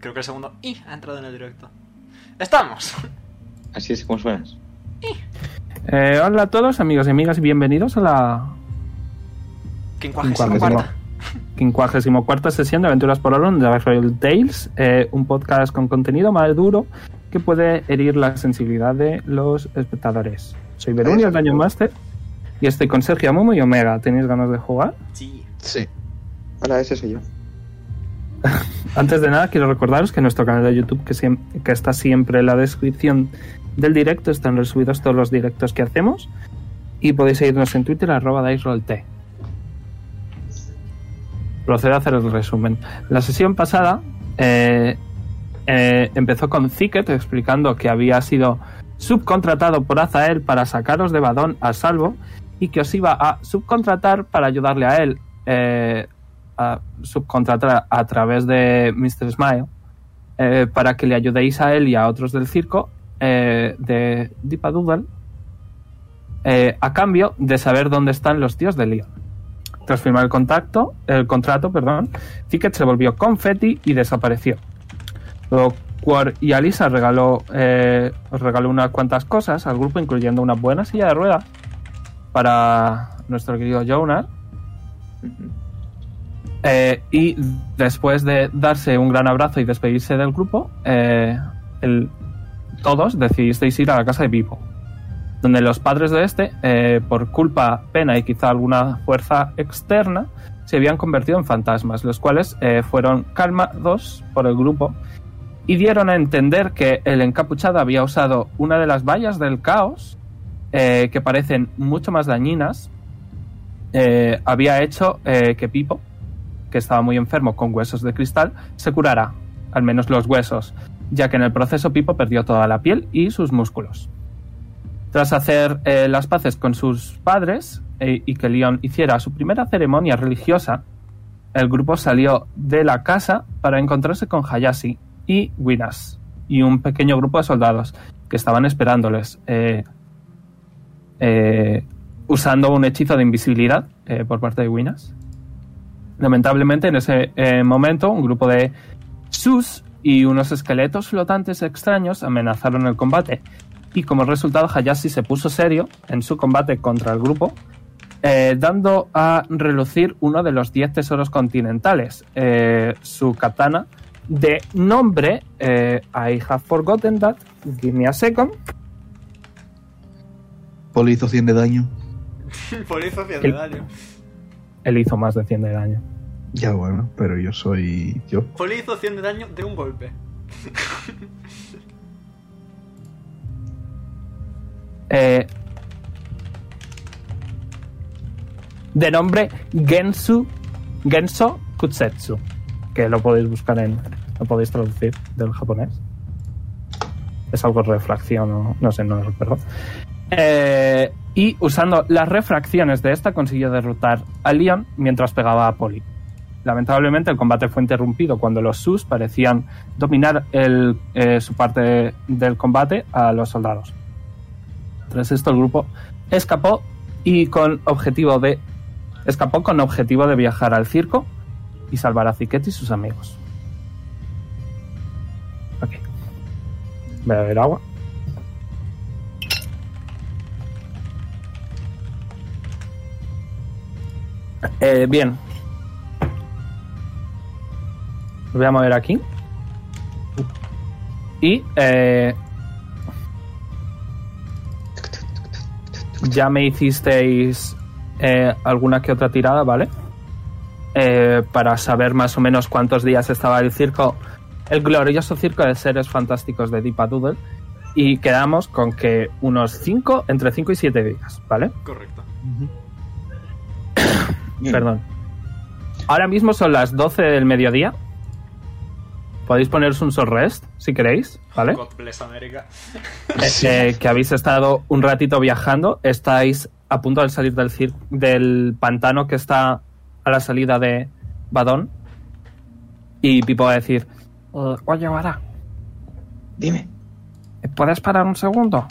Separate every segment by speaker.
Speaker 1: Creo que el segundo y ha entrado en el directo. ¡Estamos!
Speaker 2: Así es como suenas.
Speaker 3: Eh, hola a todos, amigos y amigas, y bienvenidos a la
Speaker 1: Quincuagésima
Speaker 3: Quincuagésima.
Speaker 1: cuarta.
Speaker 3: 54 sesión de Aventuras por Oron de Royal Tales, eh, un podcast con contenido más duro que puede herir la sensibilidad de los espectadores. Soy Beruni, el Daño Master, y estoy con Sergio Amumu y Omega. ¿Tenéis ganas de jugar?
Speaker 1: Sí.
Speaker 4: Sí.
Speaker 2: Hola, ese Este soy yo.
Speaker 3: Antes de nada, quiero recordaros que nuestro canal de YouTube, que, siem- que está siempre en la descripción del directo, están resubidos todos los directos que hacemos. Y podéis seguirnos en Twitter, arroba DiceRollT. Procedo a hacer el resumen. La sesión pasada eh, eh, empezó con Zicket explicando que había sido subcontratado por Azael para sacaros de Badón a salvo y que os iba a subcontratar para ayudarle a él eh, a subcontratar a través de Mr. Smile eh, para que le ayudéis a él y a otros del circo eh, de Deepa Doodle eh, a cambio de saber dónde están los tíos de Leon. Tras firmar el contacto, el contrato, perdón, Ticket se volvió confetti y desapareció. Luego Quar y Alisa regaló, eh, os regaló unas cuantas cosas al grupo, incluyendo una buena silla de ruedas para nuestro querido Jonas. Eh, y después de darse un gran abrazo y despedirse del grupo, eh, el- todos decidisteis ir a la casa de Vivo, donde los padres de este, eh, por culpa, pena y quizá alguna fuerza externa, se habían convertido en fantasmas, los cuales eh, fueron calmados por el grupo y dieron a entender que el encapuchado había usado una de las vallas del caos, eh, que parecen mucho más dañinas, eh, había hecho eh, que Pipo, que estaba muy enfermo con huesos de cristal, se curara, al menos los huesos, ya que en el proceso Pipo perdió toda la piel y sus músculos. Tras hacer eh, las paces con sus padres eh, y que Leon hiciera su primera ceremonia religiosa, el grupo salió de la casa para encontrarse con Hayashi y Winas y un pequeño grupo de soldados que estaban esperándoles, eh, eh, usando un hechizo de invisibilidad eh, por parte de Winas. Lamentablemente, en ese eh, momento, un grupo de Sus y unos esqueletos flotantes extraños amenazaron el combate. Y como resultado, Hayashi se puso serio en su combate contra el grupo, eh, dando a relucir uno de los 10 tesoros continentales, eh, su katana, de nombre eh, I have forgotten that, give me a second,
Speaker 4: Poli hizo 100 de daño.
Speaker 1: Por eso hacía
Speaker 3: El-
Speaker 1: daño.
Speaker 3: él hizo más de 100 de daño.
Speaker 4: Ya bueno, pero yo soy yo.
Speaker 1: Poli hizo 100 de daño de un golpe.
Speaker 3: Eh, de nombre Gensu Genso Kutsetsu, que lo podéis buscar en. lo podéis traducir del japonés. Es algo refracción, o no sé, no lo recuerdo. Eh, y usando las refracciones de esta consiguió derrotar a Leon mientras pegaba a Poli. Lamentablemente el combate fue interrumpido cuando los Sus parecían dominar el- eh, su parte del combate a los soldados. Tras esto el grupo escapó y con objetivo de escapó con objetivo de viajar al circo y salvar a Ziquet y sus amigos. Ok. Voy a beber agua. Eh, bien. Lo voy a mover aquí. Y eh, ya me hicisteis eh, alguna que otra tirada, ¿vale? Eh, para saber más o menos cuántos días estaba el circo, el glorioso circo de seres fantásticos de Deepa Doodle. Y quedamos con que unos 5, entre 5 y 7 días, ¿vale?
Speaker 1: Correcto.
Speaker 3: Perdón. Ahora mismo son las 12 del mediodía. Podéis poneros un short rest si queréis, ¿vale?
Speaker 1: God bless America.
Speaker 3: Eh, eh, que habéis estado un ratito viajando, estáis a punto de salir del, cir- del pantano que está a la salida de Badón. Y Pipo va a decir: "Eh, Oye, Vara,
Speaker 2: Dime.
Speaker 3: ¿puedes parar un segundo?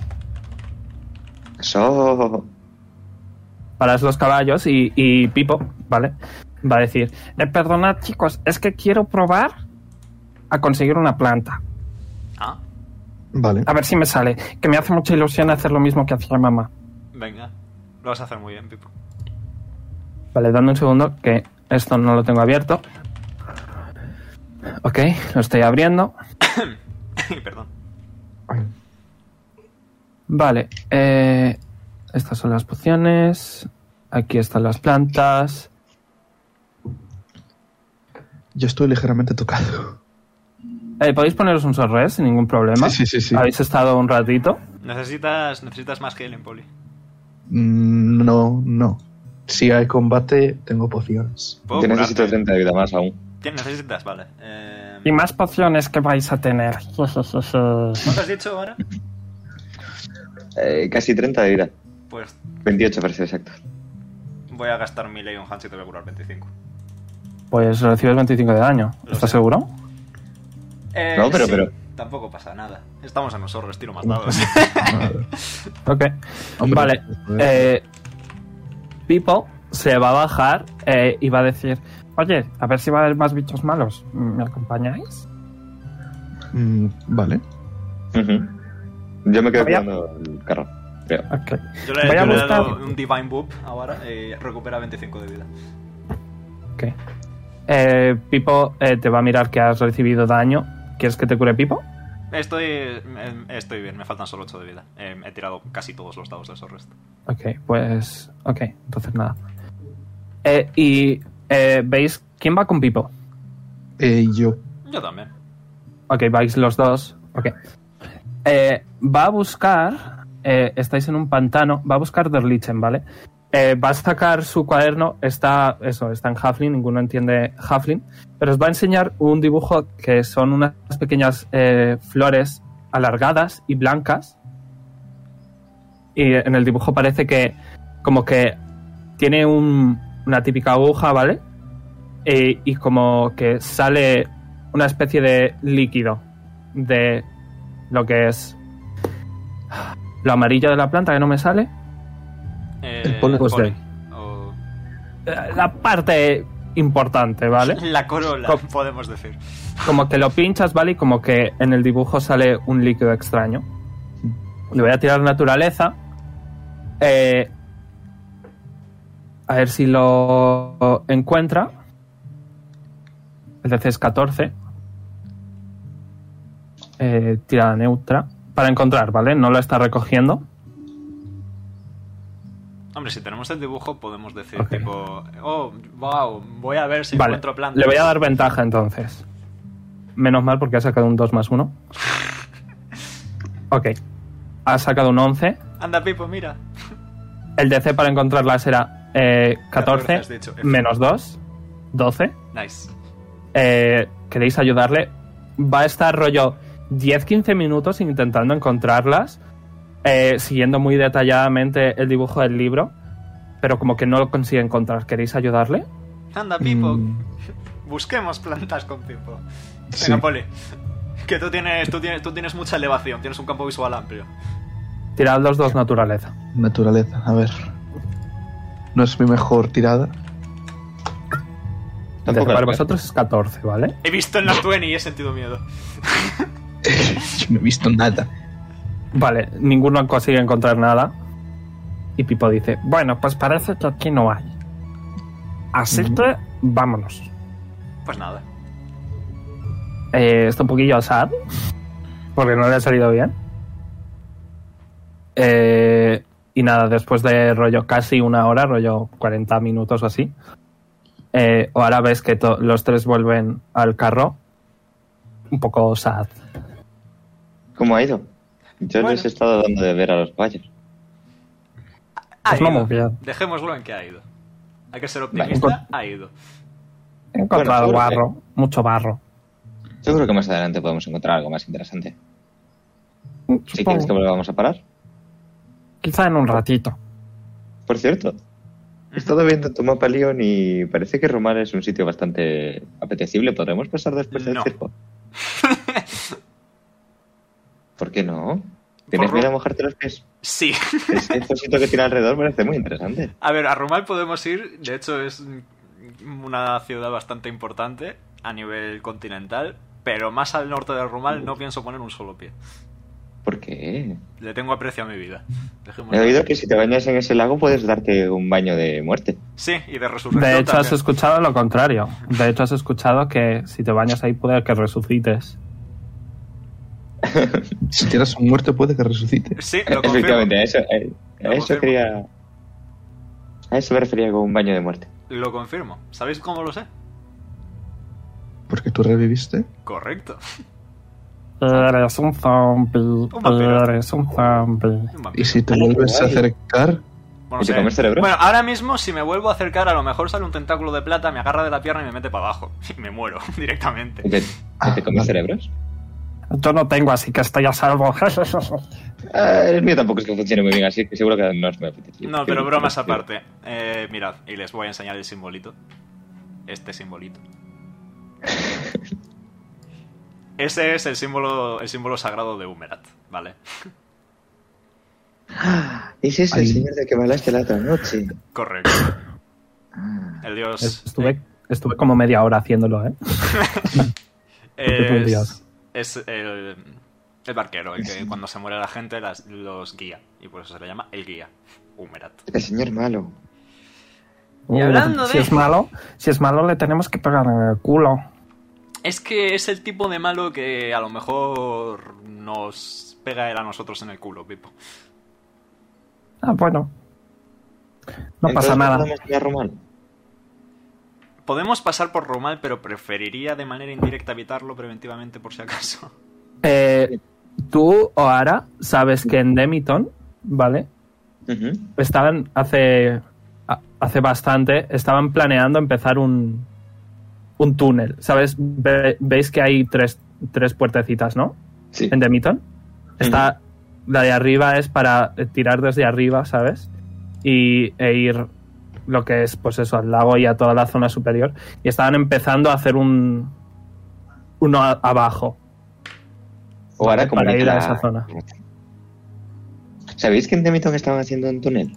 Speaker 2: Eso.
Speaker 3: Paras los caballos y, y Pipo, ¿vale? Va a decir: "Eh, Perdonad, chicos, es que quiero probar a conseguir una planta.
Speaker 1: Ah,
Speaker 4: Vale.
Speaker 3: A ver si me sale, que me hace mucha ilusión hacer lo mismo que hacía mamá.
Speaker 1: venga. Lo vas a hacer muy bien, Pipo.
Speaker 3: Vale, dame un segundo, que esto no lo tengo abierto. Ok, lo estoy abriendo.
Speaker 1: Perdón.
Speaker 2: Ay,
Speaker 3: Vale, eh, estas son las pociones. Aquí están las plantas.
Speaker 4: Yo estoy ligeramente tocado.
Speaker 3: Eh, Podéis poneros un sorres sin ningún problema.
Speaker 4: Sí, sí, sí, sí.
Speaker 3: Habéis estado un ratito.
Speaker 1: Necesitas, necesitas más gel en poli.
Speaker 4: Mm, No, no. Si hay combate, tengo pociones.
Speaker 1: ¿Puedo ¿eh?
Speaker 2: Yo
Speaker 1: curarte?
Speaker 2: necesito 30 de vida más aún.
Speaker 1: ¿Tien- Necesitas, vale. Eh,
Speaker 3: Y más pociones que vais a tener. Pues
Speaker 1: ¿Cuánto has dicho ahora?
Speaker 2: Eh, casi 30 de vida.
Speaker 1: Pues
Speaker 2: 28 para ser exacto.
Speaker 1: voy a gastar mi Leon Hands y te voy a curar 25.
Speaker 3: Pues recibes 25 de daño.
Speaker 1: Lo
Speaker 3: ¿Estás
Speaker 1: sé.
Speaker 3: seguro?
Speaker 1: Eh,
Speaker 2: No, pero-
Speaker 1: sí,
Speaker 2: pero-
Speaker 1: Tampoco pasa nada. Estamos en un sorro, estiro más dados.
Speaker 3: Ok.
Speaker 4: Hombre,
Speaker 3: vale.
Speaker 4: joder.
Speaker 3: Eh, Pipo se va a bajar eh, y va a decir: Oye, a ver si va a haber más bichos malos. ¿Me acompañáis?
Speaker 4: Mm, vale.
Speaker 2: Ujú. Yo me quedo
Speaker 3: Voy a-
Speaker 2: cuidando el carro. creo.
Speaker 3: Ok.
Speaker 1: Yo le,
Speaker 3: Voy a
Speaker 1: yo le he
Speaker 3: buscar-
Speaker 1: dado un Divine Boop ahora y recupera 25 de vida.
Speaker 3: ok. Eh, Pipo eh, te va a mirar que has recibido daño. ¿Quieres que te cure Pipo?
Speaker 1: Estoy, eh, estoy bien, me faltan solo 8 de vida. Eh, he tirado casi todos los dados de Sorrest.
Speaker 3: Ok, pues. Ok, entonces nada. Eh, y eh, veis quién va con Pipo.
Speaker 4: Eh, yo.
Speaker 1: Yo también.
Speaker 3: Ok, vais los dos. Ok. Eh, va a buscar. eh, estáis en un pantano. Va a buscar Derlichen, ¿vale? Eh, va a sacar su cuaderno. Está. Eso, está en Huffling. Ninguno entiende Huffling. Pero os va a enseñar un dibujo que son unas pequeñas eh, flores alargadas y blancas. Y en el dibujo parece que. Como que tiene un- una típica aguja, ¿vale? Eh, y como que sale una especie de líquido de lo que es lo amarillo de la planta que no me sale.
Speaker 1: Eh,
Speaker 4: El poli-
Speaker 3: pues
Speaker 1: poli.
Speaker 3: de-
Speaker 1: O-
Speaker 3: Eh, La parte importante, ¿vale?
Speaker 1: La corola,
Speaker 3: Co-
Speaker 1: podemos decir.
Speaker 3: Como que lo pinchas, ¿vale? Y como que en el dibujo sale un líquido extraño. Le voy a tirar naturaleza. Eh, a ver si lo encuentra. El DC es 14. Eh, tirada neutra. Para encontrar, ¿vale? No lo está recogiendo.
Speaker 1: Hombre, si tenemos el dibujo, podemos decir,
Speaker 3: Ok.
Speaker 1: tipo, oh, wow, voy a ver si
Speaker 3: vale.
Speaker 1: encuentro plantas.
Speaker 3: Le voy a dar ventaja entonces. Menos mal porque ha sacado un 2 más 1. Ok. Ha sacado un 11.
Speaker 1: Anda, Pipo, mira.
Speaker 3: El DC para encontrarlas era eh, 14,
Speaker 1: 14, has dicho, F.
Speaker 3: menos 2, 12.
Speaker 1: Nice.
Speaker 3: Eh, ¿Queréis ayudarle? Va a estar rollo 10-15 minutos intentando encontrarlas, eh, siguiendo muy detalladamente el dibujo del libro, pero como que no lo consigue encontrar. ¿Queréis ayudarle?
Speaker 1: Anda, Pipo,
Speaker 4: Mm,
Speaker 1: busquemos plantas con Pipo.
Speaker 4: sí.
Speaker 1: Venga, Poli. Que tú tienes, tú, tienes, tú tienes mucha elevación, tienes un campo visual amplio.
Speaker 3: Tirad los dos naturaleza.
Speaker 4: Naturaleza. A ver. No es mi mejor tirada.
Speaker 2: Tampoco
Speaker 3: para
Speaker 2: la-
Speaker 3: vosotros es 14, ¿vale?
Speaker 1: He visto en las 20 y he sentido miedo.
Speaker 4: Yo no he visto nada.
Speaker 3: Vale, ninguno consigue encontrar nada. Y Pipo dice, bueno, pues parece que aquí no hay. Así
Speaker 4: Mm.
Speaker 3: que vámonos.
Speaker 1: Pues nada.
Speaker 3: Eh, está un poquillo sad. Porque no le ha salido bien. Eh, y nada, después de rollo casi una hora, rollo 40 minutos o así. eh, ahora ves que to- los tres vuelven al carro. Un poco sad.
Speaker 2: ¿Cómo ha ido? Yo
Speaker 1: Bueno.
Speaker 2: les he estado dando de ver a los caballos.
Speaker 1: Ha
Speaker 3: Pues no
Speaker 1: ido.
Speaker 3: muy bien.
Speaker 1: Dejémoslo en que ha ido. Hay que ser optimista, ha ido.
Speaker 3: He encontrado
Speaker 2: Bueno, suerte.
Speaker 3: barro, mucho barro.
Speaker 2: Yo creo que más adelante podemos encontrar algo más interesante. Si
Speaker 3: Supongo,
Speaker 2: quieres que volvamos a parar.
Speaker 3: Quizá en un ratito.
Speaker 2: Por cierto, he estado viendo tu mapa Leon y parece que Romar es un sitio bastante apetecible. ¿Podremos pasar después del
Speaker 1: No.
Speaker 2: circo? ¿Por qué no? ¿Tienes
Speaker 1: Por-
Speaker 2: miedo a mojarte los pies?
Speaker 1: Sí.
Speaker 2: Ese cosito que tiene alrededor parece muy interesante.
Speaker 1: A ver, a Rumal podemos ir. De hecho, es una ciudad bastante importante a nivel continental. Pero más al norte del Rumal no pienso poner un solo pie.
Speaker 2: ¿Por qué?
Speaker 1: Le tengo aprecio a mi vida. Dejémoslo
Speaker 2: He oído
Speaker 1: así.
Speaker 2: que si te bañas en ese lago puedes darte un baño de muerte.
Speaker 1: Sí, y de resurrección.
Speaker 3: De hecho, has
Speaker 1: también.
Speaker 3: escuchado lo contrario. De hecho, has escuchado que si te bañas ahí puede que resucites.
Speaker 4: Si tiras un muerto puede que resucite.
Speaker 1: Sí, lo confirmo.
Speaker 2: Efectivamente, a eso, a-
Speaker 1: Lo
Speaker 2: a eso
Speaker 1: confirmo.
Speaker 2: quería. A eso me refería con un baño de muerte.
Speaker 1: Lo confirmo. ¿Sabéis cómo lo sé?
Speaker 4: Porque tú reviviste.
Speaker 1: Correcto.
Speaker 3: Eres un zombie.
Speaker 1: vampiro.
Speaker 3: Eres un zombie.
Speaker 1: Un vampiro.
Speaker 4: Y si te vuelves a
Speaker 2: guay.
Speaker 4: acercar,
Speaker 1: Bueno,
Speaker 2: ¿Y te
Speaker 1: sé.
Speaker 2: comes cerebro?
Speaker 1: Bueno, ahora mismo si me vuelvo a acercar a lo mejor sale un tentáculo de plata, me agarra de la pierna y me mete para abajo. Y me muero directamente.
Speaker 2: ¿Que, que
Speaker 4: Ah,
Speaker 2: te comes
Speaker 4: vale.
Speaker 2: cerebros?
Speaker 3: Yo no tengo, así que estoy a salvo.
Speaker 2: Ah, el mío tampoco es que funcione muy bien, así que seguro que no os me apetece.
Speaker 1: No, pero bromas aparte. Eh, mirad, y les voy a enseñar el simbolito. Este simbolito. Ese es el símbolo, el símbolo sagrado de Humerat, ¿vale?
Speaker 2: Ese es el
Speaker 4: Ay.
Speaker 2: señor de que me hablaste la otra noche.
Speaker 1: Correcto.
Speaker 2: Ah.
Speaker 1: El dios...
Speaker 3: Estuve, estuve como media hora haciéndolo, ¿eh?
Speaker 1: eh, Es,
Speaker 3: Dios.
Speaker 1: es el, el barquero, el que cuando se muere la gente las- los guía. Y por eso se le llama el guía, Humerat.
Speaker 2: El señor malo.
Speaker 1: Y hablando
Speaker 3: si
Speaker 1: de-
Speaker 3: es malo, si es malo le tenemos que pegar en el culo.
Speaker 1: Es que es el tipo de malo que a lo mejor nos pega él a nosotros en el culo, Pipo.
Speaker 3: Ah, bueno. No
Speaker 2: Entonces,
Speaker 3: pasa nada.
Speaker 2: vamos a ir a Román.
Speaker 1: Podemos pasar por Romal, pero preferiría de manera indirecta evitarlo preventivamente por si acaso.
Speaker 3: Eh, tú, Oara, sabes que en Demiton, ¿vale?
Speaker 2: Ujú.
Speaker 3: Estaban hace, a- hace bastante, estaban planeando empezar un, un túnel. ¿Sabes? Ve- veis que hay tres, tres puertecitas, ¿no?
Speaker 2: Sí.
Speaker 3: en Demiton. Está la de arriba es para eh, tirar desde arriba, ¿sabes? Y e ir lo que es pues eso al lago y a toda la zona superior y estaban empezando a hacer un uno a- abajo.
Speaker 2: O ahora
Speaker 3: Vale,
Speaker 2: como
Speaker 3: para
Speaker 2: que
Speaker 3: ir a
Speaker 2: la-
Speaker 3: esa zona.
Speaker 2: ¿Sabéis que en Demiton estaban haciendo un túnel?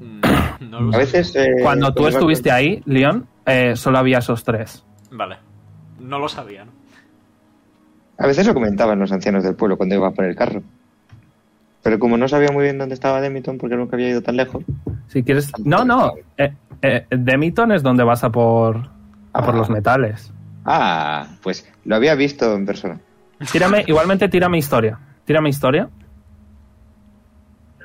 Speaker 1: No, Mm, no lo
Speaker 2: A
Speaker 1: sé.
Speaker 2: veces. eh,
Speaker 3: Cuando tú
Speaker 2: iba con-
Speaker 3: estuviste ahí, Leon, eh, solo había esos tres.
Speaker 1: Vale. No lo sabía, ¿no?
Speaker 2: A veces lo comentaban los ancianos del pueblo cuando iba por el carro. Pero como no sabía muy bien dónde estaba Demiton porque nunca había ido tan lejos.
Speaker 3: Si quieres, no, no. eh, eh, Demiton es donde vas a por a por
Speaker 2: Ah.
Speaker 3: los metales.
Speaker 2: Ah, pues lo había visto en persona.
Speaker 3: Tírame, igualmente tírame historia. Tírame historia.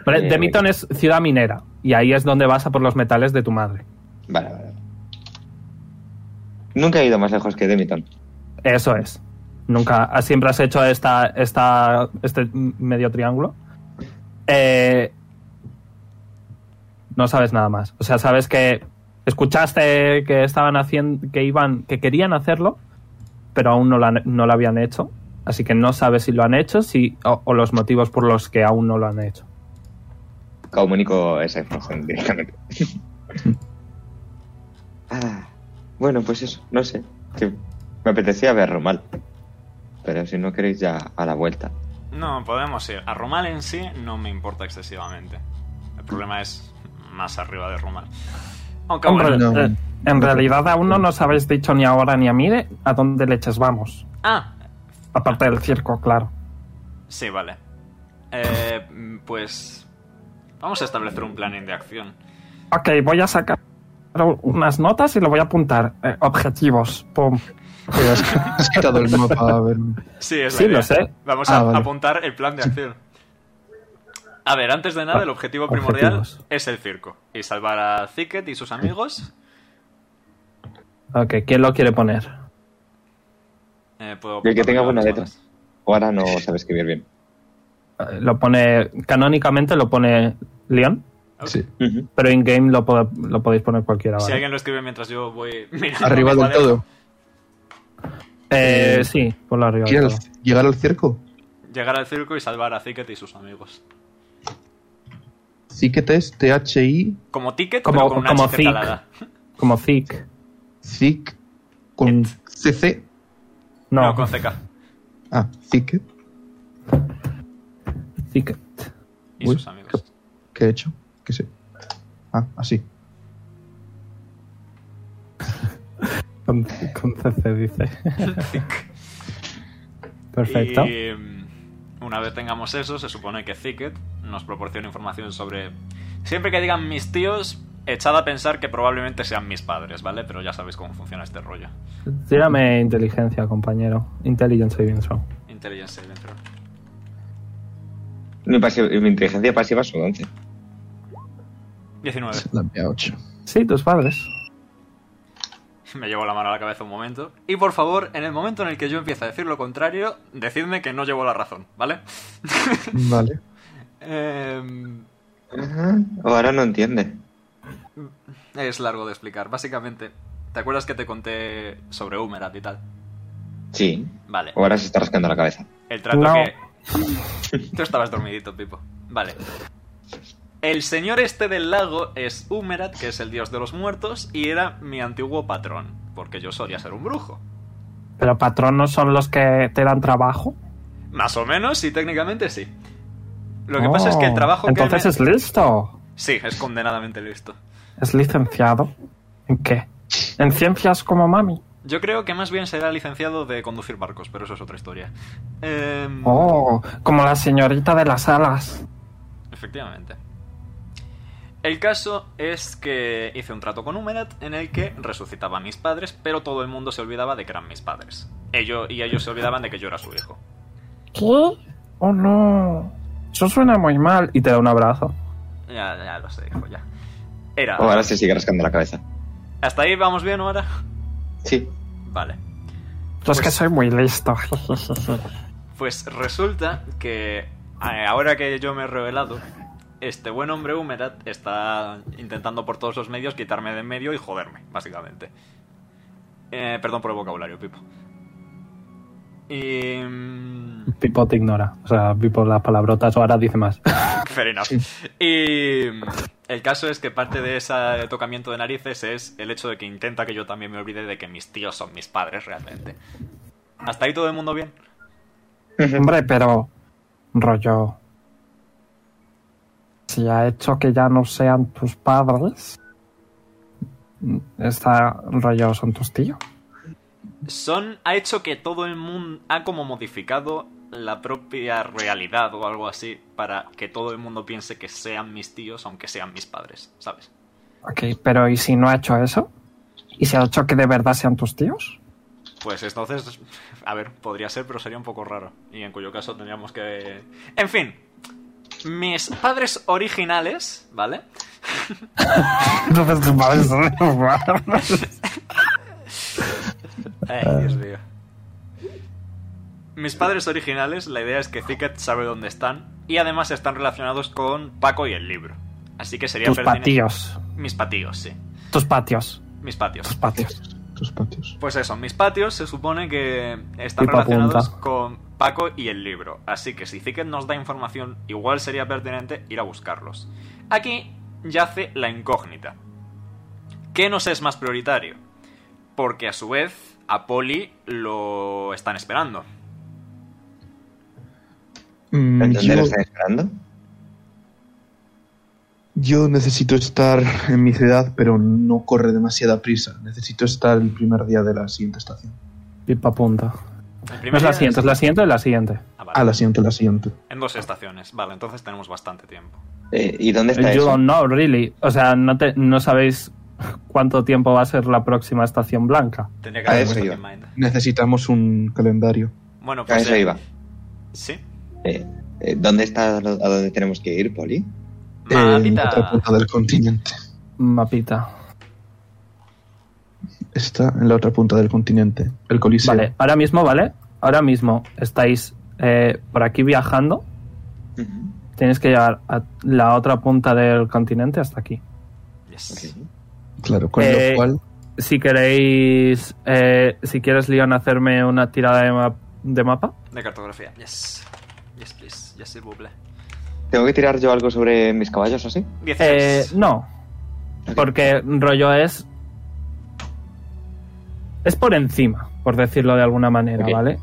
Speaker 3: Vale,
Speaker 2: Eh,
Speaker 3: Demiton es ciudad minera y ahí es donde vas a por los metales de tu madre.
Speaker 2: Vale, vale. vale. Nunca he ido más lejos que Demiton.
Speaker 3: Eso es. Nunca, ah, siempre has hecho esta, esta, este medio triángulo. Eh, no sabes nada más. O sea, sabes que escuchaste que estaban haciendo, que iban, que querían hacerlo, pero aún no lo, han- no lo habían hecho. Así que no sabes si lo han hecho, si, o- o los motivos por los que aún no lo han hecho.
Speaker 2: Comunico esa información directamente. ah, bueno, pues eso, no sé. Que me apetecía verlo mal. Pero si no queréis ya a la vuelta.
Speaker 1: No, podemos ir. A Romal en sí no me importa excesivamente. El problema es más arriba de Romal. Aunque
Speaker 3: Hombre,
Speaker 1: bueno.
Speaker 4: no.
Speaker 3: eh, en realidad aún no nos habéis dicho ni ahora ni a mí de a dónde leches vamos.
Speaker 1: Ah,
Speaker 3: Aparte del circo, claro.
Speaker 1: sí, vale. Eh, pues. Vamos a establecer un plan de acción.
Speaker 3: Ok, voy a sacar unas notas y lo voy a apuntar. Eh, objetivos. Pum.
Speaker 4: Pero has, has quitado el mapa a verme.
Speaker 1: Sí, es la
Speaker 3: Sí,
Speaker 1: idea.
Speaker 3: lo sé.
Speaker 1: Vamos
Speaker 4: Ah,
Speaker 1: a
Speaker 4: vale.
Speaker 1: apuntar el plan de acción. A ver, antes de nada, el objetivo primordial
Speaker 3: Ah, Objetivos.
Speaker 1: es el circo. Y salvar a Zicket y sus amigos.
Speaker 3: Ok, ¿quién lo quiere poner?
Speaker 1: Eh, puedo
Speaker 2: Y el que tenga
Speaker 1: apuntar las
Speaker 2: buena letra.
Speaker 1: cosas.
Speaker 2: O ahora no sabes escribir bien.
Speaker 3: Eh, Lo pone. Canónicamente lo pone Leon,
Speaker 4: Sí.
Speaker 2: Ujú.
Speaker 3: pero in-game lo, pod- lo podéis poner cualquiera.
Speaker 1: Si
Speaker 3: Ah, ¿vale?
Speaker 1: alguien lo escribe mientras yo voy mirando
Speaker 4: Arriba
Speaker 1: mi
Speaker 4: del
Speaker 1: cuaderno.
Speaker 4: todo.
Speaker 3: Eh, sí, ponlo arriba. del
Speaker 4: Quiero
Speaker 3: todo.
Speaker 4: llegar al circo.
Speaker 1: Llegar al circo y salvar a Zicket y sus amigos.
Speaker 4: Zicket es THI,
Speaker 1: Como ticket,
Speaker 3: Como-
Speaker 1: pero con una
Speaker 3: como
Speaker 1: H
Speaker 3: Zic.
Speaker 1: calada.
Speaker 3: Como Thick.
Speaker 4: Zic, con CC.
Speaker 3: No,
Speaker 1: con CK.
Speaker 4: Ah, Zicket.
Speaker 3: Thicket.
Speaker 1: Y
Speaker 4: Uy,
Speaker 1: sus amigos.
Speaker 4: ¿Qué he hecho? ¿Qué sé? Ah, así.
Speaker 3: Con, con CC dice. Perfecto.
Speaker 1: Y mm, una vez tengamos eso, se supone que Thicket nos proporciona información sobre... Siempre que digan mis tíos, echad a pensar que probablemente sean mis padres, ¿vale? Pero ya sabéis cómo funciona este rollo.
Speaker 3: Tírame inteligencia, compañero. Intelligence saving throw.
Speaker 1: Intelligence saving throw.
Speaker 2: Mi, pasi- mi inteligencia pasiva son 11.
Speaker 1: 19.
Speaker 4: La mía 8.
Speaker 3: Sí, tus padres.
Speaker 1: Me llevo la mano a la cabeza un momento. Y por favor, en el momento en el que yo empiece a decir lo contrario, decidme que no llevo la razón, ¿vale?
Speaker 4: Vale.
Speaker 1: Em,
Speaker 2: Ahora no entiende.
Speaker 1: es largo de explicar. Básicamente, ¿te acuerdas que te conté sobre Humerat y tal?
Speaker 2: Sí.
Speaker 1: Vale.
Speaker 2: Ahora se está rascando la cabeza.
Speaker 1: El trato
Speaker 3: No.
Speaker 1: que. Tú estabas dormidito, Pipo. Vale. El señor este del lago es Humerat, que es el dios de los muertos, y era mi antiguo patrón, porque yo solía ser un brujo.
Speaker 3: Pero patrón no son los que te dan trabajo.
Speaker 1: Más o menos, y técnicamente sí. Lo que
Speaker 3: Oh,
Speaker 1: pasa es que el trabajo
Speaker 3: Entonces
Speaker 1: que. me-
Speaker 3: es listo.
Speaker 1: Sí, es condenadamente listo.
Speaker 3: Es licenciado. ¿En qué? En ciencias como mami.
Speaker 1: Yo creo que más bien será licenciado de conducir barcos, pero eso es otra historia. Em,
Speaker 3: Oh, como la señorita de las alas.
Speaker 1: Efectivamente. El caso es que hice un trato con Humerat en el que resucitaba a mis padres, pero todo el mundo se olvidaba de que eran mis padres. Ellos, y ellos se olvidaban de que yo era su hijo.
Speaker 3: ¿Qué? Oh no. Eso suena muy mal. Y te da un abrazo.
Speaker 1: Ya, ya lo sé, hijo, ya. Era.
Speaker 2: Ahora se sigue rascando la cabeza.
Speaker 1: ¿Hasta ahí vamos bien ahora?
Speaker 2: Sí.
Speaker 1: Vale.
Speaker 3: Yo es que soy muy listo.
Speaker 1: Pues resulta que eh, ahora que yo me he revelado, este buen hombre Humerat está intentando por todos los medios quitarme de en medio y joderme, básicamente. Eh, perdón por el vocabulario, Pipo. Y... mm,
Speaker 3: Pipo te ignora. O sea, Pipo las palabrotas ahora dice más.
Speaker 1: Fair enough. Y... mm, El caso es que parte de ese tocamiento de narices es el hecho de que intenta que yo también me olvide de que mis tíos son mis padres realmente. Hasta ahí todo el mundo bien.
Speaker 3: Hombre, pero. Rollo. Si ha hecho que ya no sean tus padres. Está rollo, son tus tíos.
Speaker 1: Son ha hecho que todo el mundo ha como modificado la propia realidad o algo así para que todo el mundo piense que sean mis tíos aunque sean mis padres, ¿sabes?
Speaker 3: Ok, pero ¿y si no ha hecho eso? ¿Y si ha hecho que de verdad sean tus tíos?
Speaker 1: Pues entonces, a ver, podría ser, pero sería un poco raro. Y en cuyo caso tendríamos que... En fin, mis padres originales, ¿vale?
Speaker 3: Entonces tus padres son tus padres.
Speaker 1: Ay, Dios mío. Mis padres originales, la idea es que Thicket sabe dónde están y además están relacionados con Paco y el libro. Así que sería
Speaker 3: Tus
Speaker 1: pertinente-
Speaker 3: patios.
Speaker 1: Mis patios, sí.
Speaker 3: Tus patios.
Speaker 1: Mis
Speaker 3: Tus
Speaker 1: patios.
Speaker 3: patios.
Speaker 4: Tus patios.
Speaker 1: Pues eso, mis patios se supone que están
Speaker 3: Pipa
Speaker 1: relacionados
Speaker 3: punta.
Speaker 1: con Paco y el libro. Así que si Zicket nos da información, igual sería pertinente ir a buscarlos. Aquí yace la incógnita. ¿Qué nos es más prioritario? Porque a su vez, a Poli lo están esperando.
Speaker 4: Mm,
Speaker 2: ¿En dónde
Speaker 4: yo,
Speaker 2: lo están esperando?
Speaker 4: yo necesito estar en mi ciudad, pero no corre demasiada prisa. Necesito estar el primer día de la siguiente estación.
Speaker 3: Pipa punta.
Speaker 1: El
Speaker 3: No
Speaker 1: primer
Speaker 3: es la
Speaker 1: día
Speaker 3: siguiente, es la siguiente o la siguiente.
Speaker 1: Ah, vale.
Speaker 4: A la siguiente, la siguiente.
Speaker 1: En dos estaciones. Vale, entonces tenemos bastante tiempo.
Speaker 2: Eh, ¿Y dónde está
Speaker 3: You
Speaker 2: eso?
Speaker 3: don't know, really. O sea, no, te, no sabéis cuánto tiempo va a ser la próxima estación blanca.
Speaker 1: Tendría que
Speaker 2: A
Speaker 1: haber
Speaker 2: eso
Speaker 1: puesto
Speaker 2: iba.
Speaker 1: en mind.
Speaker 4: Necesitamos un calendario.
Speaker 1: Bueno,
Speaker 2: A
Speaker 1: pues...
Speaker 2: eso
Speaker 1: eh,
Speaker 2: iba.
Speaker 1: Sí.
Speaker 2: Eh, eh, ¿Dónde está, a dónde tenemos que ir, Poli? Eh,
Speaker 4: En
Speaker 1: Mamita.
Speaker 4: otra punta del continente.
Speaker 3: Mapita.
Speaker 4: Está en la otra punta del continente. El Coliseo.
Speaker 3: Vale, ahora mismo, ¿vale? Ahora mismo estáis eh, por aquí viajando. Tienes que llegar a la otra punta del continente hasta aquí.
Speaker 1: Yes.
Speaker 2: Ok.
Speaker 4: Claro, con
Speaker 3: Eh,
Speaker 4: lo cual
Speaker 3: Si queréis, eh, si quieres, Leon, hacerme una tirada de, ma- de mapa.
Speaker 1: De cartografía. Yes. Yes, please. Yes, s'il vous plaît.
Speaker 2: ¿Tengo que tirar yo algo sobre mis caballos o así?
Speaker 3: Eh,
Speaker 1: 16.
Speaker 3: no,
Speaker 2: Ok.
Speaker 3: porque rollo es. Es por encima, por decirlo de alguna manera,
Speaker 2: Ok.
Speaker 3: ¿vale?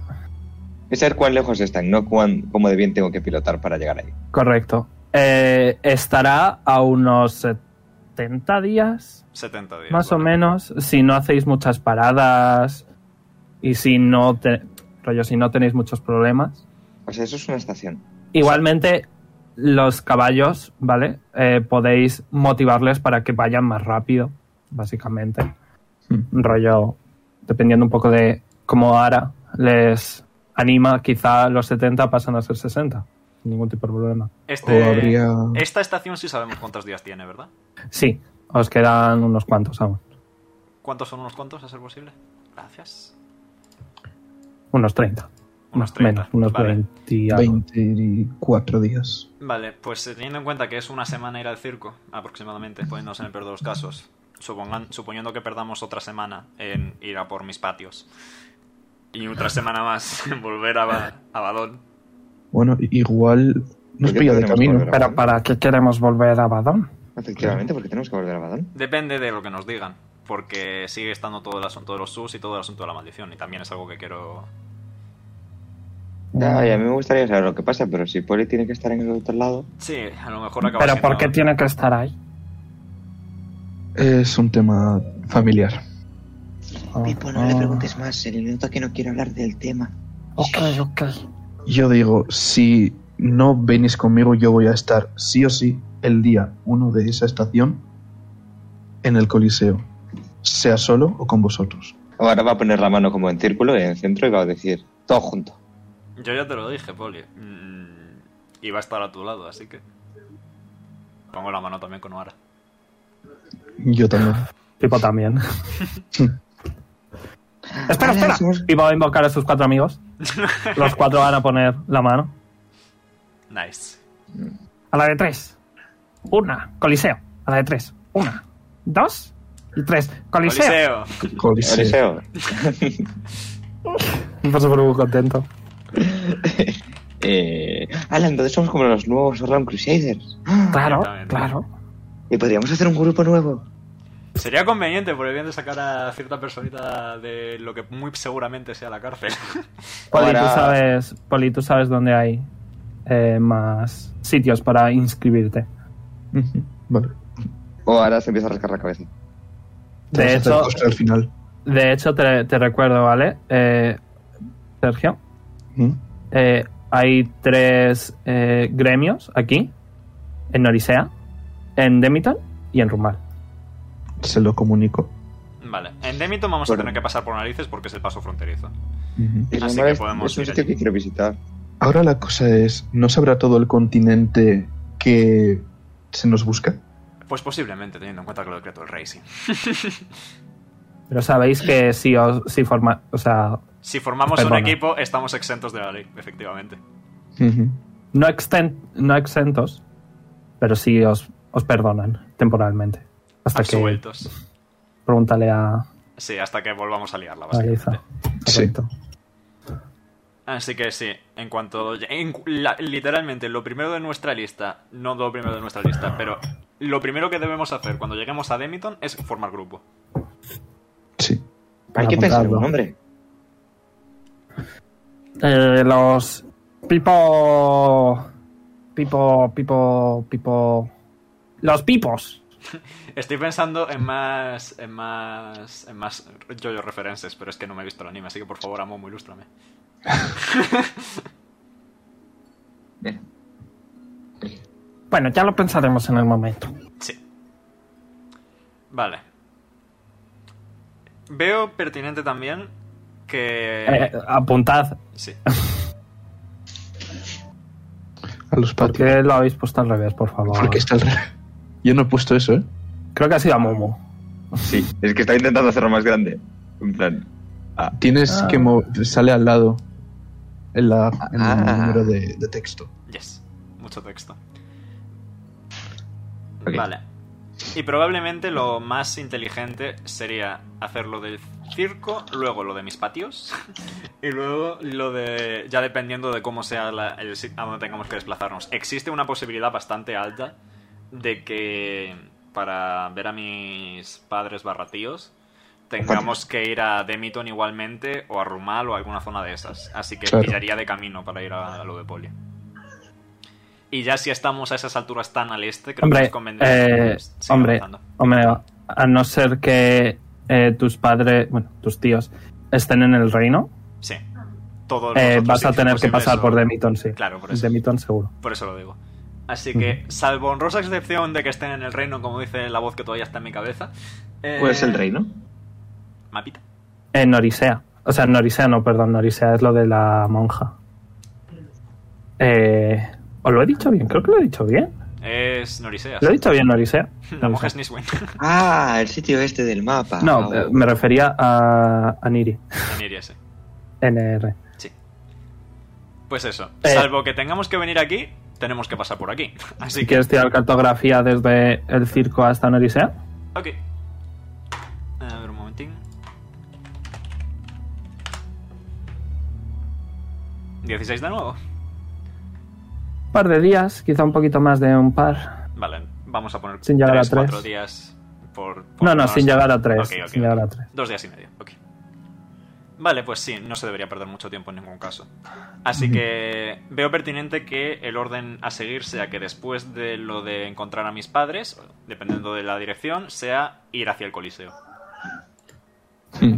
Speaker 2: Es saber cuán lejos están, no cuán, cómo de bien tengo que pilotar para llegar ahí.
Speaker 3: Correcto. Eh, estará a unos eh, 70 días,
Speaker 1: 70 días.
Speaker 3: más o
Speaker 1: vale.
Speaker 3: menos, si no hacéis muchas paradas y si no, te- rollo, si no tenéis muchos problemas.
Speaker 2: O sea, eso es una estación.
Speaker 3: Igualmente, los caballos, ¿vale? Eh, podéis motivarles para que vayan más rápido, básicamente.
Speaker 4: Hmm.
Speaker 3: Rollo, dependiendo un poco de cómo Ara les anima, quizá los 70 pasan a ser 60. Sin ningún tipo de problema.
Speaker 1: Este-
Speaker 4: O habría...
Speaker 1: Esta estación sí sabemos cuántos días tiene, ¿verdad?
Speaker 3: Sí, os quedan unos cuantos aún.
Speaker 1: ¿Cuántos son unos cuantos, a ser posible? Gracias.
Speaker 3: Unos 30.
Speaker 1: Unos
Speaker 3: Unos
Speaker 1: 30,
Speaker 3: Menos, unos
Speaker 1: vale.
Speaker 3: 20 y algo.
Speaker 4: 24 días.
Speaker 1: Vale, pues eh, teniendo en cuenta que es una semana ir al circo, aproximadamente, poniéndonos en el peor de los casos, supongan- suponiendo que perdamos otra semana en ir a por mis patios y otra semana más en volver a, Ba- a Badón.
Speaker 4: Bueno, igual nos
Speaker 2: Porque
Speaker 4: pilla de
Speaker 2: podemos
Speaker 4: camino.
Speaker 2: volver a-
Speaker 3: Pero ¿para qué queremos volver a Badón?
Speaker 2: Efectivamente, porque tenemos que volver a Badón.
Speaker 1: Depende de lo que nos digan, porque sigue estando todo el asunto de los sus y todo el asunto de la maldición, y también es algo que quiero...
Speaker 2: Ya, y a mí me gustaría saber lo que pasa, pero si Poli tiene que estar en el otro lado,
Speaker 1: Sí, a lo mejor acaba
Speaker 3: Pero ¿por qué
Speaker 1: siendo-
Speaker 3: tiene que estar ahí?
Speaker 4: Es un tema familiar. Ah,
Speaker 5: Pipo, no le preguntes más, se le nota que no quiere hablar del tema.
Speaker 3: Ok, ok.
Speaker 4: Yo digo, si no venís conmigo, yo voy a estar sí o sí el día uno de esa estación en el Coliseo, sea solo o con vosotros.
Speaker 2: ahora va a poner la mano como en círculo en el centro y va a decir todo junto.
Speaker 1: Yo ya te lo dije, Poli. Mm, iba a estar a tu lado, así que... Pongo la mano también con Oara.
Speaker 4: Yo también.
Speaker 3: Pipo también. espera,
Speaker 5: Ahora
Speaker 3: espera.
Speaker 5: somos-
Speaker 3: Pipo va a invocar a sus cuatro amigos. Los cuatro van a poner la mano.
Speaker 1: Nice.
Speaker 3: A la de tres. Una. Coliseo. A la de tres. Una. Dos. Y tres. Coliseo.
Speaker 1: Coliseo.
Speaker 4: Coliseo.
Speaker 2: Eliseo,
Speaker 3: Me paso por muy contento.
Speaker 2: eh, ala, entonces somos como los nuevos Round Crusaders.
Speaker 3: Claro,
Speaker 1: Exactamente.
Speaker 3: claro.
Speaker 2: Y podríamos hacer un grupo nuevo.
Speaker 1: Sería conveniente por el bien de sacar a cierta personita de lo que muy seguramente sea la cárcel.
Speaker 3: Poli,
Speaker 2: Ahora-
Speaker 3: tú sabes, Poli, tú sabes dónde hay eh, más sitios para inscribirte.
Speaker 4: Ujú, Vale.
Speaker 2: O ahora se empieza a rascar la cabeza.
Speaker 4: Te vas
Speaker 3: De
Speaker 4: a hacer
Speaker 3: hecho,
Speaker 4: costa al final.
Speaker 3: de hecho te, te recuerdo, ¿vale? Eh, Sergio,
Speaker 4: Ujú.
Speaker 3: eh, hay tres eh, gremios aquí, en Norisea, en Demiton y en Rumal.
Speaker 4: Se lo comunico.
Speaker 1: Vale, en Demiton vamos a
Speaker 2: Bueno.
Speaker 1: tener que pasar por narices porque es el paso fronterizo.
Speaker 4: Ujú.
Speaker 2: Y
Speaker 1: Así
Speaker 2: Ramar
Speaker 1: que
Speaker 2: es-
Speaker 1: podemos
Speaker 2: es un
Speaker 1: ir
Speaker 2: sitio
Speaker 1: allí.
Speaker 2: que quiero visitar.
Speaker 4: Ahora la cosa es, ¿no sabrá todo el continente que se nos busca?
Speaker 1: Pues posiblemente, teniendo en cuenta que lo decretó el rey, sí.
Speaker 3: Pero sabéis que si os si forma, o sea,
Speaker 1: Si formamos un
Speaker 3: Perdona.
Speaker 1: equipo, estamos exentos de la ley, efectivamente.
Speaker 4: Ujú.
Speaker 3: no, exten- no exentos, pero sí os, os perdonan temporalmente. Hasta que
Speaker 1: Absueltos.
Speaker 3: pregúntale a,
Speaker 1: Sí, hasta que volvamos a liarla,
Speaker 3: a
Speaker 1: básicamente.
Speaker 3: Liza.
Speaker 4: Sí.
Speaker 3: Correcto.
Speaker 1: Así que sí, en cuanto... en cu- la- literalmente, lo primero de nuestra lista, no lo primero de nuestra lista, pero lo primero que debemos hacer cuando lleguemos a Demiton es formar grupo.
Speaker 4: Sí.
Speaker 2: Hay
Speaker 3: Para
Speaker 2: que pensar en
Speaker 3: montarlo.
Speaker 2: un nombre.
Speaker 3: Eh, los Pipo. Pipo. Pipo. Pipo. Los pipos.
Speaker 1: Estoy pensando en más. en más. en más yo references, pero es que no me he visto el anime, así que por favor, Amomo, ilústrame.
Speaker 3: Bueno, ya lo pensaremos en el momento.
Speaker 1: Sí. Vale. Veo pertinente también que.
Speaker 3: Eh, apuntad,
Speaker 1: Sí.
Speaker 4: A los
Speaker 3: ¿por
Speaker 4: patios.
Speaker 3: qué lo habéis puesto al revés, por favor?
Speaker 4: Porque está al revés. Yo no he puesto eso, ¿eh?
Speaker 3: Creo que ha sido a Momo.
Speaker 2: Sí, es que estaba intentando hacerlo más grande. En plan,
Speaker 4: Tienes
Speaker 3: Ah.
Speaker 4: que mover. Sale al lado. En, la, en
Speaker 2: Ah.
Speaker 4: el número de, de texto.
Speaker 1: Yes. Mucho texto.
Speaker 2: Ok.
Speaker 1: Vale. Y probablemente lo más inteligente sería hacer lo del circo, luego lo de mis patios y luego lo de... ya dependiendo de cómo sea la- el sit- a donde tengamos que desplazarnos. Existe una posibilidad bastante alta de que para ver a mis padres barratíos tengamos que ir a Demiton igualmente o a Rumal o a alguna zona de esas. Así que
Speaker 4: Claro.
Speaker 1: pillaría de camino para ir a, lo de Poli. Y ya si estamos a esas alturas tan al este, creo
Speaker 3: Hombre,
Speaker 1: que nos convendría.
Speaker 3: eh,
Speaker 1: seguir
Speaker 3: hombre,
Speaker 1: avanzando.
Speaker 3: hombre, a no ser que eh, tus padres, bueno, tus tíos estén en el reino,
Speaker 1: Sí. Todos
Speaker 3: eh,
Speaker 1: los otros
Speaker 3: vas a
Speaker 1: sitios
Speaker 3: tener que
Speaker 1: posibles
Speaker 3: pasar
Speaker 1: o-
Speaker 3: por Demiton, sí.
Speaker 1: Claro, por eso.
Speaker 3: Demiton seguro.
Speaker 1: Por eso lo digo. Así que, salvo honrosa excepción de que estén en el reino, como dice la voz que todavía está en mi cabeza. eh,
Speaker 2: ¿Cuál es Pues el reino?
Speaker 1: Mapita.
Speaker 3: En Norisea. O sea, en Norisea, no, perdón, Norisea es lo de la monja. Eh, ¿Os lo he dicho bien? Creo que lo he dicho bien.
Speaker 1: Es Norisea.
Speaker 3: ¿Lo he dicho bien, Norisea?
Speaker 1: La monja es Niswen.
Speaker 5: Ah, el sitio este del mapa.
Speaker 3: No, eh, me refería a, a Niri.
Speaker 1: Niria, sí.
Speaker 3: NR.
Speaker 1: Sí. Pues eso.
Speaker 3: Eh.
Speaker 1: Salvo que tengamos que venir aquí, tenemos que pasar por aquí. Así
Speaker 3: Si
Speaker 1: que.
Speaker 3: quieres tirar cartografía desde el circo hasta Norisea.
Speaker 1: Ok. A ver un momentín. 16 de nuevo.
Speaker 3: Un par de días, quizá un poquito más de un par.
Speaker 1: Vale, vamos a poner
Speaker 3: Sin llegar a
Speaker 1: tres,
Speaker 3: tres.
Speaker 1: cuatro días por, por
Speaker 3: No, no,
Speaker 1: más.
Speaker 3: sin llegar a tres.
Speaker 1: Ok, ok,
Speaker 3: sin
Speaker 1: ok.
Speaker 3: llegar a tres.
Speaker 1: Dos días y medio, ok. Vale, pues sí, no se debería perder mucho tiempo en ningún caso. Así que veo pertinente que el orden a seguir sea que después de lo de encontrar a mis padres, dependiendo de la dirección, sea ir hacia el Coliseo.
Speaker 4: Hmm.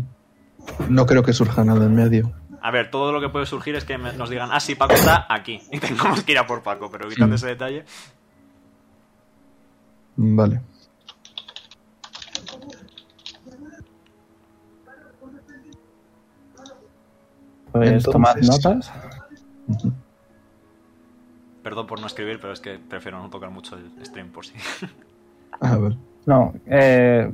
Speaker 4: No creo que surja nada en medio.
Speaker 1: A ver, todo lo que puede surgir es que me- nos digan, ah, sí, Paco está aquí. Y tengamos que ir a por Paco, pero evitando ese detalle.
Speaker 4: Vale.
Speaker 3: Pues
Speaker 4: Entonces-
Speaker 3: tomad notas.
Speaker 1: Perdón por no escribir, pero es que prefiero no tocar mucho el stream por sí.
Speaker 4: A ver.
Speaker 3: No, eh,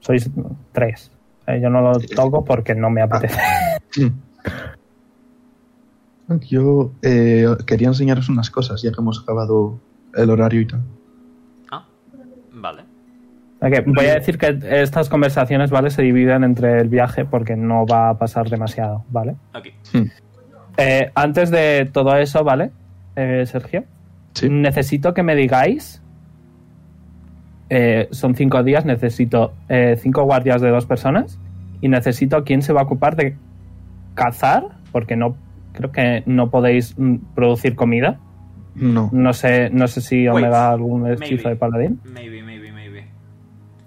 Speaker 3: sois tres. Eh, yo no lo toco porque no me apetece.
Speaker 4: Hmm. Yo eh, quería enseñaros unas cosas ya que hemos acabado el horario y tal.
Speaker 1: Ah, vale.
Speaker 3: Ok, voy a decir que estas conversaciones, ¿vale? Se dividen entre el viaje porque no va a pasar demasiado, ¿vale?
Speaker 1: Ok.
Speaker 3: Eh, antes de todo eso, ¿vale? Eh, Sergio,
Speaker 4: Sí.
Speaker 3: necesito que me digáis. eh, son cinco días, necesito eh, cinco guardias de dos personas y necesito quién se va a ocupar de cazar, porque no creo que no podéis mm, producir comida.
Speaker 4: No.
Speaker 3: No sé, no sé si
Speaker 1: Wait,
Speaker 3: Omega algún hechizo
Speaker 1: maybe.
Speaker 3: de paladín.
Speaker 1: Maybe, maybe, maybe.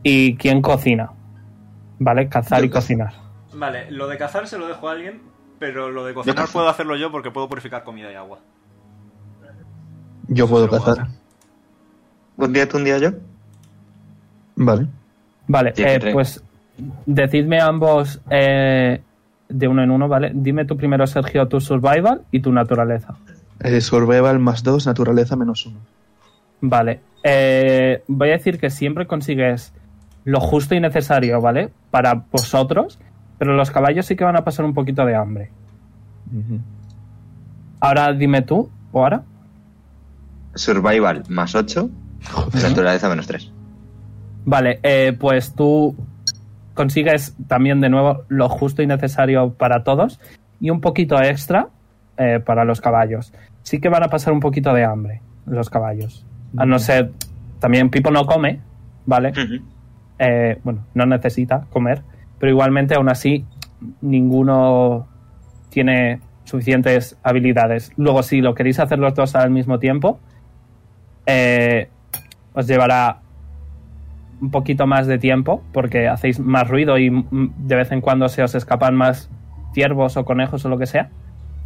Speaker 3: Y quién cocina, ¿vale? Cazar
Speaker 4: Yo
Speaker 3: y
Speaker 4: cazo.
Speaker 3: cocinar.
Speaker 1: Vale, lo de cazar se lo dejo a alguien, pero lo de
Speaker 2: Yo
Speaker 1: cocinar
Speaker 2: cazo.
Speaker 1: puedo hacerlo yo porque puedo purificar comida y agua.
Speaker 4: Yo puedo
Speaker 1: Pero
Speaker 4: cazar.
Speaker 1: bueno.
Speaker 2: ¿Un día tú, un día yo?
Speaker 4: Vale.
Speaker 3: Vale,
Speaker 2: Tiene
Speaker 3: eh,
Speaker 2: tres.
Speaker 3: pues decidme ambos eh, de uno en uno, ¿vale? Dime tú primero, Sergio, tu survival y tu naturaleza.
Speaker 4: Eh, survival más 2, naturaleza menos 1.
Speaker 3: Vale. eh, voy a decir que siempre consigues lo justo y necesario, ¿vale? Para vosotros, pero los caballos sí que van a pasar un poquito de hambre. Ahora dime tú, o ahora.
Speaker 2: Survival más 8, naturaleza menos 3.
Speaker 3: Vale, eh, pues tú consigues también de nuevo lo justo y necesario para todos y un poquito extra eh, para los caballos. Sí que van a pasar un poquito de hambre los caballos. A no ser, también Pipo no come, ¿vale? Eh, bueno, no necesita comer, pero igualmente aún así ninguno tiene suficientes habilidades. Luego, si lo queréis hacer los dos al mismo tiempo, eh, os llevará un poquito más de tiempo porque hacéis más ruido y mm, de vez en cuando se os escapan más ciervos o conejos o lo que sea.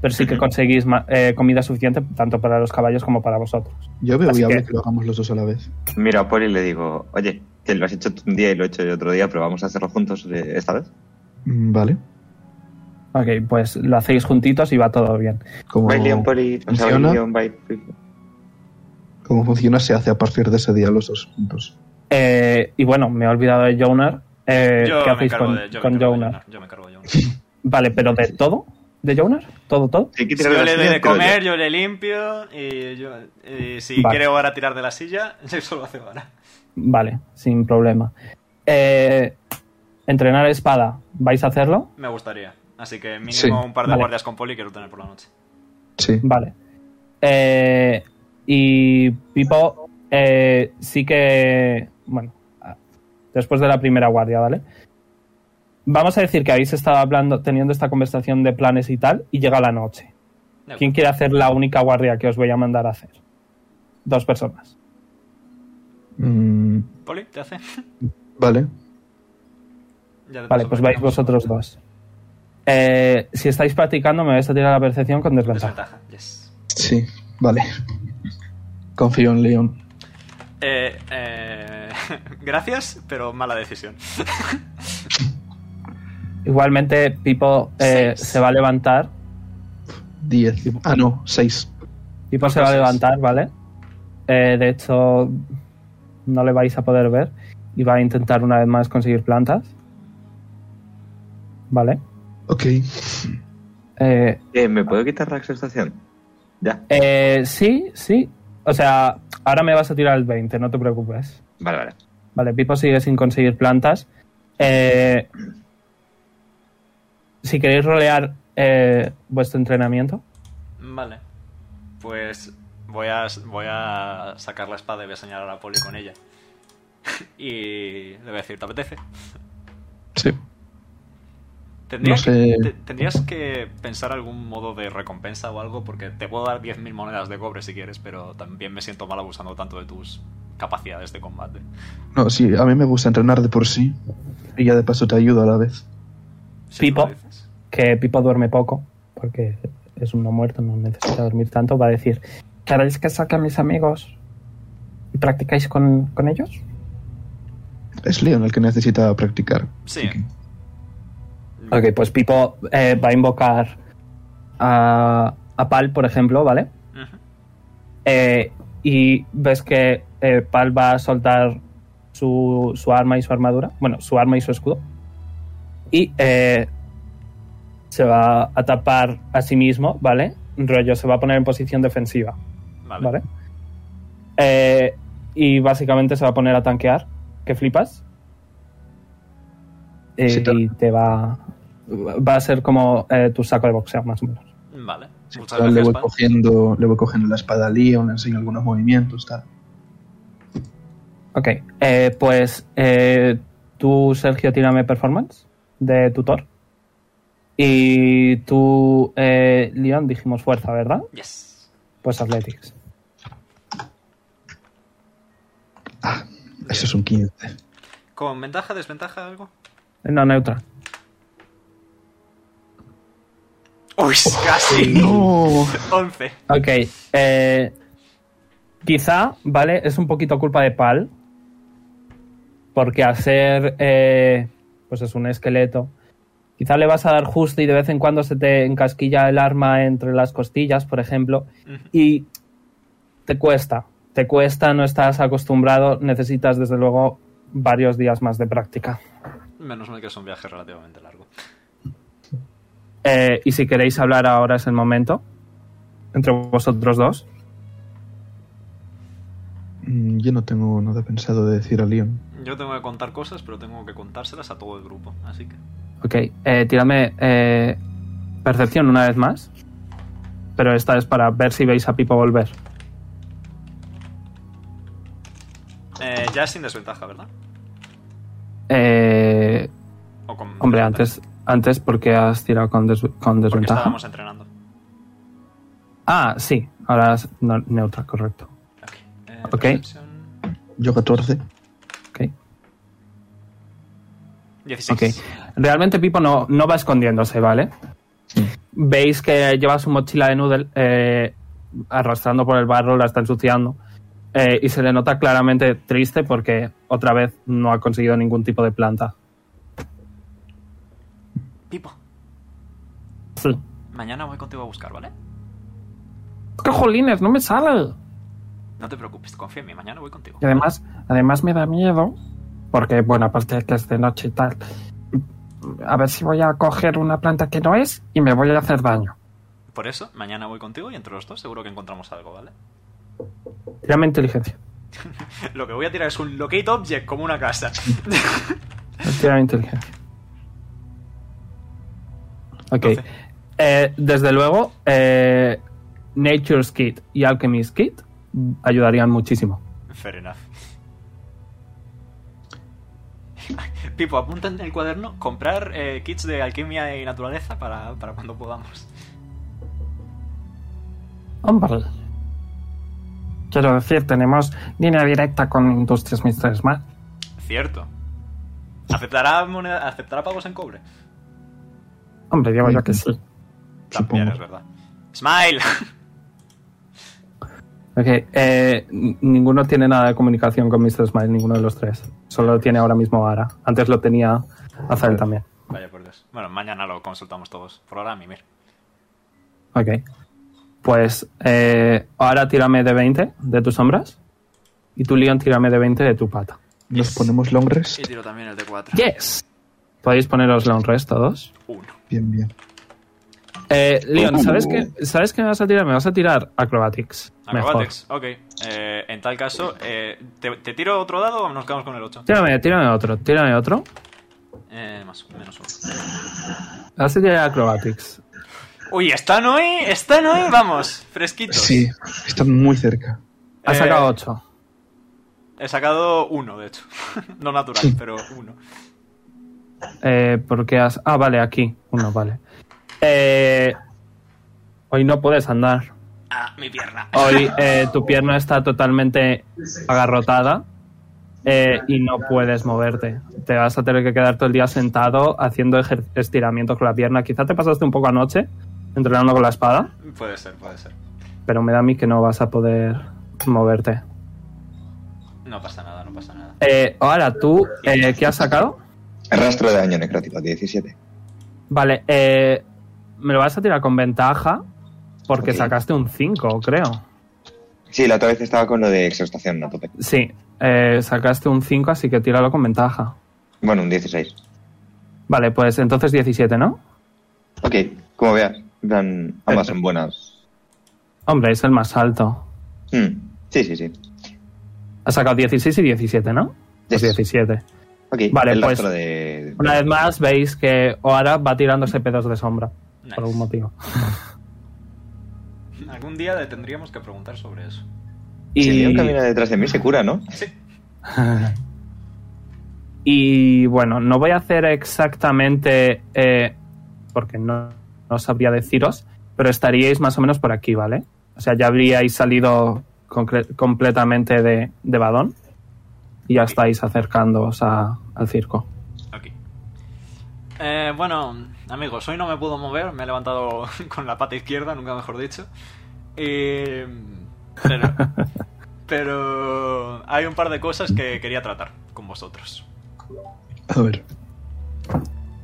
Speaker 3: Pero sí que conseguís ma- eh, comida suficiente tanto para los caballos como para vosotros.
Speaker 4: Yo veo
Speaker 3: Así
Speaker 4: viable
Speaker 3: que-
Speaker 4: que lo hagamos los dos a la vez.
Speaker 2: Miro a Poli y le digo, oye, que lo has hecho tú un día y lo he hecho yo otro día, pero vamos a hacerlo juntos eh, esta vez.
Speaker 4: Mm, Vale.
Speaker 3: Ok, pues lo hacéis juntitos y va todo bien.
Speaker 4: Como
Speaker 2: Baile un Poli, o sea,
Speaker 4: funciona,
Speaker 2: Leon, baile.
Speaker 4: como funciona, se hace a partir de ese día los dos juntos.
Speaker 3: Eh, y bueno, me he olvidado de Jonar. Eh,
Speaker 1: yo
Speaker 3: ¿Qué
Speaker 1: me
Speaker 3: hacéis
Speaker 1: encargo
Speaker 3: con,
Speaker 1: de, yo me
Speaker 3: con
Speaker 1: encargo de
Speaker 3: Jonar?
Speaker 1: Jonar, Yo me encargo de Jonar.
Speaker 3: Vale, pero de todo. ¿De Jonar? ¿Todo, todo?
Speaker 2: Si hay que
Speaker 1: Si
Speaker 2: tirar
Speaker 1: yo
Speaker 2: la
Speaker 1: le doy
Speaker 2: silla,
Speaker 1: de
Speaker 2: tiro yo.
Speaker 1: comer, yo le limpio y yo, y si
Speaker 3: Vale.
Speaker 1: quiere ahora tirar de la silla, eso lo hace ahora.
Speaker 3: Vale, sin problema. Eh, entrenar espada. ¿Vais a hacerlo?
Speaker 1: Me gustaría. Así que mínimo
Speaker 4: Sí.
Speaker 1: un par de
Speaker 3: Vale.
Speaker 1: guardias con poli quiero tener por la noche.
Speaker 4: Sí.
Speaker 3: Vale. Eh, y Pipo, eh, sí que. Bueno, ah, después de la primera guardia, ¿vale? Vamos a decir que habéis estado hablando, teniendo esta conversación de planes y tal, y llega la noche.
Speaker 1: De acuerdo.
Speaker 3: ¿Quién quiere hacer la única guardia que os voy a mandar a hacer? dos personas.
Speaker 4: Mm,
Speaker 1: Poli, ¿te hace?
Speaker 4: vale.
Speaker 1: Ya te
Speaker 3: Vale,
Speaker 1: paso
Speaker 3: pues
Speaker 1: para
Speaker 3: vais
Speaker 1: que
Speaker 3: vosotros dos. Eh, si estáis practicando, me vais a tirar la percepción con
Speaker 1: no-
Speaker 3: desventaja.
Speaker 1: Desventaja, yes.
Speaker 4: Sí, vale. Confío en Leon.
Speaker 1: Eh, eh, gracias, pero mala decisión.
Speaker 3: Igualmente, Pipo eh,
Speaker 1: Seis.
Speaker 3: se va a levantar.
Speaker 4: 10. Ah, no, 6.
Speaker 3: Pipo se va a
Speaker 1: Seis.
Speaker 3: levantar, ¿vale? Eh, de hecho, no le vais a poder ver. Y va a intentar una vez más conseguir plantas. ¿Vale?
Speaker 4: Ok.
Speaker 3: Eh,
Speaker 5: Eh, ¿Me puedo quitar la exhaustación? Ya.
Speaker 3: eh, sí, sí. O sea, ahora me vas a tirar el 20, no te preocupes.
Speaker 5: Vale, vale.
Speaker 3: Vale, Pipo sigue sin conseguir plantas. Eh, si queréis rolear eh, vuestro entrenamiento.
Speaker 1: Vale. Pues voy a, voy a sacar la espada y voy a señalar a Poli con ella. Y le voy a decir, ¿te apetece?
Speaker 4: Sí.
Speaker 1: ¿Tendrías,
Speaker 4: No sé.
Speaker 1: que, te- tendrías que pensar algún modo de recompensa o algo, porque te puedo dar 10.000 monedas de cobre si quieres, pero también me siento mal abusando tanto de tus capacidades de combate.
Speaker 4: No, sí, a mí me gusta entrenar de por sí. Y ya de paso te ayudo a la vez.
Speaker 1: Si tú lo
Speaker 3: Pipo.
Speaker 1: dices.
Speaker 3: que Pipo duerme poco, porque es un no muerto, no necesita dormir tanto, va a decir, ¿queréis que saque a mis amigos y practicáis con, con ellos?
Speaker 4: Es Leon el que necesita practicar.
Speaker 1: Sí. Mm.
Speaker 3: Ok, pues Pipo eh, va a invocar a, a Pal, por ejemplo, ¿vale?
Speaker 1: Ujú.
Speaker 3: Eh, y ves que eh, Pal va a soltar su, su arma y su armadura, bueno, su arma y su escudo, y eh, se va a tapar a sí mismo, ¿vale? Rollo, se va a poner en posición defensiva.
Speaker 1: Vale.
Speaker 3: Vale. Eh, y básicamente se va a poner a tanquear. Que flipas. Eh,
Speaker 4: Sí, claro.
Speaker 3: y te va. Va a ser como eh, tu saco de boxeo, más o menos.
Speaker 1: Vale.
Speaker 4: Sí,
Speaker 1: Muchas
Speaker 4: ahora le,
Speaker 1: gracias,
Speaker 4: voy
Speaker 1: Pan.
Speaker 4: cogiendo, le voy cogiendo la espada a Leon, le enseño algunos movimientos, tal.
Speaker 3: Ok. eh, pues eh, tú, Sergio, tírame performance de tutor. Y tú, eh, Leon, dijimos fuerza, ¿verdad?
Speaker 1: Yes.
Speaker 3: Pues athletics.
Speaker 4: Eso es un 15.
Speaker 1: ¿Con ventaja, desventaja, algo?
Speaker 3: No, neutra.
Speaker 1: ¡Uy,
Speaker 3: Oh,
Speaker 1: casi!
Speaker 4: ¡No!
Speaker 1: 11.
Speaker 3: Ok. eh, quizá, ¿vale? Es un poquito culpa de Pal. Porque al ser. eh, pues es un esqueleto. Quizá le vas a dar justo y de vez en cuando se te encasquilla el arma entre las costillas, por ejemplo.
Speaker 1: Ujú.
Speaker 3: Y te cuesta. Te cuesta, no estás acostumbrado. Necesitas, desde luego, varios días más de práctica.
Speaker 1: Menos mal que es un viaje relativamente largo.
Speaker 3: Eh, y si queréis hablar ahora es el momento. Entre vosotros dos.
Speaker 4: Mm, Yo no tengo nada pensado de decir a Leon.
Speaker 1: Yo tengo que contar cosas, pero tengo que contárselas a todo el grupo, así que.
Speaker 3: Ok, eh, tírame eh, percepción una vez más. Pero esta es para ver si veis a Pipo volver.
Speaker 1: Eh, ya es sin desventaja, ¿verdad?
Speaker 3: Eh,
Speaker 1: O con
Speaker 3: hombre,
Speaker 1: desventaja.
Speaker 3: antes, antes porque has tirado con, des- con
Speaker 1: Porque
Speaker 3: desventaja.
Speaker 1: estábamos entrenando.
Speaker 3: Ah, sí, ahora es no- neutra, correcto.
Speaker 1: Ok. Eh,
Speaker 3: Ok.
Speaker 1: percepción,
Speaker 4: Yo 14.
Speaker 3: Ok.
Speaker 1: 16.
Speaker 3: Ok. Realmente Pipo no, no va escondiéndose, ¿vale? Veis que lleva su mochila de noodle eh, arrastrando por el barro, la está ensuciando. eh, y se le nota claramente triste porque otra vez no ha conseguido ningún tipo de planta.
Speaker 1: Pipo,
Speaker 3: Sí.
Speaker 1: mañana voy contigo a buscar, ¿vale?
Speaker 3: Es que jolines, no me sale.
Speaker 1: No te preocupes, confía en mí, mañana voy contigo.
Speaker 3: Y además, además me da miedo, porque bueno, aparte de que es de noche y tal. A ver si voy a coger una planta que no es y me voy a hacer daño.
Speaker 1: Por eso, mañana voy contigo y entre los dos seguro que encontramos algo, ¿vale?
Speaker 3: Tírame inteligencia.
Speaker 1: Lo que voy a tirar es un locate object como una casa.
Speaker 3: Tírame inteligencia. Ok.
Speaker 1: Doce.
Speaker 3: Eh, desde luego, eh, Nature's Kit y Alchemy's Kit ayudarían muchísimo.
Speaker 1: Fair enough. Pipo, apunta en el cuaderno comprar eh, kits de alquimia y naturaleza para, para cuando podamos.
Speaker 3: Hombre. Quiero decir, tenemos línea directa con Industrias Mr. Smart.
Speaker 1: Cierto. ¿Aceptará, moneda- ¿Aceptará pagos en cobre?
Speaker 3: Hombre, digo yo que sí.
Speaker 1: También
Speaker 4: Supongo.
Speaker 1: es verdad. ¡Smile!
Speaker 3: Ok, eh, n- ninguno tiene nada de comunicación con Mr. Smile, ninguno de los tres. Solo lo tiene ahora mismo Ara. Antes lo tenía Azael también.
Speaker 1: Vaya por Dios. Bueno, mañana lo consultamos todos. Por ahora, Mimir.
Speaker 3: Ok. Pues eh, ahora tírame de 20 de tus sombras. Y tú, Leon, tírame de 20 de tu pata.
Speaker 4: Nos ponemos long rest.
Speaker 1: Y tiro también el de 4.
Speaker 3: ¡Yes! Podéis poneros long rest todos.
Speaker 1: Uno.
Speaker 4: Bien, bien.
Speaker 3: Eh, Leon,
Speaker 2: Uh.
Speaker 3: ¿sabes qué, ¿sabes qué me vas a tirar? Me vas a tirar acrobatics.
Speaker 1: Acrobatics. Ok. Eh, en tal caso, eh, ¿te, te tiro otro dado o nos quedamos con el 8?
Speaker 3: Mejor. Tírame, tírame otro, tírame otro.
Speaker 1: Eh, más menos uno.
Speaker 3: Vas a tirar acrobatics.
Speaker 1: Uy, están hoy, están hoy, vamos, fresquitos.
Speaker 4: Sí, están muy cerca.
Speaker 3: Has
Speaker 1: Eh,
Speaker 3: sacado 8.
Speaker 1: He sacado uno, de hecho. no natural, pero uno.
Speaker 3: Eh, porque has. Ah, vale, aquí. Uno, vale. Eh, hoy no puedes andar.
Speaker 1: Ah, mi pierna.
Speaker 3: Hoy eh, tu pierna está totalmente agarrotada eh, y no puedes moverte. Te vas a tener que quedar todo el día sentado haciendo ejer- estiramientos con la pierna. Quizá te pasaste un poco anoche entrenando con la espada,
Speaker 1: Puede ser, puede ser.
Speaker 3: pero me da a mí que no vas a poder moverte.
Speaker 1: No pasa nada, no pasa nada.
Speaker 3: Eh, ahora, ¿tú eh, qué has sacado?
Speaker 2: Rastro de daño necrótico, 17.
Speaker 3: Vale, eh, me lo vas a tirar con ventaja porque
Speaker 2: Ok.
Speaker 3: sacaste un 5, creo.
Speaker 2: Sí, la otra vez estaba con lo de exhaustación a tope.
Speaker 3: Sí, eh, sacaste un 5, así que tíralo con ventaja.
Speaker 2: Bueno, un 16.
Speaker 3: Vale, pues entonces 17, ¿no?
Speaker 2: Ok, como veas, en plan, ambas son buenas.
Speaker 3: Hombre, es el más alto.
Speaker 2: Hmm, Sí, sí, sí.
Speaker 3: Ha sacado 16 y 17, ¿no? Pues
Speaker 2: Yes.
Speaker 3: 17.
Speaker 2: Ok,
Speaker 3: Vale,
Speaker 2: el
Speaker 3: pues,
Speaker 2: rastro de...
Speaker 3: Una vez más veis que Oara va tirándose pedos de sombra, por algún
Speaker 1: Nice.
Speaker 3: motivo.
Speaker 1: Algún día le tendríamos que preguntar sobre eso.
Speaker 2: Si
Speaker 3: Y,
Speaker 2: Leon camina detrás de mí, se cura, ¿no?
Speaker 3: y, bueno, no voy a hacer exactamente, eh, porque no, no sabría deciros, pero estaríais más o menos por aquí, ¿vale? O sea, ya habríais salido concre- completamente de, de Badón y ya estáis acercándoos a- al circo.
Speaker 1: Ok. Eh, bueno, amigos, hoy no me puedo mover, me he levantado con la pata izquierda, nunca mejor dicho. Eh, pero, pero hay un par de cosas que quería tratar con vosotros.
Speaker 4: A ver.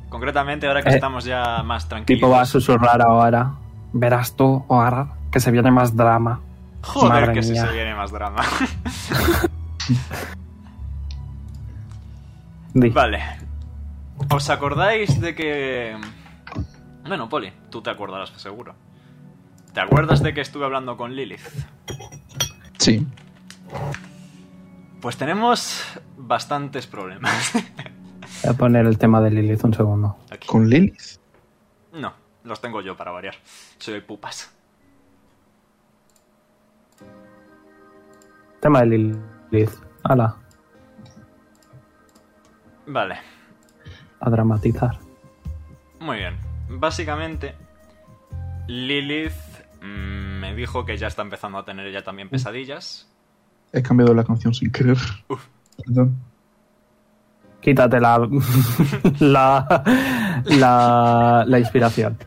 Speaker 1: Concretamente, ahora que
Speaker 3: Eh,
Speaker 1: estamos ya más
Speaker 3: Tipo va a
Speaker 1: tranquilos.
Speaker 3: susurrar ahora. Verás tú, Oara, que se viene más drama.
Speaker 1: Joder,
Speaker 3: Madre
Speaker 1: que si
Speaker 3: mía.
Speaker 1: se viene más drama.
Speaker 3: Di.
Speaker 1: Vale. ¿Os acordáis de que... Bueno, Poli, tú te acordarás seguro. ¿Te acuerdas de que estuve hablando con Lilith?
Speaker 4: Sí.
Speaker 1: Pues tenemos bastantes problemas.
Speaker 3: Voy a poner el tema de Lilith un segundo.
Speaker 1: Aquí.
Speaker 4: Con Lilith.
Speaker 1: No, los tengo yo para variar. Soy el pupas.
Speaker 3: Tema de Lilith. Ala,
Speaker 1: Vale,
Speaker 3: a dramatizar.
Speaker 1: muy bien. Básicamente, Lilith mm, me dijo que ya está empezando a tener ella también pesadillas.
Speaker 4: He cambiado la canción sin querer. Perdón.
Speaker 3: Quítate la. la. la, la inspiración.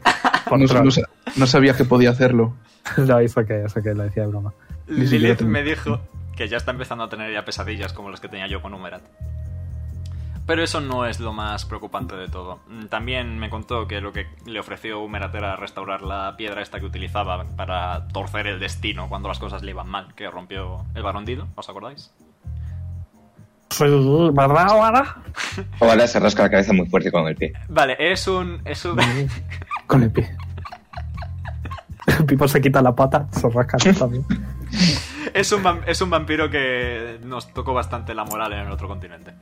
Speaker 3: Por
Speaker 4: No,
Speaker 3: favor.
Speaker 4: no sa- no sabía que podía hacerlo.
Speaker 3: Lo hizo que, eso que lo decía de broma.
Speaker 4: Ni siquiera
Speaker 1: Lilith
Speaker 4: tengo-
Speaker 1: me dijo que ya está empezando a tener ya pesadillas como las que tenía yo con Humerat. Pero eso no es lo más preocupante de todo. Mm, También me contó que lo que le ofreció Humerat era restaurar la piedra esta que utilizaba para torcer el destino cuando las cosas le iban mal, que rompió el barondido, ¿os acordáis?
Speaker 3: ¿Verdad, Oara?
Speaker 2: Ojalá se rasca la cabeza muy fuerte con el pie.
Speaker 1: Vale, es un... Es un...
Speaker 3: Con el pie. El Pipo se quita la pata, se rasca también.
Speaker 1: Es un, vam- es un vampiro que nos tocó bastante la moral en el otro continente.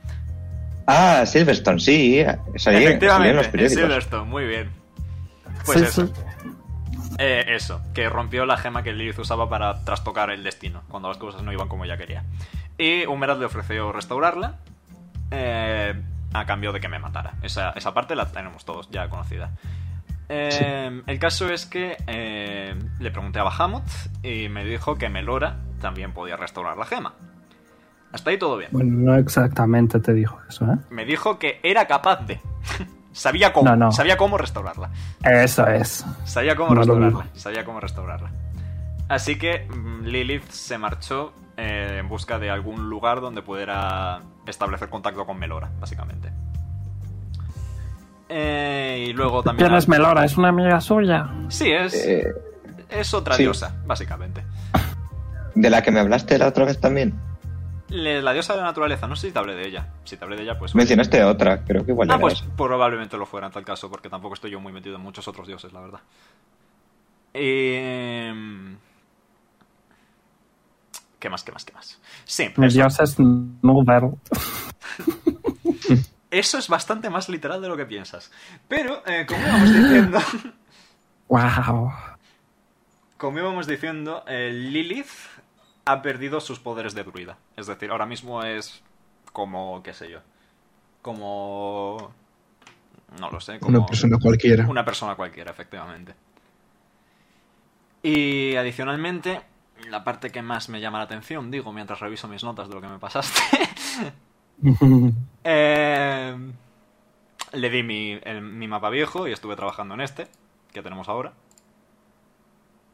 Speaker 2: Ah, Silverstone, sí. Salía, salía en los
Speaker 1: Efectivamente, en
Speaker 2: periódicos.
Speaker 1: Silverstone, muy bien. Pues
Speaker 3: Sí,
Speaker 1: eso.
Speaker 3: sí.
Speaker 1: Eh, eso, que rompió la gema que Lilith usaba para trastocar el destino, cuando las cosas no iban como ella quería. Y Humerat le ofreció restaurarla eh, a cambio de que me matara. Esa, esa parte la tenemos todos ya conocida. Eh, El caso es que eh, le pregunté a Bahamut y me dijo que Melora también podía restaurar la gema. Hasta ahí todo bien.
Speaker 3: Bueno, no exactamente te dijo eso, ¿eh?
Speaker 1: Me dijo que era capaz de. sabía cómo.
Speaker 3: No, no.
Speaker 1: Sabía cómo restaurarla.
Speaker 3: Eso es.
Speaker 1: Sabía cómo
Speaker 3: No lo
Speaker 1: restaurarla.
Speaker 3: digo.
Speaker 1: Sabía cómo restaurarla. Así que mm, Lilith se marchó eh, en busca de algún lugar donde pudiera establecer contacto con Melora, básicamente. Eh, y luego también.
Speaker 3: ¿Quién es Melora? ¿Es una amiga suya?
Speaker 1: Sí, es,
Speaker 2: Eh,
Speaker 1: es otra
Speaker 2: sí.
Speaker 1: diosa, básicamente.
Speaker 2: de la que me hablaste la otra vez también.
Speaker 1: Le- La diosa de la naturaleza, no sé si te hablé de ella. Si te hablé de ella, pues.
Speaker 2: Mencionaste otra, creo que igual
Speaker 1: Ah,
Speaker 2: era
Speaker 1: pues
Speaker 2: esa.
Speaker 1: probablemente lo fuera en tal caso, porque tampoco estoy yo muy metido en muchos otros dioses, la verdad. Em, ¿Qué más, qué más, qué más? Sí,
Speaker 3: Los
Speaker 1: eso,
Speaker 3: dioses Nuber.
Speaker 1: eso es bastante más literal de lo que piensas. Pero, eh, como íbamos diciendo,
Speaker 3: ¡Wow!
Speaker 1: como íbamos diciendo eh, Lilith ha perdido sus poderes de druida. Es decir, ahora mismo es como, qué sé yo, como... No lo sé, como...
Speaker 4: Una persona cualquiera.
Speaker 1: Una persona cualquiera, efectivamente. Y adicionalmente, la parte que más me llama la atención, digo, mientras reviso mis notas de lo que me pasaste, eh, le di mi, el- mi mapa viejo y estuve trabajando en este, que tenemos ahora.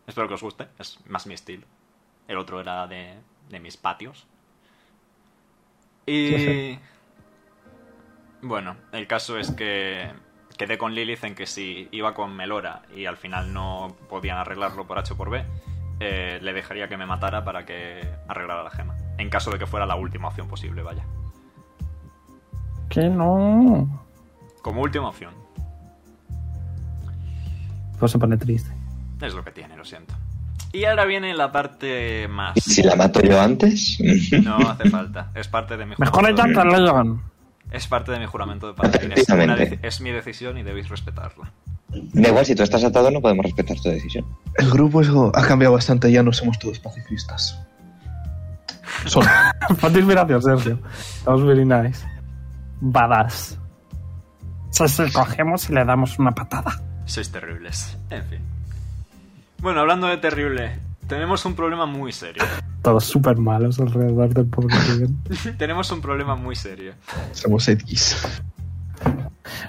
Speaker 1: Espero que os guste, es más mi estilo. El otro era de, de mis patios. Y... Bueno, el caso es que quedé con Lilith en que si iba con Melora y al final no podían arreglarlo por H o por B, eh, le dejaría que me matara para que arreglara la gema. En caso de que fuera la última opción posible, vaya.
Speaker 3: ¿Qué no?
Speaker 1: Como última opción.
Speaker 3: Pues se pone triste.
Speaker 1: Es lo que tiene, lo siento. Y ahora viene la parte más.
Speaker 2: ¿Y si la mato yo antes? mm,
Speaker 1: No hace falta. Es parte de mi
Speaker 3: Mejor ella que Leon.
Speaker 1: Es parte de mi juramento de paladín. Es, una deci-
Speaker 2: Efectivamente.
Speaker 1: es mi decisión y debéis respetarla.
Speaker 2: da igual, si tú estás atado no podemos respetar tu decisión.
Speaker 4: El grupo eso ha cambiado bastante, ya no somos todos pacifistas. Solo.
Speaker 3: Muchas gracias, Sergio. That was very nice. Badass. Si se cogemos y le damos una patada.
Speaker 1: Sois terribles. En fin. Bueno, hablando de terrible, tenemos un problema muy serio.
Speaker 3: Todos súper malos alrededor del pobre Steven.
Speaker 1: tenemos un problema muy serio.
Speaker 4: Somos Edgis.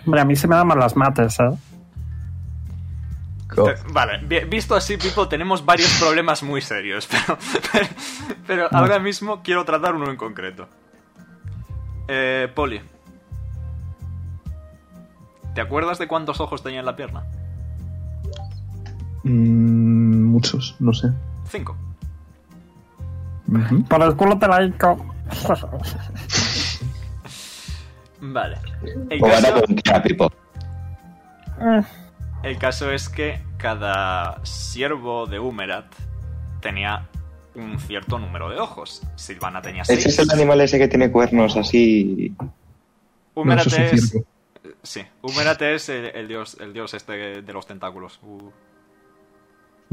Speaker 3: Hombre, a mí se me dan mal las mates, ¿eh?
Speaker 2: Oh.
Speaker 4: Co-
Speaker 1: Te- Vale, vi- visto así, Pipo, tenemos varios problemas muy serios, pero, pero, pero ahora mismo quiero tratar uno en concreto. Eh, Poli. ¿Te acuerdas de cuántos ojos tenía en la pierna?
Speaker 4: Mm, muchos, no sé.
Speaker 1: Cinco.
Speaker 4: Ujú.
Speaker 3: Por el culo te la hinco.
Speaker 1: Vale. El
Speaker 2: O ahora
Speaker 1: caso,
Speaker 2: con qué, Pipo.
Speaker 1: el caso es que cada siervo de Humerat tenía un cierto número de ojos. Silvana tenía
Speaker 2: ¿Ese es
Speaker 1: seis.
Speaker 2: el animal ese que tiene cuernos así?
Speaker 4: No,
Speaker 1: Humerat
Speaker 4: eso es un
Speaker 1: es
Speaker 4: circo.
Speaker 1: Sí, Humerate es el, el dios, el dios este de los tentáculos. Uh.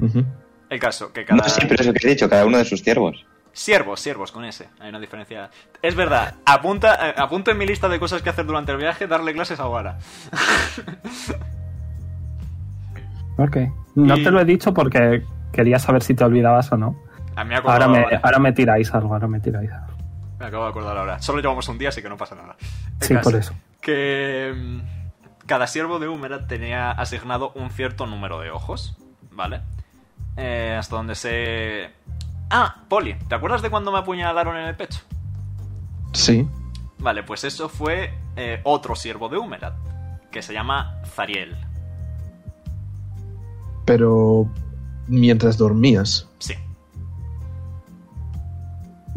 Speaker 4: Ujú.
Speaker 1: El caso, que
Speaker 3: Ah.
Speaker 1: cada...
Speaker 2: No, sí, pero eso que he dicho, cada uno de sus ciervos.
Speaker 1: Siervos, siervos, con ese. Hay una diferencia. Es verdad, apunta, eh, apunto en mi lista de cosas que hacer durante el viaje, darle clases a Wara.
Speaker 3: Ok. No
Speaker 1: Y-
Speaker 3: te lo he dicho porque quería saber si te olvidabas o no.
Speaker 1: A mí Ah, me acabo
Speaker 3: Ahora me,
Speaker 1: ahora.
Speaker 3: ahora me tiráis algo, ahora me tiráis algo.
Speaker 1: Me acabo de acordar ahora. Solo llevamos un día, así que no pasa nada. El
Speaker 3: Sí,
Speaker 1: caso,
Speaker 3: por eso.
Speaker 1: Que mm, cada siervo de Húmera tenía asignado un cierto número de ojos, ¿vale? Eh, hasta donde se... Ah, Poli, ¿te acuerdas de cuando me apuñalaron en el pecho?
Speaker 4: Sí.
Speaker 1: Vale, pues eso fue eh, otro siervo de Húmerat, que se llama Zariel.
Speaker 4: Pero mientras dormías
Speaker 1: Sí,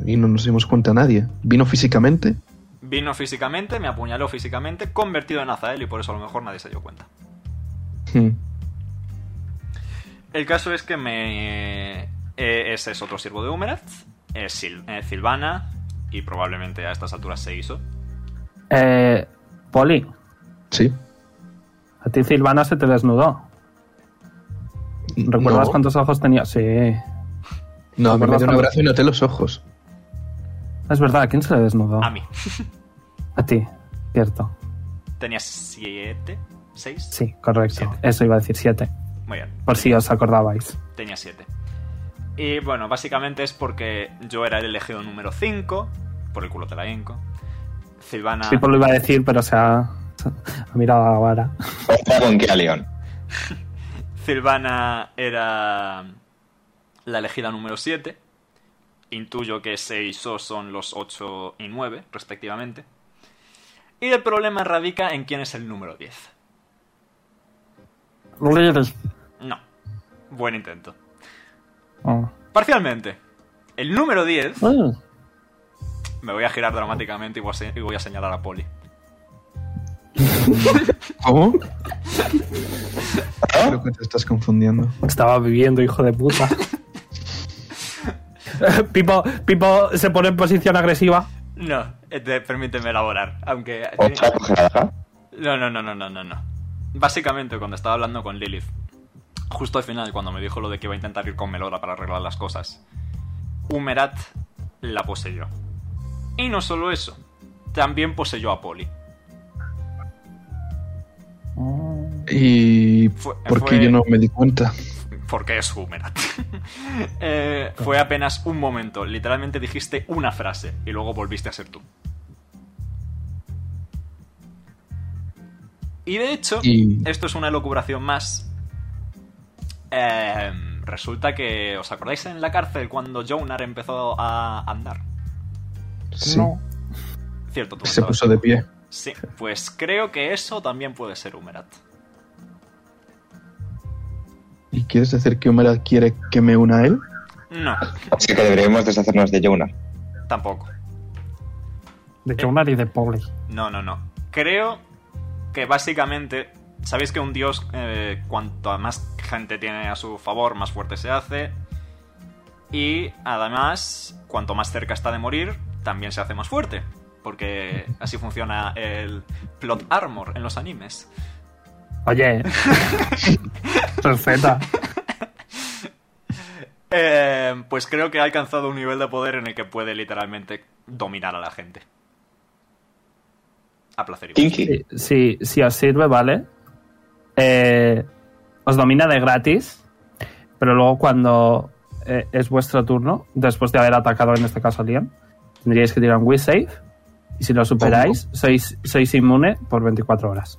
Speaker 4: y no nos dimos cuenta nadie, vino físicamente.
Speaker 1: vino físicamente, me apuñaló físicamente, convertido en Azael y por eso a lo mejor nadie se dio cuenta.
Speaker 4: Hmm.
Speaker 1: El caso es que me... eh, ese es otro siervo de Húmerat, es Sil- eh, Silvana y probablemente a estas alturas se hizo.
Speaker 3: Eh, Poli,
Speaker 4: Sí.
Speaker 3: a ti Silvana se te desnudó. ¿Recuerdas
Speaker 4: no,
Speaker 3: cuántos ojos tenía? Sí. Es
Speaker 4: No, me
Speaker 3: ¿Recuerdas
Speaker 4: dio un
Speaker 3: cuando-
Speaker 4: abrazo y noté los ojos.
Speaker 3: verdad, ¿a quién se le desnudó?
Speaker 1: A mí.
Speaker 3: A ti, cierto.
Speaker 1: Tenía siete, seis.
Speaker 3: Sí, correcto.
Speaker 1: Siete.
Speaker 3: Eso iba a decir siete.
Speaker 1: Muy bien.
Speaker 3: Por si os acordabais.
Speaker 1: Tenía siete. Y bueno, básicamente es porque yo era el elegido número 5, por el culo te la inco. Silvana.
Speaker 3: Sí, pues lo iba a decir, pero se ha, ha mirado a la vara.
Speaker 2: Ojo con que a León.
Speaker 1: Silvana era la elegida número 7. Intuyo que 6 o son los 8 y 9, respectivamente. Y el problema radica en quién es el número 10.
Speaker 3: Lilith.
Speaker 1: No. Buen intento.
Speaker 3: Oh.
Speaker 1: Parcialmente. El número 10.
Speaker 3: Mm.
Speaker 1: Me voy a girar dramáticamente y voy a, se- y voy a señalar a Poli.
Speaker 4: ¿Cómo? Creo que te estás confundiendo.
Speaker 3: Estaba viviendo, hijo de puta. Pipo, Pipo se pone en posición agresiva.
Speaker 1: No, eh, te- permíteme elaborar. Aunque.
Speaker 2: Otra cojeraja.
Speaker 1: No, no, no, no, no, no, no. Básicamente, cuando estaba hablando con Lilith, justo al final, cuando me dijo lo de que iba a intentar ir con Melora para arreglar las cosas, Humerat la poseyó. Y no solo eso, también poseyó a Poli.
Speaker 3: Mm,
Speaker 4: ¿Y
Speaker 1: Fue-
Speaker 4: por qué
Speaker 1: fue-
Speaker 4: yo no me di cuenta?
Speaker 1: Porque es Humerat. Eh, fue apenas un momento, literalmente dijiste una frase y luego volviste a ser tú. Y de hecho,
Speaker 4: Y
Speaker 1: Esto es una elucubración más. Eh, resulta que. ¿Os acordáis en la cárcel cuando Jonar empezó a andar?
Speaker 4: sí,
Speaker 3: No.
Speaker 1: Cierto, tú.
Speaker 4: se
Speaker 1: estabas.
Speaker 4: puso de pie.
Speaker 1: Sí, pues creo que eso también puede ser Humerat.
Speaker 4: ¿Y quieres decir que Humera quiere que me una a él?
Speaker 1: No,
Speaker 2: Así que deberíamos deshacernos de Jonar.
Speaker 1: tampoco.
Speaker 3: De Jonar y de Polly.
Speaker 1: No, no, no. Creo que básicamente. Sabéis que un dios, eh, cuanto más gente tiene a su favor, más fuerte se hace. Y además, cuanto más cerca está de morir, también se hace más fuerte. Porque así funciona el plot armor en los animes.
Speaker 3: Oye. Perfecta.
Speaker 1: Eh, pues creo que ha alcanzado un nivel de poder en el que puede literalmente dominar a la gente. A placer y gusto.
Speaker 2: Kinky.
Speaker 6: Si, Eh, si- si os sirve, ¿vale? Eh, os domina de gratis, pero luego cuando eh, es vuestro turno, después de haber atacado en este caso a Liam, tendríais que tirar un Wish Save. Y si lo superáis, sois, sois inmune por 24 horas.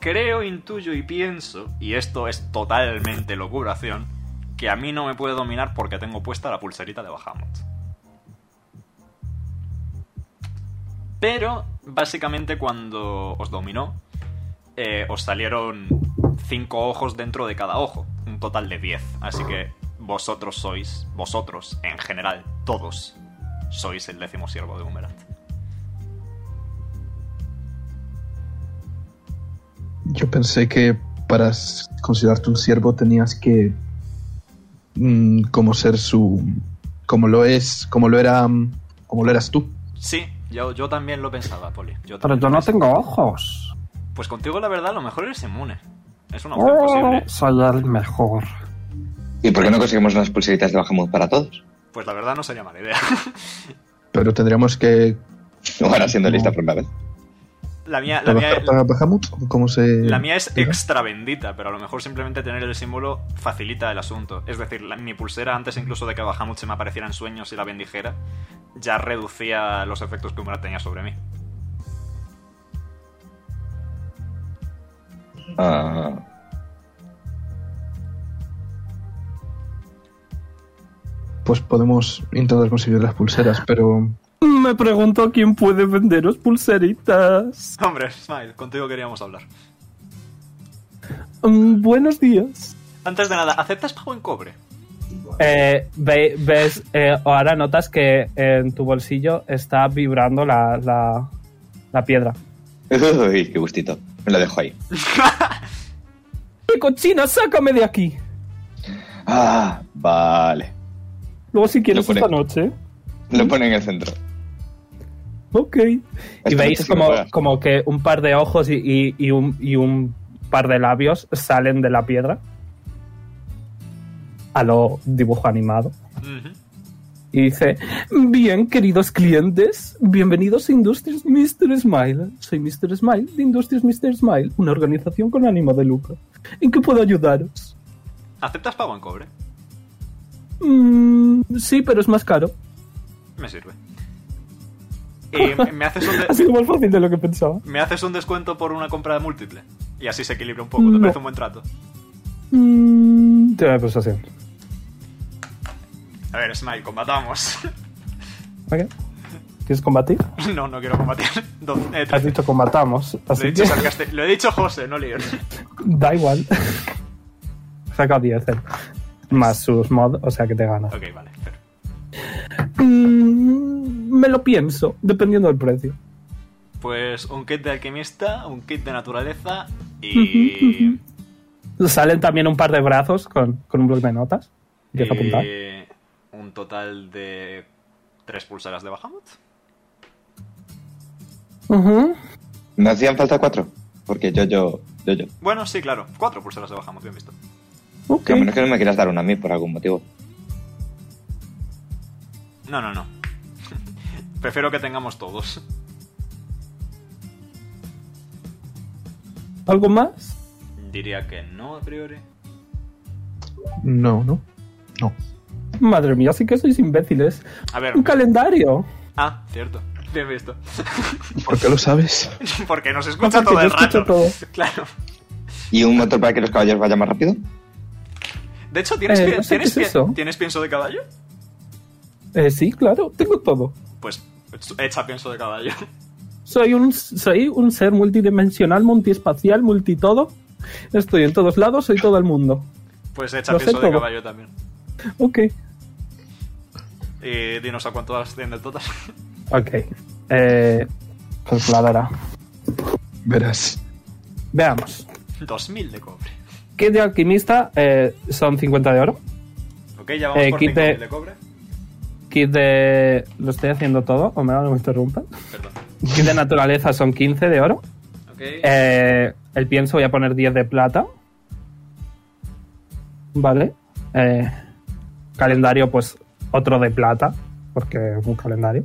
Speaker 1: Creo, intuyo y pienso, y esto es totalmente locuración, que a mí no me puede dominar porque tengo puesta la pulserita de Bahamut. Pero, básicamente, cuando os dominó, eh, os salieron cinco ojos dentro de cada ojo, un total de 10. Así que vosotros sois, vosotros, en general, todos, sois el décimo siervo de Humerat.
Speaker 4: Yo pensé que para s- considerarte un siervo tenías que mm, como ser su como lo es, como lo era mm, como lo eras tú.
Speaker 1: Sí, yo, yo también lo pensaba, Poli. Yo
Speaker 3: Pero
Speaker 1: también
Speaker 3: yo
Speaker 1: lo
Speaker 3: no
Speaker 1: pensaba.
Speaker 3: tengo ojos.
Speaker 1: Pues contigo, la verdad, a lo mejor eres inmune. Es una opción posible.
Speaker 6: Oh,
Speaker 3: Soy el mejor.
Speaker 2: ¿Y por qué no conseguimos unas pulseritas de Bahamut para todos?
Speaker 1: Pues la verdad no sería mala idea.
Speaker 4: Pero tendríamos que
Speaker 2: Ahora siendo lista por una vez.
Speaker 1: La mía, la mía,
Speaker 4: trabajar para Bahamut o cómo se
Speaker 1: la mía es
Speaker 4: diga?
Speaker 1: extra bendita, pero a lo mejor simplemente tener el símbolo facilita el asunto. Es decir, la- mi pulsera, antes incluso de que Bahamut se me apareciera en sueños y la bendijera, ya reducía los efectos que Umbra tenía sobre mí.
Speaker 2: Ah,
Speaker 4: pues podemos intentar conseguir las pulseras, pero
Speaker 6: Me pregunto quién puede venderos pulseritas.
Speaker 1: Hombre, Smile, contigo queríamos hablar.
Speaker 6: Mm, buenos días.
Speaker 1: Antes de nada, ¿aceptas pago en cobre?
Speaker 6: Eh, ve- ves, eh, ahora notas que en tu bolsillo está vibrando la, la, la piedra.
Speaker 2: uy, qué gustito. Me lo dejo ahí.
Speaker 6: ¡Qué cochina, sácame de aquí!
Speaker 2: Ah, vale.
Speaker 6: Luego si
Speaker 2: quieres Lo pone. esta
Speaker 6: noche.
Speaker 2: Lo pone en el centro.
Speaker 6: Ok. Y
Speaker 2: Esta
Speaker 6: veis
Speaker 2: noche sí
Speaker 6: como,
Speaker 2: lo juegas.
Speaker 6: como que un par de ojos y, y- y un, y un par de labios salen de la piedra. A lo dibujo animado.
Speaker 1: Ujú.
Speaker 6: Y dice, bien queridos clientes, bienvenidos a Industrias Mr. Smile. Soy Mr. Smile de Industrias Mr. Smile, una organización con ánimo de lucro. ¿En qué puedo ayudaros?
Speaker 1: ¿Aceptas pago en cobre?
Speaker 7: Mm, sí, pero es más caro.
Speaker 1: Me sirve. Eh, me, haces un de-
Speaker 7: Ha sido más fácil de lo que pensaba.
Speaker 1: me haces un descuento por una compra múltiple. Y así se equilibra un poco. ¿Te
Speaker 7: No.
Speaker 1: parece un buen trato?
Speaker 7: Mm,
Speaker 3: Tira de persuasión.
Speaker 1: A ver, Smile, combatamos.
Speaker 3: Ok. ¿Quieres combatir?
Speaker 1: no, no quiero combatir. Do- eh,
Speaker 3: Has dicho combatamos.
Speaker 1: lo, he
Speaker 3: Así
Speaker 1: dicho
Speaker 3: que
Speaker 1: sarcasti- lo he dicho José, no Leon.
Speaker 3: da igual. Saca 10. él. Más sus mod, o sea que te ganas.
Speaker 1: ok, vale. pero-
Speaker 7: mm, me lo pienso, dependiendo del precio.
Speaker 1: Pues un kit de alquimista, un kit de naturaleza y...
Speaker 3: Salen también un par de brazos con, con un bloc de notas. Empieza a apuntar.
Speaker 1: y eh, un total de tres pulseras de Bahamut.
Speaker 7: Ujú.
Speaker 2: Me hacían falta cuatro. Porque yo, yo, yo, yo.
Speaker 1: Bueno, sí, claro. Cuatro pulseras de Bahamut, bien visto.
Speaker 7: Ok.
Speaker 2: Que a menos que no me quieras dar una a mí por algún motivo.
Speaker 1: No, no, no. Prefiero que tengamos todos.
Speaker 7: ¿Algo más?
Speaker 1: Diría que no, a priori.
Speaker 4: No, no. No.
Speaker 7: Madre mía, sí que sois imbéciles.
Speaker 1: A ver.
Speaker 7: Un calendario.
Speaker 1: Ah, cierto. Bien visto.
Speaker 4: ¿Por qué lo sabes?
Speaker 1: Porque nos escucha
Speaker 7: Porque
Speaker 1: todo
Speaker 7: yo
Speaker 1: el
Speaker 7: escucho
Speaker 1: rato.
Speaker 7: todo.
Speaker 1: Claro.
Speaker 2: ¿Y un motor para que los caballeros vayan más rápido?
Speaker 1: De hecho, ¿tienes,
Speaker 7: Eh,
Speaker 1: pi-
Speaker 7: no sé qué
Speaker 1: ¿tienes,
Speaker 7: es
Speaker 1: pi-
Speaker 7: eso.
Speaker 1: ¿tienes pienso de caballo?
Speaker 7: Eh, sí, claro, tengo todo.
Speaker 1: Pues echa pienso de caballo.
Speaker 7: Soy un, soy un ser multidimensional, multiespacial, multitodo. Estoy en todos lados, soy todo el mundo.
Speaker 1: Pues echa
Speaker 7: Lo sé
Speaker 1: pienso de
Speaker 7: todo.
Speaker 1: caballo también.
Speaker 7: Ok.
Speaker 1: Y dinos a cuánto asciende el total.
Speaker 3: Ok. Eh, calculadora.
Speaker 4: Verás.
Speaker 3: Veamos.
Speaker 1: 2000 de cobre.
Speaker 3: Kit de alquimista eh, son 50 de oro.
Speaker 1: Ok, ya vamos
Speaker 3: Eh,
Speaker 1: por
Speaker 3: quite-
Speaker 1: 5000 de cobre.
Speaker 3: Kit de. Lo estoy haciendo todo, o me no me interrumpan.
Speaker 1: Perdón.
Speaker 3: Kit de naturaleza son 15 de oro.
Speaker 1: Ok.
Speaker 3: Eh, el pienso voy a poner 10 de plata. Vale. Eh, calendario, pues otro de plata, porque es un calendario.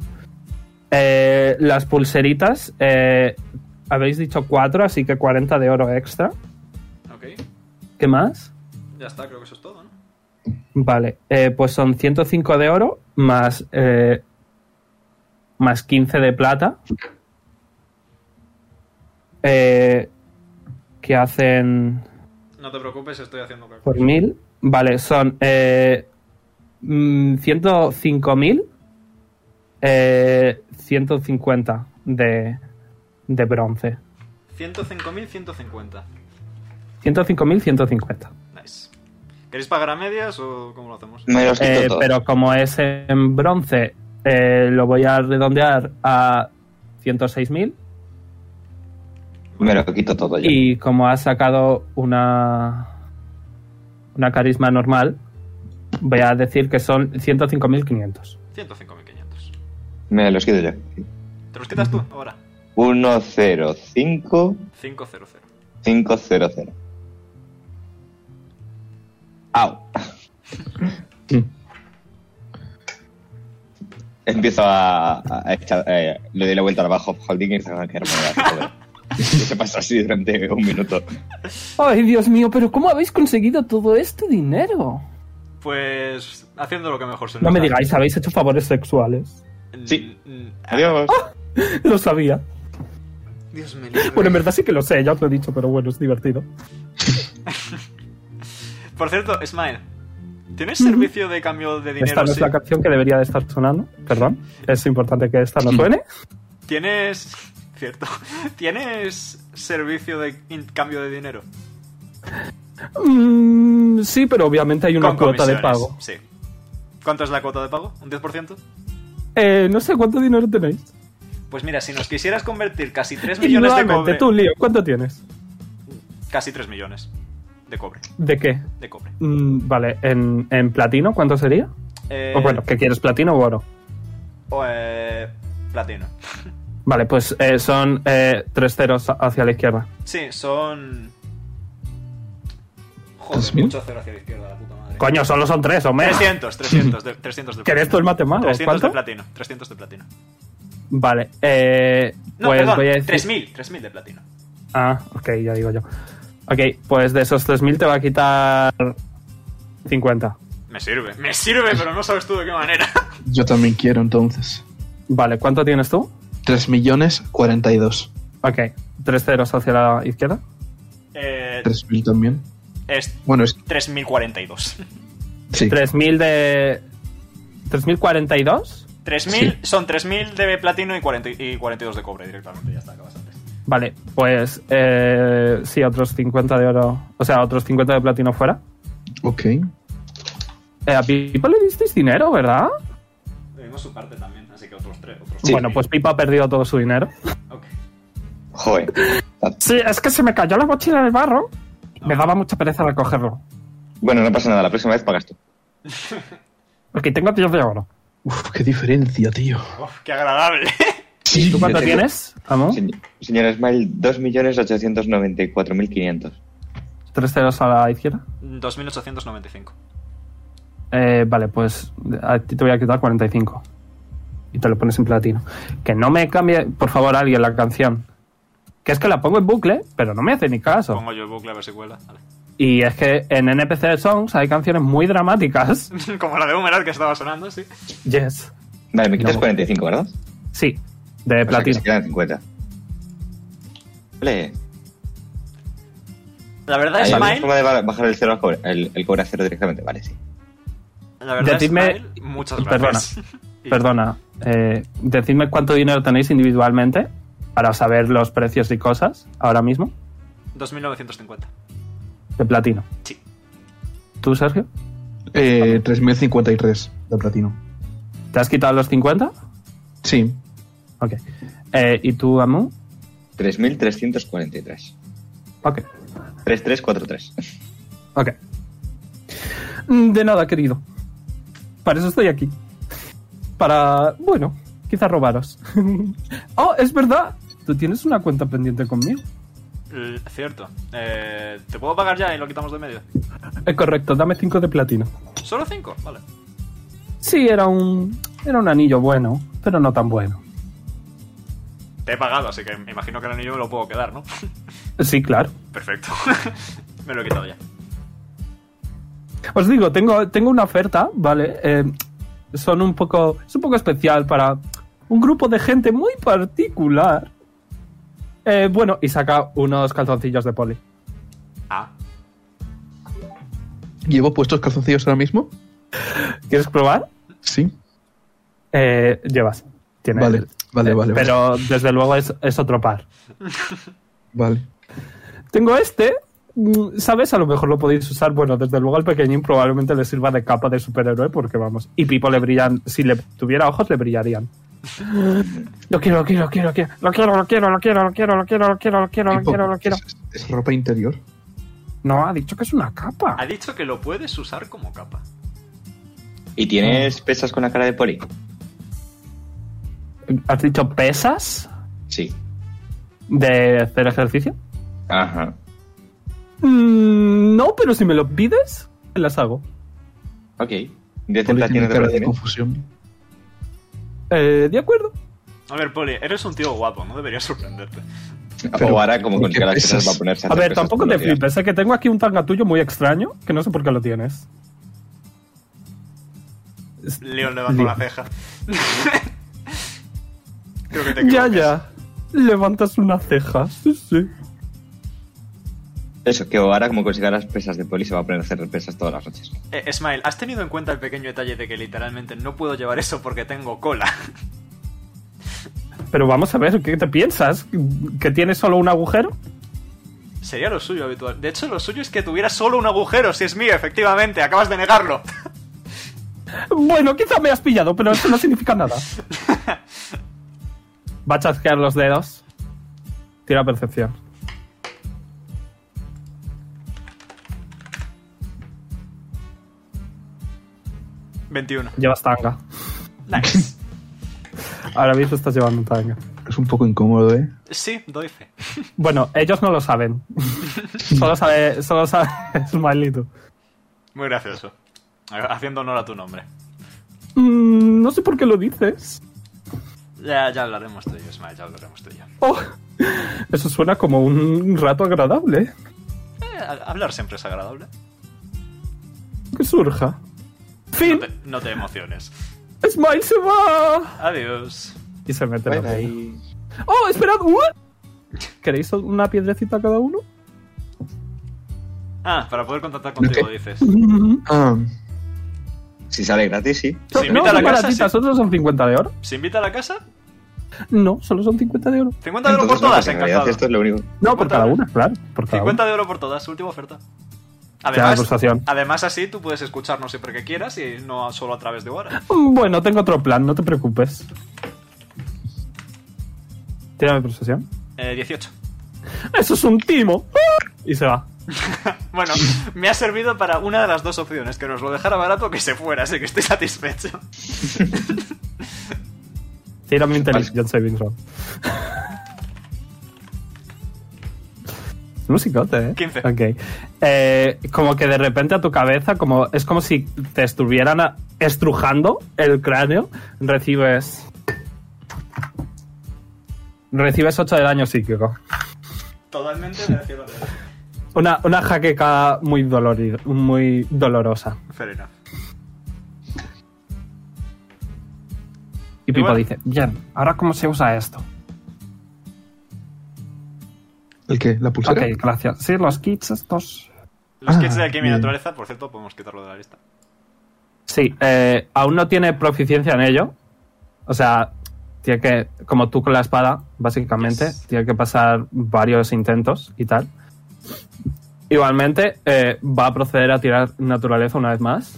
Speaker 3: Eh, las pulseritas, eh, habéis dicho 4, así que 40 de oro extra.
Speaker 1: Ok.
Speaker 3: ¿Qué más?
Speaker 1: Ya está, creo que eso es todo, ¿no?
Speaker 3: Vale, eh, pues son 105 de oro más, eh, más 15 de plata. Eh, que hacen
Speaker 1: No te preocupes, estoy haciendo cálculo.
Speaker 3: por 1000. Vale, son eh, mm, 105.000, eh, 150 de, de bronce.
Speaker 1: 105.150.
Speaker 3: 105.000, 150.
Speaker 1: Nice. ¿Queréis pagar a medias o cómo lo hacemos?
Speaker 2: Me los quito
Speaker 3: Eh,
Speaker 2: todos.
Speaker 3: pero como es en bronce, eh, lo voy a redondear a 106.000.
Speaker 2: Me lo quito todo yo.
Speaker 3: Y como ha sacado una, una carisma normal, voy a decir que son 105.500.
Speaker 1: 105.500.
Speaker 2: Me los quito yo.
Speaker 1: ¿Te los quitas tú ahora?
Speaker 2: 105
Speaker 1: 500.
Speaker 2: 500. Au. Empiezo a, a echar- eh, le doy la vuelta al bajo holding y se va a quedar muy joder. Y se pasa así durante un minuto.
Speaker 7: Ay, Dios mío, pero ¿cómo habéis conseguido todo este dinero?
Speaker 1: Pues haciendo lo que mejor se nos
Speaker 3: No me
Speaker 1: da.
Speaker 3: digáis, habéis hecho favores sexuales.
Speaker 2: Sí.
Speaker 1: Mm, mm,
Speaker 2: Adiós.
Speaker 3: Lo sabía.
Speaker 1: Dios me libre.
Speaker 3: Bueno, en verdad sí que lo sé, ya os lo he dicho, pero bueno, es divertido.
Speaker 1: Por cierto, Smile, ¿tienes servicio de cambio de
Speaker 3: Esta
Speaker 1: dinero?
Speaker 3: no es
Speaker 1: sí?
Speaker 3: la canción que debería de estar sonando. Perdón, es importante que esta no
Speaker 1: Mm.
Speaker 3: suene.
Speaker 1: ¿Tienes. Cierto. ¿Tienes servicio de in- cambio de dinero?
Speaker 3: Mm, sí, pero obviamente hay una
Speaker 1: Con
Speaker 3: cuota de
Speaker 1: comisiones,
Speaker 3: pago.
Speaker 1: Sí. ¿Cuánto es la cuota de pago? ¿Un 10%?
Speaker 3: Eh, no sé cuánto dinero tenéis.
Speaker 1: Pues mira, si nos quisieras convertir casi 3 millones
Speaker 3: Y
Speaker 1: de cobre.
Speaker 3: nuevamente, tú, Lío, ¿cuánto tienes?
Speaker 1: Casi 3 millones de cobre.
Speaker 3: ¿De qué?
Speaker 1: De cobre.
Speaker 3: Mm, vale, en, en platino, ¿cuánto sería?
Speaker 1: Eh,
Speaker 3: O Pues bueno, ¿qué quieres, platino o oro?
Speaker 1: o, eh, platino.
Speaker 3: Vale, pues eh, son eh, tres ceros hacia la izquierda.
Speaker 1: Sí, son. Joder,
Speaker 4: ¿Tres mil?
Speaker 1: mucho cero hacia la izquierda, la puta madre.
Speaker 3: Coño, solo son tres, hombre.
Speaker 1: 300, 300 de, 300 de
Speaker 3: ¿Que eres tú el matemago?
Speaker 1: 300
Speaker 3: ¿Cuánto?
Speaker 1: de platino, 300 de platino.
Speaker 3: Vale, eh,
Speaker 1: No,
Speaker 3: pues
Speaker 1: perdón,
Speaker 3: voy a decir...
Speaker 1: 3000, 3000 de platino.
Speaker 3: Ah, ok, ya digo yo. Ok, pues de esos 3.000 te va a quitar 50.
Speaker 1: Me sirve, me sirve, pero no sabes tú de qué manera.
Speaker 4: Yo también quiero entonces.
Speaker 3: Vale, ¿cuánto tienes tú?
Speaker 4: 3 millones 42.
Speaker 3: Ok, tres ceros hacia la izquierda.
Speaker 1: Eh,
Speaker 4: 3.000 también.
Speaker 1: es
Speaker 4: Bueno, es
Speaker 1: 3042.
Speaker 4: sí.
Speaker 3: 3.000 de... 3.042.
Speaker 1: 3000 son 3000 de platino y, 40 y 42 de cobre directamente, ya está, que bastante.
Speaker 3: Vale, pues eh, sí, otros 50 de oro. O sea, otros 50 de platino fuera.
Speaker 4: Ok.
Speaker 3: Eh, a Pipa le disteis dinero, ¿verdad?
Speaker 1: Tenemos su parte también, así que otros 3. Otros
Speaker 2: Sí.
Speaker 3: Bueno, pues Pipa ha perdido todo su dinero.
Speaker 1: Ok.
Speaker 2: Joder.
Speaker 3: Sí, es que se me cayó la mochila en el barro. Me daba mucha pereza recogerlo.
Speaker 2: Bueno, no pasa nada, la próxima vez pagas tú.
Speaker 3: Porque tengo 10 de oro.
Speaker 4: Uf, qué diferencia, tío.
Speaker 1: Uf, qué agradable.
Speaker 4: Sí,
Speaker 3: ¿Tú cuánto tienes, Amo?
Speaker 2: Señ- Señora Smile, 2.894.500.
Speaker 3: Tres ceros a la izquierda.
Speaker 1: 2895.
Speaker 3: Eh, vale, pues a ti te voy a quitar 45. Y te lo pones en platino. Que no me cambie, por favor, alguien la canción. Que es que la pongo en bucle, pero no me hace ni caso.
Speaker 1: Pongo yo el bucle a ver si cuela. Vale.
Speaker 3: Y es que en NPC Songs hay canciones muy dramáticas.
Speaker 1: Como la de Humerad que estaba sonando, sí.
Speaker 3: Yes.
Speaker 2: Vale, me quitas
Speaker 3: No.
Speaker 2: 45, ¿verdad?
Speaker 3: Sí,
Speaker 2: O
Speaker 3: de
Speaker 2: sea, que
Speaker 3: platino.
Speaker 2: se quedan 50. Vale.
Speaker 1: La verdad
Speaker 2: ¿Hay
Speaker 1: es
Speaker 2: alguna
Speaker 1: Smile.
Speaker 2: forma de ba- bajar el, cero al cobre, el, el cobre a cero directamente? Vale, sí.
Speaker 1: La verdad
Speaker 3: Decidme-
Speaker 1: es Smile. Muchas
Speaker 3: Perdona.
Speaker 1: gracias. Y-
Speaker 3: Perdona, eh, decidme cuánto dinero tenéis individualmente para saber los precios y cosas ahora mismo
Speaker 1: 2950.
Speaker 3: de platino.
Speaker 1: Sí.
Speaker 3: ¿Tú, Sergio?
Speaker 4: Eh, 3.053 de platino.
Speaker 3: ¿Te has quitado los 50?
Speaker 4: Sí.
Speaker 3: Ok. Eh, ¿Y tú, Amu?
Speaker 2: 3.343.
Speaker 3: Ok.
Speaker 2: 3343.
Speaker 3: Ok. Mm, De nada, querido. Para eso estoy aquí. Para, bueno, quizá robaros. oh, es verdad. Tú tienes una cuenta pendiente conmigo.
Speaker 1: L- Cierto. Eh, ¿Te puedo pagar ya y lo quitamos de medio?
Speaker 3: Eh, correcto, dame 5 de platino.
Speaker 1: ¿Solo 5? Vale.
Speaker 3: Sí, era un, era un anillo bueno, pero no tan bueno.
Speaker 1: Te he pagado, así que me imagino que el anillo me lo puedo quedar, ¿no?
Speaker 3: Sí, claro.
Speaker 1: Perfecto. me lo he quitado ya.
Speaker 3: Os digo, tengo, tengo una oferta, ¿vale? Eh, son un poco. Es un poco especial para un grupo de gente muy particular. Eh, bueno, y saca unos calzoncillos de poli.
Speaker 1: Ah.
Speaker 4: ¿Llevo puestos calzoncillos ahora mismo?
Speaker 3: ¿Quieres probar?
Speaker 4: Sí.
Speaker 3: Eh, llevas. Tienes.
Speaker 4: Vale, vale,
Speaker 3: Eh,
Speaker 4: vale. vale.
Speaker 3: Pero desde luego es, es otro par.
Speaker 4: Vale.
Speaker 3: Tengo este. mm, ¿Sabes? A lo mejor lo podéis usar. Bueno, desde luego al pequeñín probablemente le sirva de capa de superhéroe porque vamos. Y Pipo le brillan. Si le tuviera ojos, le brillarían. Lo quiero, lo quiero, lo quiero, lo quiero. Lo quiero, lo quiero, lo quiero, lo quiero, lo quiero, lo quiero, lo quiero, lo
Speaker 4: Tipo,
Speaker 3: quiero, lo quiero.
Speaker 4: ¿es- ¿Es ropa interior?
Speaker 3: No, ha dicho que es una capa.
Speaker 1: Ha dicho que lo puedes usar como capa.
Speaker 2: ¿Y tienes Ah. pesas con la cara de poli?
Speaker 3: ¿Has dicho pesas
Speaker 2: Sí.
Speaker 3: de hacer ejercicio?
Speaker 2: Ajá.
Speaker 3: Mm, no, pero si me lo pides, te las hago.
Speaker 2: Ok. ¿De
Speaker 4: Poli
Speaker 2: platino de
Speaker 4: tiene cara de
Speaker 2: platino?
Speaker 4: confusión.
Speaker 3: Eh, de acuerdo.
Speaker 1: A ver, Poli, eres un tío guapo, no deberías sorprenderte.
Speaker 2: O ahora, como con
Speaker 4: ¿qué
Speaker 2: que las pesas
Speaker 4: pesas?
Speaker 2: va a ponerse a
Speaker 3: A
Speaker 2: hacer
Speaker 3: ver,
Speaker 2: pesas
Speaker 3: tampoco
Speaker 2: con
Speaker 3: te
Speaker 2: la vida.
Speaker 3: flipes, es que tengo aquí un tanga tuyo muy extraño, que no sé por qué lo tienes.
Speaker 1: Leon levantó
Speaker 3: Leon.
Speaker 1: la ceja. Creo que te
Speaker 3: Ya,
Speaker 1: equivocas.
Speaker 3: ya. Levantas una ceja. Sí, sí.
Speaker 2: Eso, que ahora, como consiga las pesas de poli, se va a poner a hacer pesas todas las noches.
Speaker 1: Eh, Smile, ¿has tenido en cuenta el pequeño detalle de que literalmente no puedo llevar eso porque tengo cola?
Speaker 3: Pero vamos a ver, ¿qué te piensas? ¿Que tienes solo un agujero?
Speaker 1: Sería lo suyo habitual. De hecho, lo suyo es que tuviera solo un agujero, si es mío, efectivamente. Acabas de negarlo.
Speaker 3: Bueno, quizá me has pillado, pero eso no significa nada. Va a chasquear los dedos. Tira percepción.
Speaker 1: Veintiuno.
Speaker 3: Llevas tanga.
Speaker 1: Nice.
Speaker 3: Ahora mismo estás llevando tanga.
Speaker 4: Es un poco incómodo, ¿eh?
Speaker 1: Sí, doy fe.
Speaker 3: Bueno, ellos no lo saben. solo sabe, solo sabe Smiley tú.
Speaker 1: Muy gracioso. Haciendo honor a tu nombre.
Speaker 3: Mm, no sé por qué lo dices.
Speaker 1: Ya, ya hablaremos tú y yo, Smile, ya hablaremos tú y yo.
Speaker 3: Oh, eso suena como un rato agradable.
Speaker 1: Eh, a- hablar siempre es agradable.
Speaker 3: que surja.
Speaker 1: No
Speaker 3: Fin,
Speaker 1: te, no te emociones.
Speaker 3: Smile se va.
Speaker 1: Adiós.
Speaker 3: Y se mete en la
Speaker 2: Bueno,
Speaker 3: boca.
Speaker 2: ahí-
Speaker 3: ¡Oh, esperad! ¿what? ¿Queréis una piedrecita cada uno?
Speaker 1: Ah, para poder contactar contigo,
Speaker 4: Ok.
Speaker 1: dices.
Speaker 4: Ah,
Speaker 2: Si sale gratis, sí.
Speaker 1: ¿Se invita
Speaker 3: no,
Speaker 1: a
Speaker 3: son
Speaker 1: la casa?
Speaker 3: baratitas,
Speaker 1: ¿Se,
Speaker 3: solo son 50 de oro.
Speaker 1: se invita a la casa?
Speaker 3: No, solo son 50 de oro.
Speaker 1: 50 de oro por
Speaker 2: Entonces, no,
Speaker 1: todas,
Speaker 2: porque en realidad
Speaker 1: encajado.
Speaker 2: esto es lo único.
Speaker 3: No, por
Speaker 1: 50
Speaker 3: cada
Speaker 1: de oro.
Speaker 3: una, claro. Por cada
Speaker 1: 50 de oro por todas, última oferta.
Speaker 3: una. Ya,
Speaker 1: Además,
Speaker 3: acusación.
Speaker 1: además así tú puedes escucharnos siempre que quieras y no solo a través de ahora.
Speaker 3: Bueno, tengo otro plan, no te preocupes. Tírame persuasión.
Speaker 1: Eh, 18.
Speaker 3: ¡Eso es un timo! Y se va.
Speaker 1: Bueno, me ha servido para una de las dos opciones, que nos lo dejara barato o que se fuera, así que estoy satisfecho.
Speaker 3: Tírame Intelligence Saving Throw. Es musicote, ¿eh?
Speaker 1: 15.
Speaker 3: Ok. Eh, como que de repente a tu cabeza, como es como si te estuvieran a- estrujando el cráneo, recibes... Recibes 8 de daño psíquico.
Speaker 1: Totalmente de hacia atrás.
Speaker 3: Una, una jaqueca muy, dolorida, muy dolorosa.
Speaker 1: Fair enough.
Speaker 3: Y Pipo
Speaker 1: Igual.
Speaker 3: dice, bien, ¿ahora cómo se usa esto?
Speaker 4: ¿El qué? ¿La pulsera?
Speaker 3: Ok, gracias. Sí, los kits estos...
Speaker 1: Los
Speaker 4: Ah,
Speaker 1: kits de alquimia y
Speaker 4: bien.
Speaker 1: naturaleza, por cierto, podemos quitarlo de la lista.
Speaker 3: Sí, eh, aún no tiene proficiencia en ello. O sea, tiene que, como tú con la espada, básicamente,
Speaker 1: Yes.
Speaker 3: tiene que pasar varios intentos y tal. Igualmente, eh, va a proceder a tirar naturaleza una vez más.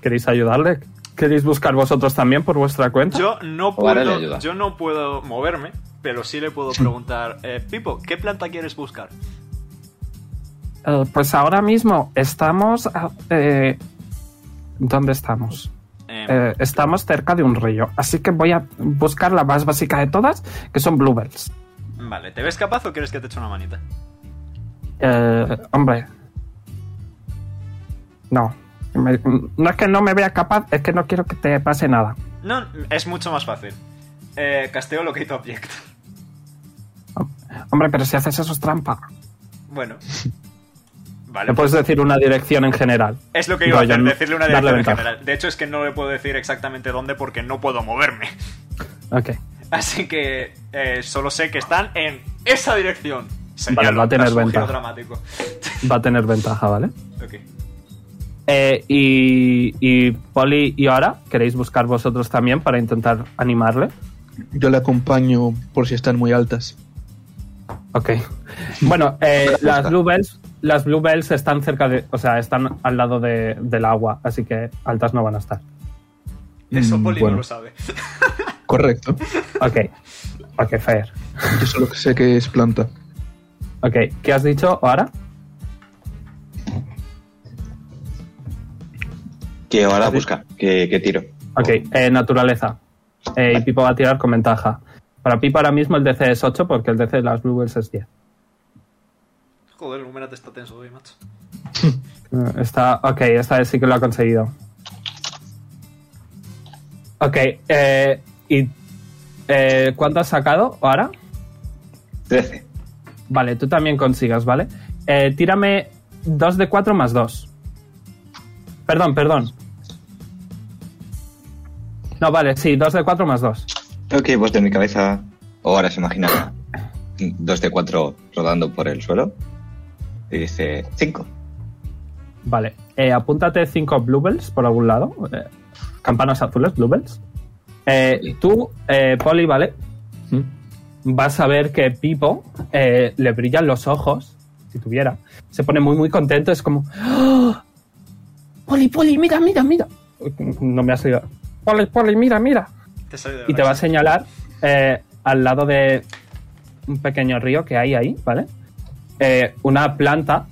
Speaker 3: ¿Queréis ayudarle? ¿Queréis buscar vosotros también por vuestra cuenta?
Speaker 1: Yo no
Speaker 2: Ahora le
Speaker 1: puedo,
Speaker 2: ayuda.
Speaker 1: yo no puedo moverme, pero sí le puedo preguntar, eh, Pipo, ¿qué planta quieres buscar?
Speaker 3: Eh, pues ahora mismo estamos... a- eh, ¿Dónde estamos?
Speaker 1: Eh,
Speaker 3: Eh, estamos cerca de un río, así que voy a buscar la más básica de todas, que son bluebells.
Speaker 1: Vale, ¿te ves capaz o quieres que te eche una manita?
Speaker 3: Eh, hombre. No. Me- no es que no me vea capaz, es que no quiero que te pase nada.
Speaker 1: No, es mucho más fácil. Eh, casteo Locate Object.
Speaker 3: Hombre, pero si haces eso es trampa.
Speaker 1: Bueno. Vale. pues,
Speaker 3: Le puedes decir una dirección en general.
Speaker 1: Es lo que iba a
Speaker 3: No, yo
Speaker 1: hacer,
Speaker 3: no-
Speaker 1: decirle una
Speaker 3: darle
Speaker 1: dirección en
Speaker 3: ventaja.
Speaker 1: general. De hecho, es que no le puedo decir exactamente dónde porque no puedo moverme.
Speaker 3: Ok.
Speaker 1: Así que eh, solo sé que están en esa dirección.
Speaker 3: Vale, va a tener
Speaker 1: tras un giro
Speaker 3: ventaja.
Speaker 1: dramático.
Speaker 3: Va a tener ventaja, ¿vale?
Speaker 1: Ok.
Speaker 3: Eh, y, y Polly y ahora, ¿queréis buscar vosotros también para intentar animarle?
Speaker 4: Yo la acompaño por si están muy altas.
Speaker 3: Ok. Bueno, eh, las bluebells las bluebells están cerca de, o sea, están al lado de- del agua, así que altas no van a estar.
Speaker 1: Eso
Speaker 4: Mm,
Speaker 1: Poli
Speaker 4: bueno,
Speaker 1: no lo sabe.
Speaker 4: Correcto.
Speaker 3: Ok. Ok, fair.
Speaker 4: Yo solo sé que es planta.
Speaker 3: Ok, ¿qué has dicho ahora?
Speaker 2: Que ahora busca, que, que tiro.
Speaker 3: Ok, eh, naturaleza. Eh, y Pipo va a tirar con ventaja. Para Pipo ahora mismo el DC es 8 porque el DC de las Bluebells es 10.
Speaker 1: Joder, Lumerate está tenso hoy, macho.
Speaker 3: Eh, Está, ok, esta vez sí que lo ha conseguido. Ok, eh, ¿y eh, cuánto has sacado ahora?
Speaker 2: 13.
Speaker 3: Vale, tú también consigas, ¿vale? Eh, tírame 2 de 4 más 2. Perdón, perdón. No, vale, sí, 2 de 4 más 2.
Speaker 2: Ok, pues de mi cabeza. Ahora se imagina dos de cuatro rodando por el suelo. Y dice cinco.
Speaker 3: Vale, eh, apúntate cinco bluebells por algún lado. eh, campanas azules, bluebells. Eh, tú, eh, Poli, ¿vale? Vas a ver que Pipo eh, le brillan los ojos, si tuviera. Se pone muy, muy contento. Es como... "¡Ah! Poli, Poli, mira, mira, mira. No me ha salido. Poli, Poli, mira, mira.
Speaker 1: Te sale de
Speaker 3: Y te va a
Speaker 1: vas
Speaker 3: señalar eh, al lado de un pequeño río que hay ahí, ¿vale? Eh, una planta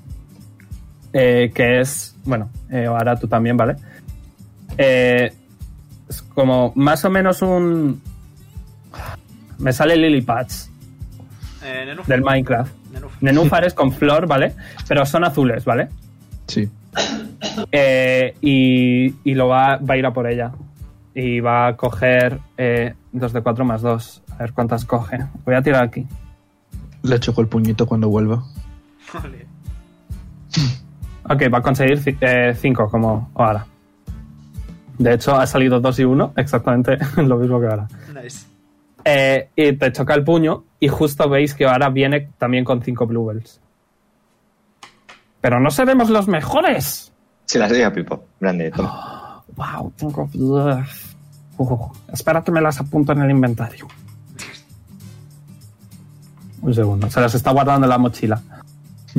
Speaker 3: eh, que es, bueno, eh, ahora tú también, ¿vale? Eh, es como más o menos un... Me sale Lily Pads
Speaker 1: Eh, Nenúfar.
Speaker 3: del Minecraft.
Speaker 1: Nenúfar.
Speaker 3: Nenúfares con flor, ¿vale? Pero son azules, ¿vale?
Speaker 4: Sí.
Speaker 3: Eh, y, y lo va, va a ir a por ella. Y va a coger eh, 2 de 4 más 2. A ver cuántas coge. Voy a tirar aquí.
Speaker 4: Le choco el puñito cuando vuelva.
Speaker 1: Ole.
Speaker 3: Ok, va a conseguir 5 como ahora. De hecho, ha salido 2 y 1, exactamente lo mismo que ahora.
Speaker 1: Nice.
Speaker 3: Eh, y te choca el puño y justo veis que ahora viene también con 5 bluebells. Pero no seremos los mejores.
Speaker 2: Se las doy a Pipo. Grande,
Speaker 3: Ah,
Speaker 2: toma.
Speaker 3: Wow, tengo... Ugh. Ugh. espera que me las apunto en el inventario. Un segundo, se las está guardando en la mochila.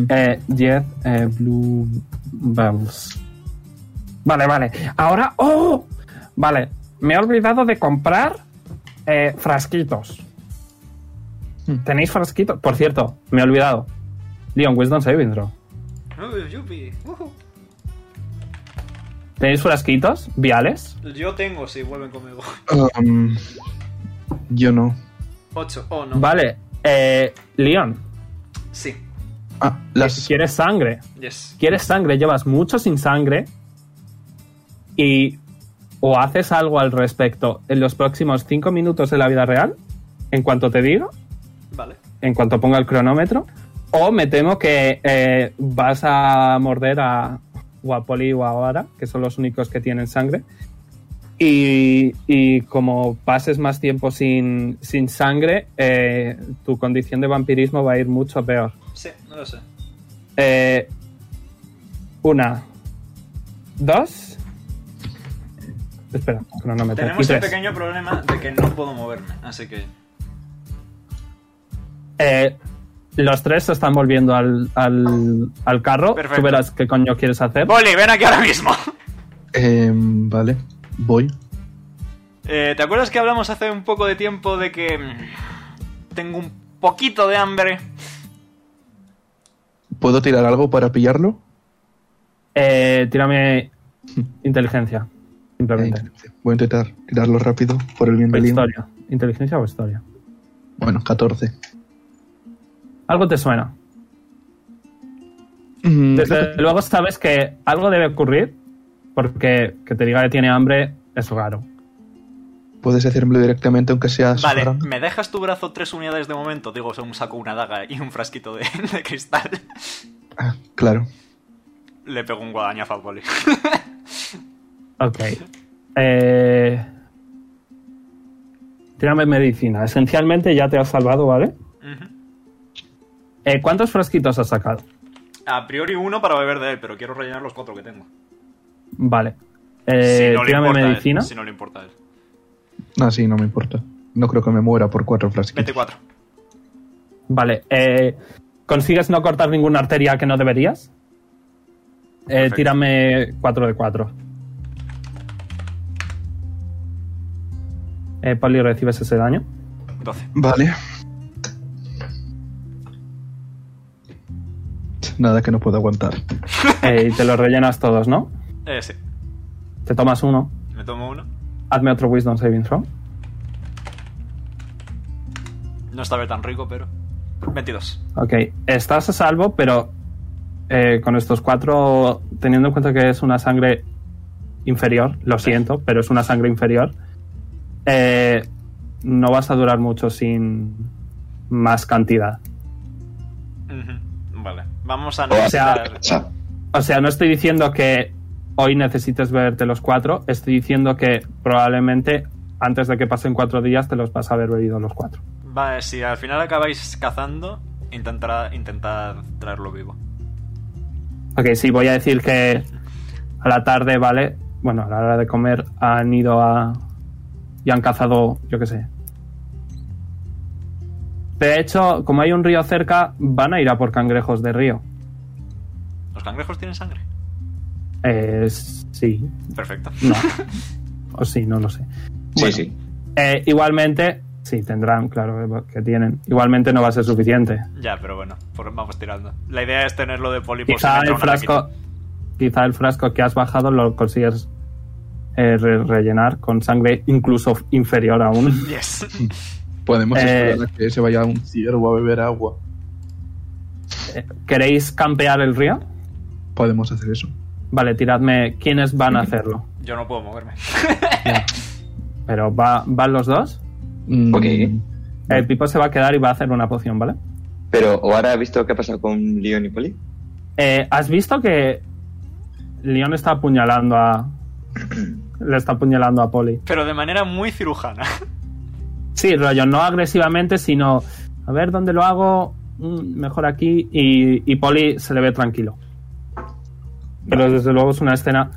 Speaker 3: Eh, Jet, eh, Blue... Vamos. Vale, vale. Ahora... ¡Oh! Vale, me he olvidado de comprar eh, frasquitos. ¿Tenéis frasquitos? Por cierto, me he olvidado. Leon Wisdom Saving Throw.
Speaker 1: Uh, yupi. Ujú.
Speaker 3: ¿Tenéis frasquitos? ¿Viales?
Speaker 1: Yo tengo si vuelven conmigo.
Speaker 4: Um, yo no.
Speaker 1: 8. Oh, no.
Speaker 3: Vale, eh, Leon,
Speaker 1: Sí.
Speaker 4: Ah, las,
Speaker 3: quieres sangre.
Speaker 1: Yes.
Speaker 3: Quieres sangre, llevas mucho sin sangre y o haces algo al respecto en los próximos 5 minutos de la vida real, en cuanto te digo,
Speaker 1: Vale.
Speaker 3: en cuanto ponga el cronómetro, o me temo que eh, vas a morder a Guapoli o a Oara, que son los únicos que tienen sangre. Y, y como pases más tiempo sin, sin sangre, eh, tu condición de vampirismo va a ir mucho peor.
Speaker 1: Sí, no lo sé.
Speaker 3: Eh, una. Dos. Espera, cronómetro. Y
Speaker 1: Tenemos el
Speaker 3: tres.
Speaker 1: pequeño problema de que no puedo moverme, así que.
Speaker 3: Eh, los tres se están volviendo al, al, al carro.
Speaker 1: Perfecto.
Speaker 3: Tú verás qué coño quieres hacer.
Speaker 1: Boli, ven aquí ahora mismo.
Speaker 4: em, vale, voy.
Speaker 1: Eh, ¿Te acuerdas que hablamos hace un poco de tiempo de que. mm, Tengo un poquito de hambre?
Speaker 4: ¿Puedo tirar algo para pillarlo?
Speaker 3: Eh, tírame inteligencia. Simplemente.
Speaker 4: Eh, voy a intentar tirarlo rápido por el bien
Speaker 3: O
Speaker 4: del Leon.
Speaker 3: historia. Inteligencia o historia.
Speaker 4: Bueno, 14.
Speaker 3: Algo te suena.
Speaker 4: Mm, creo
Speaker 3: Desde
Speaker 4: que-
Speaker 3: luego sabes que algo debe ocurrir. Porque que te diga que tiene hambre es raro.
Speaker 4: Puedes decírmelo directamente, aunque sea
Speaker 1: Vale,
Speaker 4: sobrando.
Speaker 1: ¿me dejas tu brazo tres unidades de momento? Digo, según saco una daga y un frasquito de, de cristal.
Speaker 4: Ah, claro.
Speaker 1: Le pego un guadañazo a Boli.
Speaker 3: Ok. Eh, tírame medicina. Esencialmente ya te has salvado, ¿vale?
Speaker 1: Ujú.
Speaker 3: Eh, ¿Cuántos frasquitos has sacado?
Speaker 1: A priori uno para beber de él, pero quiero rellenar los cuatro que tengo.
Speaker 3: Vale. Eh,
Speaker 1: si no le
Speaker 3: tírame
Speaker 1: importa a él,
Speaker 3: medicina.
Speaker 1: si no le importa a él.
Speaker 4: Ah, sí, no me importa. No creo que me muera por cuatro frasquitos.
Speaker 1: 24.
Speaker 3: Vale. eh, ¿Consigues no cortar ninguna arteria que no deberías? Eh,
Speaker 1: Perfecto.
Speaker 3: tírame 4 de 4. Eh, Poli, recibes ese daño.
Speaker 1: 12.
Speaker 4: Vale. Nada que no puedo aguantar.
Speaker 3: Eh, y te lo rellenas todos, ¿no?
Speaker 1: Eh, sí.
Speaker 3: Te tomas uno.
Speaker 1: Me tomo uno.
Speaker 3: Hazme otro Wisdom Saving Throw.
Speaker 1: No estaba tan rico, pero. 22.
Speaker 3: Ok, estás a salvo, pero eh, con estos cuatro, teniendo en cuenta que es una sangre inferior, lo siento, pero es una sangre inferior, eh, no vas a durar mucho sin más cantidad.
Speaker 1: Ujú. Vale. Vamos a
Speaker 3: O sea,
Speaker 1: necesitar.
Speaker 2: Chao.
Speaker 3: O sea, no estoy diciendo que hoy necesites beberte los cuatro, estoy diciendo que probablemente antes de que pasen cuatro días te los vas a haber bebido los cuatro.
Speaker 1: Vale, si al final acabáis cazando, intentar, intentar traerlo vivo.
Speaker 3: Ok, sí, voy a decir que a la tarde, ¿vale? Bueno, a la hora de comer han ido a... y han cazado, yo qué sé. De hecho, como hay un río cerca, van a ir a por cangrejos de río.
Speaker 1: ¿Los cangrejos tienen sangre?
Speaker 3: Eh, sí,
Speaker 1: Perfecto.
Speaker 3: no. o sí, no lo sé.
Speaker 2: Sí, sí.
Speaker 3: Eh, igualmente, sí, tendrán, claro, que tienen. Igualmente no va a ser suficiente.
Speaker 1: Ya, pero bueno, por- vamos tirando. La idea es tenerlo de poli por si
Speaker 3: quizá
Speaker 1: me entra
Speaker 3: el
Speaker 1: una
Speaker 3: frasco
Speaker 1: raquita.
Speaker 3: quizá el frasco que has bajado lo consigues eh, re- rellenar con sangre incluso inferior aún
Speaker 1: Yes.
Speaker 4: Podemos
Speaker 3: Eh,
Speaker 4: esperar a que se vaya un ciervo a beber agua.
Speaker 3: ¿queréis campear el río?
Speaker 4: Podemos hacer eso.
Speaker 3: vale, tiradme quiénes van a hacerlo
Speaker 1: Yo no puedo moverme.
Speaker 3: pero va, van los dos
Speaker 4: Mm,
Speaker 2: Ok.
Speaker 3: el Pipo se va a quedar y va a hacer una poción, ¿vale?
Speaker 2: Pero, ¿o ahora has visto qué ha pasado con Leon y Poli?
Speaker 3: Eh, ¿Has visto que León está apuñalando a. le está apuñalando a Polly.
Speaker 1: Pero de manera muy cirujana.
Speaker 3: Sí, rollo, no agresivamente, sino. A ver dónde lo hago. mm, Mejor aquí. Y, y Polly se le ve tranquilo. Pero desde luego es una escena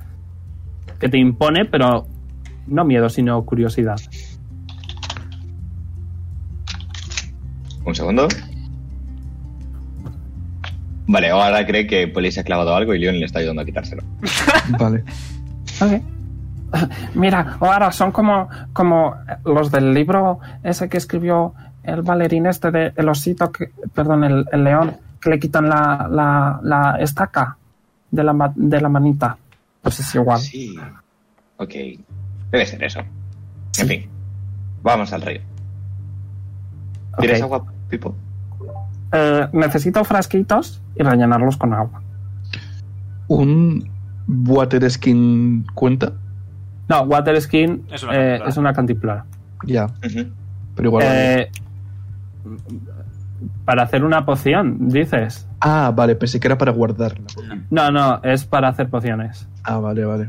Speaker 3: que te impone, pero no miedo, sino curiosidad.
Speaker 2: Un segundo. Vale, ahora cree que Polly se ha clavado algo y Leon le está ayudando a quitárselo.
Speaker 4: Vale.
Speaker 7: Mira, ahora son como, como los del libro ese que escribió el bailarín este de el osito, que, perdón, el, el león, que le quitan la, la, la estaca de la, ma- de la manita. Pues es
Speaker 3: Ah.
Speaker 7: igual.
Speaker 5: Sí.
Speaker 2: Ok. Debe ser eso. En fin. Vamos al río. ¿Tienes
Speaker 7: Ok.
Speaker 2: agua, Pipo?
Speaker 7: Eh, necesito frasquitos y rellenarlos con agua.
Speaker 4: ¿Un water skin cuenta?
Speaker 3: No, Water Skin
Speaker 1: Es
Speaker 3: es
Speaker 1: una
Speaker 3: una,
Speaker 1: cantimplora.
Speaker 3: es una cantimplora.
Speaker 4: Ya,
Speaker 2: Ujú.
Speaker 4: pero igual. vale.
Speaker 3: Eh, para hacer una poción, dices.
Speaker 4: Ah, vale, pensé que era para guardarla.
Speaker 3: No, no, es para hacer pociones.
Speaker 4: Ah, vale, vale.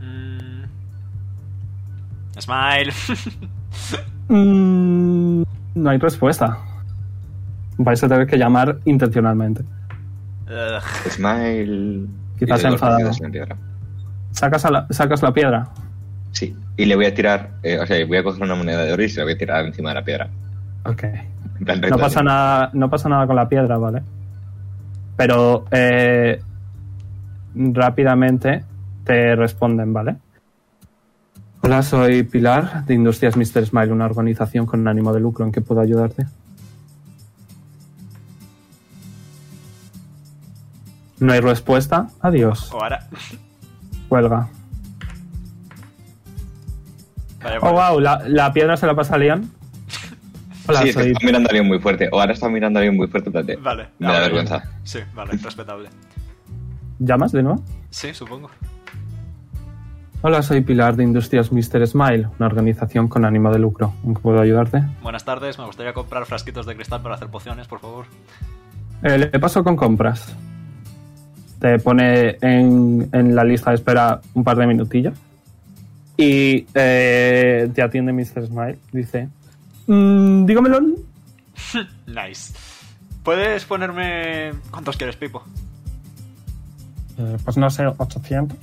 Speaker 1: Mm. Smile.
Speaker 3: Mm, no hay respuesta. Vais a tener que llamar intencionalmente.
Speaker 1: Ugh.
Speaker 2: Smile.
Speaker 3: Quizás
Speaker 2: Y le doy dos
Speaker 3: enfadado.
Speaker 2: puñetazos en la piedra.
Speaker 3: Sacas, a la, sacas la piedra.
Speaker 2: Sí. Y le voy a tirar, eh, o sea, voy a coger una moneda de oro y se la voy a tirar encima de la piedra.
Speaker 3: Ok.
Speaker 2: En plan
Speaker 3: No
Speaker 2: recto
Speaker 3: pasa
Speaker 2: hacia-
Speaker 3: nada, no pasa nada con la piedra, ¿vale? Pero eh, rápidamente te responden, ¿vale? Hola, soy Pilar de Industrias Mr. Smile, una organización con ánimo de lucro. ¿En qué puedo ayudarte? No hay respuesta. Adiós.
Speaker 2: Oh,
Speaker 1: Ahora.
Speaker 3: Cuelga.
Speaker 1: Vaya,
Speaker 3: Oh,
Speaker 1: bueno.
Speaker 3: wow, la, la piedra se la pasa a Leon. Hola,
Speaker 2: sí, es que
Speaker 3: soy.
Speaker 2: está mirando a alguien muy fuerte. O ahora está mirando a alguien muy fuerte, espérate.
Speaker 1: Vale.
Speaker 2: Me da
Speaker 1: Ah,
Speaker 2: vergüenza.
Speaker 1: Sí, vale, respetable.
Speaker 3: ¿Llamas de nuevo?
Speaker 1: Sí, supongo.
Speaker 3: Hola, soy Pilar de Industrias Mr. Smile, una organización con ánimo de lucro. ¿En qué puedo ayudarte?
Speaker 1: Buenas tardes, me gustaría comprar frasquitos de cristal para hacer pociones, por favor.
Speaker 3: Eh, le paso con compras. Te pone en, en la lista de espera un par de minutillos. Y eh, te atiende Mr. Smile. Dice: "Mm, Dígamelo.
Speaker 1: Nice. ¿Puedes ponerme. ¿Cuántos quieres, Pipo?
Speaker 6: Eh, pues no sé, 800.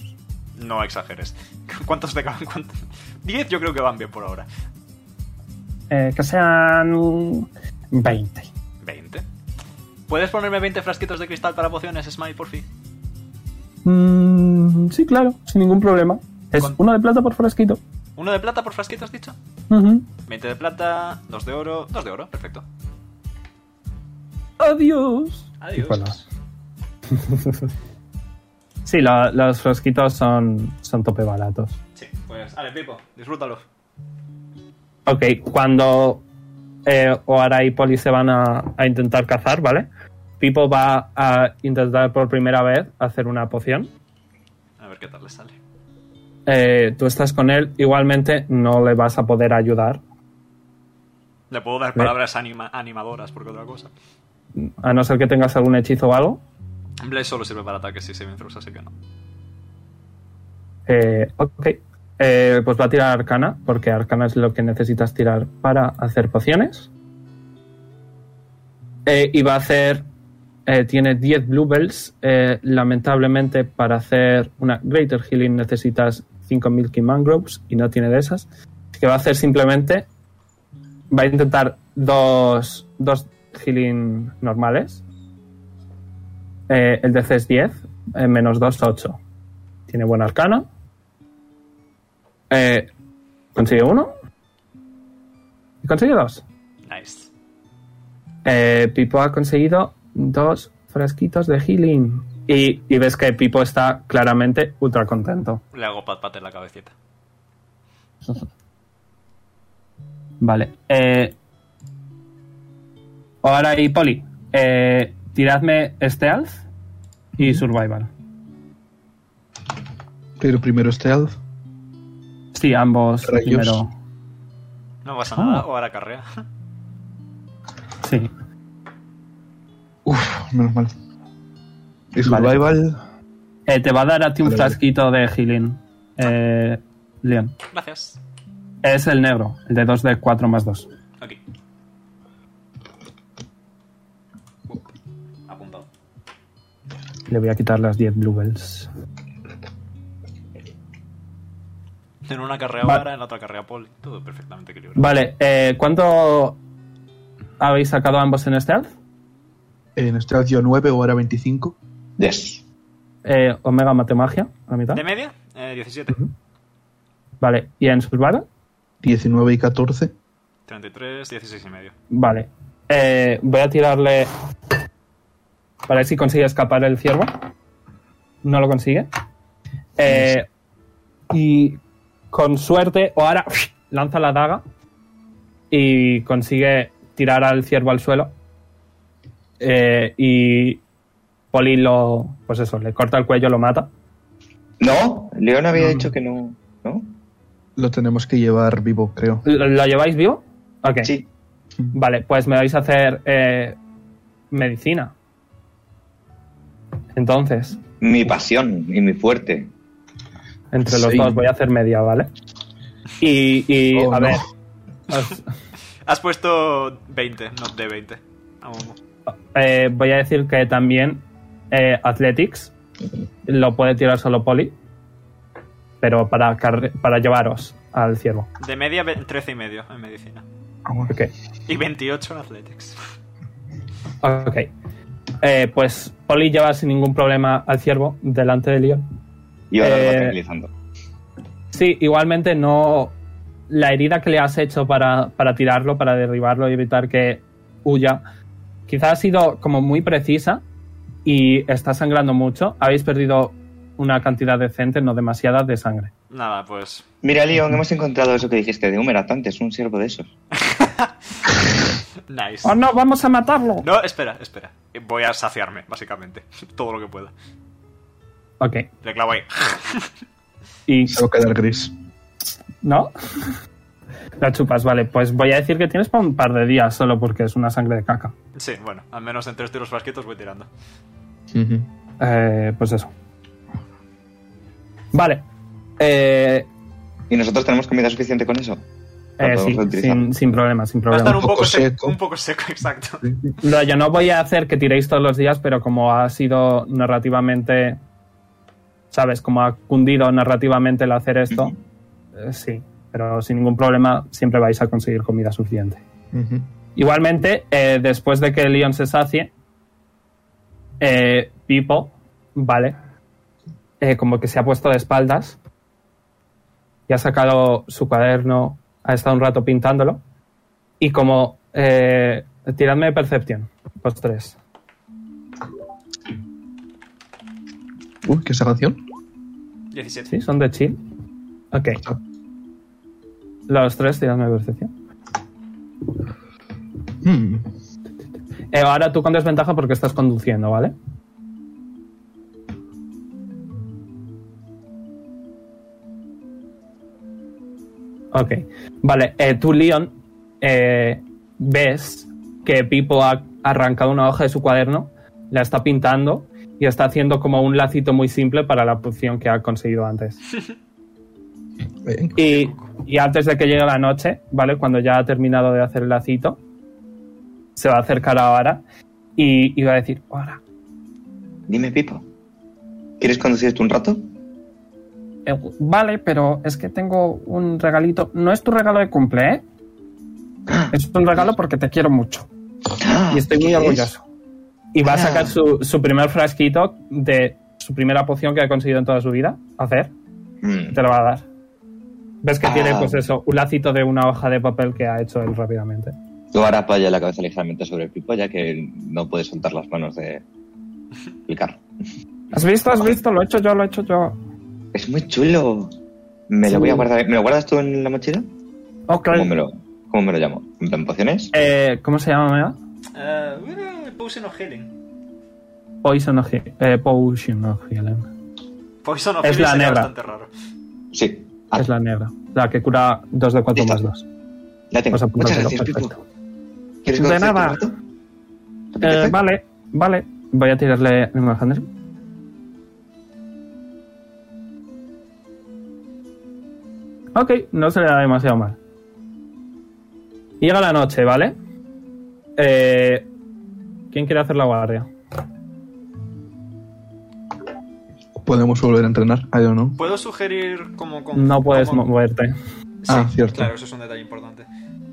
Speaker 1: No exageres. ¿Cuántos te caben? ¿Cuántos? Diez yo creo que van bien por ahora.
Speaker 6: Eh, que sean 20.
Speaker 1: ¿Veinte? ¿Puedes ponerme 20 frasquitos de cristal para pociones, Smile, por fin?
Speaker 3: "Mm, sí, claro, sin ningún problema. Es
Speaker 1: Con-
Speaker 3: uno de plata por fresquito.
Speaker 1: ¿Uno de plata por frasquito, has dicho? 20 de plata, dos de oro, dos de oro, perfecto.
Speaker 3: Adiós.
Speaker 1: Adiós.
Speaker 3: cuelgas. Sí, la- los frasquitos son, son tope baratos.
Speaker 1: Sí, pues, vale, Pipo, disfrútalo.
Speaker 3: Ok, cuando eh, Oara y Poli se van a, a intentar cazar, ¿vale? Pipo va a intentar por primera vez hacer una poción.
Speaker 1: A ver qué tal le sale.
Speaker 3: Eh, tú estás con él, igualmente no le vas a poder ayudar,
Speaker 1: Le puedo dar palabras anima- animadoras, porque otra cosa.
Speaker 3: a no ser que tengas algún hechizo o algo.
Speaker 1: Blaze solo sirve para ataques y saving throws, así que no.
Speaker 3: Eh, ok, Eh, pues va a tirar Arcana, porque Arcana es lo que necesitas tirar para hacer pociones. Eh, y va a hacer. eh, tiene 10 bluebells. Eh, lamentablemente, para hacer una Greater Healing necesitas 5 Milky Mangroves y no tiene de esas. Así que va a hacer simplemente. Va a intentar dos, dos Healing normales. Eh, el DC es 10, eh, menos 2, 8. Tiene buena arcana. Eh, consigue uno. Y consigue dos.
Speaker 1: Nice.
Speaker 3: Eh, Pipo ha conseguido dos frasquitos de healing. Y, y ves que Pipo está claramente ultra contento.
Speaker 1: Le hago pat pat en la cabecita.
Speaker 3: Vale. eh, ahora y Poli. eh, tiradme stealth y survival.
Speaker 4: Pero primero este alf.
Speaker 3: Sí, ambos
Speaker 4: Rayos.
Speaker 3: primero.
Speaker 1: No pasa nada, o ahora carrea.
Speaker 3: Sí.
Speaker 4: Uf, menos mal. Y survival.
Speaker 3: Eh, te va a dar a ti un
Speaker 4: Vale.
Speaker 3: frasquito de healing, eh, Leon.
Speaker 1: Gracias.
Speaker 3: Es el negro, el de 2 de 4 más 2.
Speaker 1: Ok. Uh, Apuntado.
Speaker 3: Le voy a quitar las 10 bluebells.
Speaker 1: En una carrera
Speaker 3: Va-
Speaker 1: vara, en la otra carrera poli. Todo perfectamente equilibrado.
Speaker 3: Vale, eh, ¿cuánto habéis sacado ambos en este stealth?
Speaker 4: En este acción 9 o ahora 25.
Speaker 2: Yes.
Speaker 3: Eh, Omega Matemagia, a la mitad.
Speaker 1: ¿De media? Eh, 17.
Speaker 3: Vale, ¿y en Survival?
Speaker 4: 19 y 14.
Speaker 1: 33, 16 y medio.
Speaker 3: Vale. Eh, voy a tirarle. Para ver si consigue escapar el ciervo. No lo consigue. Eh, y con suerte, o ahora lanza la daga y consigue tirar al ciervo al suelo. Eh, y Poli lo. Pues eso, le corta el cuello, lo mata.
Speaker 2: No, León había dicho que no. ¿No?
Speaker 4: Lo tenemos que llevar vivo, creo.
Speaker 3: ¿Lo, lo lleváis vivo? Ok.
Speaker 2: Sí.
Speaker 3: Vale, pues me vais a hacer eh, medicina. Entonces,
Speaker 2: Mi pasión y mi fuerte.
Speaker 3: entre los
Speaker 4: Sí.
Speaker 3: dos voy a hacer media, ¿vale? Y, y,
Speaker 4: Oh,
Speaker 3: a
Speaker 4: no.
Speaker 3: ver, os-
Speaker 1: Has puesto 20, no de Ah, 20. Vamos.
Speaker 3: eh, voy a decir que también eh, Athletics lo puede tirar solo Poli, pero para, carre- para llevaros al ciervo.
Speaker 1: De media, ve- 13 y medio en medicina.
Speaker 3: Ok.
Speaker 1: Y 28 en athletics.
Speaker 3: Ok. Eh, pues Poli lleva sin ningún problema al ciervo delante de Leon.
Speaker 2: Y ahora lo
Speaker 3: Eh,
Speaker 2: va tranquilizando.
Speaker 3: Sí, igualmente no. La herida que le has hecho para, para tirarlo, para derribarlo y evitar que huya, quizás ha sido como muy precisa y está sangrando mucho. Habéis perdido una cantidad decente, no demasiada, de sangre.
Speaker 1: Nada, pues.
Speaker 2: Mira, León, hemos encontrado eso que dijiste de un meratante, es un siervo de esos.
Speaker 1: Nice.
Speaker 3: ¡Oh no! ¡Vamos a matarlo!
Speaker 1: No, espera, espera. Voy a saciarme, básicamente. Todo lo que pueda.
Speaker 3: Ok.
Speaker 1: Le clavo ahí.
Speaker 3: Y
Speaker 4: Se va a quedar gris.
Speaker 3: ¿No? La chupas, vale. Pues voy a decir que tienes para un par de días solo porque es una sangre de caca.
Speaker 1: Sí, bueno, al menos en tres tiros frasquitos voy tirando.
Speaker 3: Eh, pues eso. Vale. Eh,
Speaker 2: ¿Y nosotros tenemos comida suficiente con eso? Lo
Speaker 3: eh,
Speaker 2: podemos
Speaker 3: sí,
Speaker 2: reutilizar.
Speaker 3: sin, sin problema, sin
Speaker 1: Va a
Speaker 3: problema.
Speaker 1: estar un
Speaker 4: un
Speaker 1: poco
Speaker 4: poco
Speaker 1: seco.
Speaker 4: seco.
Speaker 1: Un poco seco, exacto.
Speaker 3: No, yo no voy a hacer que tiréis todos los días, pero como ha sido narrativamente. ¿Sabes? Como ha cundido narrativamente el hacer esto. eh, sí, pero sin ningún problema siempre vais a conseguir comida suficiente.
Speaker 4: Ujú.
Speaker 3: Igualmente, eh, después de que Leon se sacie, eh, Pipo, ¿vale? Eh, como que se ha puesto de espaldas y ha sacado su cuaderno, ha estado un rato pintándolo y como... Eh, tiradme de Perception, los tres.
Speaker 4: Uy, ¿qué canción?
Speaker 1: 17.
Speaker 3: ¿Sí? ¿Son de chill? Ok. Los tres, tiradme de Percepción.
Speaker 4: Hmm,
Speaker 3: Eh, ahora tú con desventaja porque estás conduciendo, ¿vale? Ok. Vale, eh, tú, Leon, eh, ves que Pipo ha arrancado una hoja de su cuaderno, la está pintando y está haciendo como un lacito muy simple para la poción que ha conseguido antes. Y,
Speaker 2: Eh,
Speaker 3: y antes de que llegue la noche, ¿vale? Cuando ya ha terminado de hacer el lacito, se va a acercar ahora y, y va a decir, ahora,
Speaker 2: Dime, Pipo. ¿Quieres conducir esto un rato?
Speaker 3: eh, vale, pero es que tengo un regalito. No es tu regalo de cumple, ¿eh? Es un regalo porque te quiero mucho y estoy
Speaker 2: Ah, ¿Qué
Speaker 3: muy
Speaker 2: es?
Speaker 3: orgulloso. Y va a
Speaker 2: Ah.
Speaker 3: sacar su, su primer frasquito de su primera poción que ha conseguido en toda su vida hacer.
Speaker 2: Mm,
Speaker 3: te lo va a dar. Ves que tiene,
Speaker 2: Ah.
Speaker 3: pues eso, un lacito de una hoja de papel que ha hecho él rápidamente.
Speaker 2: Tú ahora apoya la cabeza ligeramente sobre el Pipo, ya que no puedes soltar las manos de el carro.
Speaker 3: ¿Has visto? ¿Has visto? Lo he hecho yo, lo he hecho yo.
Speaker 2: Es muy chulo. Me
Speaker 3: Sí.
Speaker 2: lo voy a guardar. ¿Me lo guardas tú en la mochila?
Speaker 3: Ok.
Speaker 2: ¿Cómo me lo, cómo me lo llamo? ¿En plan pociones?
Speaker 3: Eh, ¿Cómo se llama? Mega?
Speaker 1: Eh, eh, potion of Healing.
Speaker 3: Poison of Healing. Eh, Potion of Healing.
Speaker 1: Poison of
Speaker 3: Es
Speaker 1: Healing
Speaker 3: la
Speaker 1: sería
Speaker 3: negra.
Speaker 1: bastante raro.
Speaker 2: Sí. Ah,
Speaker 3: Es la negra. La que cura 2 de 4
Speaker 2: Listo.
Speaker 3: más 2.
Speaker 2: la tengo. Muchas
Speaker 3: Pues apúntatelo,
Speaker 2: gracias, Pipo.
Speaker 3: perfecto.
Speaker 2: ¿Quieres
Speaker 3: De
Speaker 2: conducir
Speaker 3: nada.
Speaker 2: tú un rato? ¿Te
Speaker 3: Eh,
Speaker 2: apetece?
Speaker 3: vale, vale. Voy a tirarle Animal Handling. Ok, no se le da demasiado mal. Llega la noche, ¿vale? Eh, ¿Quién quiere hacer la guardia?
Speaker 4: Podemos volver a entrenar, I don't know.
Speaker 1: ¿Puedo sugerir como... con-
Speaker 3: No puedes
Speaker 1: como-
Speaker 3: moverte.
Speaker 1: Sí,
Speaker 4: Ah, cierto.
Speaker 1: Claro, eso es un detalle importante.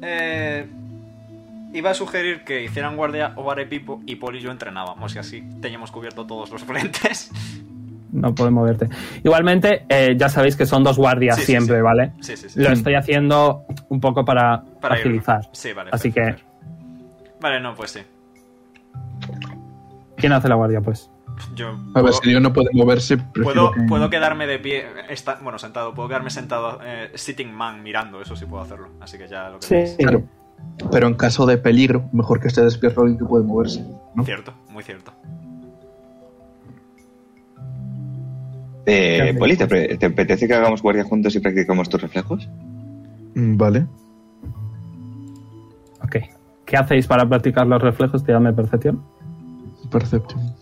Speaker 1: Eh, iba a sugerir que hicieran guardia Ovare Pipo y Paul y yo entrenábamos y así teníamos cubierto todos los frentes.
Speaker 3: No puedes moverte. Igualmente, eh, ya sabéis que son dos guardias
Speaker 1: Sí, sí,
Speaker 3: siempre,
Speaker 1: sí.
Speaker 3: ¿vale?
Speaker 1: Sí, sí, sí.
Speaker 3: Lo estoy haciendo un poco para,
Speaker 1: Para ir-
Speaker 3: agilizar.
Speaker 1: Sí, vale.
Speaker 3: Así que,
Speaker 1: perfecto. Vale, no, pues sí.
Speaker 3: ¿quién hace la guardia, pues?
Speaker 1: Yo
Speaker 4: A ver,
Speaker 1: puedo,
Speaker 4: si yo no puedo moverse, prefiero
Speaker 1: puedo,
Speaker 4: que-
Speaker 1: puedo quedarme de pie, esta- bueno, sentado, puedo quedarme sentado, eh, sitting man, mirando, eso sí puedo hacerlo. Así que ya lo que veáis.
Speaker 4: Claro. Pero en caso de peligro, mejor que esté despierto alguien que puede moverse. ¿no?
Speaker 1: Cierto, muy cierto.
Speaker 2: Eh, Poli, ¿te, apre- te apetece que hagamos guardia juntos y practicamos tus reflejos?
Speaker 4: Mm, Vale.
Speaker 3: Ok. ¿Qué hacéis para practicar los reflejos? Tiradme percepción.
Speaker 4: Perception.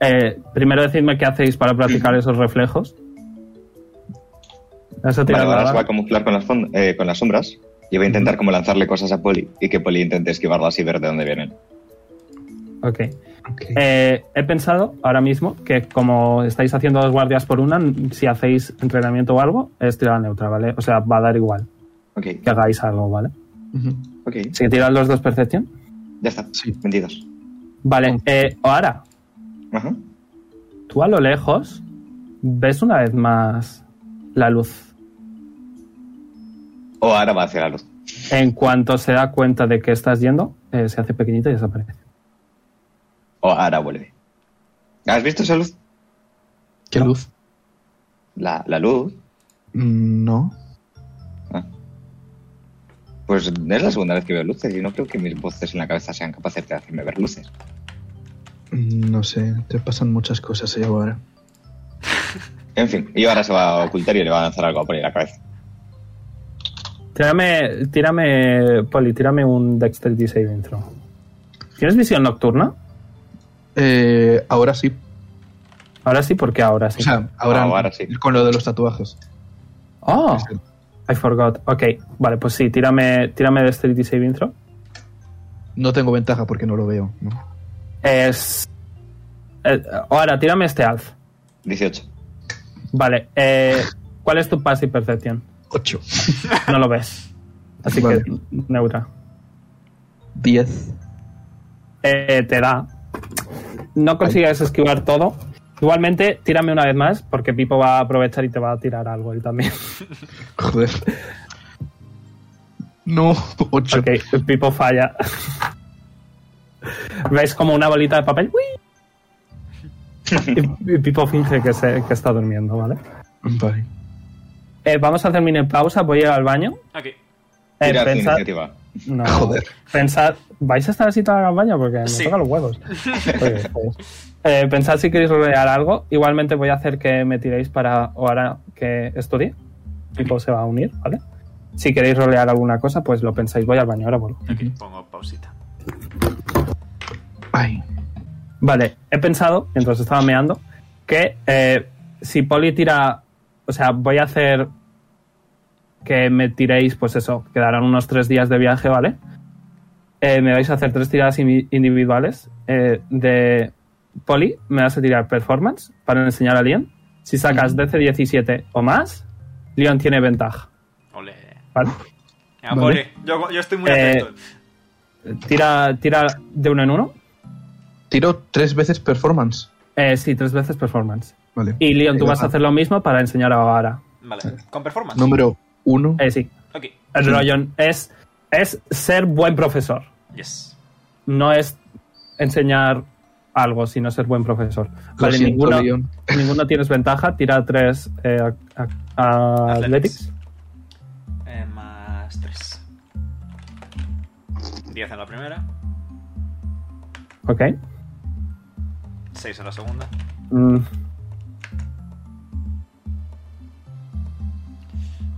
Speaker 3: Eh, primero decidme qué hacéis para practicar esos reflejos. Eso tira
Speaker 2: Vale, ahora
Speaker 3: nada.
Speaker 2: se va a camuflar con las, fon- eh, con las sombras y va a intentar como lanzarle cosas a Poli y que Poli intente esquivarlas y ver de dónde vienen.
Speaker 3: Ok. Eh, he pensado ahora mismo que como estáis haciendo dos guardias por una, si hacéis entrenamiento o algo, es tirada neutra, ¿vale? O sea, va a dar igual
Speaker 2: Ok,
Speaker 3: que hagáis algo, ¿vale?
Speaker 4: Ujú.
Speaker 2: ok,
Speaker 3: Si tiras los dos percepción.
Speaker 2: ya está.
Speaker 4: Sí.
Speaker 2: 22.
Speaker 3: Vale, eh, ahora,
Speaker 2: Ajá.
Speaker 3: tú a lo lejos ves una vez más la luz.
Speaker 2: O ahora va hacia la luz.
Speaker 3: En cuanto se da cuenta de que estás yendo, eh, se hace pequeñita y desaparece.
Speaker 2: O Oh, ahora vuelve. ¿Has visto esa luz?
Speaker 4: ¿Qué luz?
Speaker 2: La, la luz.
Speaker 4: Mm, No.
Speaker 2: Pues es la segunda vez que veo luces y no creo que mis voces en la cabeza sean capaces de hacerme ver luces.
Speaker 4: Mm, No sé. Te pasan muchas cosas ahí ahora.
Speaker 2: En fin, y ahora se va
Speaker 3: Ah.
Speaker 2: a ocultar y le va a lanzar algo a Poli en la cabeza.
Speaker 3: Tírame, tírame, Poli, tírame un Dexterity Saving Throw. ¿Tienes visión nocturna?
Speaker 4: Eh, ahora sí.
Speaker 3: Ahora sí, porque ahora sí.
Speaker 4: O sea, ahora,
Speaker 2: Ah, ahora sí.
Speaker 4: con lo de los tatuajes.
Speaker 3: oh, I forgot. Ok, vale, pues sí, tírame, tírame Dexterity Saving Throw.
Speaker 4: No tengo ventaja porque no lo veo. ¿no?
Speaker 3: Es... eh, ahora, tírame este alf.
Speaker 2: 18.
Speaker 3: Vale, eh, ¿cuál es tu pase y percepción?
Speaker 4: Ocho.
Speaker 3: No lo ves. Así
Speaker 4: Vale.
Speaker 3: que, neutra.
Speaker 4: Diez.
Speaker 3: Eh, te da. No consigues esquivar todo. Igualmente, tírame una vez más, porque Pipo va a aprovechar y te va a tirar algo él también.
Speaker 4: Joder. No, ocho.
Speaker 3: Ok, Pipo falla. ¿Ves como una bolita de papel? ¡Uy! Y- y Pipo finge que, se, que está durmiendo, ¿vale?
Speaker 4: Vale.
Speaker 3: Eh, vamos a hacer mini pausa, voy a ir al baño.
Speaker 1: Aquí.
Speaker 3: Eh,
Speaker 2: Tira tu
Speaker 3: pensad-
Speaker 2: iniciativa.
Speaker 3: no,
Speaker 4: Joder.
Speaker 3: Pensad, ¿vais a estar así toda la campaña? Porque me
Speaker 1: Sí.
Speaker 3: toca los huevos. Oye, joder. Eh, pensad si queréis rolear algo. Igualmente voy a hacer que me tiréis para ahora que estudie. Pipo se va a unir, ¿vale? Si queréis rolear alguna cosa, pues lo pensáis. Voy al baño, ahora vuelvo.
Speaker 1: Ok, pongo pausita.
Speaker 4: Ay.
Speaker 3: Vale, he pensado, mientras estaba meando, que eh, si Poli tira. O sea, voy a hacer que me tiréis, pues eso, quedarán unos tres días de viaje, ¿vale? Eh, me vais a hacer tres tiradas indi- individuales eh, de Poli. Me vas a tirar performance para enseñar a Leon. Si sacas DC17 o más, Leon tiene ventaja,
Speaker 1: Ole.
Speaker 3: ¿vale?
Speaker 1: Venga,
Speaker 4: Vale.
Speaker 1: Poli, yo, yo estoy muy
Speaker 3: Eh,
Speaker 1: atento.
Speaker 3: Tira, tira de uno en uno.
Speaker 4: Tiro tres veces performance.
Speaker 3: Eh, sí, tres veces performance.
Speaker 4: Vale.
Speaker 3: Y Leon, tú
Speaker 4: Eh,
Speaker 3: vas a hacer lo mismo para enseñar a Ahora.
Speaker 1: Vale, con performance.
Speaker 4: Número uno.
Speaker 3: Eh, sí.
Speaker 1: Ok,
Speaker 3: El rollo es, es ser buen profesor.
Speaker 1: yes.
Speaker 3: No es enseñar algo, sino ser buen profesor.
Speaker 4: lo
Speaker 3: Vale,
Speaker 4: siento,
Speaker 3: ninguno,
Speaker 4: Leon.
Speaker 3: ninguno tienes ventaja. Tira tres eh, a- a- a Athletics.
Speaker 1: Athletics. Eh, más 3. 10 en la primera,
Speaker 3: Ok.
Speaker 1: 6 en la segunda.
Speaker 3: Mm,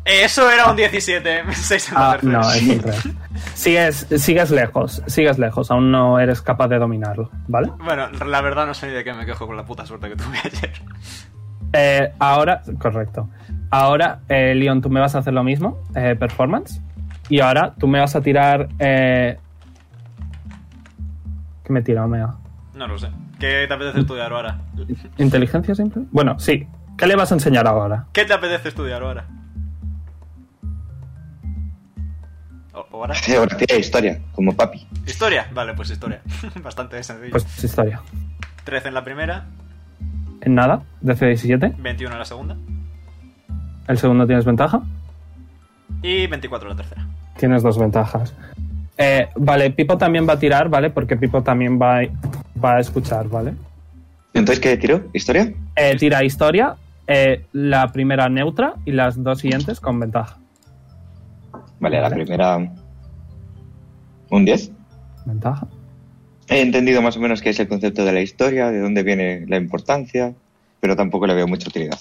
Speaker 1: Eso era un 17. 6 en la
Speaker 3: ah,
Speaker 1: tercera.
Speaker 3: no, es un tres. Sigues, sigues lejos, sigues lejos. Aún no eres capaz de dominarlo, ¿vale?
Speaker 1: Bueno, la verdad no sé ni de qué me quejo con la puta suerte que tuve ayer.
Speaker 3: Eh, ahora, correcto. Ahora, eh, Leon, tú me vas a hacer lo mismo, eh, performance. Y ahora tú me vas a tirar. Eh... ¿Qué me tira, Omega?
Speaker 1: No lo sé. ¿Qué te apetece estudiar ahora?
Speaker 3: ¿Inteligencia simple? Bueno, sí. ¿Qué le vas a enseñar ahora?
Speaker 1: ¿Qué te apetece estudiar ahora? ¿O- ¿Ahora?
Speaker 5: Geografía e historia, como papi.
Speaker 1: ¿Historia? Vale, pues historia. Bastante sencillo.
Speaker 3: Pues historia.
Speaker 1: 13 en la primera,
Speaker 3: En nada, DC 17.
Speaker 1: 21 en la segunda
Speaker 3: El segundo tienes ventaja.
Speaker 1: y 24 en la tercera.
Speaker 3: Tienes dos ventajas. Eh, vale, Pipo también va a tirar, ¿vale? Porque Pipo también va a, va a escuchar, ¿vale?
Speaker 5: Entonces, ¿qué tiró? ¿Historia?
Speaker 3: Eh, tira historia, eh, la primera neutra y las dos siguientes con ventaja.
Speaker 5: Vale, a la primera. ¿Un 10?
Speaker 3: Ventaja.
Speaker 5: He entendido más o menos qué es el concepto de la historia, de dónde viene la importancia, pero tampoco le veo mucha utilidad.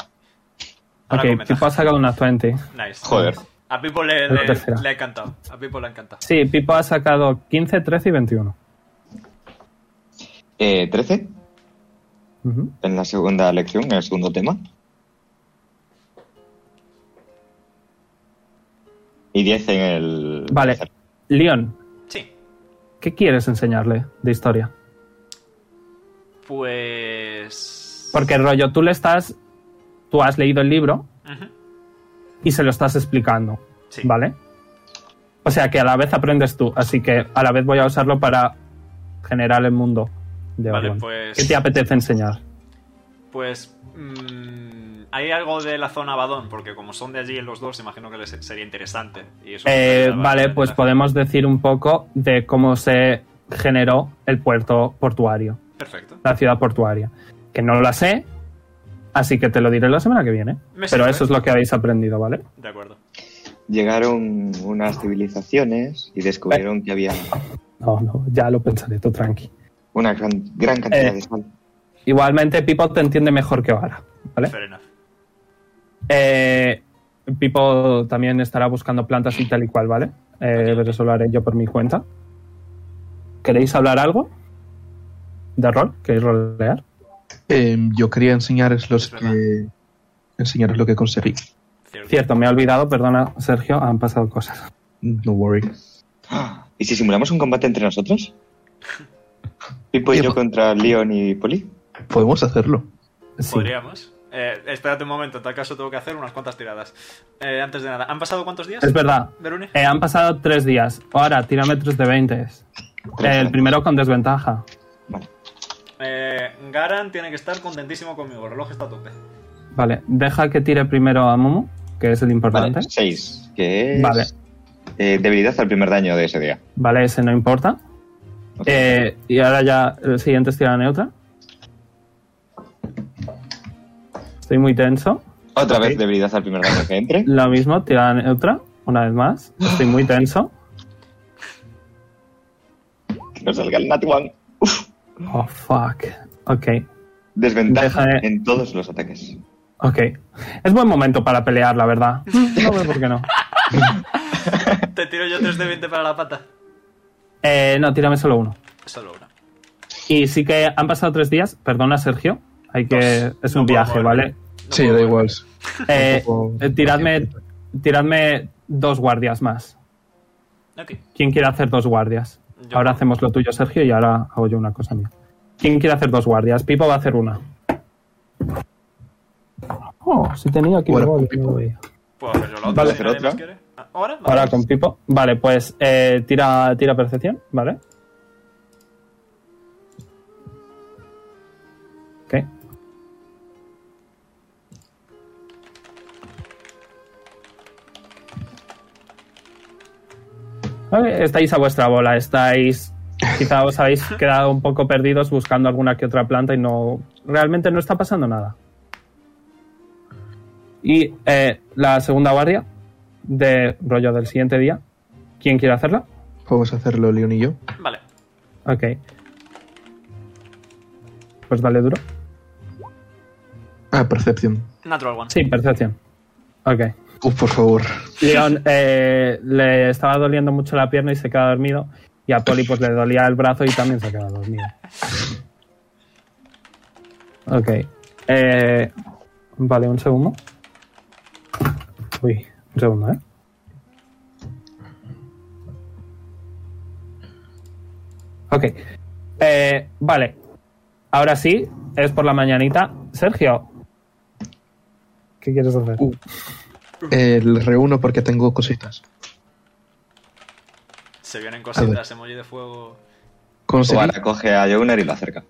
Speaker 1: Ahora
Speaker 3: ok,
Speaker 1: con ventaja.
Speaker 3: Pipo ha sacado una 20.
Speaker 1: Nice.
Speaker 5: Joder.
Speaker 1: A Pipo le,
Speaker 3: La
Speaker 1: le-
Speaker 3: tercera.
Speaker 1: le ha encantado. A Pipo le ha encantado.
Speaker 3: Sí, Pipo ha sacado 15, 13 y 21.
Speaker 5: Eh, 13
Speaker 3: Ujú.
Speaker 5: en la segunda lección, en el segundo tema. Y 10 en el.
Speaker 3: Vale. Leon,
Speaker 1: Sí.
Speaker 3: ¿qué quieres enseñarle de historia?
Speaker 1: Pues.
Speaker 3: Porque rollo, tú le estás. Tú has leído el libro
Speaker 1: Ujú.
Speaker 3: y se lo estás explicando,
Speaker 1: Sí.
Speaker 3: ¿vale? O sea que a la vez aprendes tú, así que a la vez voy a usarlo para generar el mundo de
Speaker 1: Vale,
Speaker 3: Orion.
Speaker 1: pues-
Speaker 3: ¿Qué te apetece enseñar?
Speaker 1: Pues. mm, hay algo de la zona Badón, porque como son de allí los dos, imagino que les sería interesante. Y eso les
Speaker 3: Eh,
Speaker 1: daría
Speaker 3: vale,
Speaker 1: bastante
Speaker 3: pues
Speaker 1: ventaja.
Speaker 3: podemos decir un poco de cómo se generó el puerto portuario,
Speaker 1: Perfecto.
Speaker 3: la ciudad portuaria. Que no la sé, así que te lo diré la semana que viene.
Speaker 1: Me
Speaker 3: Pero
Speaker 1: sirve.
Speaker 3: eso es lo que habéis aprendido, ¿vale?
Speaker 1: De acuerdo.
Speaker 5: Llegaron unas civilizaciones y descubrieron que había
Speaker 3: No, no, ya lo pensaré, tú tranqui.
Speaker 5: una gran, gran cantidad
Speaker 3: Eh.
Speaker 5: de sal.
Speaker 3: Igualmente, Pipo te entiende mejor que ahora, ¿vale?
Speaker 1: Fair enough.
Speaker 3: Eh, Pipo también estará buscando plantas y tal y cual, ¿vale? Eh, pero eso lo haré yo por mi cuenta. ¿Queréis hablar algo? ¿De rol? ¿Queréis rolear?
Speaker 4: Em, yo quería enseñaros los
Speaker 1: Es verdad.
Speaker 4: que. Enseñaros lo que conseguí.
Speaker 1: Cierto.
Speaker 3: Cierto, me he olvidado, perdona, Sergio, han pasado cosas.
Speaker 4: No worry.
Speaker 5: ¿Y si simulamos un combate entre nosotros? Pipo y yo contra Leon y Poli.
Speaker 4: Podemos hacerlo.
Speaker 3: Sí.
Speaker 1: Podríamos. Eh, espérate un momento, en tal caso tengo que hacer unas cuantas tiradas. Eh, antes de nada, ¿han pasado cuántos días?
Speaker 3: Es verdad,
Speaker 1: Veruni?
Speaker 3: eh, han pasado tres días. Ahora, tírame tres de 20. El primero con desventaja.
Speaker 5: Vale.
Speaker 1: Eh, Garan tiene que estar contentísimo conmigo, el reloj está a tope.
Speaker 3: Vale, deja que tire primero a Momo, que es el importante. Vale,
Speaker 5: Vale, 6. Que es.
Speaker 3: Vale.
Speaker 5: eh, debilidad al primer daño de ese día.
Speaker 3: ese no importa.
Speaker 5: Ok.
Speaker 3: Eh, y ahora ya el siguiente es tirada neutra. Estoy muy tenso.
Speaker 5: Otra vez debilidad al primer daño que entre.
Speaker 3: Lo mismo, tirada neutra, una vez más. Estoy muy tenso.
Speaker 5: Que no salga el Nat One. Uf.
Speaker 3: Oh, fuck. Ok,
Speaker 5: Desventaja
Speaker 3: Deja de-
Speaker 5: en todos los ataques.
Speaker 3: ok. Es buen momento para pelear, la verdad. No veo por qué no.
Speaker 1: Te tiro yo 3 de 20 para la pata.
Speaker 3: Eh, no, tírame solo uno.
Speaker 1: Solo una.
Speaker 3: Y sí que han pasado tres días. Perdona, Sergio. Hay que.
Speaker 1: Dos.
Speaker 3: Es un
Speaker 1: No puedo
Speaker 3: viaje,
Speaker 1: moverme.
Speaker 3: ¿vale?
Speaker 1: No
Speaker 4: sí,
Speaker 1: puedo
Speaker 4: da
Speaker 1: moverme.
Speaker 4: igual.
Speaker 3: Eh,
Speaker 4: Tampoco-
Speaker 3: eh, tiradme, tiradme dos guardias más.
Speaker 1: Ok.
Speaker 3: ¿Quién quiere hacer dos guardias?
Speaker 1: Yo.
Speaker 3: Ahora hacemos lo tuyo, Sergio, y ahora hago yo una cosa mía. ¿Quién quiere hacer dos guardias? Pipo va a hacer una. Oh, si tenía aquí
Speaker 4: Bueno,
Speaker 3: mi móvil,
Speaker 4: Pipo.
Speaker 3: no lo veía.
Speaker 1: ¿Puedo hacer yo la otra?
Speaker 5: Vale,
Speaker 1: si
Speaker 5: hacer
Speaker 1: nadie
Speaker 5: otra.
Speaker 1: más quiere? Ah, ¿Ahora? Vale.
Speaker 3: Ahora con Pipo. Vale, pues eh, tira, tira percepción, ¿vale? Ok. Vale, estáis a vuestra bola, estáis. Quizá os habéis quedado un poco perdidos buscando alguna que otra planta y no. Realmente no está pasando nada. Y eh, la segunda guardia de rollo del siguiente día. ¿Quién quiere hacerla?
Speaker 4: Podemos hacerlo, Leon y yo.
Speaker 1: Vale.
Speaker 3: Ok. Pues dale duro.
Speaker 4: Ah, percepción.
Speaker 1: Natural One.
Speaker 3: Sí, percepción. Ok.
Speaker 4: Uf, por favor.
Speaker 3: Leon eh, le estaba doliendo mucho la pierna y se queda dormido. Y a Poli pues le dolía el brazo y también se queda dormido. Ok. Eh, vale, un segundo. Uy, un segundo, ¿eh? Ok. Eh, vale. Ahora sí, es por la mañanita. Sergio. ¿Qué quieres hacer?
Speaker 4: Uh. Eh, les reúno porque tengo cositas.
Speaker 1: Se vienen
Speaker 4: A
Speaker 1: cositas,
Speaker 4: ver.
Speaker 1: emoji de fuego.
Speaker 4: Conseguí,
Speaker 5: Oara coge a Jonar y lo acerca.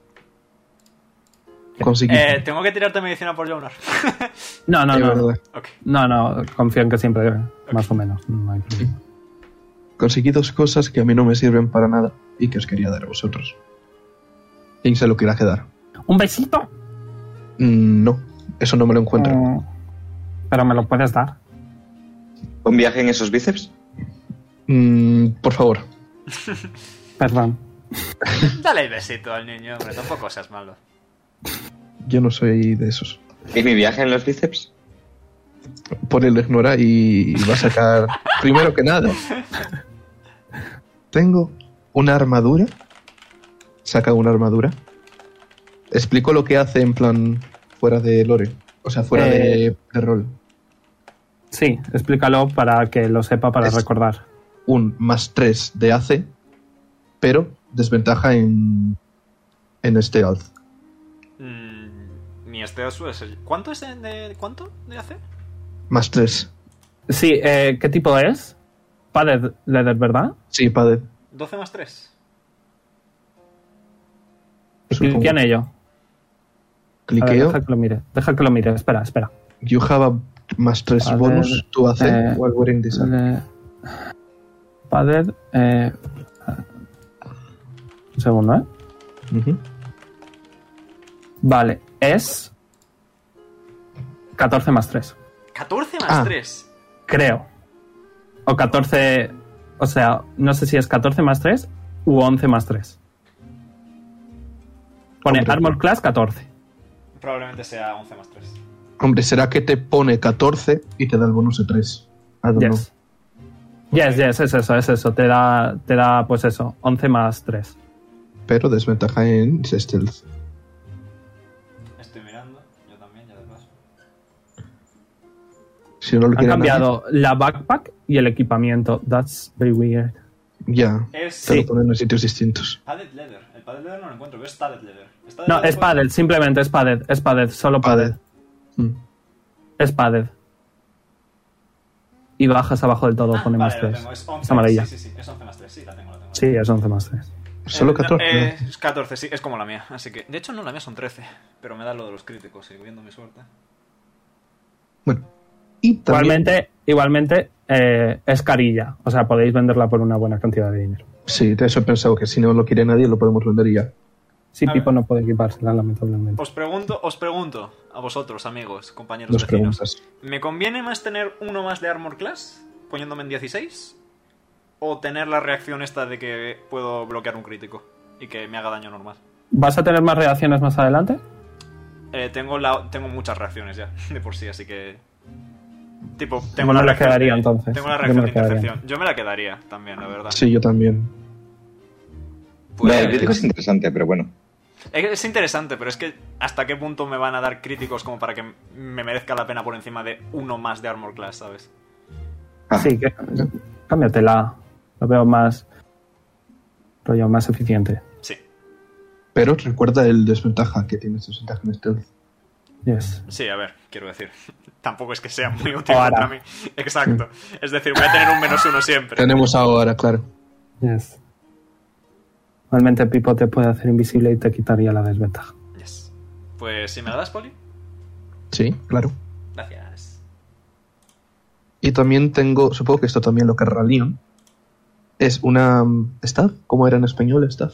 Speaker 4: conseguí.
Speaker 1: Eh, tengo que tirarte medicina por Jonar.
Speaker 3: No, no,
Speaker 4: de
Speaker 3: no.
Speaker 4: verdad.
Speaker 1: ok.
Speaker 3: No, no, confío en que siempre, más o menos. No hay problema.
Speaker 4: Conseguí dos cosas que a mí no me sirven para nada y que os quería dar a vosotros. ¿Quién se lo quiera quedar?
Speaker 3: ¿Un besito?
Speaker 4: Mm, No, eso no me lo encuentro.
Speaker 3: Mm, Pero me lo puedes dar.
Speaker 5: ¿Un viaje en esos bíceps?
Speaker 4: Mm, por favor.
Speaker 3: Perdón.
Speaker 1: Dale el besito al niño, hombre, tampoco seas malo.
Speaker 4: Yo no soy de esos.
Speaker 5: ¿Y mi viaje en los bíceps?
Speaker 4: Pone el ignora y va a sacar. primero que nada. Tengo una armadura. Saca una armadura. Explico lo que hace en plan fuera de lore. O sea, fuera
Speaker 3: Eh.
Speaker 4: de, de rol.
Speaker 3: Sí, explícalo para que lo sepa para
Speaker 4: Es-
Speaker 3: recordar.
Speaker 4: un más 3 de AC, pero desventaja en, en este alz.
Speaker 1: Mm, mi este es. es- ¿Cuánto es de- de. ¿Cuánto de hace?
Speaker 4: Más 3.
Speaker 3: Sí, eh, ¿qué tipo es? Padded Leather, ¿verdad?
Speaker 4: Sí, Padre.
Speaker 1: 12 más 3.
Speaker 4: supongo.
Speaker 3: Cliquea en ello. A ver,
Speaker 4: Cliqueo.
Speaker 3: deja que lo mire. Deja que lo mire. Espera, espera.
Speaker 4: You have a más 3
Speaker 3: Padre,
Speaker 4: bonus to AC
Speaker 3: eh,
Speaker 4: while wearing this. arm.
Speaker 3: Le- Padded. eh, Un segundo, ¿eh?
Speaker 4: Ujú.
Speaker 3: Vale, es. 14 más 3,
Speaker 1: 14 más
Speaker 4: Ah.
Speaker 1: 3.
Speaker 3: creo. O 14. O sea, no sé si es 14 más 3 u 11 más 3. Pone
Speaker 4: Hombre.
Speaker 3: Armor Class 14.
Speaker 1: Probablemente sea 11 más 3.
Speaker 4: Hombre, ¿será que te pone 14 y te da el bonus de 3? I don't
Speaker 3: Yes. Yes, yes, es eso, es eso. Te da, te da pues eso, 11 más 3.
Speaker 4: know. Pero desventaja en stealth.
Speaker 1: Estoy mirando, yo también, ya de paso.
Speaker 4: Si no lo
Speaker 3: Han
Speaker 4: quiere
Speaker 3: cambiado la backpack y el equipamiento. That's very weird.
Speaker 4: nadie, ya.
Speaker 1: Es.
Speaker 4: Te lo ponen en sitios distintos.
Speaker 1: Padded Leather. El Padded Leather no lo encuentro, pero es Padded Leather. ¿Es padded
Speaker 3: No,
Speaker 1: leather
Speaker 3: es padded, simplemente es padded, es padded, solo padded.
Speaker 4: Padre. Mm.
Speaker 3: Es padded. Y bajas abajo del todo,
Speaker 1: Ah,
Speaker 3: pone
Speaker 1: vale,
Speaker 3: más
Speaker 1: lo
Speaker 3: 3.
Speaker 1: tengo, Es
Speaker 3: Es
Speaker 1: 11,
Speaker 3: amarilla.
Speaker 1: Sí, sí, sí, es 11 más 3, sí, la tengo, la tengo.
Speaker 3: Sí, es 11 más 3.
Speaker 4: Solo
Speaker 1: Eh, no,
Speaker 4: 14.
Speaker 1: eh, es 14, sí, es como la mía. Así que, de hecho, no, la mía son 13. Pero me da lo de los críticos, y viendo mi suerte.
Speaker 4: Bueno. Y también.
Speaker 3: Igualmente, igualmente eh, es carilla. O sea, podéis venderla por una buena cantidad de dinero.
Speaker 4: Sí, de eso he pensado que si no lo quiere nadie lo podemos vender y ya.
Speaker 3: Si
Speaker 1: A
Speaker 3: Pipo
Speaker 1: ver.
Speaker 3: no puede equipársela, lamentablemente.
Speaker 1: Os pregunto, os pregunto a vosotros, amigos, compañeros
Speaker 4: Dos
Speaker 1: vecinos.
Speaker 4: preguntas.
Speaker 1: ¿Me conviene más tener uno más de Armor Class, poniéndome en 16? ¿O tener la reacción esta de que puedo bloquear un crítico y que me haga daño normal?
Speaker 3: ¿Vas a tener más reacciones más adelante?
Speaker 1: Eh, tengo, la, tengo muchas reacciones ya, de por sí, así que... Tipo,
Speaker 3: Yo
Speaker 1: tengo
Speaker 3: me
Speaker 1: la
Speaker 3: la
Speaker 1: reacción
Speaker 3: quedaría,
Speaker 1: de-
Speaker 3: entonces.
Speaker 1: Tengo la
Speaker 3: Yo
Speaker 1: reacción
Speaker 3: me la
Speaker 1: de
Speaker 3: quedaría.
Speaker 1: intercepción. Yo me la quedaría también, la verdad.
Speaker 4: Sí, yo también.
Speaker 5: No,
Speaker 1: Pues-
Speaker 5: el crítico es interesante, pero bueno.
Speaker 1: Es es interesante, pero es que hasta qué punto me van a dar críticos como para que me merezca la pena por encima de uno más de Armor Class, ¿sabes?
Speaker 5: Ah.
Speaker 3: Sí, que, cámbiatela. Lo veo más. Rollo más eficiente.
Speaker 1: Sí,
Speaker 4: Pero recuerda el desventaja que tiene este desventaja en stealth.
Speaker 3: Yes.
Speaker 1: sí, a ver, quiero decir. Tampoco es que sea muy útil
Speaker 3: Ahora.
Speaker 1: para mí. Exacto. Es decir, voy a tener un menos uno siempre.
Speaker 4: Tenemos ahora, claro.
Speaker 3: Yes. Igualmente Pipo te puede hacer invisible y te quitaría la desventaja.
Speaker 1: Yes. Pues si me la das, Poli.
Speaker 4: Sí, claro.
Speaker 1: Gracias.
Speaker 4: Y también tengo, supongo que esto también lo querrá Leon. Es una mm, staff, ¿cómo era en español staff?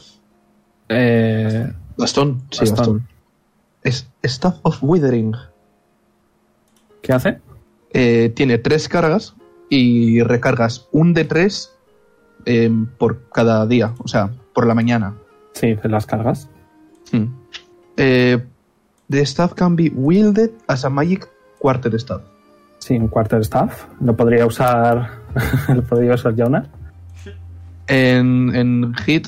Speaker 3: Eh,
Speaker 4: Bastón, sí,
Speaker 3: Bastón.
Speaker 4: bastón. Es staff of withering.
Speaker 3: ¿Qué hace?
Speaker 4: Eh, tiene tres cargas y recargas un de tres eh, por cada día, o sea, por la mañana.
Speaker 3: Sí, te las cargas.
Speaker 4: Hmm. Eh, the staff can be wielded as a magic quarter staff.
Speaker 3: Sí, un quarterstaff. Lo podría usar. lo podría usar Jonas.
Speaker 4: En, en hit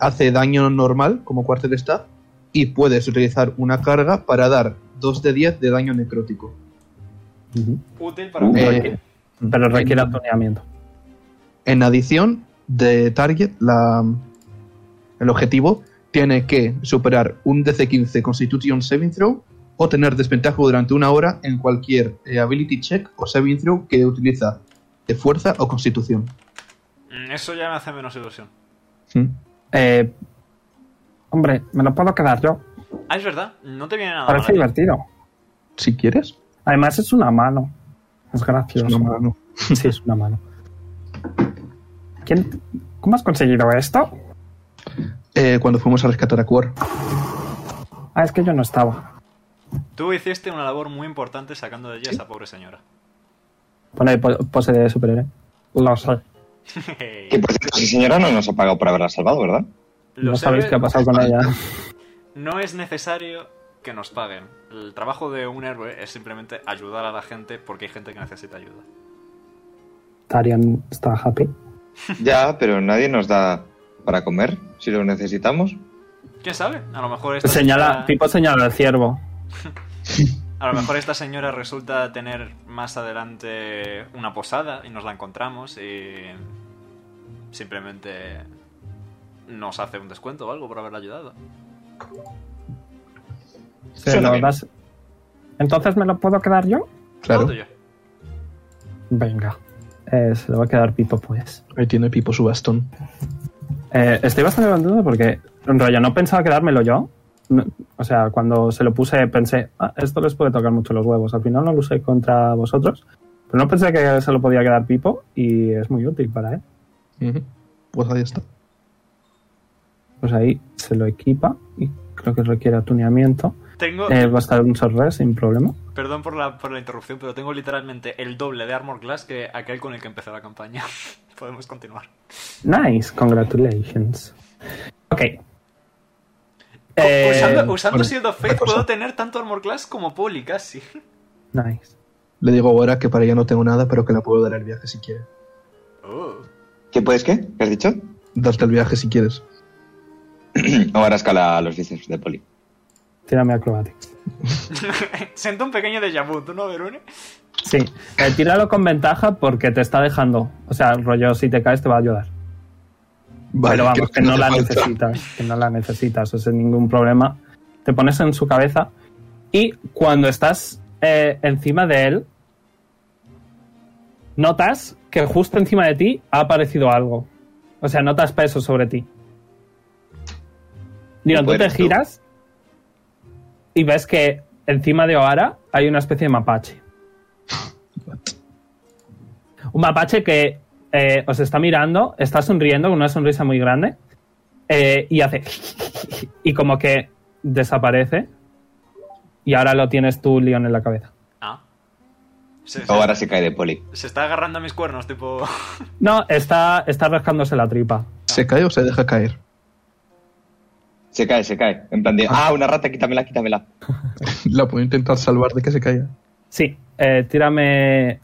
Speaker 4: hace daño normal como quarter staff y puedes utilizar una carga para dar 2 de 10 de daño necrótico.
Speaker 1: Útil para
Speaker 5: Uh.
Speaker 1: cualquier-
Speaker 4: Eh,
Speaker 3: Pero requiere atoneamiento.
Speaker 4: En adición de Target, la, el objetivo tiene que superar un DC-15 Constitution Saving Throw o tener desventaja durante una hora en cualquier eh, Ability Check o Saving Throw que utiliza de fuerza o constitución.
Speaker 1: Mm, Eso ya me hace menos ilusión.
Speaker 4: Mm,
Speaker 3: Eh, hombre, me lo puedo quedar yo.
Speaker 1: Ah, es verdad, no te
Speaker 5: Ah,
Speaker 1: viene nada mal. ¿eh?
Speaker 3: Parece
Speaker 1: a ti.
Speaker 3: divertido.
Speaker 4: Si quieres.
Speaker 3: Además, es una mano. Es gracioso.
Speaker 4: Es una mano.
Speaker 3: Sí, es una mano. ¿Quién- ¿Cómo has conseguido esto?
Speaker 4: Eh, cuando fuimos a rescatar a Quor.
Speaker 3: Ah, es que yo no estaba.
Speaker 1: Tú hiciste una labor muy importante sacando de allí a esa pobre señora.
Speaker 3: Pone po- pose de superhéroe. Lo sé.
Speaker 5: Que por cierto, esa señora no nos ha pagado por haberla salvado, ¿verdad?
Speaker 1: Los
Speaker 3: no sabéis
Speaker 1: héroes-
Speaker 3: qué ha pasado con ella.
Speaker 1: No es necesario que nos paguen. El trabajo de un héroe es simplemente ayudar a la gente porque hay gente que necesita ayuda.
Speaker 3: Tarion está happy.
Speaker 5: Ya, pero nadie nos da para comer si lo necesitamos.
Speaker 1: ¿Quién sabe? A lo mejor esta
Speaker 3: Señala,
Speaker 1: señora,
Speaker 3: Pipo señala al ciervo.
Speaker 1: a lo mejor esta señora resulta tener más adelante una posada y nos la encontramos y simplemente nos hace un descuento o algo por haberla ayudado.
Speaker 3: Se
Speaker 5: Suena
Speaker 3: lo
Speaker 5: bien.
Speaker 3: das- Entonces me lo puedo quedar yo.
Speaker 4: Claro.
Speaker 1: Todo yo.
Speaker 3: Venga. Eh, se lo va a quedar Pipo, pues.
Speaker 4: Ahí tiene Pipo su bastón.
Speaker 3: Eh, estoy bastante contento porque, en rollo, no pensaba quedármelo yo. No- o sea, cuando se lo puse pensé, "Ah, esto les puede tocar mucho los huevos. Al final no lo usé contra vosotros. Pero no pensé que se lo podía quedar Pipo y es muy útil para él.
Speaker 4: Pues ahí está.
Speaker 3: Pues ahí se lo equipa y creo que requiere atuneamiento.
Speaker 1: Tengo,
Speaker 3: Eh, va a estar un short rest sin problema.
Speaker 1: perdón por la, por la interrupción, pero tengo literalmente el doble de Armor Glass que aquel con el que empezó la campaña. Podemos continuar.
Speaker 3: Nice, congratulations. Ok.
Speaker 1: Co-
Speaker 3: Eh,
Speaker 1: usando usando
Speaker 4: bueno,
Speaker 1: Shield of
Speaker 4: otra
Speaker 1: Faith
Speaker 4: cosa.
Speaker 1: puedo tener tanto Armor Class como Poli, casi.
Speaker 3: nice.
Speaker 4: Le digo ahora que para ella no tengo nada, pero que la puedo dar el viaje si quiere.
Speaker 5: ¿Qué puedes qué? ¿Qué has dicho?
Speaker 4: Darte el viaje si quieres.
Speaker 5: Ahora escala los bíceps de poli.
Speaker 3: Tírame acrobatics.
Speaker 1: Siento un pequeño déjà vu, ¿tú no, Verone?
Speaker 3: Sí, eh, tíralo con ventaja porque te está dejando. O sea, rollo, si te caes te va a ayudar.
Speaker 4: Vale,
Speaker 3: Pero vamos,
Speaker 4: creo
Speaker 3: que no
Speaker 4: hace
Speaker 3: la
Speaker 4: falta.
Speaker 3: necesitas. Que no la necesitas, o sea, ningún problema. Te pones en su cabeza y cuando estás eh, encima de él, notas que justo encima de ti ha aparecido algo. O sea, notas peso sobre ti. Dion, tú te
Speaker 5: Puerto.
Speaker 3: giras y ves que encima de O'Hara hay una especie de mapache. Un mapache que eh, os está mirando, está sonriendo con una sonrisa muy grande eh, y hace y como que desaparece y ahora lo tienes tú, Leon, en la cabeza.
Speaker 1: Ah.
Speaker 4: Ah,
Speaker 1: Se, se-
Speaker 5: Ahora se cae de poli.
Speaker 1: se está agarrando a mis cuernos, tipo.
Speaker 3: No, está, está rascándose la tripa.
Speaker 4: ¿Se cae o se deja caer?
Speaker 5: Se cae, se cae. En plan de, ah, una rata, quítamela, quítamela.
Speaker 4: La puedo intentar salvar de que se caiga.
Speaker 3: Sí, eh, tírame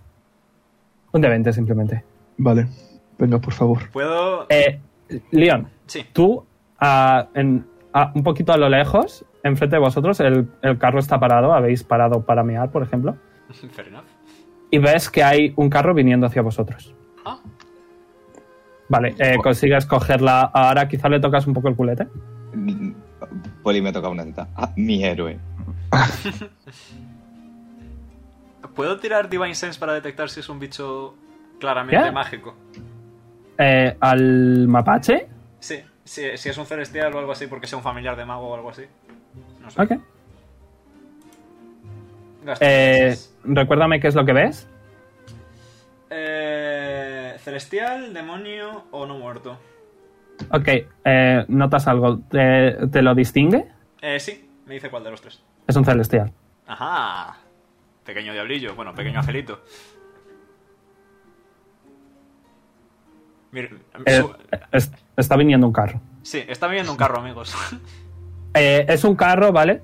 Speaker 3: un de 20 simplemente.
Speaker 4: Vale. Venga, por favor.
Speaker 1: Puedo.
Speaker 3: Eh, Leon,
Speaker 1: Sí.
Speaker 3: tú a- en- a- un poquito a lo lejos, enfrente de vosotros, el, el carro está parado, habéis parado para mear, por ejemplo,
Speaker 1: Fair enough.
Speaker 3: y ves que hay un carro viniendo hacia vosotros.
Speaker 1: Ah.
Speaker 3: Vale, eh, consigues cogerla ahora, quizá le tocas un poco el culete.
Speaker 5: Mm, Poli me toca una teta. Ah, mi héroe.
Speaker 1: ¿Puedo tirar Divine Sense para detectar si es un bicho claramente
Speaker 3: ¿Qué?
Speaker 1: mágico?
Speaker 3: Eh, al mapache.
Speaker 1: Sí, si, si es un celestial o algo así, porque sea un familiar de mago o algo así. No sé.
Speaker 3: Ok.
Speaker 1: Gasto
Speaker 3: Eh,
Speaker 1: tres.
Speaker 3: recuérdame qué es lo que ves.
Speaker 1: Eh, celestial, demonio o no muerto.
Speaker 3: Ok, eh, notas algo. ¿Te, te lo distingue?
Speaker 1: Eh, sí, me dice cuál de los tres.
Speaker 3: Es un celestial.
Speaker 1: Ajá. Pequeño diablillo, bueno, pequeño angelito. Mir-
Speaker 3: Eh,
Speaker 1: su-
Speaker 3: es- está viniendo un carro.
Speaker 1: sí, está viniendo un carro, amigos.
Speaker 3: Eh, es un carro, ¿vale?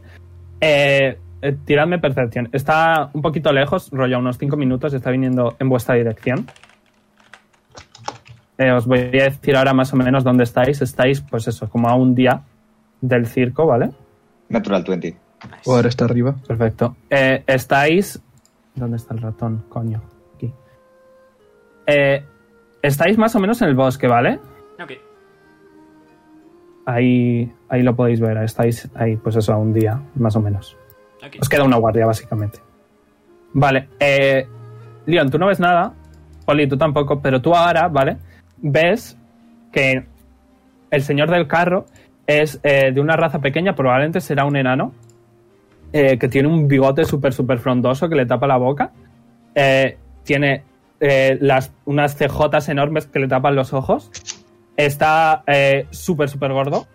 Speaker 3: Eh, eh, tiradme percepción. Está un poquito lejos, rollo unos 5 minutos, está viniendo en vuestra dirección. Eh, os voy a decir ahora más o menos dónde estáis. Estáis, pues eso, como a un día del circo, ¿vale?
Speaker 5: Natural 20.
Speaker 4: O ahora está arriba.
Speaker 3: Perfecto. Eh, estáis ¿Dónde está el ratón? Coño. Aquí. Eh, estáis más o menos en el bosque, ¿vale?
Speaker 1: Ok.
Speaker 3: Ahí, ahí lo podéis ver. Estáis ahí, pues eso, a un día, más o menos.
Speaker 1: ok.
Speaker 3: Os queda una guardia, básicamente. Vale. Eh, Leon, tú no ves nada. Poli, tú tampoco. Pero tú ahora, ¿vale? Ves que el señor del carro es eh, de una raza pequeña. Probablemente será un enano. eh, que tiene un bigote súper, súper frondoso que le tapa la boca. Eh, tiene eh, las, unas cejotas enormes que le tapan los ojos. Está eh, súper, súper gordo.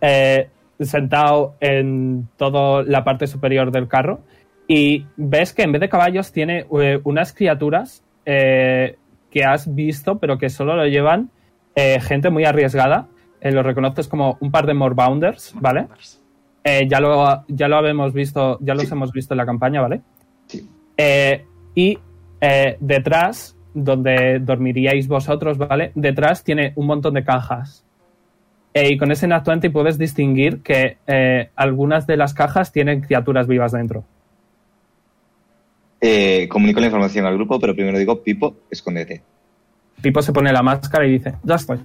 Speaker 3: Eh, sentado en toda la parte superior del carro. Y ves que en vez de caballos tiene eh, unas criaturas eh, que has visto, pero que solo lo llevan eh, gente muy arriesgada. Eh, lo reconoces como un par de Morbounders, ¿vale? Eh, ya, lo, ya lo habemos visto, ya los hemos visto en la campaña, ¿vale?
Speaker 5: Sí.
Speaker 3: Eh, y eh, detrás, donde dormiríais vosotros, ¿vale? Detrás tiene un montón de cajas. Eh, y con ese actuante puedes distinguir que eh, algunas de las cajas tienen criaturas vivas dentro.
Speaker 5: Eh, comunico la información al grupo, pero primero digo, Pipo, escóndete.
Speaker 3: Pipo se pone la máscara y dice, ya estoy.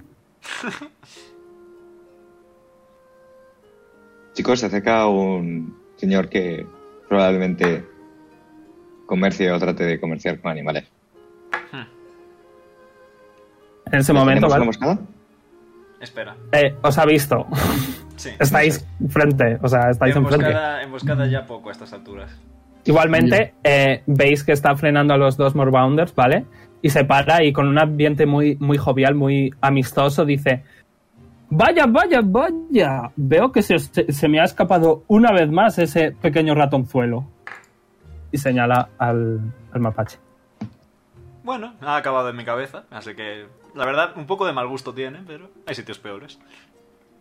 Speaker 5: Chicos, se acerca un señor que probablemente comercie o trate de comerciar con animales.
Speaker 3: En ese momento,
Speaker 5: ¿Tenemos una
Speaker 3: ¿vale?
Speaker 5: emboscada?
Speaker 1: Espera.
Speaker 3: Eh, os ha visto.
Speaker 1: Sí.
Speaker 3: estáis frente, o sea, estáis enfrente.
Speaker 1: Emboscada, emboscada ya poco a estas alturas.
Speaker 3: Igualmente, eh, veis que está frenando a los dos Morbounders, ¿vale? Y se para y con un ambiente muy, muy jovial, muy amistoso, dice: Vaya, vaya, vaya. Veo que se, os- se me ha escapado una vez más ese pequeño ratonzuelo. Y señala al, al mapache.
Speaker 1: Bueno, ha acabado en mi cabeza, así que la verdad un poco de mal gusto tiene, pero hay sitios peores.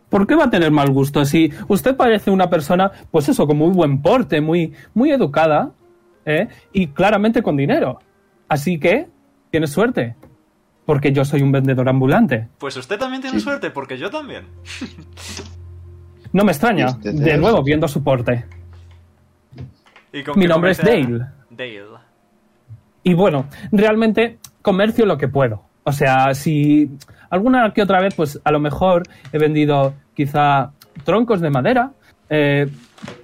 Speaker 3: ¿Por qué va a tener mal gusto? Si usted parece una persona, pues eso, con muy buen porte, muy, muy educada, ¿eh? y claramente con dinero. Así que, tiene suerte, porque yo soy un vendedor ambulante.
Speaker 1: Pues usted también tiene suerte, porque yo también.
Speaker 3: No me extraña,
Speaker 5: Usted
Speaker 3: de
Speaker 5: es-
Speaker 3: nuevo viendo su porte.
Speaker 1: Y con
Speaker 3: Mi
Speaker 1: que
Speaker 3: nombre es
Speaker 1: comercia-
Speaker 3: Dale.
Speaker 1: Dale.
Speaker 3: Y bueno, realmente comercio lo que puedo. O sea, si alguna que otra vez, pues a lo mejor he vendido quizá troncos de madera. Eh,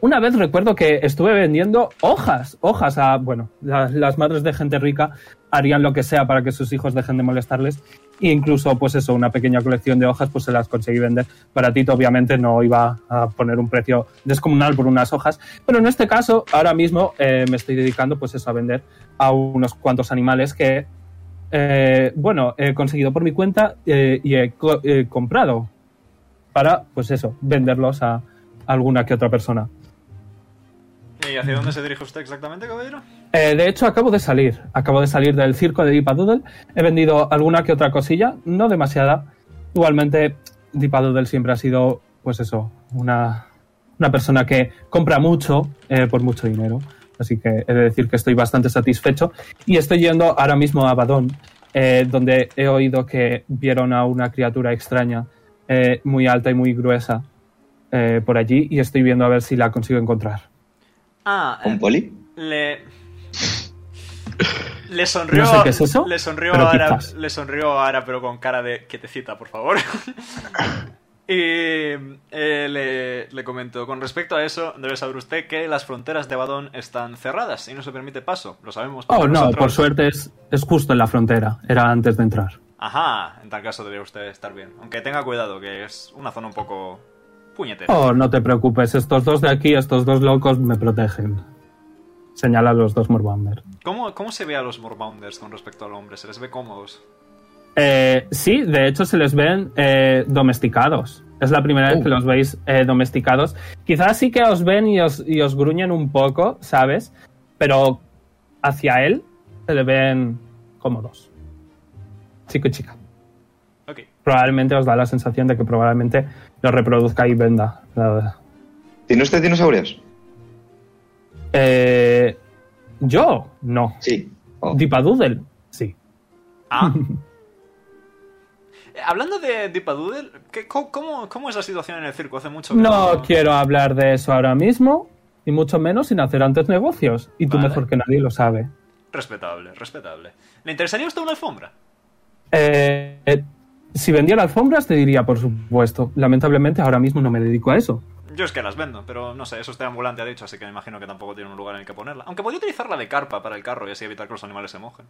Speaker 3: una vez recuerdo que estuve vendiendo hojas, hojas a, bueno, la- las madres de gente rica harían lo que sea para que sus hijos dejen de molestarles. E incluso, pues eso, una pequeña colección de hojas, pues se las conseguí vender. Para Tito, obviamente, no iba a poner un precio descomunal por unas hojas. Pero en este caso, ahora mismo eh, me estoy dedicando, pues eso, a vender a unos cuantos animales que, eh, bueno, he conseguido por mi cuenta eh, y he co- he comprado para, pues eso, venderlos a alguna que otra persona.
Speaker 1: ¿Y hacia dónde se dirige usted exactamente, caballero?
Speaker 3: Eh, de hecho, acabo de salir. Acabo de salir del circo de Dipadoodle. He vendido alguna que otra cosilla, no demasiada. Igualmente, Dipadoodle siempre ha sido, pues eso, una, una persona que compra mucho eh, por mucho dinero. Así que he de decir que estoy bastante satisfecho. Y estoy yendo ahora mismo a Badón, eh, donde he oído que vieron a una criatura extraña, eh, muy alta y muy gruesa, eh, por allí. Y estoy viendo a ver si la consigo encontrar.
Speaker 1: Ah,
Speaker 2: eh,
Speaker 5: ¿Con Poli?
Speaker 1: le... Le sonrió,
Speaker 3: No sé qué es eso,
Speaker 1: le sonrió
Speaker 3: pero
Speaker 1: ahora,
Speaker 3: quizás.
Speaker 1: le sonrió ahora, pero con cara de quietecita, por favor. y eh, le, le comentó, con respecto a eso, debe saber usted que las fronteras de Badón están cerradas y no se permite paso. Lo sabemos. porque
Speaker 3: Oh, no,
Speaker 1: nosotros-
Speaker 3: por suerte es, es justo en la frontera. Era antes de entrar.
Speaker 1: Ajá, en tal caso debería usted estar bien. Aunque tenga cuidado, que es una zona un poco puñetera.
Speaker 3: Oh, no te preocupes, estos dos de aquí, estos dos locos me protegen. Señala a los dos Morbander.
Speaker 1: ¿Cómo, ¿Cómo se ve a los Morbounders con respecto al hombre? ¿Se les ve cómodos?
Speaker 3: Eh, sí, de hecho se les ven eh, domesticados. Es la primera vez que los veis eh, domesticados. Quizás sí que os ven y os, y os gruñen un poco, ¿sabes? Pero hacia él se le ven cómodos. Chico y chica.
Speaker 1: Ok.
Speaker 3: Probablemente os da la sensación de que probablemente lo reproduzca y venda. la-
Speaker 5: ¿Tiene usted dinosaurios?
Speaker 3: Eh, yo, no.
Speaker 5: Sí. Oh.
Speaker 3: Dipadoodle, sí.
Speaker 1: Ah. Eh, Hablando de Dipadoodle, ¿qué- co- cómo, ¿cómo es la situación en el circo? Hace mucho que
Speaker 3: No quiero hablar de eso ahora mismo. y mucho menos sin hacer antes negocios. Y tú
Speaker 1: Vale.
Speaker 3: mejor que nadie lo sabe.
Speaker 1: Respetable, respetable. ¿Le interesaría a usted una alfombra?
Speaker 3: Eh, eh, si vendiera alfombras te diría, por supuesto. Lamentablemente ahora mismo no me dedico a eso.
Speaker 1: Yo es que las vendo, pero no sé, eso usted ambulante ha dicho, así que me imagino que tampoco tiene un lugar en el que ponerla. Aunque podría utilizarla de carpa para el carro y así evitar que los animales se mojen.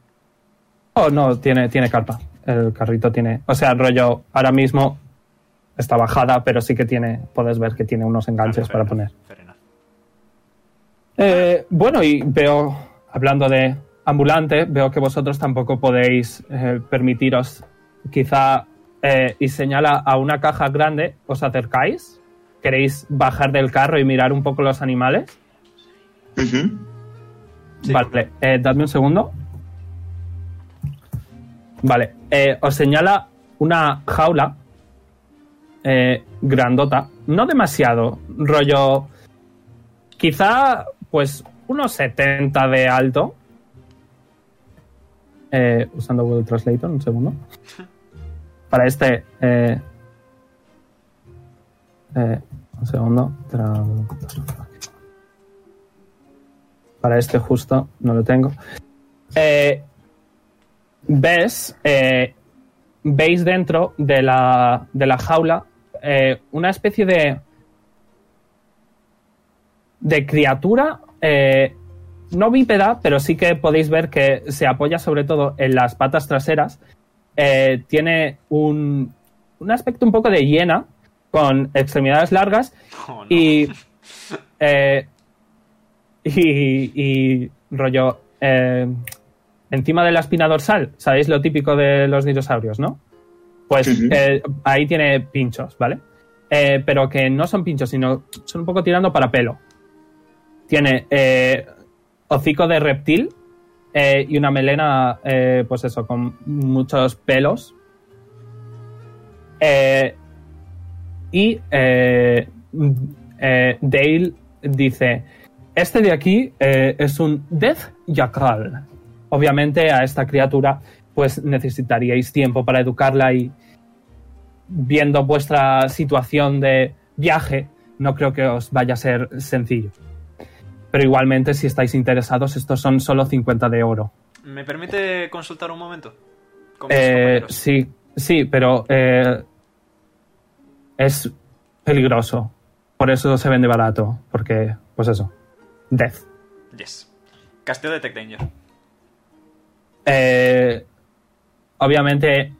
Speaker 3: Oh, no, tiene, tiene carpa. El carrito tiene. O sea, el rollo ahora mismo está bajada, pero sí que tiene. Puedes ver que tiene unos enganches
Speaker 1: Vale,
Speaker 3: para
Speaker 1: fair
Speaker 3: poner.
Speaker 1: enough, fair enough.
Speaker 3: Eh, bueno, y veo, hablando de ambulante, veo que vosotros tampoco podéis eh, permitiros, quizá, eh, y señala a una caja grande, os acercáis, queréis bajar del carro y mirar un poco los animales.
Speaker 5: Ujú.
Speaker 3: vale, eh, dadme un segundo. Vale, eh, os señala una jaula eh, grandota, no demasiado, rollo quizá pues unos 70 de alto. Eh, usando Google Translator, un segundo. Para este... eh, eh, un segundo. Tra- Para este justo, no lo tengo. Eh, ves, eh, veis dentro de la, de la jaula eh, una especie de de criatura eh, no bípeda, pero sí que podéis ver que se apoya sobre todo en las patas traseras. Eh, tiene un, un aspecto un poco de hiena, con extremidades largas
Speaker 1: Oh, no.
Speaker 3: y, eh, y, y rollo eh, encima de la espina dorsal, ¿sabéis lo típico de los dinosaurios, no? Pues
Speaker 5: Sí, sí.
Speaker 3: eh, ahí tiene pinchos, ¿vale? Eh, pero que no son pinchos, sino son un poco tirando para pelo. Tiene eh, hocico de reptil eh, y una melena, eh, pues eso, con muchos pelos. Eh, y eh, eh, Dale dice: Este de aquí eh, es un Death Jackal. Obviamente, a esta criatura, pues necesitaríais tiempo para educarla y viendo vuestra situación de viaje, no creo que os vaya a ser sencillo. Pero igualmente, si estáis interesados, estos son solo 50 de oro.
Speaker 1: ¿Me permite consultar un momento? Con mis
Speaker 3: Eh,
Speaker 1: compañeros.
Speaker 3: sí, sí, pero eh, es peligroso. Por eso se vende barato. Porque, pues eso. Death.
Speaker 1: Yes. Castillo Detect Danger.
Speaker 3: Eh, obviamente.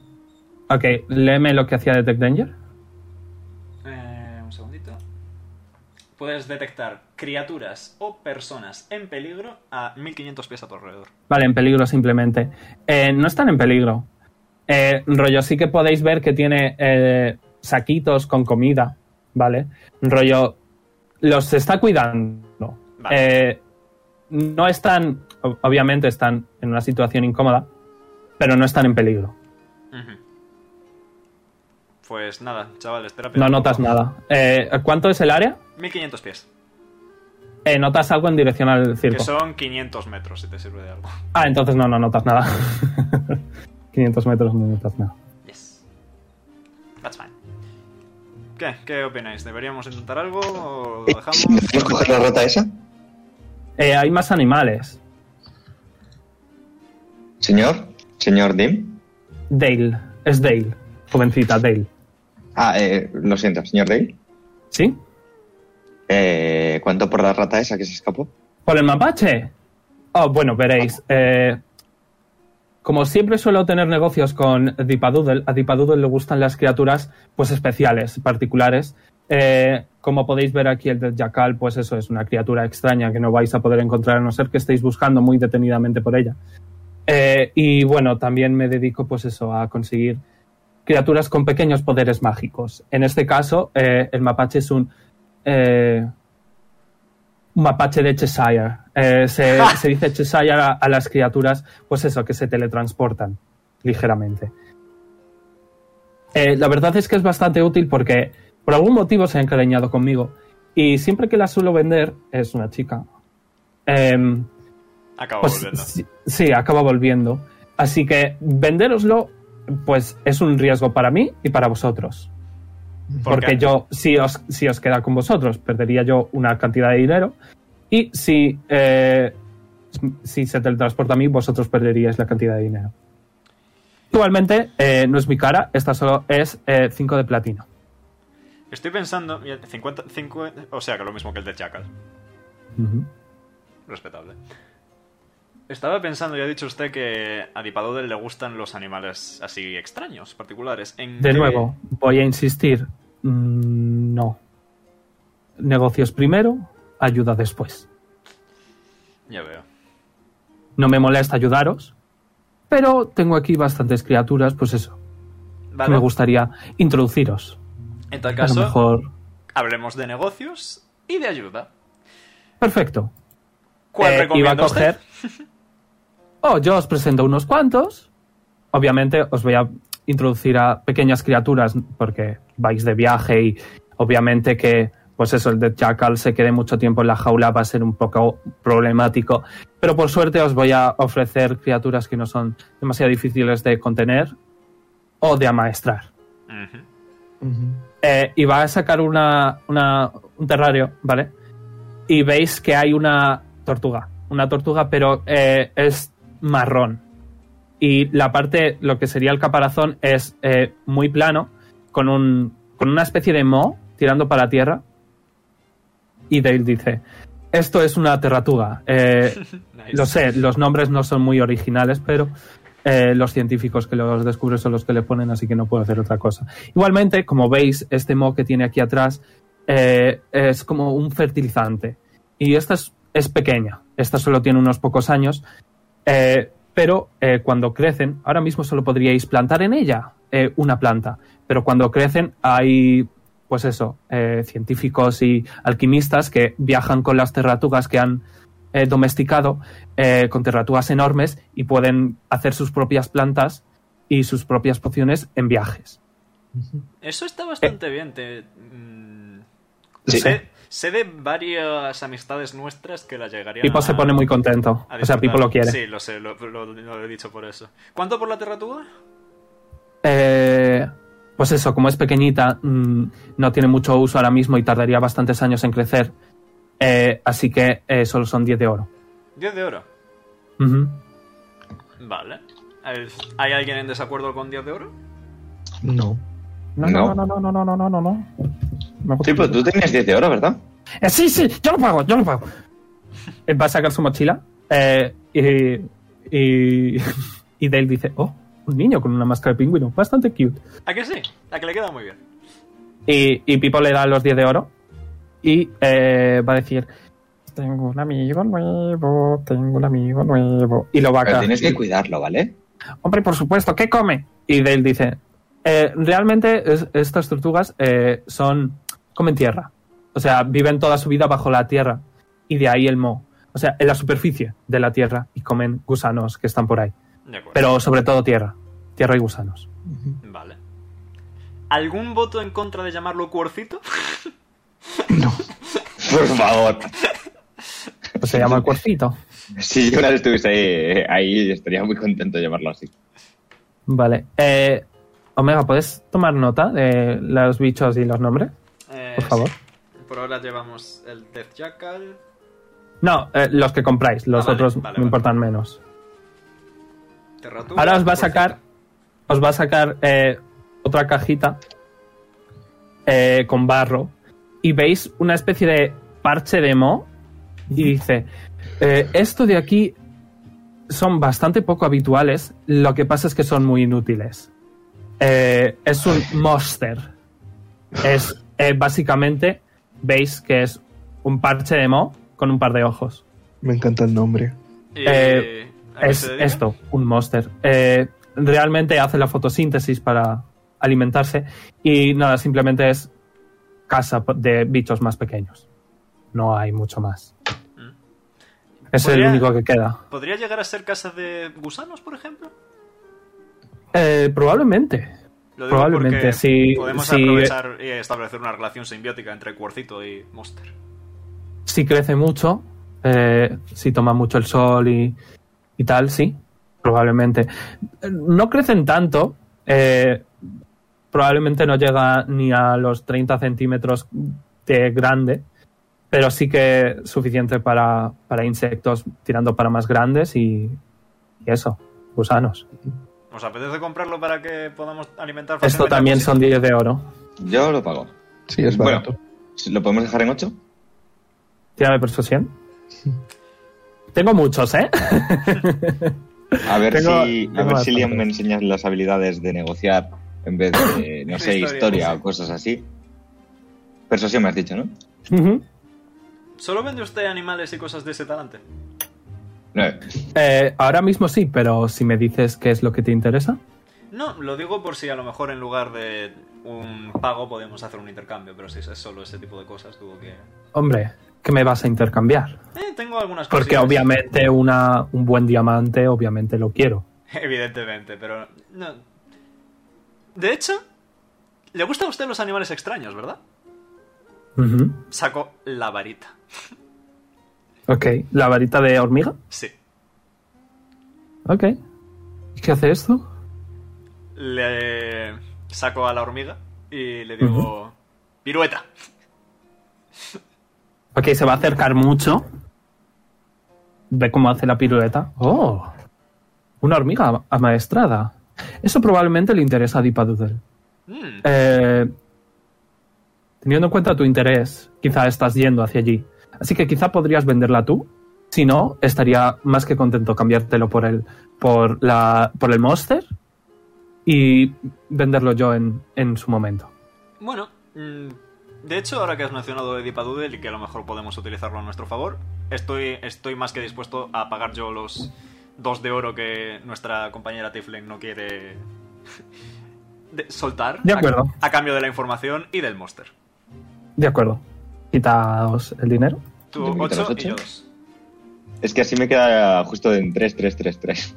Speaker 3: Ok, léeme lo que hacía Detect Danger.
Speaker 1: Eh, un segundito. Puedes detectar criaturas o personas en peligro a 1500 pies a tu alrededor.
Speaker 3: Vale, en peligro simplemente. Eh, no están en peligro. Eh, rollo, sí que podéis ver que tiene eh, saquitos con comida, ¿vale? Rollo, los está cuidando.
Speaker 1: Vale.
Speaker 3: Eh, no están, ob- obviamente están en una situación incómoda, pero no están en peligro.
Speaker 1: Ujú. Pues nada, chaval, espera.
Speaker 3: No notas nada. Eh, ¿Cuánto es el área?
Speaker 1: 1500 pies.
Speaker 3: Eh, notas algo en dirección al
Speaker 1: Que
Speaker 3: circo.
Speaker 1: son 500 metros, si te sirve de algo.
Speaker 3: Ah, entonces no, no notas nada. 500 metros no notas nada.
Speaker 1: Yes. That's fine. ¿Qué? ¿Qué opináis? ¿Deberíamos intentar algo o lo
Speaker 5: ¿Me
Speaker 1: dejamos?
Speaker 5: puedo coger la rata esa?
Speaker 3: Eh, hay más animales.
Speaker 2: Señor, señor Dim.
Speaker 3: Dale, es Dale, jovencita Dale.
Speaker 2: Ah, eh, lo siento, señor Dale.
Speaker 3: ¿Sí?
Speaker 2: Eh, ¿Cuánto por la rata esa que se escapó?
Speaker 3: ¿Por el mapache? Oh, bueno, veréis. eh, como siempre suelo tener negocios con Dipadoodle, a Dipadoodle le gustan las criaturas pues especiales, particulares. Eh, como podéis ver aquí el del Jackal, pues eso es una criatura extraña que no vais a poder encontrar a no ser que estéis buscando muy detenidamente por ella. Eh, y bueno, también me dedico pues eso a conseguir criaturas con pequeños poderes mágicos. En este caso, eh, el mapache es un... eh, un mapache de Cheshire. Eh, se, se dice Cheshire a, a las criaturas, pues eso, que se teletransportan ligeramente. Eh, la verdad es que es bastante útil porque por algún motivo se ha encariñado conmigo. Y siempre que la suelo vender, es una chica. em,
Speaker 1: Acabo
Speaker 3: pues,
Speaker 1: volviendo.
Speaker 3: sí, sí, acaba volviendo. Así que vendéroslo, pues es un riesgo para mí y para vosotros.
Speaker 1: ¿Por
Speaker 3: Porque
Speaker 1: qué?
Speaker 3: yo, si os, si os queda con vosotros, perdería yo una cantidad de dinero Y si, eh, si se teletransporta a mí, vosotros perderíais la cantidad de dinero. Igualmente, eh, no es mi cara, esta solo es 5 de platino.
Speaker 1: Estoy pensando. mira, 50, 50 o sea, que lo mismo que el de Chacal.
Speaker 3: Ujú.
Speaker 1: Respetable. Estaba pensando, ya ha dicho usted que a Dipadodel le gustan los animales así extraños, particulares. ¿En
Speaker 3: De
Speaker 1: qué-
Speaker 3: nuevo, voy a insistir. Mm, No. Negocios primero, ayuda después.
Speaker 1: Ya veo.
Speaker 3: No me molesta ayudaros, pero tengo aquí bastantes criaturas, pues eso.
Speaker 1: Vale,
Speaker 3: Me gustaría introduciros.
Speaker 1: en tal
Speaker 3: A lo
Speaker 1: caso,
Speaker 3: mejor.
Speaker 1: hablemos de negocios y de ayuda.
Speaker 3: Perfecto.
Speaker 1: ¿Cuál
Speaker 3: Eh,
Speaker 1: recomienda
Speaker 3: iba a
Speaker 1: usted?
Speaker 3: coger. Oh, yo os presento unos cuantos. Obviamente os voy a introducir a pequeñas criaturas porque vais de viaje y obviamente que, pues eso, el de Jackal se quede mucho tiempo en la jaula va a ser un poco problemático. Pero por suerte os voy a ofrecer criaturas que no son demasiado difíciles de contener o de amaestrar.
Speaker 1: Ujú.
Speaker 3: Eh, y va a sacar una, una- un terrario, ¿vale? Y veis que hay una tortuga. Una tortuga, pero eh, es marrón. Y la parte, lo que sería el caparazón, es eh, muy plano, con, un, con una especie de mo tirando para tierra. Y Dale dice: Esto es una terratuga. Eh,
Speaker 1: Nice.
Speaker 3: lo sé, los nombres no son muy originales, pero eh, los científicos que los descubren son los que le ponen, así que no puedo hacer otra cosa. Igualmente, como veis, este mo que tiene aquí atrás eh, es como un fertilizante. Y esta es, es pequeña, esta solo tiene unos pocos años, eh, pero eh, cuando crecen, ahora mismo solo podríais plantar en ella eh, una planta, pero cuando crecen hay, pues eso, eh, científicos y alquimistas que viajan con las terratugas que han eh, domesticado eh, con terratúas enormes y pueden hacer sus propias plantas y sus propias pociones en viajes.
Speaker 1: Eso está
Speaker 3: Eh.
Speaker 1: bastante bien. Te, mm,
Speaker 2: Sí.
Speaker 1: sé, sé de varias amistades nuestras que la llegarían
Speaker 3: Pipo
Speaker 1: a-
Speaker 3: se pone muy contento.
Speaker 1: a
Speaker 3: O sea,
Speaker 1: disfrutar.
Speaker 3: Pipo lo quiere.
Speaker 1: Sí, lo sé, lo, lo- lo he dicho por eso. ¿Cuánto por la terratúa?
Speaker 3: Eh, pues eso, como es pequeñita, mm, no tiene mucho uso ahora mismo y tardaría bastantes años en crecer. Eh, así que eh, solo son 10 de oro.
Speaker 1: 10 de oro.
Speaker 3: Ujú.
Speaker 1: Vale. El- ¿Hay alguien en desacuerdo con 10 de oro?
Speaker 4: No.
Speaker 2: No, No.
Speaker 3: no, no, no, no, no, no, no, no. Me gusta.
Speaker 2: Sí, pues tú tenías 10 de oro, ¿verdad?
Speaker 3: Eh, sí, sí, yo lo pago, yo lo pago. Eh, Va a sacar su mochila eh, y, y, y Dale dice, oh, un niño con una máscara de pingüino, bastante cute.
Speaker 1: ¿A que sí? ¿A que le queda muy bien?
Speaker 3: Y, y Pipo le da los 10 de oro y eh, va a decir, tengo un amigo nuevo, tengo un amigo nuevo. Y lo va a
Speaker 2: Pero
Speaker 3: ca-
Speaker 2: tienes que cuidarlo, ¿vale?
Speaker 3: Hombre, por supuesto, ¿qué come? Y Dale dice, "Eh, realmente es- estas tortugas eh, son, comen tierra. O sea, viven toda su vida bajo la tierra. Y de ahí el mo. O sea, en la superficie de la tierra y comen gusanos que están por ahí.
Speaker 1: De acuerdo.
Speaker 3: Pero sobre todo tierra. Tierra y gusanos.
Speaker 1: Vale. ¿Algún voto en contra de llamarlo cuorcito?
Speaker 2: Por favor.
Speaker 3: Pues se llama el cuercito.
Speaker 2: Si yo una vez estuviese ahí, ahí, estaría muy contento de llamarlo así.
Speaker 3: Vale. Eh, Omega, ¿puedes tomar nota de los bichos y los nombres?
Speaker 1: Eh,
Speaker 3: Por favor.
Speaker 1: sí. Por ahora llevamos el Death Jackal.
Speaker 3: No, eh, los que compráis. Los
Speaker 1: Ah, vale,
Speaker 3: otros
Speaker 1: vale,
Speaker 3: me
Speaker 1: vale.
Speaker 3: importan menos.
Speaker 1: Terratúa,
Speaker 3: Ahora os va a
Speaker 1: cuorcito.
Speaker 3: sacar. Os va a sacar eh, otra cajita eh, con barro. Y veis una especie de parche de mo. Y dice: eh, Esto de aquí son bastante poco habituales. Lo que pasa es que son muy inútiles. Eh, es un monster. Es eh, básicamente. Veis que es un parche de mo con un par de ojos.
Speaker 4: Me encanta el nombre.
Speaker 1: Y-
Speaker 3: Eh,
Speaker 1: ¿a qué
Speaker 3: Es
Speaker 1: se dedica?
Speaker 3: esto, un monster. Eh, realmente hace la fotosíntesis para alimentarse y nada, simplemente es casa p- de bichos más pequeños. No hay mucho más.
Speaker 1: Mm.
Speaker 3: Es
Speaker 1: Podría-
Speaker 3: el único que queda.
Speaker 1: ¿Podría llegar a ser casa de gusanos, por ejemplo?
Speaker 3: Eh, probablemente.
Speaker 1: Lo
Speaker 3: Probablemente,
Speaker 1: porque
Speaker 3: sí,
Speaker 1: Podemos
Speaker 3: sí.
Speaker 1: aprovechar y establecer una relación simbiótica entre Cuorcito y Monster.
Speaker 3: Si crece mucho, eh, si toma mucho el sol y, y tal, sí, probablemente. Eh, No crecen tanto, eh, probablemente no llega ni a los 30 centímetros de grande, pero sí que suficiente para, para insectos tirando para más grandes y, y eso, gusanos.
Speaker 1: ¿Os apetece comprarlo para que podamos alimentar
Speaker 3: Esto
Speaker 1: fácilmente a
Speaker 3: también
Speaker 1: Cusi?
Speaker 3: son 10 de oro.
Speaker 2: Yo lo pago.
Speaker 4: Sí, es
Speaker 2: Bueno.
Speaker 4: barato.
Speaker 2: ¿Lo podemos dejar en 8?
Speaker 3: Tírame persuasión. Tengo muchos, ¿eh?
Speaker 2: A ver
Speaker 3: Tengo-
Speaker 2: si, a ver si
Speaker 3: tengo bastantes.
Speaker 2: Liam me enseña las habilidades de negociar en vez de, no sé,
Speaker 1: Historia,
Speaker 2: historia,
Speaker 1: no sé.
Speaker 2: o cosas así. Persuasión me has dicho, ¿no?
Speaker 3: Ujú.
Speaker 1: ¿Solo vende usted animales y cosas de ese talante?
Speaker 2: Nueve.
Speaker 3: Eh, ahora mismo sí, pero si me dices qué es lo que te interesa.
Speaker 1: No, lo digo por si a lo mejor en lugar de un pago podemos hacer un intercambio, pero si es solo ese tipo de cosas, tuvo que...
Speaker 3: Hombre, ¿qué me vas a intercambiar?
Speaker 1: Eh, tengo algunas cosas.
Speaker 3: Porque obviamente una, un buen diamante, obviamente lo quiero.
Speaker 1: Evidentemente, pero... No. De hecho, le gustan a usted los animales extraños, ¿verdad?
Speaker 3: Ujú.
Speaker 1: Saco la varita.
Speaker 3: Ok, la varita de hormiga.
Speaker 1: Sí.
Speaker 3: Ok. ¿Y qué hace esto?
Speaker 1: Le saco a la hormiga y le digo... Pirueta.
Speaker 3: Ok, se va a acercar mucho. Ve cómo hace la pirueta. ¡Oh! Una hormiga am- amaestrada. Eso probablemente le interesa a Deepa Doodle.
Speaker 1: Mm,
Speaker 3: Eh, teniendo en cuenta tu interés, quizá estás yendo hacia allí. Así que quizá podrías venderla tú. Si no, estaría más que contento cambiártelo por el, por la, por el monster y venderlo yo en, en su momento.
Speaker 1: Bueno, mm, de hecho, ahora que has mencionado Edipa Doodle y que a lo mejor podemos utilizarlo a nuestro favor, estoy, estoy más que dispuesto a pagar yo los dos de oro que nuestra compañera Tifling no quiere de- soltar.
Speaker 3: De
Speaker 1: a-
Speaker 3: acuerdo.
Speaker 1: A, cambio de la información y del monster.
Speaker 3: De acuerdo. Quitaos el dinero.
Speaker 1: Tú
Speaker 2: Yo me
Speaker 1: 8
Speaker 2: quito los
Speaker 1: y
Speaker 2: ocho.
Speaker 1: yo 2.
Speaker 2: Es que así me queda justo en 3, 3, 3, 3.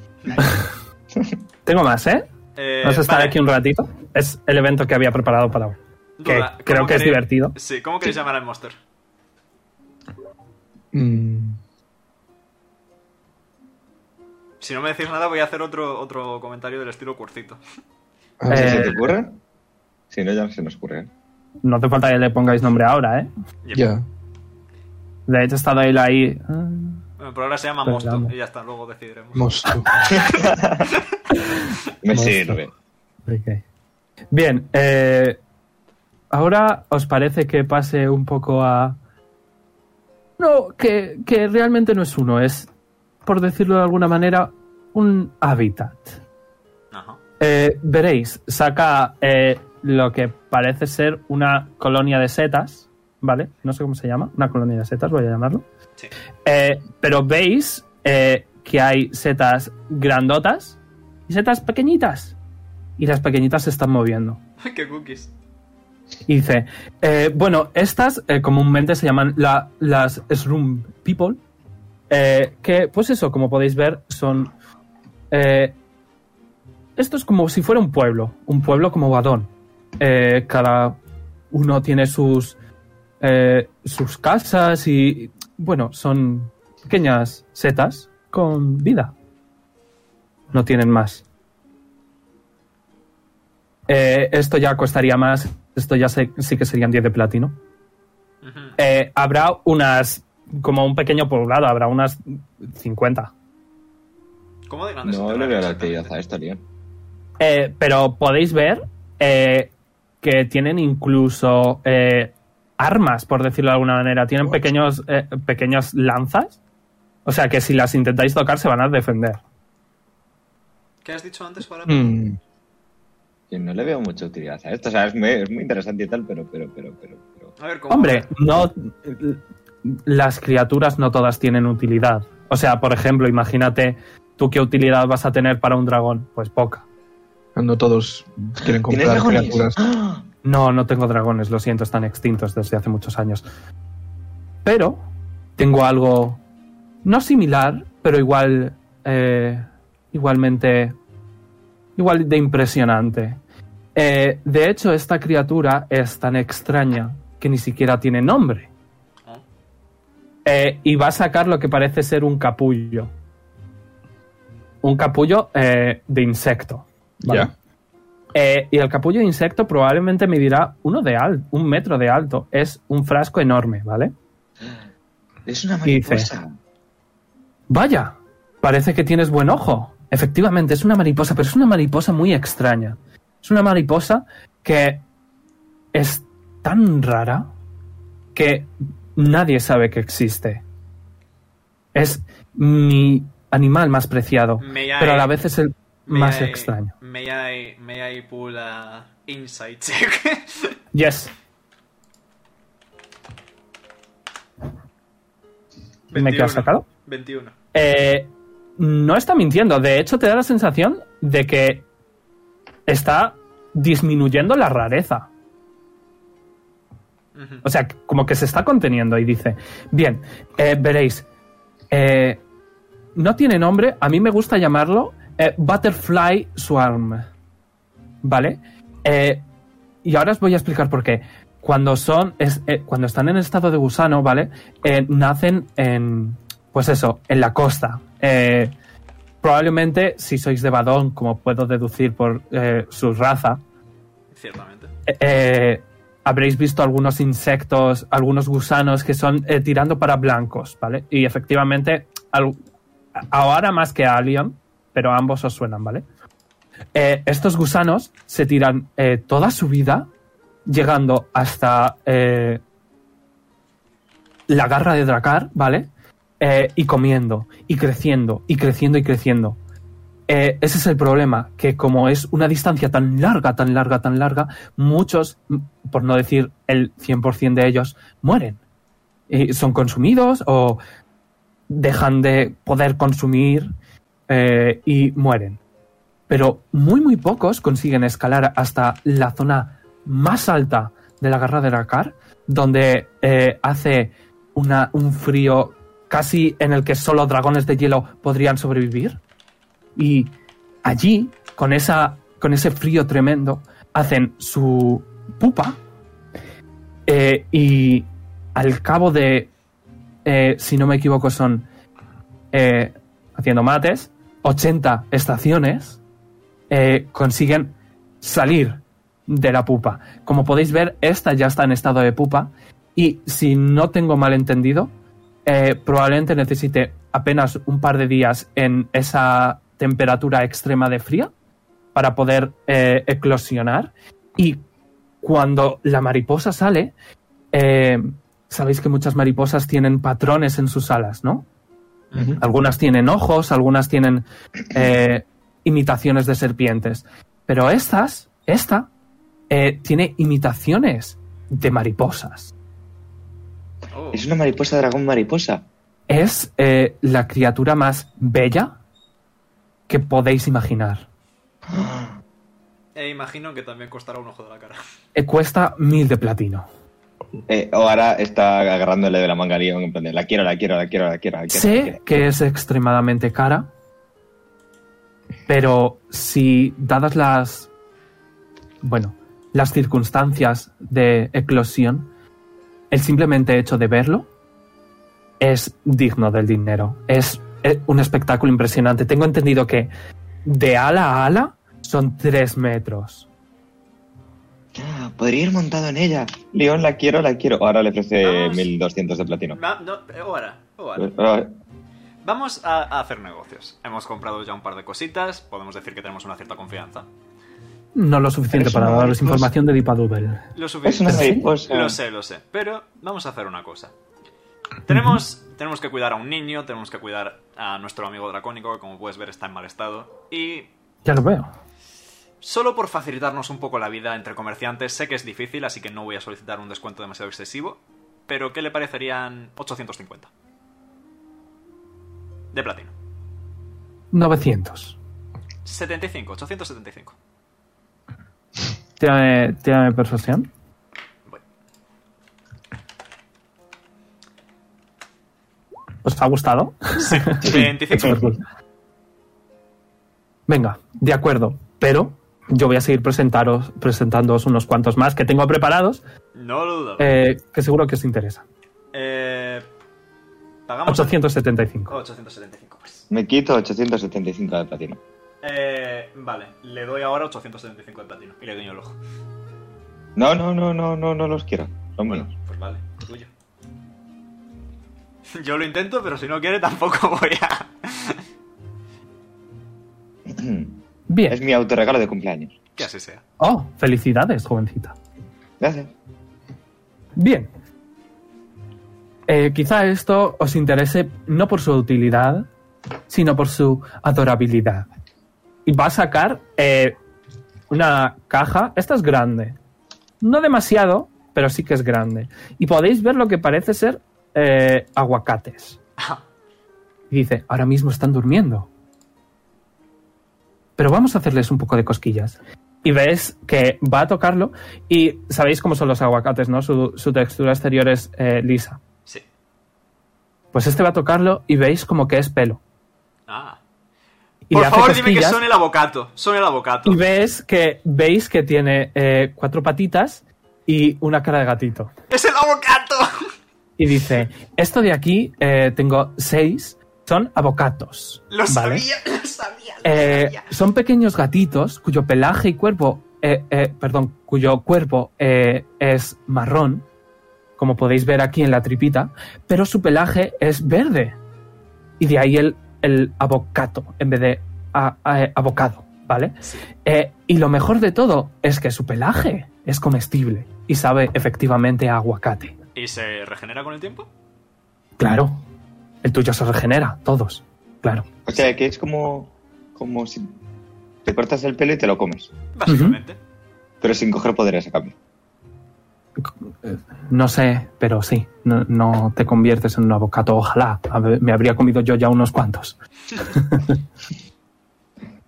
Speaker 3: Tengo más, ¿eh? Vamos a estar aquí un ratito. Es el evento que había preparado para hoy. que creo que es divertido.
Speaker 1: Sí, ¿cómo queréis llamar al monster?
Speaker 4: Mm,
Speaker 1: Si no me decís nada, voy a hacer otro, otro comentario del estilo cuercito.
Speaker 4: a
Speaker 2: No sé
Speaker 4: ver,
Speaker 2: si
Speaker 3: Eh,
Speaker 2: te ocurre? Si no, ya no se nos ocurre.
Speaker 3: No hace falta que le pongáis nombre ahora, ¿eh?
Speaker 1: Yep.
Speaker 4: ya.
Speaker 3: De hecho, está Dale ahí. Ah.
Speaker 1: Bueno, por ahora se llama
Speaker 3: Pues
Speaker 1: Mosto
Speaker 3: llamo.
Speaker 1: y ya está, luego decidiremos.
Speaker 4: Mosto.
Speaker 2: Me
Speaker 3: Monstruo.
Speaker 2: sirve.
Speaker 3: Ok. Bien, eh, ahora os parece que pase un poco a... No, que, que realmente no es uno, es, por decirlo de alguna manera, un hábitat.
Speaker 1: Ajá.
Speaker 3: Eh, veréis, saca eh, lo que parece ser una colonia de setas, ¿vale? No sé cómo se llama, una colonia de setas, voy a llamarlo.
Speaker 1: Sí.
Speaker 3: Eh, pero veis eh, que hay setas grandotas y setas pequeñitas. Y las pequeñitas se están moviendo.
Speaker 1: ¡Qué cookies!
Speaker 3: Y dice, eh, bueno, estas eh, comúnmente se llaman la- las Shroom People, eh, que pues eso, como podéis ver, son... eh, esto es como si fuera un pueblo, un pueblo como Badón. Eh, cada uno tiene sus, eh, sus casas y, bueno, son pequeñas setas con vida. No tienen más. Eh, esto ya costaría más. Esto ya se- sí que serían 10 de platino.
Speaker 1: Ujú.
Speaker 3: Eh, habrá unas. Como un pequeño poblado, habrá unas 50.
Speaker 1: ¿Cómo de grande es un
Speaker 2: No le
Speaker 1: terrario
Speaker 2: veo la
Speaker 1: exactamente?
Speaker 2: actividad a esto, Leon.
Speaker 3: Eh, pero podéis ver eh, que tienen incluso eh, armas, por decirlo de alguna manera. Tienen pequeños, eh, pequeñas lanzas. O sea que si las intentáis tocar, se van a defender.
Speaker 1: ¿Qué has dicho antes, Farah?
Speaker 4: Mm,
Speaker 2: Y no le veo mucha utilidad a esto. O sea, es muy, es muy interesante y tal, pero, pero, pero, pero. pero-
Speaker 1: A ver, ¿cómo?
Speaker 3: Hombre, no. Las criaturas no todas tienen utilidad. O sea, por ejemplo, imagínate tú qué utilidad vas a tener para un dragón. Pues poca.
Speaker 4: No todos quieren
Speaker 2: ¿Tienes
Speaker 4: comprar
Speaker 2: dragones?
Speaker 4: criaturas.
Speaker 2: ¡Ah!
Speaker 3: No, no tengo dragones, lo siento, están extintos desde hace muchos años. Pero tengo algo no similar, pero igual eh, igualmente igual de impresionante. Eh, de hecho, esta criatura es tan extraña que ni siquiera tiene nombre.
Speaker 1: Ah.
Speaker 3: Eh, y va a sacar lo que parece ser un capullo. Un capullo eh, de insecto. ¿vale?
Speaker 4: Ya.
Speaker 3: Eh, y el capullo de insecto probablemente medirá uno de al- un metro de alto. Es un frasco enorme, ¿vale?
Speaker 5: Es una
Speaker 3: Y dice-
Speaker 5: mariposa.
Speaker 3: Vaya, parece que tienes buen ojo. Efectivamente, es una mariposa, pero es una mariposa muy extraña. Es una mariposa que es tan rara que nadie sabe que existe. Es mi animal más preciado,
Speaker 1: May I-
Speaker 3: pero a la vez es el
Speaker 1: may
Speaker 3: más
Speaker 1: I-
Speaker 3: extraño.
Speaker 1: May I, may I pull a insight check?
Speaker 3: Yes. ¿Me qué
Speaker 1: 21.
Speaker 3: has sacado?
Speaker 1: 21.
Speaker 3: Eh, no está mintiendo. De hecho, te da la sensación de que está disminuyendo la rareza.
Speaker 1: Ujú.
Speaker 3: O sea, como que se está conteniendo y dice, bien, eh, veréis, eh, no tiene nombre, a mí me gusta llamarlo eh, Butterfly Swarm, ¿vale? Eh, y ahora os voy a explicar por qué. Cuando son, es- eh, cuando están en estado de gusano, ¿vale? Eh, nacen en, pues eso, en la costa. Eh, probablemente, si sois de Badón, como puedo deducir por eh, su raza,
Speaker 1: Ciertamente.
Speaker 3: eh, habréis visto algunos insectos, algunos gusanos que son eh, tirando para blancos, ¿vale? Y efectivamente, al- ahora más que Alien, pero ambos os suenan, ¿vale? Eh, estos gusanos se tiran eh, toda su vida, llegando hasta eh, la garra de Dracar, ¿vale? Eh, y comiendo, y creciendo, y creciendo, y creciendo. Eh, ese es el problema, que como es una distancia tan larga, tan larga, tan larga, muchos, m- por no decir el 100% de ellos, mueren. Y son consumidos o dejan de poder consumir eh, y mueren. Pero muy, muy pocos consiguen escalar hasta la zona más alta de la Garra de Dakar, donde eh, hace una- un frío casi en el que solo dragones de hielo podrían sobrevivir. Y allí, con, esa, con ese frío tremendo, hacen su pupa eh, y al cabo de, eh, si no me equivoco, son, eh, haciendo mates, 80 estaciones, eh, consiguen salir de la pupa. Como podéis ver, esta ya está en estado de pupa y si no tengo mal entendido, eh, probablemente necesite apenas un par de días en esa temperatura extrema de fría para poder eh, eclosionar. Y cuando la mariposa sale, eh, sabéis que muchas mariposas tienen patrones en sus alas, ¿no?
Speaker 1: Ujú.
Speaker 3: Algunas tienen ojos, algunas tienen eh, imitaciones de serpientes. Pero estas, esta, eh, tiene imitaciones de mariposas.
Speaker 1: Oh.
Speaker 2: Es una mariposa dragón mariposa.
Speaker 3: es eh, la criatura más bella que podéis imaginar.
Speaker 1: E imagino que también costará un ojo de la cara.
Speaker 3: Eh, cuesta mil de platino.
Speaker 2: Eh, o ahora está agarrándole de la manga a Leon, en plan de, la quiero, la quiero, la quiero, la quiero, la quiero. la
Speaker 3: Sé
Speaker 2: quiero".
Speaker 3: que es extremadamente cara, pero si dadas las, bueno, las circunstancias de eclosión, el simplemente hecho de verlo es digno del dinero. Es eh, un espectáculo impresionante. Tengo entendido que de ala a ala son tres metros.
Speaker 5: Ah, Podría ir montado en ella.
Speaker 2: Leon, la quiero, la quiero. Ahora le ofrece
Speaker 1: Ah, sí.
Speaker 2: 1200 de platino.
Speaker 1: Ma- no, eh, ahora, ahora.
Speaker 2: Ah,
Speaker 1: Vamos a, a hacer negocios. Hemos comprado ya un par de cositas, podemos decir que tenemos una cierta confianza.
Speaker 3: No lo suficiente
Speaker 2: Eres
Speaker 3: para
Speaker 2: una
Speaker 3: daros
Speaker 2: mariposa.
Speaker 3: información de Dipadubel.
Speaker 1: Lo
Speaker 2: Es
Speaker 1: suficiente.
Speaker 2: una pues, eh. mariposa.
Speaker 1: Lo sé, lo sé. Pero vamos a hacer una cosa. Tenemos, tenemos que cuidar a un niño, tenemos que cuidar a nuestro amigo dracónico, que como puedes ver está en mal estado. Y
Speaker 3: Ya lo veo.
Speaker 1: solo por facilitarnos un poco la vida entre comerciantes, sé que es difícil, así que no voy a solicitar un descuento demasiado excesivo. Pero ¿qué le parecerían 850? De platino.
Speaker 3: 900.
Speaker 1: 75, 875.
Speaker 3: Tírame, tírame persuasión. ¿Os ha gustado?
Speaker 1: 25.
Speaker 3: Venga, de acuerdo. Pero yo voy a seguir presentaros, presentándoos unos cuantos más que tengo preparados,
Speaker 1: No lo dudo.
Speaker 3: eh, que seguro que os interesa.
Speaker 1: Eh, pagamos
Speaker 3: 875.
Speaker 1: 875, pues.
Speaker 2: me quito 875 de platino.
Speaker 1: Eh, vale, le doy ahora 875 de platino y le doy el ojo.
Speaker 2: No, no, no, no, no, no los quiero. Son buenos.
Speaker 1: Pues vale, tuyo. Yo lo intento, pero si no quiere tampoco voy a...
Speaker 2: Es
Speaker 3: Bien.
Speaker 2: mi autorregalo de cumpleaños.
Speaker 1: Que así sea.
Speaker 3: Oh, felicidades, jovencita.
Speaker 2: Gracias.
Speaker 3: Bien. Eh, quizá esto os interese no por su utilidad, sino por su adorabilidad. Y va a sacar eh, una caja. Esta es grande. No demasiado, pero sí que es grande. Y podéis ver lo que parece ser eh, aguacates. Y dice, ahora mismo están durmiendo. Pero vamos a hacerles un poco de cosquillas. Y ves que va a tocarlo y sabéis cómo son los aguacates, ¿no? Su, su textura exterior es eh, lisa.
Speaker 1: Sí.
Speaker 3: Pues este va a tocarlo y veis como que es pelo.
Speaker 1: Ah.
Speaker 3: Y
Speaker 1: Por
Speaker 3: le hace
Speaker 1: favor, dime que
Speaker 3: cosquillas.
Speaker 1: son el abocato. Son el abocato.
Speaker 3: Y ves que veis que tiene eh, cuatro patitas y una cara de gatito.
Speaker 1: ¡Es el abocato!
Speaker 3: Y dice, esto de aquí eh, tengo seis, son avocatos.
Speaker 1: Lo
Speaker 3: ¿vale?
Speaker 1: sabía, lo sabía, lo
Speaker 3: Eh,
Speaker 1: sabía.
Speaker 3: son pequeños gatitos cuyo pelaje y cuerpo, eh, eh, perdón, cuyo cuerpo eh, es marrón, como podéis ver aquí en la tripita, pero su pelaje es verde. Y de ahí el, el abocato en vez de a- a- eh, abocado, ¿vale? Eh, y lo mejor de todo es que su pelaje es comestible y sabe efectivamente a aguacate.
Speaker 1: ¿Y se regenera con el tiempo?
Speaker 3: Claro, el tuyo se regenera, todos, claro.
Speaker 2: O sea, que es como, como si te cortas el pelo y te lo comes,
Speaker 1: Básicamente.
Speaker 2: pero sin coger poderes a cambio.
Speaker 3: No sé, pero sí, no, no te conviertes en un avocado, ojalá. A ver, Me habría comido yo ya unos cuantos.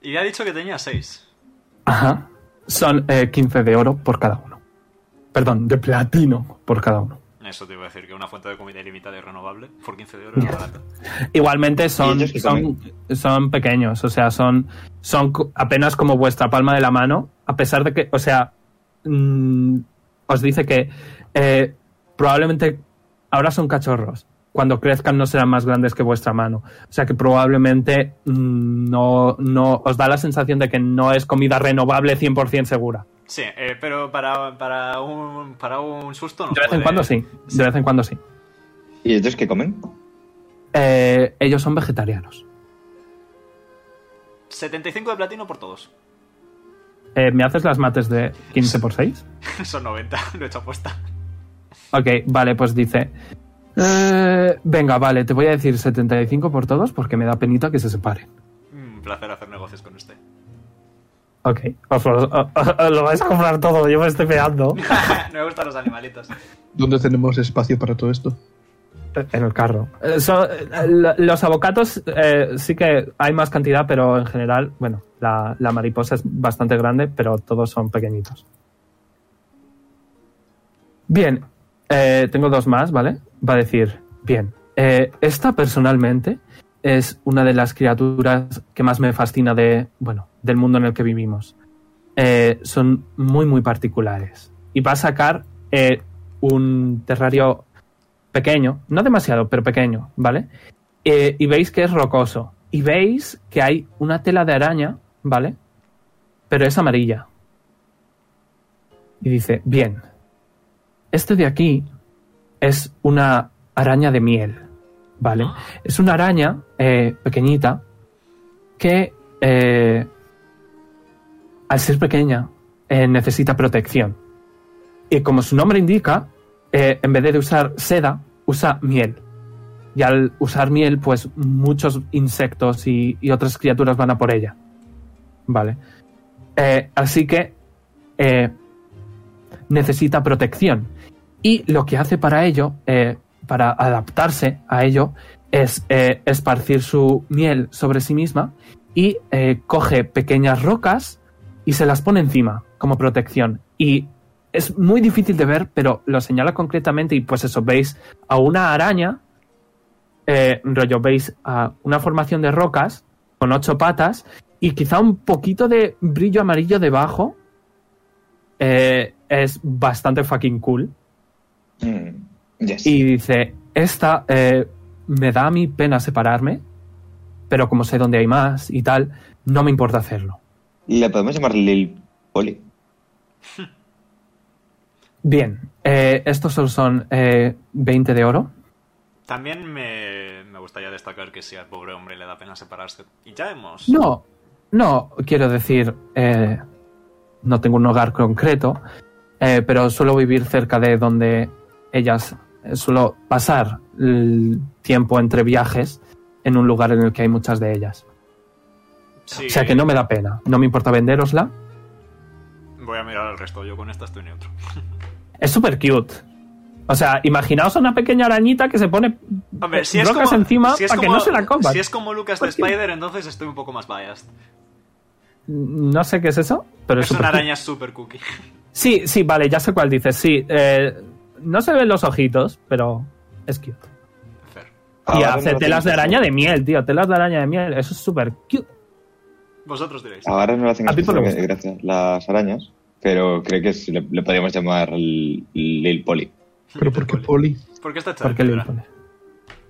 Speaker 1: Y ha dicho que tenía seis.
Speaker 3: Ajá. Son eh, 15 de oro por cada uno. Perdón, de platino por cada uno.
Speaker 1: Eso te iba a decir, que una fuente de comida ilimitada y renovable por 15 de oro era barata.
Speaker 3: Igualmente
Speaker 2: ¿Y
Speaker 3: son,
Speaker 2: ellos qué
Speaker 3: son, son pequeños, o sea, son, son co- apenas como vuestra palma de la mano, a pesar de que, o sea, mm, os dice que eh, probablemente ahora son cachorros, cuando crezcan no serán más grandes que vuestra mano, o sea que probablemente mm, no, no os da la sensación de que no es comida renovable 100% segura.
Speaker 1: Sí, eh, pero para, para, un, para un susto no.
Speaker 3: De vez en
Speaker 1: puede-
Speaker 3: cuando sí, de vez en cuando sí.
Speaker 2: ¿Y ellos qué comen?
Speaker 3: Eh, ellos son vegetarianos.
Speaker 1: 75 de platino por todos.
Speaker 3: Eh, ¿Me haces las mates de 15 por 6?
Speaker 1: Son 90, lo he hecho apuesta.
Speaker 3: Ok, vale, pues dice. eh, venga, vale, te voy a decir 75 por todos porque me da penita que se separen.
Speaker 1: Un placer hacer negocios con usted.
Speaker 3: Ok, os lo, o- o- lo vais a comprar todo, yo me estoy pegando
Speaker 1: Me gustan los animalitos.
Speaker 4: ¿Dónde tenemos espacio para todo esto?
Speaker 3: en el carro. Eh, son- eh, lo- los avocatos eh, sí que hay más cantidad, pero en general, bueno, la, la mariposa es bastante grande, pero todos son pequeñitos. Bien, eh, tengo dos más, ¿vale? Va a decir, bien, eh, esta personalmente es una de las criaturas que más me fascina de, bueno, del mundo en el que vivimos. Eh, son muy, muy particulares. Y va a sacar eh, un terrario pequeño, no demasiado, pero pequeño, ¿vale? Eh, y veis que es rocoso. Y veis que hay una tela de araña, ¿vale? Pero es amarilla. Y dice, bien, este de aquí es una araña de miel, ¿vale? Es una araña eh, pequeñita que eh, al ser pequeña eh, necesita protección. Y como su nombre indica, eh, en vez de usar seda, usa miel. Y al usar miel, pues muchos insectos y, y otras criaturas van a por ella. Vale. Eh, así que eh, necesita protección. Y lo que hace para ello, eh, para adaptarse a ello, es eh, esparcir su miel sobre sí misma y eh, coge pequeñas rocas y se las pone encima como protección. Y es muy difícil de ver, pero lo señala concretamente y pues eso, veis a una araña, eh, rollo, veis a una formación de rocas con ocho patas y quizá un poquito de brillo amarillo debajo. Eh, es bastante fucking cool.
Speaker 2: Mm, yes.
Speaker 3: Y dice, esta eh, me da a mí pena separarme, pero como sé dónde hay más y tal, no me importa hacerlo.
Speaker 2: ¿Le podemos llamar Lil Poli?
Speaker 3: Bien, eh, estos solo son eh, 20 de oro.
Speaker 1: También me, me gustaría destacar que si al pobre hombre le da pena separarse. Y ya hemos.
Speaker 3: No, no, quiero decir, eh, no tengo un hogar concreto, eh, pero suelo vivir cerca de donde ellas, eh, suelo pasar el tiempo entre viajes en un lugar en el que hay muchas de ellas.
Speaker 1: Sí,
Speaker 3: O sea que no me da pena, no me importa venderosla.
Speaker 1: Voy a mirar al resto. Yo con esta estoy neutro.
Speaker 3: Es súper cute. O sea, imaginaos a una pequeña arañita que se pone
Speaker 1: A ver, si
Speaker 3: eh,
Speaker 1: es
Speaker 3: rocas
Speaker 1: como,
Speaker 3: encima
Speaker 1: si es
Speaker 3: para que
Speaker 1: como-
Speaker 3: no se la coman.
Speaker 1: Si es como Lucas de
Speaker 3: ¿Por qué?
Speaker 1: Spider, entonces estoy un poco más biased.
Speaker 3: No sé qué es eso, pero es
Speaker 1: es una
Speaker 3: súper
Speaker 1: araña super cookie.
Speaker 3: Sí, sí, vale, ya sé cuál dices. Sí, eh, no se ven los ojitos, pero es cute.
Speaker 1: Fer.
Speaker 3: y
Speaker 2: Ahora
Speaker 3: hace
Speaker 2: no
Speaker 3: telas
Speaker 2: hacen
Speaker 3: de
Speaker 2: caso.
Speaker 3: araña de miel, tío. Telas de araña de miel. Eso es súper cute.
Speaker 1: Vosotros diréis.
Speaker 2: Ahora no le hacen
Speaker 3: A Pipo le
Speaker 2: especial gracia las arañas, pero creo que es- le, le podríamos llamar Lil Lil Poli.
Speaker 4: Pero ¿por qué Poli?
Speaker 1: ¿Por qué está hecha de
Speaker 3: ¿Por qué le
Speaker 1: piedra?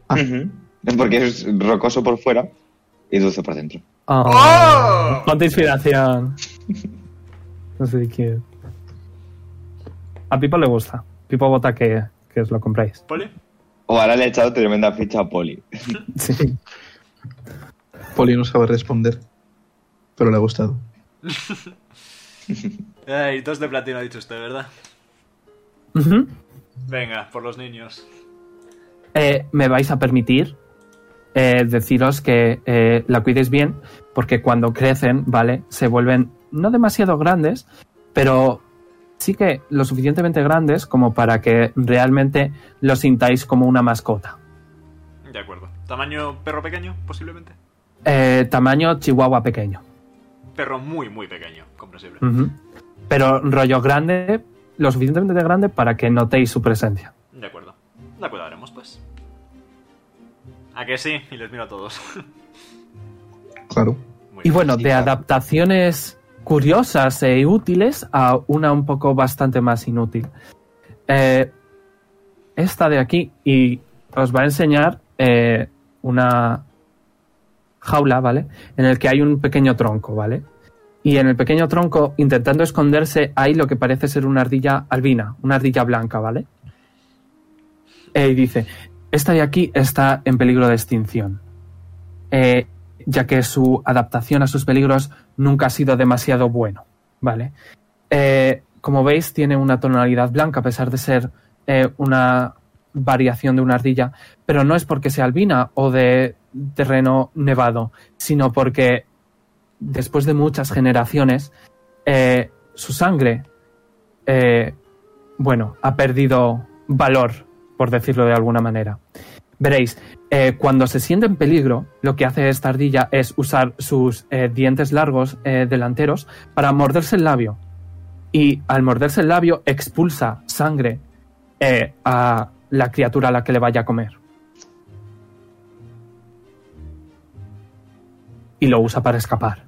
Speaker 3: impone?
Speaker 2: Ujú. Porque es rocoso por fuera y dulce por dentro.
Speaker 3: Oh,
Speaker 1: ¡Oh!
Speaker 3: Cuánta inspiración. No sé qué. A Pipo le gusta. Pipo vota que, que os lo compráis.
Speaker 1: ¿Poli?
Speaker 2: O ahora le he echado tremenda ficha a Poli.
Speaker 3: Sí.
Speaker 4: Poli no sabe responder. Pero le ha gustado.
Speaker 1: Ay, dos de platino ha dicho usted, ¿verdad?
Speaker 3: Ujú.
Speaker 1: Venga, por los niños.
Speaker 3: Eh, me vais a permitir eh, deciros que eh, la cuidéis bien, porque cuando crecen, ¿vale? Se vuelven no demasiado grandes, pero sí que lo suficientemente grandes como para que realmente los sintáis como una mascota.
Speaker 1: De acuerdo. ¿Tamaño perro pequeño, posiblemente?
Speaker 3: Eh, tamaño chihuahua pequeño.
Speaker 1: Perro muy, muy pequeño, comprensible.
Speaker 3: Ujú. Pero rollo grande, lo suficientemente grande para que notéis su presencia.
Speaker 1: De acuerdo. La cuidaremos, pues. ¿A que sí? Y les miro a todos.
Speaker 4: Claro.
Speaker 1: Muy
Speaker 3: Y
Speaker 1: bien.
Speaker 3: bueno, de adaptaciones curiosas e útiles a una un poco bastante más inútil. Eh, esta de aquí, y os va a enseñar eh, una jaula, ¿vale? En el que hay un pequeño tronco, ¿vale? Y en el pequeño tronco, intentando esconderse, hay lo que parece ser una ardilla albina, una ardilla blanca, ¿vale? Eh, y dice, esta de aquí está en peligro de extinción. Eh, ya que su adaptación a sus peligros nunca ha sido demasiado bueno, ¿vale? Eh, como veis, tiene una tonalidad blanca, a pesar de ser eh, una variación de una ardilla, pero no es porque sea albina o de terreno nevado, sino porque después de muchas generaciones, eh, su sangre, eh, bueno, ha perdido valor, por decirlo de alguna manera. Veréis, eh, cuando se siente en peligro, lo que hace esta ardilla es usar sus eh, dientes largos eh, delanteros para morderse el labio. Y al morderse el labio expulsa sangre eh, a la criatura a la que le vaya a comer. Y lo usa para escapar.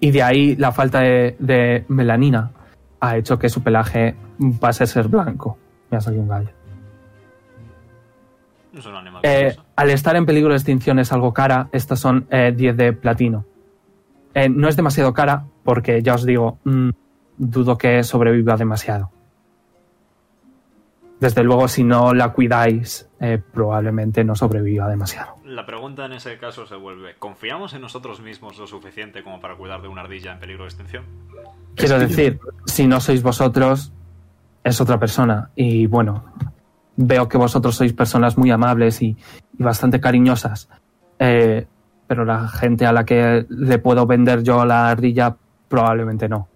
Speaker 3: Y de ahí la falta de, de melanina ha hecho que su pelaje pase a ser blanco. Me ha salido un gallo.
Speaker 1: Es un animal
Speaker 3: Eh,
Speaker 1: curioso.
Speaker 3: al estar en peligro de extinción es algo cara. Estas son eh, 10 de platino. Eh, no es demasiado cara porque, ya os digo, mm, dudo que sobreviva demasiado. Desde luego, si no la cuidáis, eh, probablemente no sobreviva demasiado.
Speaker 1: La pregunta en ese caso se vuelve: ¿confiamos en nosotros mismos lo suficiente como para cuidar de una ardilla en peligro de extinción?
Speaker 3: Quiero decir, si no sois vosotros, es otra persona. Y bueno, veo que vosotros sois personas muy amables y, y bastante cariñosas. Eh, pero la gente a la que le puedo vender yo la ardilla, probablemente no.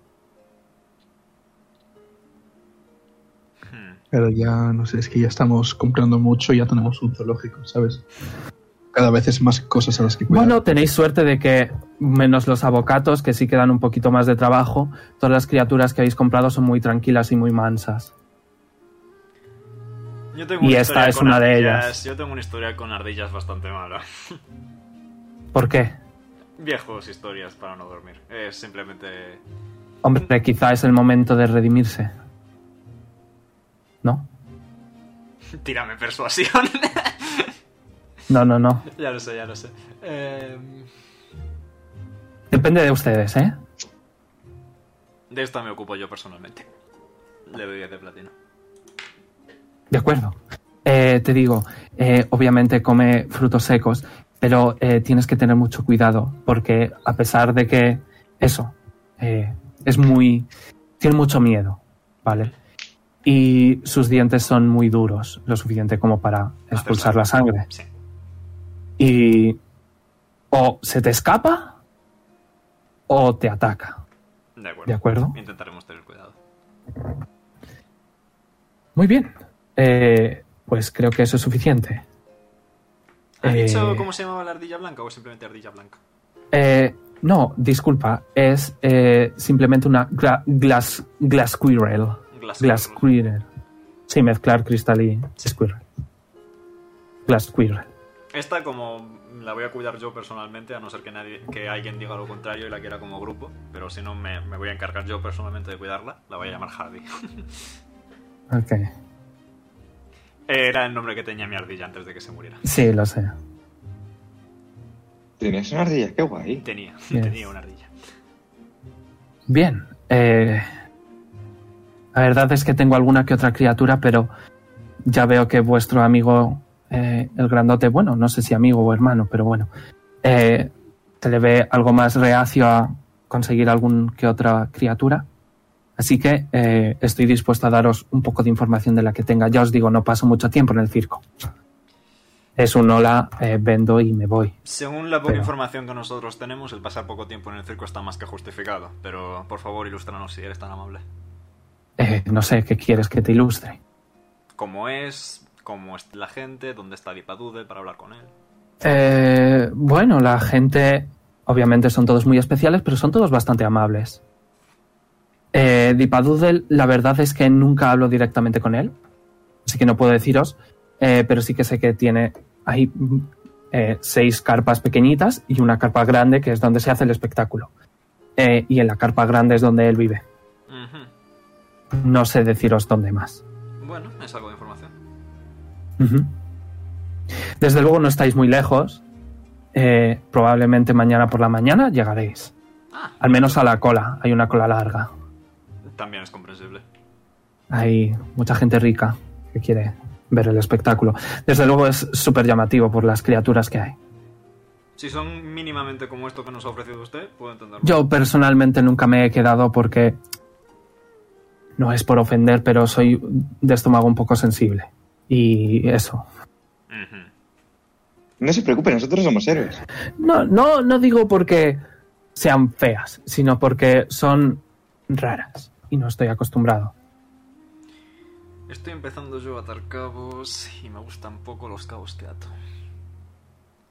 Speaker 1: Hmm.
Speaker 4: Pero ya, no sé, es que ya estamos comprando mucho y ya tenemos un zoológico, ¿sabes? Cada vez es más cosas a las que cuidar.
Speaker 3: Bueno, tenéis suerte de que, menos los avocatos, que sí quedan un poquito más de trabajo, todas las criaturas que habéis comprado son muy tranquilas y muy mansas.
Speaker 1: Yo tengo
Speaker 3: Y
Speaker 1: una historia
Speaker 3: esta es
Speaker 1: con
Speaker 3: una de
Speaker 1: ardillas-
Speaker 3: ellas.
Speaker 1: Yo tengo una historia con ardillas bastante mala.
Speaker 3: ¿Por qué?
Speaker 1: Viejos historias para no dormir. Es simplemente.
Speaker 3: Hombre, quizá es el momento de redimirse. ¿No?
Speaker 1: Tírame persuasión.
Speaker 3: No, no, no.
Speaker 1: ya lo sé, ya lo sé. Eh,
Speaker 3: Depende de ustedes, ¿eh?
Speaker 1: de esta me ocupo yo personalmente. Le doy 10 de platino.
Speaker 3: De acuerdo. eh, te digo, eh, obviamente come frutos secos, pero eh, tienes que tener mucho cuidado porque a pesar de que eso eh, es muy, tiene mucho miedo, ¿vale? Y sus dientes son muy duros, lo suficiente como para expulsar la sangre.
Speaker 1: Sí.
Speaker 3: Y o se te escapa o te ataca.
Speaker 1: De acuerdo.
Speaker 3: ¿De acuerdo?
Speaker 1: Intentaremos tener cuidado.
Speaker 3: Muy bien. Eh, pues creo que eso es suficiente.
Speaker 1: ¿Has
Speaker 3: Eh,
Speaker 1: dicho cómo se llamaba la ardilla blanca o simplemente ardilla blanca?
Speaker 3: Eh, no, disculpa, es eh, simplemente una gla- glass, glass squirrel.
Speaker 1: Glass
Speaker 3: Glass
Speaker 1: Squirrel.
Speaker 3: squirrel. Sí, mezclar cristal y squirrel. Glass squirrel.
Speaker 1: Esta como la voy a cuidar yo personalmente, a no ser que nadie, que alguien diga lo contrario y la quiera como grupo, pero si no me, me voy a encargar yo personalmente de cuidarla, la voy a llamar Hardy.
Speaker 3: Ok.
Speaker 1: Era el nombre que tenía mi ardilla antes de que se muriera.
Speaker 3: Sí, lo sé.
Speaker 2: Tenías una ardilla, qué guay.
Speaker 1: Tenía,
Speaker 3: Yes.
Speaker 1: tenía una ardilla.
Speaker 3: Bien. eh, la verdad es que tengo alguna que otra criatura, pero ya veo que vuestro amigo, eh, el grandote, bueno, no sé si amigo o hermano, pero bueno, eh, se le ve algo más reacio a conseguir algún que otra criatura. Así que eh, estoy dispuesto a daros un poco de información de la que tenga. Ya os digo, no paso mucho tiempo en el circo. Es un hola, eh, vendo y me voy.
Speaker 1: Según la poca
Speaker 3: Pero-
Speaker 1: información que nosotros tenemos, el pasar poco tiempo en el circo está más que justificado, pero por favor ilústranos si eres tan amable.
Speaker 3: Eh, no sé qué quieres que te ilustre.
Speaker 1: ¿Cómo es? ¿Cómo es la gente? ¿Dónde está Dipadude para hablar con él?
Speaker 3: Eh, bueno, la gente, obviamente son todos muy especiales, pero son todos bastante amables. Eh, Dipadoodle, la verdad es que nunca hablo directamente con él, así que no puedo deciros, eh, pero sí que sé que tiene ahí mm, eh, seis carpas pequeñitas y una carpa grande que es donde se hace el espectáculo. Eh, y en la carpa grande es donde él vive.
Speaker 1: Ujú.
Speaker 3: No sé deciros dónde más.
Speaker 1: Bueno, es algo de información.
Speaker 3: Ujú. Desde luego no estáis muy lejos. Eh, probablemente mañana por la mañana llegaréis.
Speaker 1: Ah,
Speaker 3: Al menos a la cola. Hay una cola larga.
Speaker 1: también es comprensible.
Speaker 3: Hay mucha gente rica que quiere ver el espectáculo. Desde luego es súper llamativo por las criaturas que hay.
Speaker 1: Si son mínimamente como esto que nos ha ofrecido usted, puedo entenderlo.
Speaker 3: Yo personalmente nunca me he quedado porque... No es por ofender, pero soy de estómago un poco sensible. Y eso,
Speaker 1: Ujú.
Speaker 2: No se preocupe, nosotros somos héroes.
Speaker 3: No, no, no digo porque sean feas, sino porque son raras y no estoy acostumbrado.
Speaker 1: Estoy empezando yo a atar cabos y me gustan poco los cabos que ato.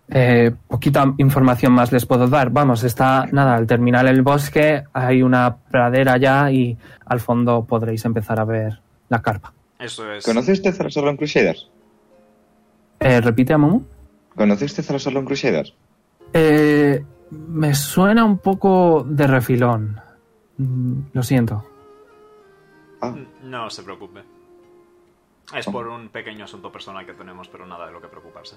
Speaker 3: Eh, poquita información más les puedo dar. Vamos, está nada, al terminar el bosque hay una pradera ya y al fondo podréis empezar a ver la carpa.
Speaker 1: Eso es.
Speaker 2: ¿Conoce usted a los Orlon Crusaders?
Speaker 3: Eh, ¿Repite a Momo?
Speaker 2: ¿Conoce usted a los Orlon Crusaders?
Speaker 3: Eh, me suena un poco de refilón. Mm, Lo siento.
Speaker 2: Ah,
Speaker 1: No se preocupe. Es por un pequeño asunto personal que tenemos, pero nada de lo que preocuparse.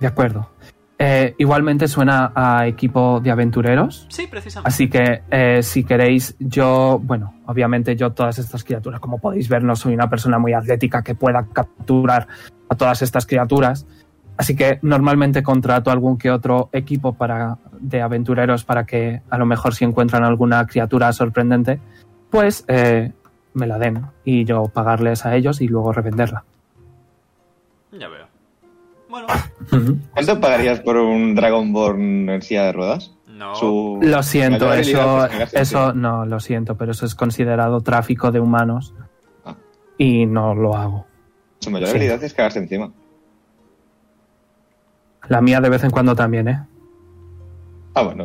Speaker 3: De acuerdo. Eh, igualmente suena a equipo de aventureros.
Speaker 1: Sí, precisamente.
Speaker 3: Así que eh, si queréis, yo, bueno, obviamente yo todas estas criaturas, como podéis ver, no soy una persona muy atlética que pueda capturar a todas estas criaturas. Así que normalmente contrato algún que otro equipo para, de aventureros para que a lo mejor si encuentran alguna criatura sorprendente, pues eh, me la den y yo pagarles a ellos y luego revenderla.
Speaker 1: Ya veo. Bueno,
Speaker 2: ¿Cuánto pagarías por un Dragonborn en silla de ruedas?
Speaker 1: no.
Speaker 2: Su-
Speaker 3: Lo siento,
Speaker 2: mayor
Speaker 3: eso,
Speaker 2: habilidad pues, es pegarse
Speaker 3: eso
Speaker 2: encima.
Speaker 3: no, lo siento, pero eso es considerado tráfico de humanos
Speaker 2: Ah.
Speaker 3: y no lo hago.
Speaker 2: Su mayor
Speaker 3: sí.
Speaker 2: habilidad es cagarse encima.
Speaker 3: La mía de vez en cuando también, ¿eh?
Speaker 2: Ah, bueno.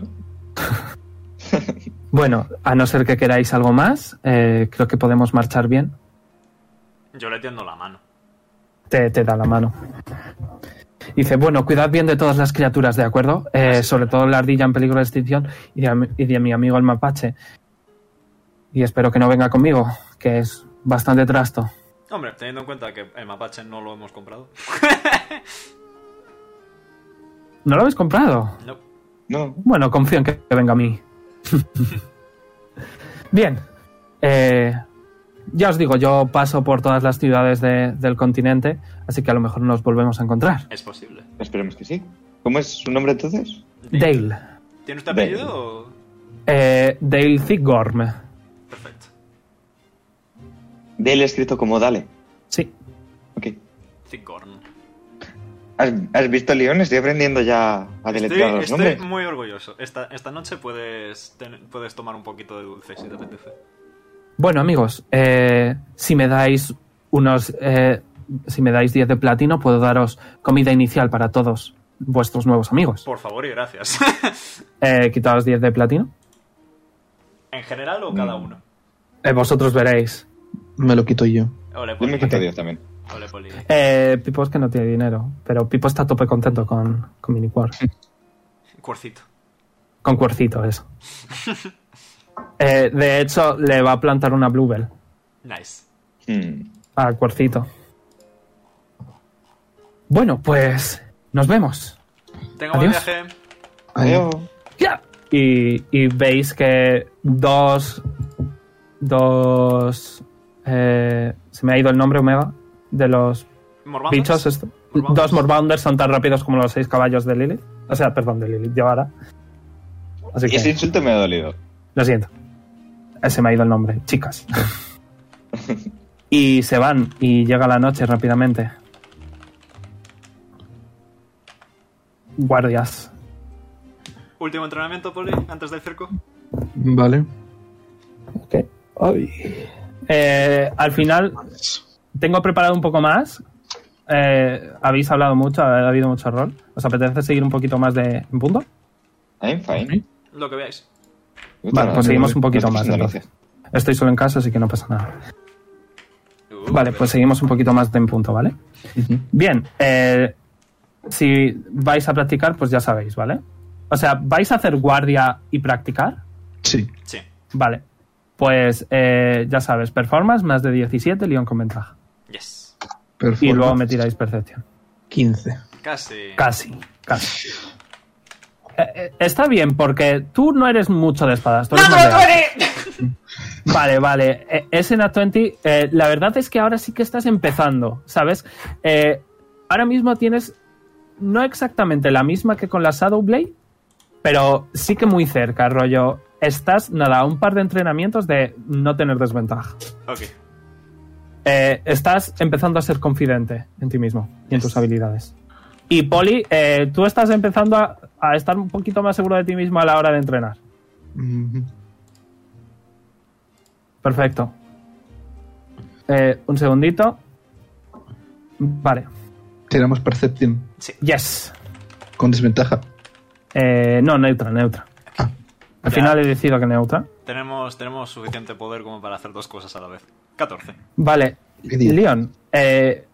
Speaker 3: Bueno, a no ser que queráis algo más, eh, creo que podemos marchar bien.
Speaker 1: Yo le tiendo la mano.
Speaker 3: Te, te da la mano. Dice, bueno, cuidad bien de todas las criaturas, ¿de acuerdo? Eh,
Speaker 1: Así
Speaker 3: sobre
Speaker 1: será.
Speaker 3: todo la ardilla en peligro de extinción y de, am- y de mi amigo el mapache. Y espero que no venga conmigo, que es bastante trasto.
Speaker 1: Hombre, teniendo en cuenta que el mapache no lo hemos comprado.
Speaker 3: ¿No lo habéis comprado?
Speaker 1: No.
Speaker 2: No.
Speaker 3: Bueno, confío en que venga a mí. Bien. Eh, Ya os digo, yo paso por todas las ciudades de- del continente, así que a lo mejor nos volvemos a encontrar.
Speaker 1: Es posible.
Speaker 2: Esperemos que sí. ¿Cómo es su nombre entonces?
Speaker 3: Dale.
Speaker 1: ¿Tiene usted
Speaker 2: Ve.
Speaker 1: apellido? o-
Speaker 3: Eh, Dale Thigorm.
Speaker 1: Perfecto.
Speaker 2: Dale escrito como Dale.
Speaker 3: Sí.
Speaker 2: Ok.
Speaker 1: Cicorn.
Speaker 2: ¿Has, has visto León? Estoy aprendiendo ya a
Speaker 1: Estoy,
Speaker 2: deletrear los
Speaker 1: estoy
Speaker 2: nombres.
Speaker 1: muy orgulloso. Esta, esta noche puedes, ten- puedes tomar un poquito de dulce si te apetece.
Speaker 3: Bueno, amigos, eh, si me dais unos. eh, si me dais 10 de platino, puedo daros comida inicial para todos vuestros nuevos amigos.
Speaker 1: Por favor y gracias.
Speaker 3: Eh, quitaos 10 de platino.
Speaker 1: ¿En general o
Speaker 2: Mm.
Speaker 1: cada uno?
Speaker 3: Eh, vosotros veréis.
Speaker 4: Me lo quito yo.
Speaker 1: Ole,
Speaker 2: Yo
Speaker 1: Poli.
Speaker 2: me quito Dios también.
Speaker 1: Ole, Poli.
Speaker 3: Eh, Pipo es que no tiene dinero, pero Pipo está a tope contento con, con Miniquar.
Speaker 1: Cuercito.
Speaker 3: Con cuercito, eso. Eh, de hecho, le va a plantar una Bluebell
Speaker 1: Nice.
Speaker 2: Hmm.
Speaker 3: a cuercito. Bueno, pues. Nos vemos.
Speaker 1: Tengo buen
Speaker 3: Adiós.
Speaker 1: viaje.
Speaker 2: Adiós.
Speaker 3: ¡Ya! Y, y veis que dos. Dos. eh, se me ha ido el nombre, Omega. De los
Speaker 1: ¿Morbandos?
Speaker 3: bichos. esto-
Speaker 1: Morbounders.
Speaker 3: Dos Morbounders son tan rápidos como los seis caballos de Lilith. O sea, perdón, de Lilith, de ahora. Así
Speaker 2: Ese
Speaker 3: que,
Speaker 2: insulto me ha dolido.
Speaker 3: lo siento. Eh, Se me ha ido el nombre, chicas. y se van y llega la noche rápidamente. Guardias.
Speaker 1: Último entrenamiento, Poli, antes del circo.
Speaker 4: Vale.
Speaker 3: Eh, al final, tengo preparado un poco más. Eh, habéis hablado mucho, ha habido mucho rol. ¿Os apetece seguir un poquito más de en punto?
Speaker 2: I'm fine.
Speaker 1: Lo que veáis.
Speaker 3: Vale, pues seguimos un poquito más,
Speaker 2: entonces.
Speaker 3: Estoy solo en casa, así que no pasa nada.
Speaker 1: Uh,
Speaker 3: Vale,
Speaker 1: pero-
Speaker 3: pues seguimos un poquito más de en punto, ¿vale? Bien, eh, si vais a practicar, pues ya sabéis, ¿vale? O sea, ¿vais a hacer guardia y practicar?
Speaker 4: Sí.
Speaker 1: Sí.
Speaker 3: Vale. Pues eh, ya sabes, performance más de 17, León con ventaja.
Speaker 1: Yes.
Speaker 4: Perfecto.
Speaker 3: Y luego me tiráis percepción.
Speaker 4: 15.
Speaker 1: Casi.
Speaker 3: Casi, casi. Eh, eh, está bien, porque tú no eres mucho de espadas. Tú eres más de armas. Vale, vale. Eh, Es en A20. eh, la verdad es que ahora sí que estás empezando, ¿sabes? Eh, ahora mismo tienes no exactamente la misma que con la Shadow Blade, pero sí que muy cerca, rollo. Estás, nada, a un par de entrenamientos de no tener desventaja.
Speaker 1: Ok.
Speaker 3: Eh, estás empezando a ser confidente en ti mismo y en
Speaker 1: Yes.
Speaker 3: tus habilidades. Y Poli, eh, tú estás empezando a, a estar un poquito más seguro de ti mismo a la hora de entrenar.
Speaker 4: Ujú.
Speaker 3: Perfecto. Eh, un segundito. Vale.
Speaker 4: Tiramos Perception
Speaker 3: Yes.
Speaker 4: con desventaja.
Speaker 3: Eh, no, neutra, neutra.
Speaker 4: Ah.
Speaker 1: Ya.
Speaker 3: Al final he decidido que neutra.
Speaker 1: Tenemos, tenemos suficiente poder como para hacer dos cosas a la vez. 14.
Speaker 3: Vale.
Speaker 4: Qué bien.
Speaker 3: Leon, eh,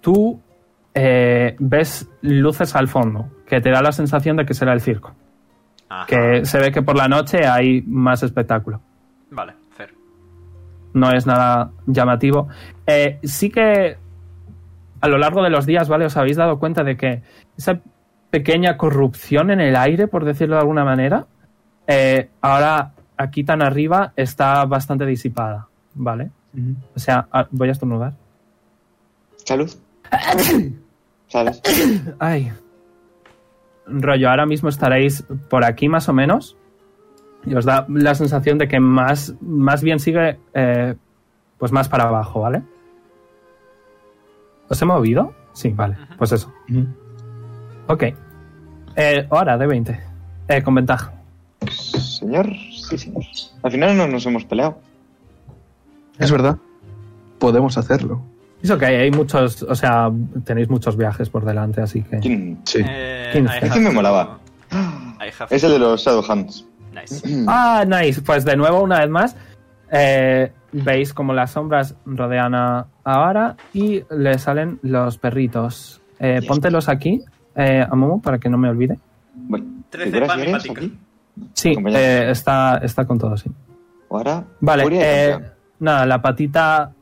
Speaker 3: tú eh, ves luces al fondo, que te da la sensación de que será el circo.
Speaker 1: Ajá.
Speaker 3: Que se ve que por la noche hay más espectáculo.
Speaker 1: Vale, Fer.
Speaker 3: no es nada llamativo. Eh, sí que a lo largo de los días, ¿vale? Os habéis dado cuenta de que esa pequeña corrupción en el aire, por decirlo de alguna manera, eh, ahora aquí tan arriba está bastante disipada, ¿vale?
Speaker 4: Ujú.
Speaker 3: O sea, ah, voy a estornudar.
Speaker 2: Salud. ¿Sabes?
Speaker 3: Ay. Rollo, ahora mismo estaréis por aquí más o menos. Y os da la sensación de que más, más bien sigue eh, pues más para abajo, ¿vale? ¿Os he movido? Sí, vale.
Speaker 1: Ujú.
Speaker 3: Pues eso. Ok. Eh, hora de 20. Eh, con ventaja.
Speaker 2: Señor, sí, señor. Al final no nos hemos peleado.
Speaker 4: Es verdad. Podemos hacerlo.
Speaker 3: Es ok, hay muchos, o sea, tenéis muchos viajes por delante, así que...
Speaker 2: ¿Quién?
Speaker 4: Sí.
Speaker 1: Eh,
Speaker 3: ¿Quién?
Speaker 1: I
Speaker 2: Ese
Speaker 1: have
Speaker 2: me
Speaker 1: to-
Speaker 2: molaba.
Speaker 1: I have
Speaker 2: Es el de los Shadowhands.
Speaker 1: Nice.
Speaker 3: Ah, nice. Pues de nuevo, una vez más, eh, veis como las sombras rodean a ahora y le salen los perritos. Eh, póntelos aquí, eh, a Momo, para que no me olvide.
Speaker 2: Voy.
Speaker 1: 13
Speaker 2: ¿Figuras
Speaker 1: pan y
Speaker 2: diarias
Speaker 1: patica.
Speaker 2: aquí?
Speaker 3: Sí,
Speaker 2: Compañero.
Speaker 3: eh, está, está con todo, sí.
Speaker 2: Ahora.
Speaker 3: Vale,
Speaker 2: Furia y
Speaker 3: eh,
Speaker 2: campeón.
Speaker 3: nada, la patita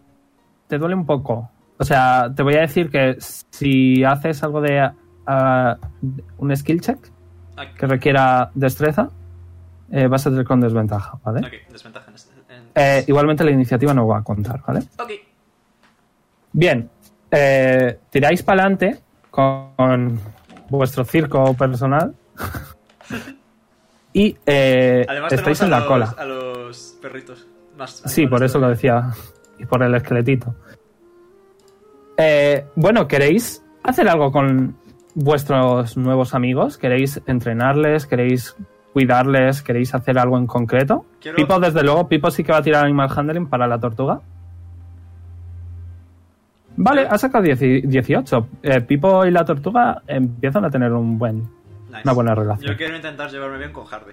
Speaker 3: te duele un poco. O sea, te voy a decir que si haces algo de ah, un skill check que requiera destreza, eh, vas a tener con desventaja, ¿vale?
Speaker 1: Ok, desventaja en este.
Speaker 3: Eh, igualmente la iniciativa no va a contar, ¿vale?
Speaker 8: Ok.
Speaker 3: Bien, eh, tiráis para adelante con, con vuestro circo personal y eh,
Speaker 8: Además
Speaker 3: estáis
Speaker 8: tenemos a
Speaker 3: en la
Speaker 8: los,
Speaker 3: cola.
Speaker 8: a los perritos. Más
Speaker 3: Sí, por eso lo decía. Y por el esqueletito. Eh, bueno, ¿queréis hacer algo con vuestros nuevos amigos? ¿Queréis entrenarles? ¿Queréis cuidarles? ¿Queréis hacer algo en concreto?
Speaker 1: Quiero-
Speaker 3: Pipo, desde luego, Pipo sí que va a tirar Animal Handling para la tortuga. Vale, ha sacado 10 18. Eh, Pipo y la tortuga empiezan a tener un buen,
Speaker 1: Nice.
Speaker 3: una buena relación.
Speaker 1: Yo quiero intentar llevarme bien con Hardy.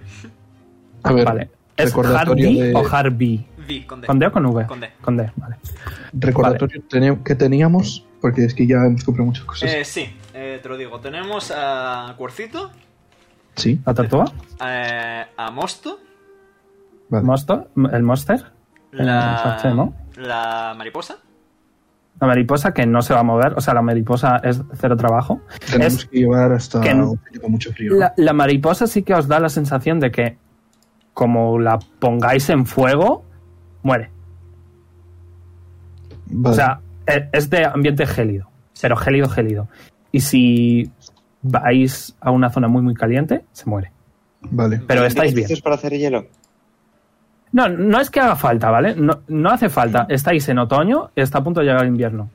Speaker 4: A ver,
Speaker 3: Vale. ¿Es
Speaker 4: Recordatorio
Speaker 3: Hardy
Speaker 4: de-
Speaker 3: o Harvey?
Speaker 1: Vi, con D.
Speaker 3: ¿Con D o con V?
Speaker 1: Con D.
Speaker 3: Con D, vale.
Speaker 4: recordatorio tene- que teníamos, porque es que ya hemos comprado muchas cosas.
Speaker 1: Eh, sí, eh, te lo digo. Tenemos a Cuercito,
Speaker 4: sí,
Speaker 3: ¿La tortuga?
Speaker 1: eh, a Mosto,
Speaker 4: vale.
Speaker 3: Monster, el monster, El
Speaker 1: la,
Speaker 3: Monster, ¿no?
Speaker 1: la mariposa.
Speaker 3: la mariposa que no se va a mover, o sea, la mariposa es cero trabajo.
Speaker 4: Tenemos
Speaker 3: Es
Speaker 4: que llevar hasta
Speaker 3: que-
Speaker 4: un sitio con mucho frío. ¿no?
Speaker 3: la, la mariposa sí que os da la sensación de que como la pongáis en fuego, muere.
Speaker 4: Vale.
Speaker 3: O sea, e- es de ambiente gélido, pero gélido, gélido. Y si vais a una zona muy, muy caliente, se muere.
Speaker 4: vale.
Speaker 3: Pero estáis bien.
Speaker 2: ¿Esto es para hacer hielo?
Speaker 3: No, no es que haga falta, ¿vale? No, no hace falta. Estáis en otoño, está a punto de llegar el invierno.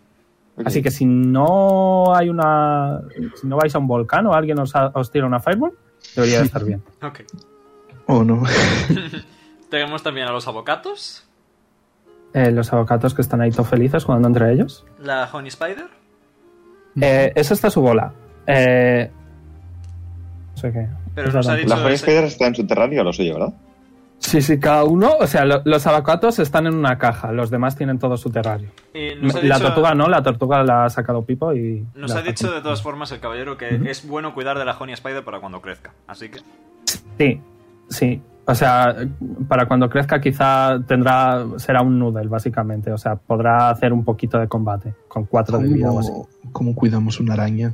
Speaker 2: Ok.
Speaker 3: Así que si no hay una. Si no vais a un volcán o alguien os, ha- os tira una fireball, debería de estar bien.
Speaker 1: Ok.
Speaker 4: O no.
Speaker 1: Tenemos también a los avocatos,
Speaker 3: Eh, los avocatos que están ahí todos felices jugando entre ellos.
Speaker 1: la Honey Spider,
Speaker 3: Eh, esa está su bola. Eh, no sé qué.
Speaker 1: pero
Speaker 3: Es
Speaker 1: nos ha
Speaker 3: verdad.
Speaker 1: dicho...
Speaker 2: La Honey
Speaker 1: ese-
Speaker 2: Spider está en su terrario, lo suyo, ¿verdad?
Speaker 3: Sí, sí, cada uno. O sea, lo- los avocatos están en una caja. Los demás tienen todo su terrario.
Speaker 1: y nos ha
Speaker 3: la
Speaker 1: dicho-
Speaker 3: tortuga no, la tortuga la ha sacado Pipo y.
Speaker 1: Nos
Speaker 3: la-
Speaker 1: ha dicho de todas formas el caballero que es bueno cuidar de la Honey Spider para cuando crezca. Así que.
Speaker 3: Sí, sí. O sea, para cuando crezca quizá tendrá será un noodle básicamente, o sea, podrá hacer un poquito de combate con cuatro de vida o así,
Speaker 4: ¿Cómo, cómo cuidamos una araña?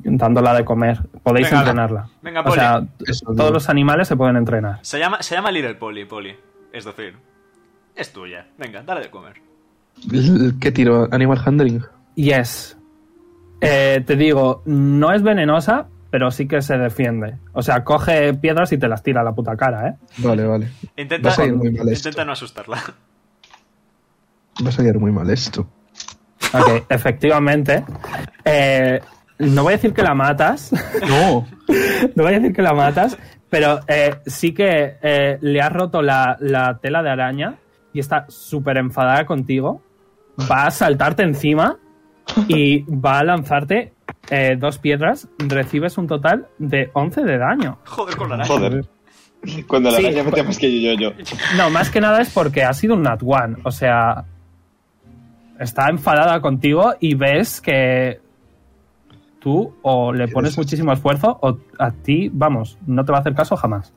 Speaker 3: dándola de comer. Podéis
Speaker 1: Venga,
Speaker 3: entrenarla.
Speaker 1: Venga,
Speaker 3: O
Speaker 1: Poli.
Speaker 3: sea,
Speaker 4: Eso digo.
Speaker 3: todos los animales se pueden entrenar.
Speaker 1: se, llama, se llama Little Poli, Poli. Es decir, es tuya. Venga, dale de comer.
Speaker 4: L- ¿Qué tiro? ¿Animal Handling?
Speaker 3: Yes. Eh, te digo, no es venenosa, pero sí que se defiende. O sea, coge piedras y te las tira a la puta cara, ¿eh?
Speaker 4: Vale, vale.
Speaker 1: Intenta,
Speaker 4: Va a salir muy mal esto.
Speaker 1: intenta no asustarla.
Speaker 4: Va a salir muy mal esto.
Speaker 3: Ok, efectivamente. Eh, no voy a decir que la matas.
Speaker 4: No.
Speaker 3: No voy a decir que la matas, pero eh, sí que eh, le has roto la, la tela de araña y está súper enfadada contigo. Va a saltarte encima y va a lanzarte eh, dos piedras. Recibes un total de 11 de daño.
Speaker 1: Joder con la araña.
Speaker 2: Joder. Cuando la
Speaker 3: Sí.
Speaker 2: araña mete más que yo, yo, yo.
Speaker 3: No, más que nada es porque ha sido un Nat One. O sea, está enfadada contigo y ves que tú o le pones muchísimo esfuerzo o a ti, vamos, no te va a hacer caso jamás.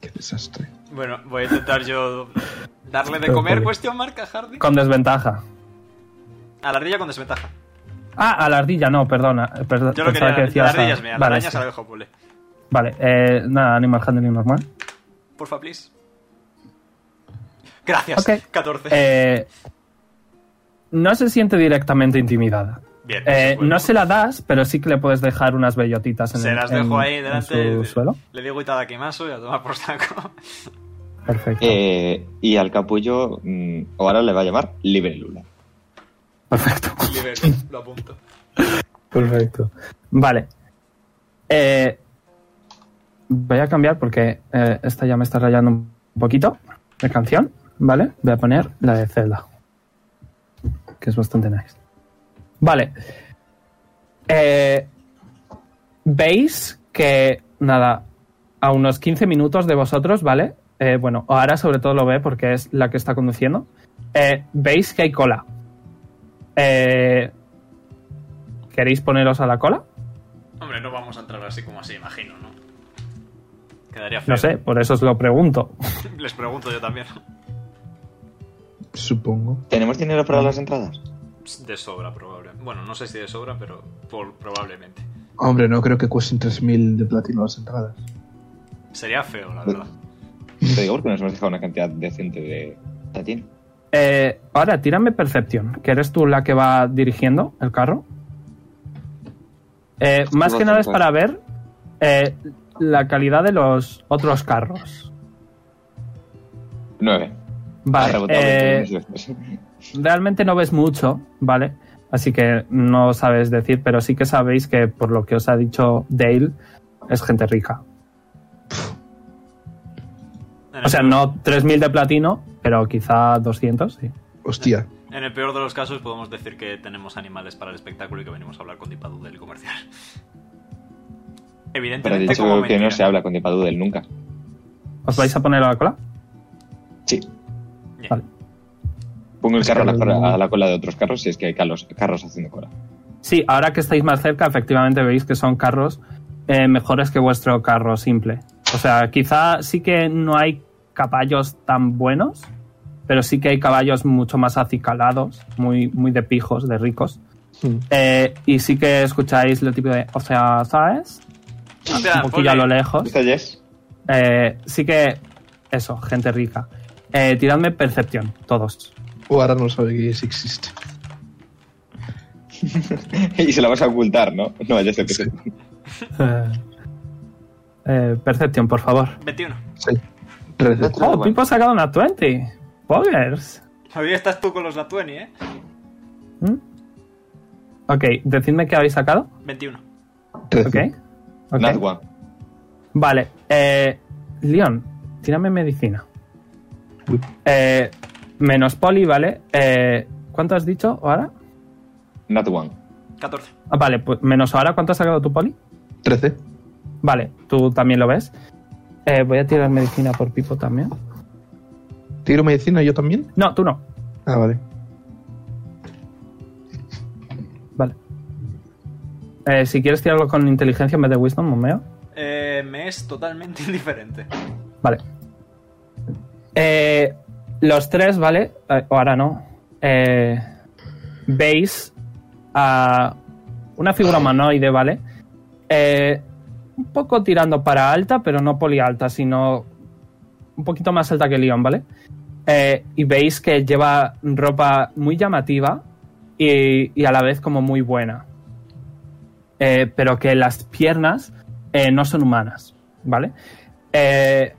Speaker 4: Qué desastre.
Speaker 1: Bueno, voy a intentar yo darle de
Speaker 3: Pero,
Speaker 1: comer,
Speaker 3: Poli.
Speaker 1: cuestión marca, Hardy.
Speaker 3: Con desventaja.
Speaker 1: A la ardilla con desventaja.
Speaker 3: Ah, a la ardilla, no, perdona. eh, perdo-
Speaker 1: Yo lo quería.
Speaker 3: pensaba que
Speaker 1: la
Speaker 3: decías
Speaker 1: ardilla
Speaker 3: a-
Speaker 1: es mía, la
Speaker 3: vale,
Speaker 1: araña
Speaker 3: sí.
Speaker 1: se la dejo, Poli.
Speaker 3: Vale, eh, nada, Animal Handling normal.
Speaker 1: Porfa, please. Gracias.
Speaker 3: Ok.
Speaker 1: 14.
Speaker 3: Eh, no se siente directamente intimidada.
Speaker 1: Bien.
Speaker 3: Eh,
Speaker 1: bueno.
Speaker 3: no se la das, pero sí que le puedes dejar unas bellotitas en
Speaker 1: Se
Speaker 3: el-
Speaker 1: las
Speaker 3: en-
Speaker 1: dejo ahí
Speaker 3: en
Speaker 1: delante.
Speaker 3: su
Speaker 1: le-
Speaker 3: suelo.
Speaker 1: Le digo Itadakimasu y a tomar por saco.
Speaker 3: Perfecto.
Speaker 2: Eh, y al capullo, mm, ahora le va a llamar Libre Lula.
Speaker 3: Perfecto.
Speaker 1: Libero, lo apunto.
Speaker 3: Perfecto. Vale. Eh, voy a cambiar porque eh, esta ya me está rayando un poquito de canción, ¿vale? Voy a poner la de Zelda, que es bastante nice. Vale. Eh, Veis que, nada, a unos 15 minutos de vosotros, ¿vale? Eh, bueno, ahora sobre todo lo ve porque es la que está conduciendo. Eh, Veis que hay cola. Eh, ¿Queréis poneros a la cola?
Speaker 1: Hombre, no vamos a entrar así como así, imagino, ¿no? Quedaría feo.
Speaker 3: No sé, por eso os lo pregunto.
Speaker 1: Les pregunto yo también.
Speaker 4: Supongo.
Speaker 2: ¿Tenemos dinero para las entradas?
Speaker 1: De sobra, probablemente. Bueno, no sé si de sobra, pero por- probablemente.
Speaker 4: Hombre, no creo que cuesten 3.000 de platino las entradas.
Speaker 1: Sería feo, la verdad.
Speaker 2: Te digo porque nos hemos dejado una cantidad decente de tatín.
Speaker 3: Eh, ahora, tírame Percepción, que eres tú la que va dirigiendo el carro. Eh, más que
Speaker 2: Rosa,
Speaker 3: nada es
Speaker 2: pues.
Speaker 3: para ver eh, la calidad de los otros carros.
Speaker 2: Nueve. Ha
Speaker 3: Vale,
Speaker 2: rebotado
Speaker 3: eh,
Speaker 2: 20 veces.
Speaker 3: realmente no ves mucho, ¿vale? Así que no sabes decir, pero sí que sabéis que por lo que os ha dicho Dale, es gente rica.
Speaker 1: En el
Speaker 3: O sea, no 3.000 de platino, pero quizá 200, sí.
Speaker 4: Hostia.
Speaker 1: En el peor de los casos podemos decir que tenemos animales para el espectáculo y que venimos a hablar con Dipadu del comercial.
Speaker 2: Pero he
Speaker 1: Evidentemente
Speaker 2: dicho
Speaker 1: como
Speaker 2: que
Speaker 1: mentira.
Speaker 2: no se habla con Dipadudel nunca.
Speaker 3: ¿Os vais a poner a la cola?
Speaker 2: Sí.
Speaker 1: Ya.
Speaker 3: Vale.
Speaker 2: Pongo
Speaker 3: Pues
Speaker 2: el carro a la, cola, a la cola de otros carros si es que hay carros, carros haciendo cola.
Speaker 3: Sí, ahora que estáis más cerca, efectivamente veis que son carros eh, mejores que vuestro carro simple. O sea, quizá sí que no hay caballos tan buenos, pero sí que hay caballos mucho más acicalados, muy, muy de pijos, de ricos.
Speaker 4: Hmm.
Speaker 3: Eh, y sí que escucháis lo típico de, o sea, ¿sabes?
Speaker 1: O sea,
Speaker 3: Un poquillo a
Speaker 1: ponle-
Speaker 3: lo lejos.
Speaker 2: ¿Viste, Jess?
Speaker 3: Eh, sí que, eso, gente rica. Eh, tiradme percepción, todos.
Speaker 4: O ahora no sabe que sí existe.
Speaker 2: y se la vas a ocultar, ¿no? No vayas a empezar.
Speaker 3: Eh, percepción, por favor.
Speaker 1: 21.
Speaker 4: Sí. Trece.
Speaker 3: Oh, Pipo ha sacado una 20. Poggers.
Speaker 1: Todavía estás tú con los Latueni, ¿eh?
Speaker 3: ¿Mm? Ok, decidme qué habéis sacado.
Speaker 1: 21.
Speaker 4: Trece.
Speaker 3: Ok. ok.
Speaker 2: Nat one.
Speaker 3: Vale. Eh, Leon, tírame medicina. Eh, menos poli, ¿vale? Eh, ¿Cuánto has dicho ahora?
Speaker 2: Nat one.
Speaker 1: 14.
Speaker 3: Ah, vale, pues menos ahora. ¿Cuánto has sacado tu poli?
Speaker 4: Trece.
Speaker 3: Vale, tú también lo ves. Eh, voy a tirar medicina por Pipo también.
Speaker 4: ¿Tiro medicina yo también?
Speaker 3: No, tú no.
Speaker 4: Ah, vale.
Speaker 3: Vale. Eh, si quieres tirarlo con inteligencia en vez de wisdom, momeo.
Speaker 1: Eh, me es totalmente indiferente.
Speaker 3: Vale. Eh, los tres, ¿vale? Eh, o ahora no. Eh, veis a una figura humanoide, ¿vale? Eh, un poco tirando para alta, pero no polialta, sino un poquito más alta que Leon, ¿vale? Eh, y veis que lleva ropa muy llamativa y, y a la vez como muy buena. Eh, pero que las piernas eh, no son humanas, ¿vale? Eh,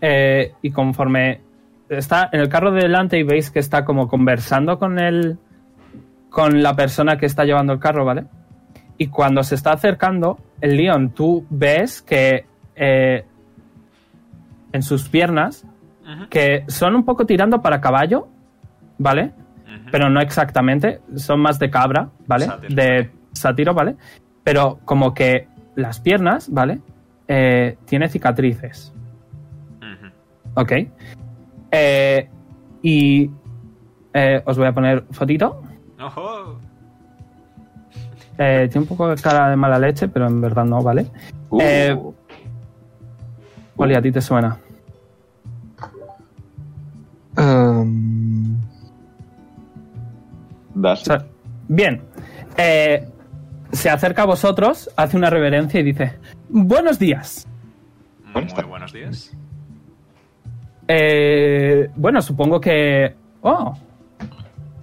Speaker 3: eh, y conforme está en el carro de delante y veis que está como conversando con el con la persona que está llevando el carro, ¿vale? Y cuando se está acercando, el Leon, tú ves que eh, en sus piernas,
Speaker 1: Ujú,
Speaker 3: que son un poco tirando para caballo, ¿vale?
Speaker 1: ujú.
Speaker 3: pero no exactamente, son más de cabra, ¿vale?
Speaker 1: Sátiro.
Speaker 3: De sátiro, ¿vale? Pero como que las piernas, ¿vale? Eh, tiene cicatrices,
Speaker 1: Ujú.
Speaker 3: ¿ok? Eh, y eh, os voy a poner fotito.
Speaker 1: Ojo.
Speaker 3: Eh, tiene un poco de cara de mala leche, pero en verdad no, ¿vale?
Speaker 2: Uh,
Speaker 3: Eh, Oli, a ti te suena.
Speaker 4: Am,
Speaker 2: das.
Speaker 3: O sea, bien. Eh, se acerca a vosotros, hace una reverencia y dice: Buenos días.
Speaker 1: Muy
Speaker 2: Bueno, está.
Speaker 1: buenos días.
Speaker 3: Eh, bueno, supongo que. Oh.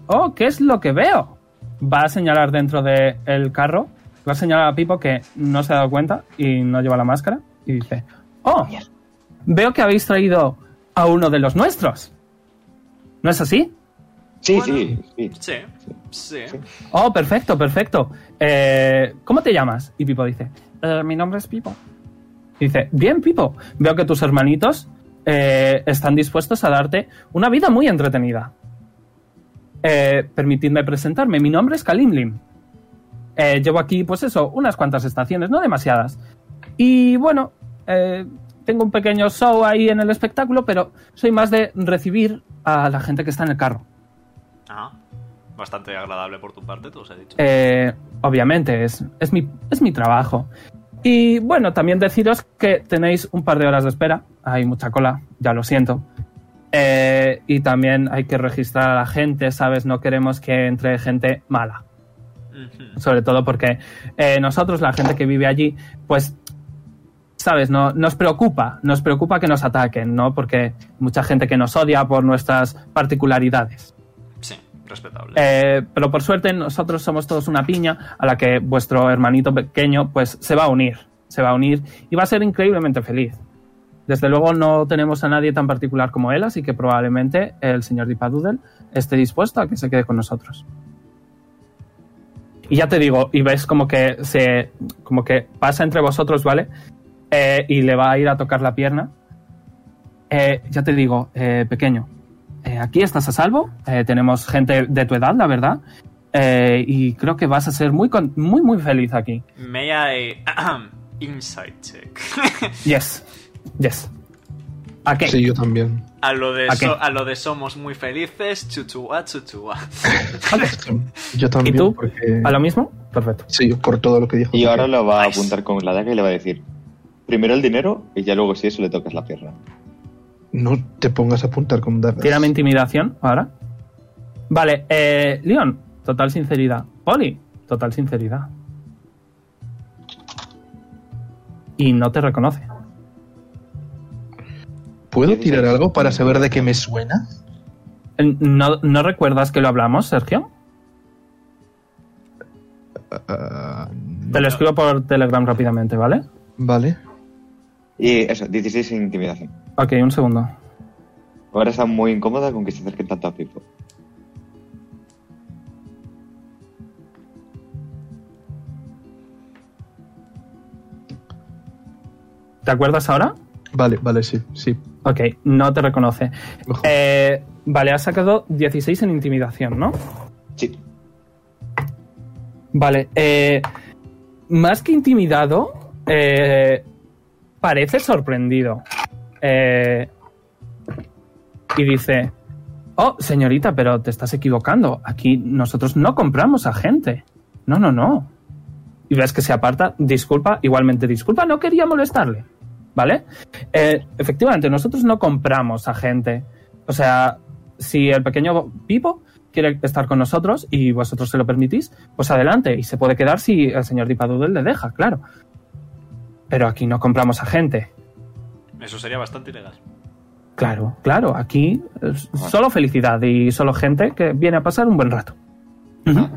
Speaker 3: Oh, ¿qué es lo que veo? Va a señalar dentro del carro. Va a señalar a Pipo que no se ha dado cuenta y no lleva la máscara. Y dice: Oh, veo que habéis traído a uno de los nuestros. ¿No es así?
Speaker 2: sí,
Speaker 1: bueno.
Speaker 2: sí, sí.
Speaker 1: Sí, sí.
Speaker 3: Oh, perfecto, perfecto. Eh, ¿Cómo te llamas? Y Pipo dice, "Eh, mi nombre es Pipo. Y dice, bien, Pipo, veo que tus hermanitos eh, están dispuestos a darte una vida muy entretenida. Eh, permitidme presentarme, mi nombre es Kalimlim. Eh, llevo aquí, pues eso, unas cuantas estaciones, no demasiadas. Y bueno, eh, tengo un pequeño show ahí en el espectáculo, pero soy más de recibir a la gente que está en el carro.
Speaker 1: Ah, bastante agradable por tu parte, tú os he dicho.
Speaker 3: Eh, obviamente, es, es, mi, es mi trabajo. Y bueno, también deciros que tenéis un par de horas de espera. Hay mucha cola, ya lo siento. Eh, y también hay que registrar a la gente, ¿sabes? No queremos que entre gente mala.
Speaker 1: Ujú.
Speaker 3: Sobre todo porque eh, nosotros, la gente que vive allí, pues ¿sabes? No, nos preocupa, nos preocupa que nos ataquen, ¿no? Porque mucha gente que nos odia por nuestras particularidades.
Speaker 1: Sí, respetable.
Speaker 3: Eh, pero por suerte nosotros somos todos una piña a la que vuestro hermanito pequeño pues se va a unir, se va a unir y va a ser increíblemente feliz. Desde luego no tenemos a nadie tan particular como él, así que probablemente el señor Dipadoodle esté dispuesto a que se quede con nosotros. Y ya te digo, y ves como que se. como que pasa entre vosotros, ¿vale? Eh, y le va a ir a tocar la pierna. Eh, ya te digo, eh, pequeño, eh, aquí estás a salvo. eh, tenemos gente de tu edad, la verdad. eh, y creo que vas a ser muy, con- muy, muy feliz aquí.
Speaker 1: May I. insight check.
Speaker 3: Yes. Yes. ¿A qué?
Speaker 4: Sí, yo también.
Speaker 1: a, lo de
Speaker 3: ¿A qué?
Speaker 1: so- a lo de somos muy felices, chuchua, chuchua.
Speaker 4: Yo
Speaker 3: ¿Y
Speaker 4: también.
Speaker 3: tú?
Speaker 4: porque-
Speaker 3: ¿A lo mismo? Perfecto.
Speaker 4: Sí, por todo lo que dijo.
Speaker 2: Y ahora lo va a
Speaker 1: Nice.
Speaker 2: apuntar con la daga y le va a decir: primero el dinero y ya luego, si eso, le tocas la pierna.
Speaker 4: No te pongas a apuntar con dagas.
Speaker 3: Tírame intimidación ahora. Vale, eh, Leon, total sinceridad. Oli, total sinceridad. Y no te reconoce.
Speaker 4: ¿Puedo tirar algo para saber de qué me suena?
Speaker 3: Eh, ¿No, ¿No recuerdas que lo hablamos, Sergio?
Speaker 4: Ah,
Speaker 3: Te lo escribo por Telegram rápidamente, ¿vale?
Speaker 4: vale.
Speaker 2: Y eso, 16 en intimidación.
Speaker 3: Ok, un segundo.
Speaker 2: Ahora está muy incómoda con que se acerquen tanto a Pipo.
Speaker 3: ¿Te acuerdas ahora?
Speaker 4: Vale, vale, sí, sí.
Speaker 3: Ok, no te reconoce.
Speaker 4: Mejor.
Speaker 3: Eh, vale, has sacado 16 en intimidación, ¿no?
Speaker 2: Sí.
Speaker 3: Vale, eh, más que intimidado, eh, parece sorprendido. Eh, y dice, oh, señorita, pero te estás equivocando. Aquí nosotros no compramos a gente. No, no, no. Y ves que se aparta, disculpa, igualmente disculpa, no quería molestarle. ¿Vale? Eh, efectivamente, nosotros no compramos a gente. O sea, si el pequeño Pipo quiere estar con nosotros y vosotros se lo permitís, pues adelante. Y se puede quedar si el señor Dipadoodle le deja, claro. Pero aquí no compramos a gente.
Speaker 1: Eso sería bastante ilegal.
Speaker 3: Claro, claro. Aquí es solo felicidad y solo gente que viene a pasar un buen rato. Ujú.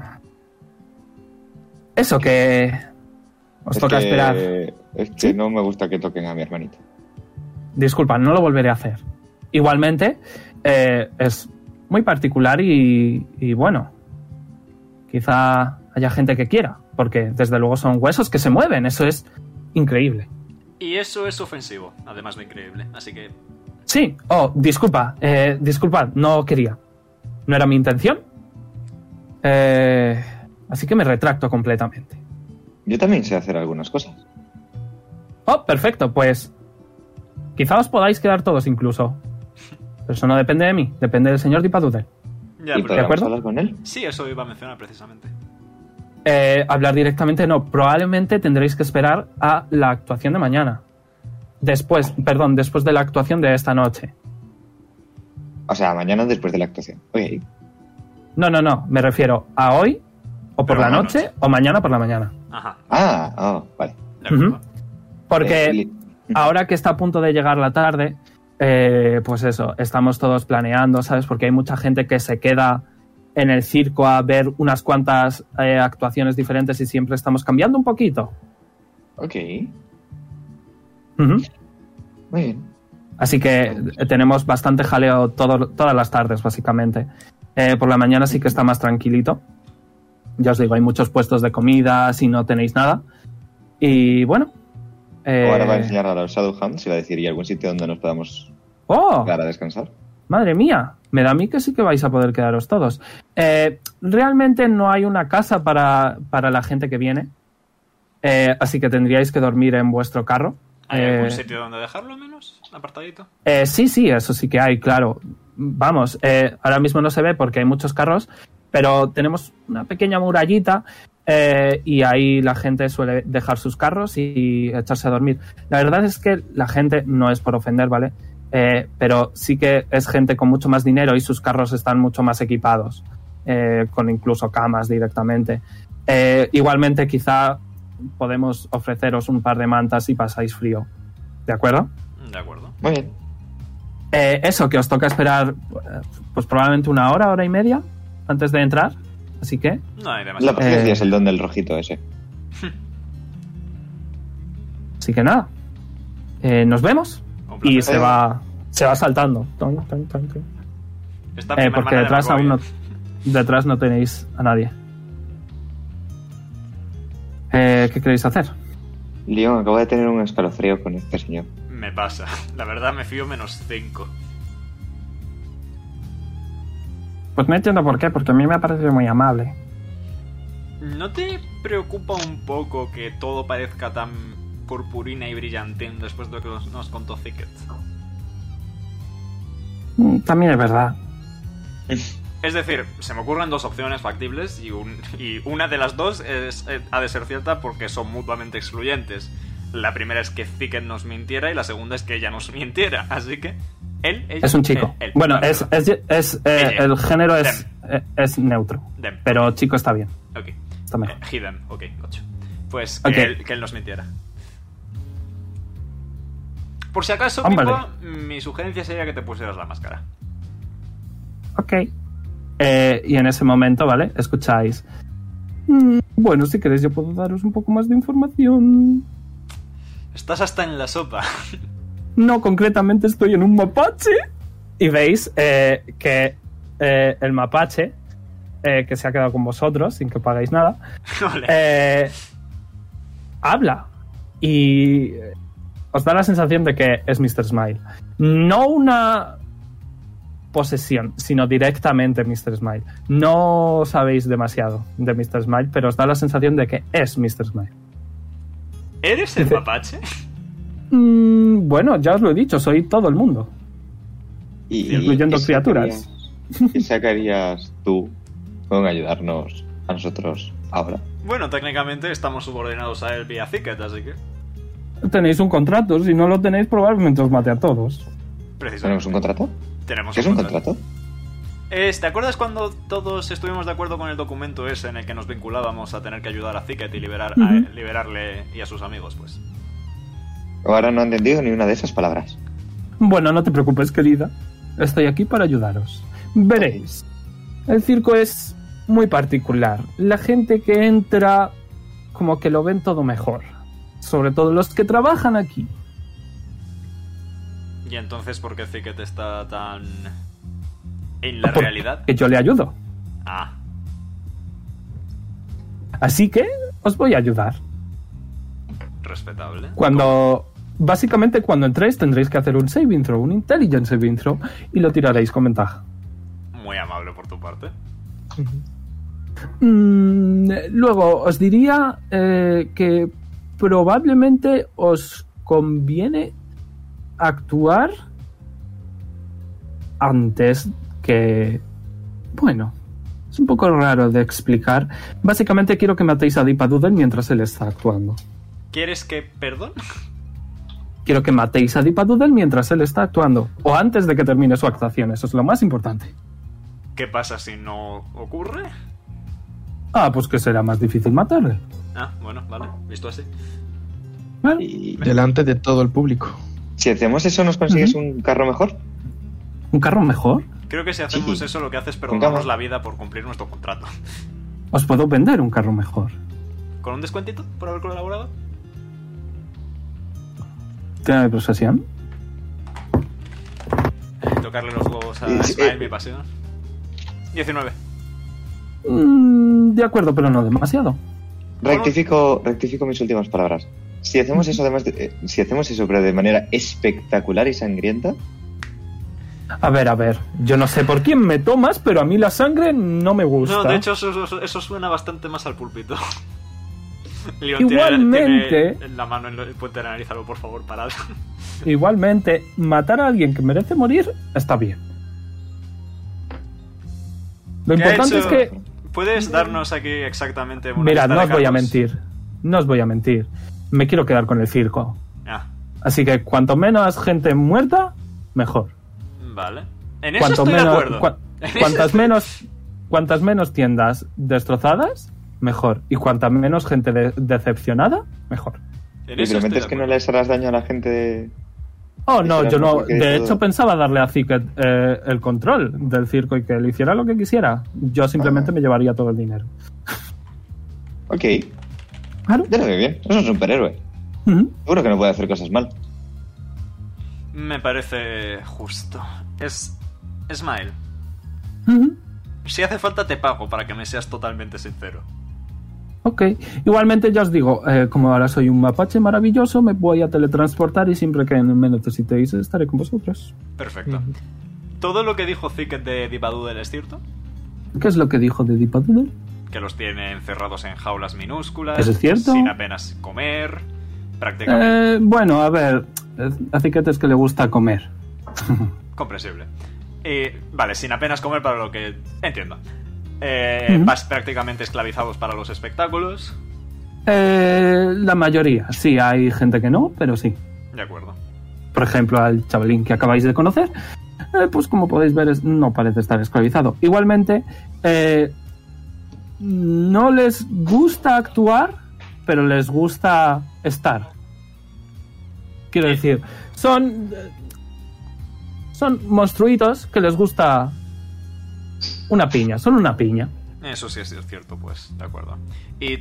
Speaker 3: Eso que... Os
Speaker 2: Es
Speaker 3: toca
Speaker 2: que-
Speaker 3: esperar.
Speaker 2: Es que no me gusta que toquen a mi hermanito.
Speaker 3: Disculpa, no lo volveré a hacer. Igualmente, eh, es muy particular y, y bueno, quizá haya gente que quiera, porque desde luego son huesos que se mueven, eso es increíble.
Speaker 1: Y eso es ofensivo, además de increíble. Así que.
Speaker 3: Sí, oh, disculpa, eh, disculpad, no quería. No era mi intención. Eh, así que me retracto completamente.
Speaker 2: Yo también sé hacer algunas cosas.
Speaker 3: Oh, perfecto, pues quizá os podáis quedar todos incluso. Pero eso no depende de mí, depende del señor Dipadudel.
Speaker 1: Ya,
Speaker 2: y
Speaker 1: pero-
Speaker 2: podemos
Speaker 3: acuerdo?
Speaker 2: hablar con él.
Speaker 1: Sí, eso iba a mencionar precisamente.
Speaker 3: Eh, hablar directamente no, probablemente tendréis que esperar a la actuación de mañana. Después, perdón, después de la actuación de esta noche.
Speaker 2: O sea, mañana después de la actuación. Ok.
Speaker 3: No, no, no, me refiero a hoy o por
Speaker 1: Pero
Speaker 3: la
Speaker 1: no,
Speaker 3: noche
Speaker 1: no.
Speaker 3: o mañana por la mañana.
Speaker 1: Ajá,
Speaker 2: Ah, ah, vale.
Speaker 1: de acuerdo.
Speaker 2: Eh,
Speaker 3: Porque
Speaker 2: li-
Speaker 3: ahora que está a punto de llegar la tarde, eh, pues eso, estamos todos planeando, ¿sabes? Porque hay mucha gente que se queda en el circo a ver unas cuantas eh, actuaciones diferentes y siempre estamos cambiando un poquito.
Speaker 2: Ok.
Speaker 3: Ujú.
Speaker 2: Muy bien.
Speaker 3: Así que eh, tenemos bastante jaleo todo- todas las tardes, básicamente. Eh, por la mañana sí que está más tranquilito. Ya os digo, hay muchos puestos de comida, si no tenéis nada. Y bueno. eh,
Speaker 2: Ahora va a enseñar a los Shadowhounds y va a decir, ¿y algún sitio donde nos podamos
Speaker 3: ¡Oh!
Speaker 2: quedar a descansar?
Speaker 3: Madre mía, me da a mí que sí que vais a poder quedaros todos. Eh, realmente no hay una casa para, para la gente que viene, eh, así que tendríais que dormir en vuestro carro.
Speaker 1: ¿Hay
Speaker 3: Eh,
Speaker 1: algún sitio donde dejarlo al menos? Apartadito.
Speaker 3: Eh, sí, sí, eso sí que hay, claro. Vamos, eh, ahora mismo no se ve porque hay muchos carros, pero tenemos una pequeña murallita eh, y ahí la gente suele dejar sus carros y, echarse a dormir. La verdad es que la gente, no es por ofender, ¿vale? Eh, pero sí que es gente con mucho más dinero y sus carros están mucho más equipados, eh, con incluso camas directamente. Eh, igualmente, quizá podemos ofreceros un par de mantas si pasáis frío. ¿De acuerdo?
Speaker 1: De acuerdo.
Speaker 2: Muy bien.
Speaker 3: Eh, eso, que os toca esperar eh, pues probablemente una hora, hora y media antes de entrar. Así que
Speaker 1: No hay demasiado.
Speaker 2: La
Speaker 3: Eh.
Speaker 2: paciencia es el don del rojito ese.
Speaker 3: Así que nada. Eh, nos vemos.
Speaker 1: Un placer.
Speaker 3: Y se va. Se va saltando. Ton, ton, ton, ton.
Speaker 1: Esta
Speaker 3: Eh,
Speaker 1: primera
Speaker 3: porque
Speaker 1: hermana de
Speaker 3: detrás
Speaker 1: Macoy,
Speaker 3: aún no.
Speaker 1: ¿eh?
Speaker 3: Detrás no tenéis a nadie. Eh, ¿Qué queréis hacer?
Speaker 2: Leon, acabo de tener un escalofrío con este señor.
Speaker 1: Me pasa. La verdad me fío menos 5.
Speaker 3: Pues no entiendo por qué, porque a mí me ha parecido muy amable.
Speaker 1: ¿No te preocupa un poco que todo parezca tan purpurina y brillantín después de lo que nos- nos contó Thicket?
Speaker 3: Mm, También es verdad.
Speaker 1: Es decir, se me ocurren dos opciones factibles y, un- y una de las dos es, eh, ha de ser cierta porque son mutuamente excluyentes. La primera es que Thicket nos mintiera y la segunda es que ella nos mintiera. Así que él, ella, eh,
Speaker 3: Es un chico.
Speaker 1: él, él.
Speaker 3: bueno,
Speaker 1: Vale,
Speaker 3: es,
Speaker 1: vale.
Speaker 3: es, es, eh,
Speaker 1: Ella.
Speaker 3: el género es, eh, es neutro.
Speaker 1: Dem.
Speaker 3: Pero chico está bien.
Speaker 1: Ok.
Speaker 3: Está mejor.
Speaker 1: Eh, Hidden, ok, gotcha. Pues que,
Speaker 3: Ok.
Speaker 1: él, que él nos mintiera. Por si acaso,
Speaker 3: Hombre.
Speaker 1: Pipo, mi sugerencia sería que te pusieras la máscara.
Speaker 3: Ok. Eh, y en ese momento, ¿vale? Escucháis. "Mm, bueno, si queréis yo puedo daros un poco más de información.
Speaker 1: Estás hasta en la sopa.
Speaker 3: No, concretamente estoy en un mapache. Y veis eh, que eh, el mapache, eh, que se ha quedado con vosotros sin que pagáis nada,
Speaker 1: Vale.
Speaker 3: eh, habla y eh, os da la sensación de que es Mr. Smile. No una posesión, sino directamente Mr. Smile. No sabéis demasiado de Mr. Smile, pero os da la sensación de que es Mr. Smile.
Speaker 1: ¿Eres el mapache?
Speaker 3: Mm, bueno, ya os lo he dicho, soy todo el mundo.
Speaker 2: Y,
Speaker 3: Incluyendo
Speaker 2: ¿qué
Speaker 3: criaturas.
Speaker 2: sacarías- ¿Qué sacarías tú con ayudarnos a nosotros ahora?
Speaker 1: Bueno, técnicamente estamos subordinados a él vía Thicket, así que.
Speaker 3: Tenéis un contrato, si no lo tenéis probablemente os mate a todos.
Speaker 2: ¿Tenemos
Speaker 1: Precisamente.
Speaker 2: un contrato?
Speaker 1: Tenemos
Speaker 2: ¿Qué es un contrato?
Speaker 1: Es, ¿Te acuerdas cuando todos estuvimos de acuerdo con el documento ese en el que nos vinculábamos a tener que ayudar a Thicket y liberar, a-
Speaker 3: Ujú.
Speaker 1: liberarle y a sus amigos? Pues.
Speaker 2: Ahora no he entendido ni una de esas palabras.
Speaker 3: Bueno, no te preocupes, querida. Estoy aquí para ayudaros. Veréis. El circo es muy particular. La gente que entra como que lo ven todo mejor. Sobre todo los que trabajan aquí.
Speaker 1: ¿Y entonces por qué Thicket está tan. en la
Speaker 3: Por-
Speaker 1: realidad?
Speaker 3: Que yo le ayudo.
Speaker 1: Ah,
Speaker 3: Así que os voy a ayudar.
Speaker 1: respetable.
Speaker 3: Cuando... Básicamente cuando entréis tendréis que hacer un saving throw, un intelligence saving throw, y lo tiraréis con ventaja.
Speaker 1: Muy amable por tu parte.
Speaker 3: Mm, luego, os diría eh, que probablemente os conviene actuar antes que... Bueno, es un poco raro de explicar. Básicamente quiero que matéis a Deepa Duden mientras él está actuando.
Speaker 1: ¿Quieres que. perdón?
Speaker 3: Quiero que matéis a Deepa Duden mientras él está actuando. O antes de que termine su actuación, eso es lo más importante.
Speaker 1: ¿Qué pasa si no ocurre?
Speaker 3: Ah, pues que será más difícil matarle.
Speaker 1: Ah, bueno, vale, visto así.
Speaker 3: Claro.
Speaker 2: Y
Speaker 4: Delante de todo el público.
Speaker 2: si hacemos eso, ¿nos consigues un carro mejor?
Speaker 3: Ah. ¿Un carro mejor?
Speaker 1: Creo que si hacemos
Speaker 2: Sí.
Speaker 1: eso, lo que hace es
Speaker 2: Pongamos-
Speaker 1: perdonarnos la vida por cumplir nuestro contrato.
Speaker 3: Os puedo vender un carro mejor.
Speaker 1: ¿Con un descuentito por haber colaborado?
Speaker 3: ¿Tema de procesión?
Speaker 1: Y tocarle los huevos a
Speaker 2: Eh,
Speaker 1: Smile,
Speaker 2: eh.
Speaker 1: mi pasión. 19.
Speaker 3: Mm, de acuerdo, pero no demasiado.
Speaker 2: Rectifico, rectifico mis últimas palabras. Si hacemos eso, además de- eh, si hacemos eso, pero de manera espectacular y sangrienta,
Speaker 3: A ver, a ver. Yo no sé por quién me tomas, pero a mí la sangre no me gusta.
Speaker 1: No, de hecho, eso, eso- eso suena bastante más al pulpito. Leon tiene-
Speaker 3: Igualmente.
Speaker 1: tiene la mano en lo- el puente de la nariz, algo, por favor, parad.
Speaker 3: Igualmente, matar a alguien que merece morir está bien. Lo
Speaker 1: ¿Qué ha
Speaker 3: importante es
Speaker 1: hecho?
Speaker 3: que.
Speaker 1: ¿Puedes darnos aquí exactamente una
Speaker 3: Mira,
Speaker 1: lista
Speaker 3: no
Speaker 1: de
Speaker 3: os voy a
Speaker 1: cargos?
Speaker 3: mentir. No os voy a mentir. Me quiero quedar con el circo.
Speaker 1: Ah,
Speaker 3: Así que cuanto menos gente muerta, mejor.
Speaker 1: vale. En eso
Speaker 3: cuanto
Speaker 1: estoy de
Speaker 3: menos,
Speaker 1: acuerdo.
Speaker 3: cua-
Speaker 1: En eso
Speaker 3: cuantas menos cuantas menos tiendas destrozadas mejor y cuanta menos gente de- decepcionada mejor
Speaker 1: En eso
Speaker 5: Simplemente
Speaker 1: estoy
Speaker 5: es
Speaker 1: de
Speaker 5: que no
Speaker 1: acuerdo.
Speaker 5: le harás daño a la gente.
Speaker 9: Oh, no,
Speaker 5: Espera,
Speaker 9: yo
Speaker 5: no,
Speaker 9: no.
Speaker 5: porque
Speaker 9: De
Speaker 5: eso-
Speaker 9: hecho, pensaba darle a Zicket eh, el control del circo y que él hiciera lo que quisiera. Yo simplemente
Speaker 5: Ah.
Speaker 9: me llevaría todo el dinero.
Speaker 5: Ok,
Speaker 9: Claro.
Speaker 5: ya lo veo bien. Es un superhéroe.
Speaker 9: Ujú.
Speaker 5: Seguro que no puede hacer cosas mal.
Speaker 1: Me parece justo. Es. Smile.
Speaker 9: Ujú.
Speaker 1: Si hace falta, te pago para que me seas totalmente sincero.
Speaker 9: Ok. Igualmente, ya os digo, eh, como ahora soy un mapache maravilloso, me voy a teletransportar y siempre que me necesitéis estaré con vosotros.
Speaker 1: Perfecto. Todo lo que dijo Zicket de Divadoodle es cierto.
Speaker 9: ¿Qué es lo que dijo de Dipadoodle?
Speaker 1: Que los tiene encerrados en jaulas minúsculas.
Speaker 9: ¿Eso es cierto?
Speaker 1: Sin apenas comer. Prácticamente.
Speaker 9: Eh, bueno, a ver. eh, A Zicket es que le gusta comer.
Speaker 1: Comprensible. Eh, vale, sin apenas comer para lo que. Entiendo. Eh,
Speaker 9: Ujú.
Speaker 1: vas prácticamente esclavizados para los espectáculos.
Speaker 9: Eh, la mayoría, sí, hay gente que no, pero sí.
Speaker 1: De acuerdo.
Speaker 9: por ejemplo, al chavalín que acabáis de conocer, eh, pues como podéis ver, es- no parece estar esclavizado. Igualmente, eh, no les gusta actuar, pero les gusta estar. Quiero decir, son. eh, Son monstruitos que les gusta. Una piña, son una piña.
Speaker 1: Eso sí es cierto, pues, de acuerdo. Y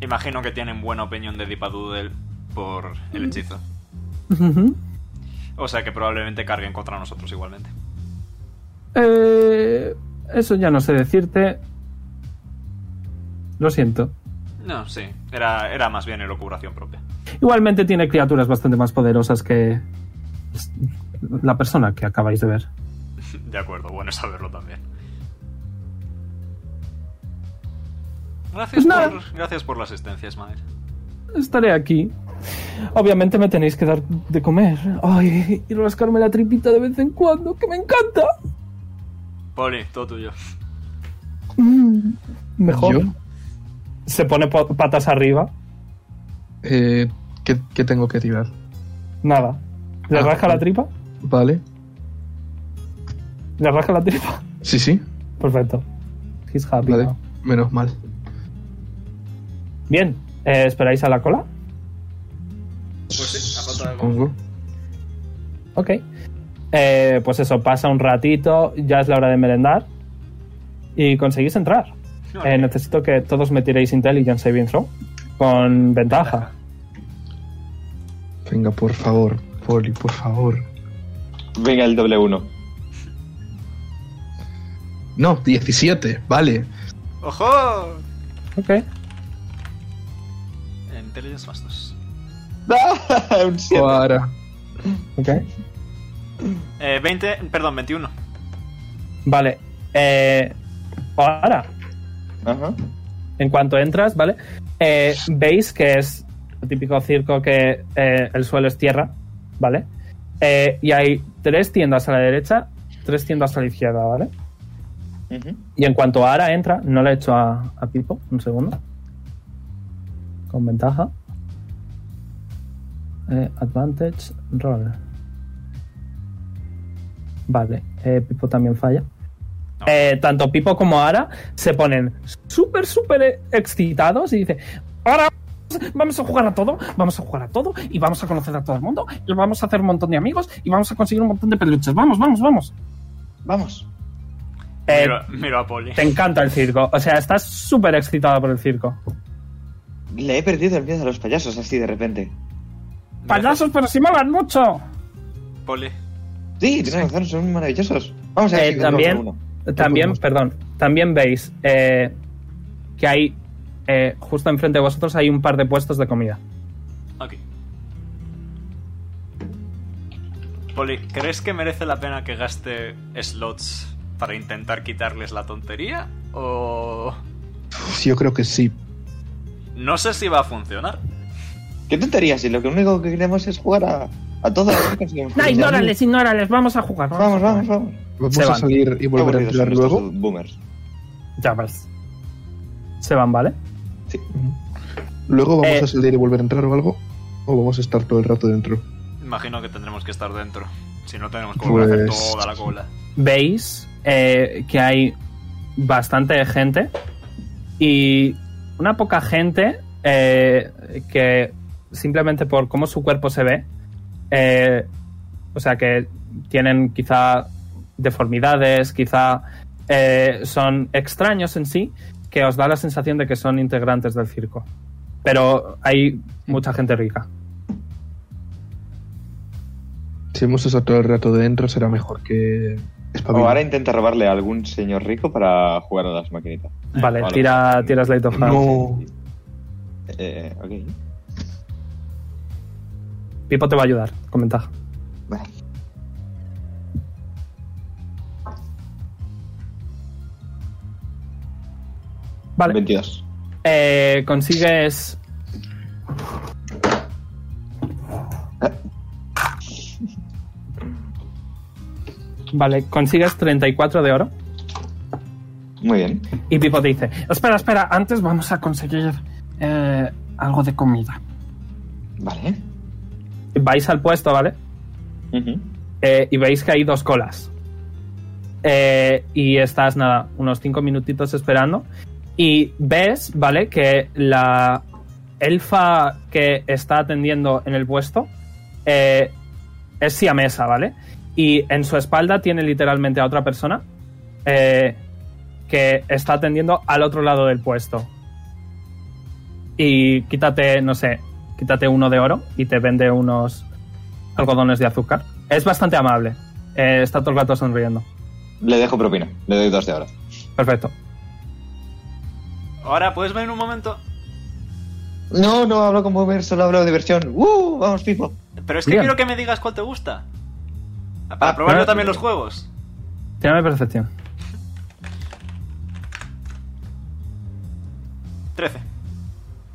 Speaker 1: imagino que tienen buena opinión de Dipadoodle por el hechizo.
Speaker 9: Ujú.
Speaker 1: O sea que probablemente carguen contra nosotros igualmente.
Speaker 9: Eh, eso ya no sé decirte. Lo siento.
Speaker 1: No, sí. Era, era más bien elucubración propia.
Speaker 9: Igualmente tiene criaturas bastante más poderosas que la persona que acabáis de ver.
Speaker 1: De acuerdo, bueno saberlo también. Gracias,
Speaker 9: Pues nada.
Speaker 1: por, gracias por la asistencia, Ismael.
Speaker 9: Estaré aquí. Obviamente me tenéis que dar de comer. Ay, y rascarme la tripita de vez en cuando, que me encanta.
Speaker 1: Poli, todo tuyo.
Speaker 9: Mm, mejor.
Speaker 4: Yo,
Speaker 3: Se pone po- patas arriba.
Speaker 4: eh, ¿qué, qué tengo que tirar?
Speaker 3: Nada. ¿Le
Speaker 4: Ah,
Speaker 3: rasca la
Speaker 4: vale.
Speaker 3: tripa?
Speaker 4: Vale.
Speaker 3: ¿Le rasca la tripa?
Speaker 4: Sí, sí.
Speaker 3: Perfecto. He's happy.
Speaker 4: Vale.
Speaker 3: now.
Speaker 4: Menos mal.
Speaker 3: Bien. eh, ¿Esperáis a la cola?
Speaker 10: Pues sí, a falta de
Speaker 4: Supongo.
Speaker 3: Ok. Eh, pues eso, pasa un ratito, ya es la hora de merendar. Y conseguís entrar. Eh, necesito que todos me tiréis Intelligence Saving Throw. Con ventaja.
Speaker 4: Venga, por favor. Poli, por favor.
Speaker 5: Venga, el doble uno.
Speaker 4: No, 17. Vale.
Speaker 1: ¡Ojo!
Speaker 3: Ok.
Speaker 1: Intelligence más dos.
Speaker 5: Un siete.
Speaker 4: Para.
Speaker 3: Ok.
Speaker 1: Eh, 20, perdón, 21.
Speaker 3: Vale. Eh, ahora,
Speaker 5: Ajá.
Speaker 3: en cuanto entras, ¿vale? Eh, Veis que es el típico circo que eh, el suelo es tierra, ¿vale? Eh, y hay tres tiendas a la derecha, tres tiendas a la izquierda, ¿vale?
Speaker 5: Ujú.
Speaker 3: Y en cuanto Ara entra, no le he hecho a, a Pipo, un segundo. Con ventaja. Eh, advantage roll. Vale, eh, Pipo también falla.
Speaker 1: No.
Speaker 3: Eh, tanto Pipo como Ara se ponen súper, súper excitados y dice, ahora vamos a jugar a todo, vamos a jugar a todo y vamos a conocer a todo el mundo y vamos a hacer un montón de amigos y vamos a conseguir un montón de peluches. Vamos, vamos, vamos.
Speaker 11: Vamos.
Speaker 3: Eh,
Speaker 1: Miro, miro a Poli.
Speaker 3: te encanta el circo. O sea, estás súper excitada por el circo.
Speaker 11: Le he perdido el miedo a los payasos así de repente.
Speaker 3: Payasos, pero si molan mucho.
Speaker 1: Poli.
Speaker 5: Sí, tienes razón, son maravillosos. Vamos a ver
Speaker 3: Eh,
Speaker 5: si encontramos
Speaker 3: también,
Speaker 5: alguno.
Speaker 3: también,
Speaker 4: podemos.
Speaker 3: perdón, también veis eh, que hay eh, justo enfrente de vosotros hay un par de puestos de comida.
Speaker 1: Aquí. Poli, ¿crees que merece la pena que gaste slots para intentar quitarles la tontería? O.
Speaker 4: Sí, yo creo que sí.
Speaker 1: No sé si va a funcionar.
Speaker 5: ¿Qué tonterías? Si lo que único que queremos es jugar a, a todos.
Speaker 3: No, ignórales, ignórales, vamos a jugar.
Speaker 5: Pues Vamos, vamos, vamos.
Speaker 4: Vamos
Speaker 3: Se
Speaker 4: a
Speaker 3: van.
Speaker 4: salir y
Speaker 5: Qué
Speaker 4: volver a
Speaker 5: aburridos
Speaker 4: entrar
Speaker 5: son estos
Speaker 4: luego.
Speaker 5: Boomers.
Speaker 3: Ya ves. Se van, ¿vale?
Speaker 4: Luego vamos
Speaker 3: Eh.
Speaker 4: a salir y volver a entrar o algo. O vamos a estar todo el rato dentro.
Speaker 1: Imagino que tendremos que estar dentro. Si no, tenemos que volver a hacer
Speaker 4: Pues-
Speaker 1: toda la cola.
Speaker 3: veis eh, que hay bastante gente y una poca gente eh, que simplemente por cómo su cuerpo se ve. eh, o sea que tienen quizá deformidades, quizá eh, son extraños en sí, que os da la sensación de que son integrantes del circo. Pero hay mucha gente rica.
Speaker 4: Si hemos estado todo el rato dentro, será mejor que.
Speaker 2: O
Speaker 4: espabilar.
Speaker 2: ahora intenta robarle a algún señor rico para jugar a las maquinitas.
Speaker 3: Vale,
Speaker 2: Vale.
Speaker 3: tira, tira Slate of Hand.
Speaker 4: No.
Speaker 2: Eh, ok.
Speaker 3: Pipo te va a ayudar, con ventaja.
Speaker 2: Vale.
Speaker 3: Vale.
Speaker 2: 22.
Speaker 3: Eh, consigues. Vale, consigues 34 de oro.
Speaker 2: Muy bien.
Speaker 3: Y Pipo te dice: Espera, espera, antes vamos a conseguir eh, algo de comida.
Speaker 2: Vale.
Speaker 3: Vais al puesto, ¿vale?
Speaker 2: Ujú.
Speaker 3: Eh, y veis que hay dos colas. Eh, y estás, nada, unos cinco minutitos esperando. Y ves, ¿vale? Que la elfa que está atendiendo en el puesto eh, es siamesa, ¿vale? Y en su espalda tiene literalmente a otra persona eh, que está atendiendo al otro lado del puesto. Y quítate, no sé, quítate uno de oro y te vende unos algodones de azúcar. Es bastante amable. Eh, está todo el rato sonriendo.
Speaker 2: Le dejo propina. Le doy dos de ahora.
Speaker 3: Perfecto.
Speaker 1: Ahora, ¿puedes venir un momento?
Speaker 2: No, no hablo con Boomer, solo hablo de diversión. ¡Uh! Vamos, Pipo.
Speaker 1: Pero es que
Speaker 3: Bien.
Speaker 1: quiero que me digas cuál te gusta. Para
Speaker 2: Ah,
Speaker 1: probar yo
Speaker 2: claro.
Speaker 1: también los juegos.
Speaker 3: Tírame percepción.
Speaker 1: 13.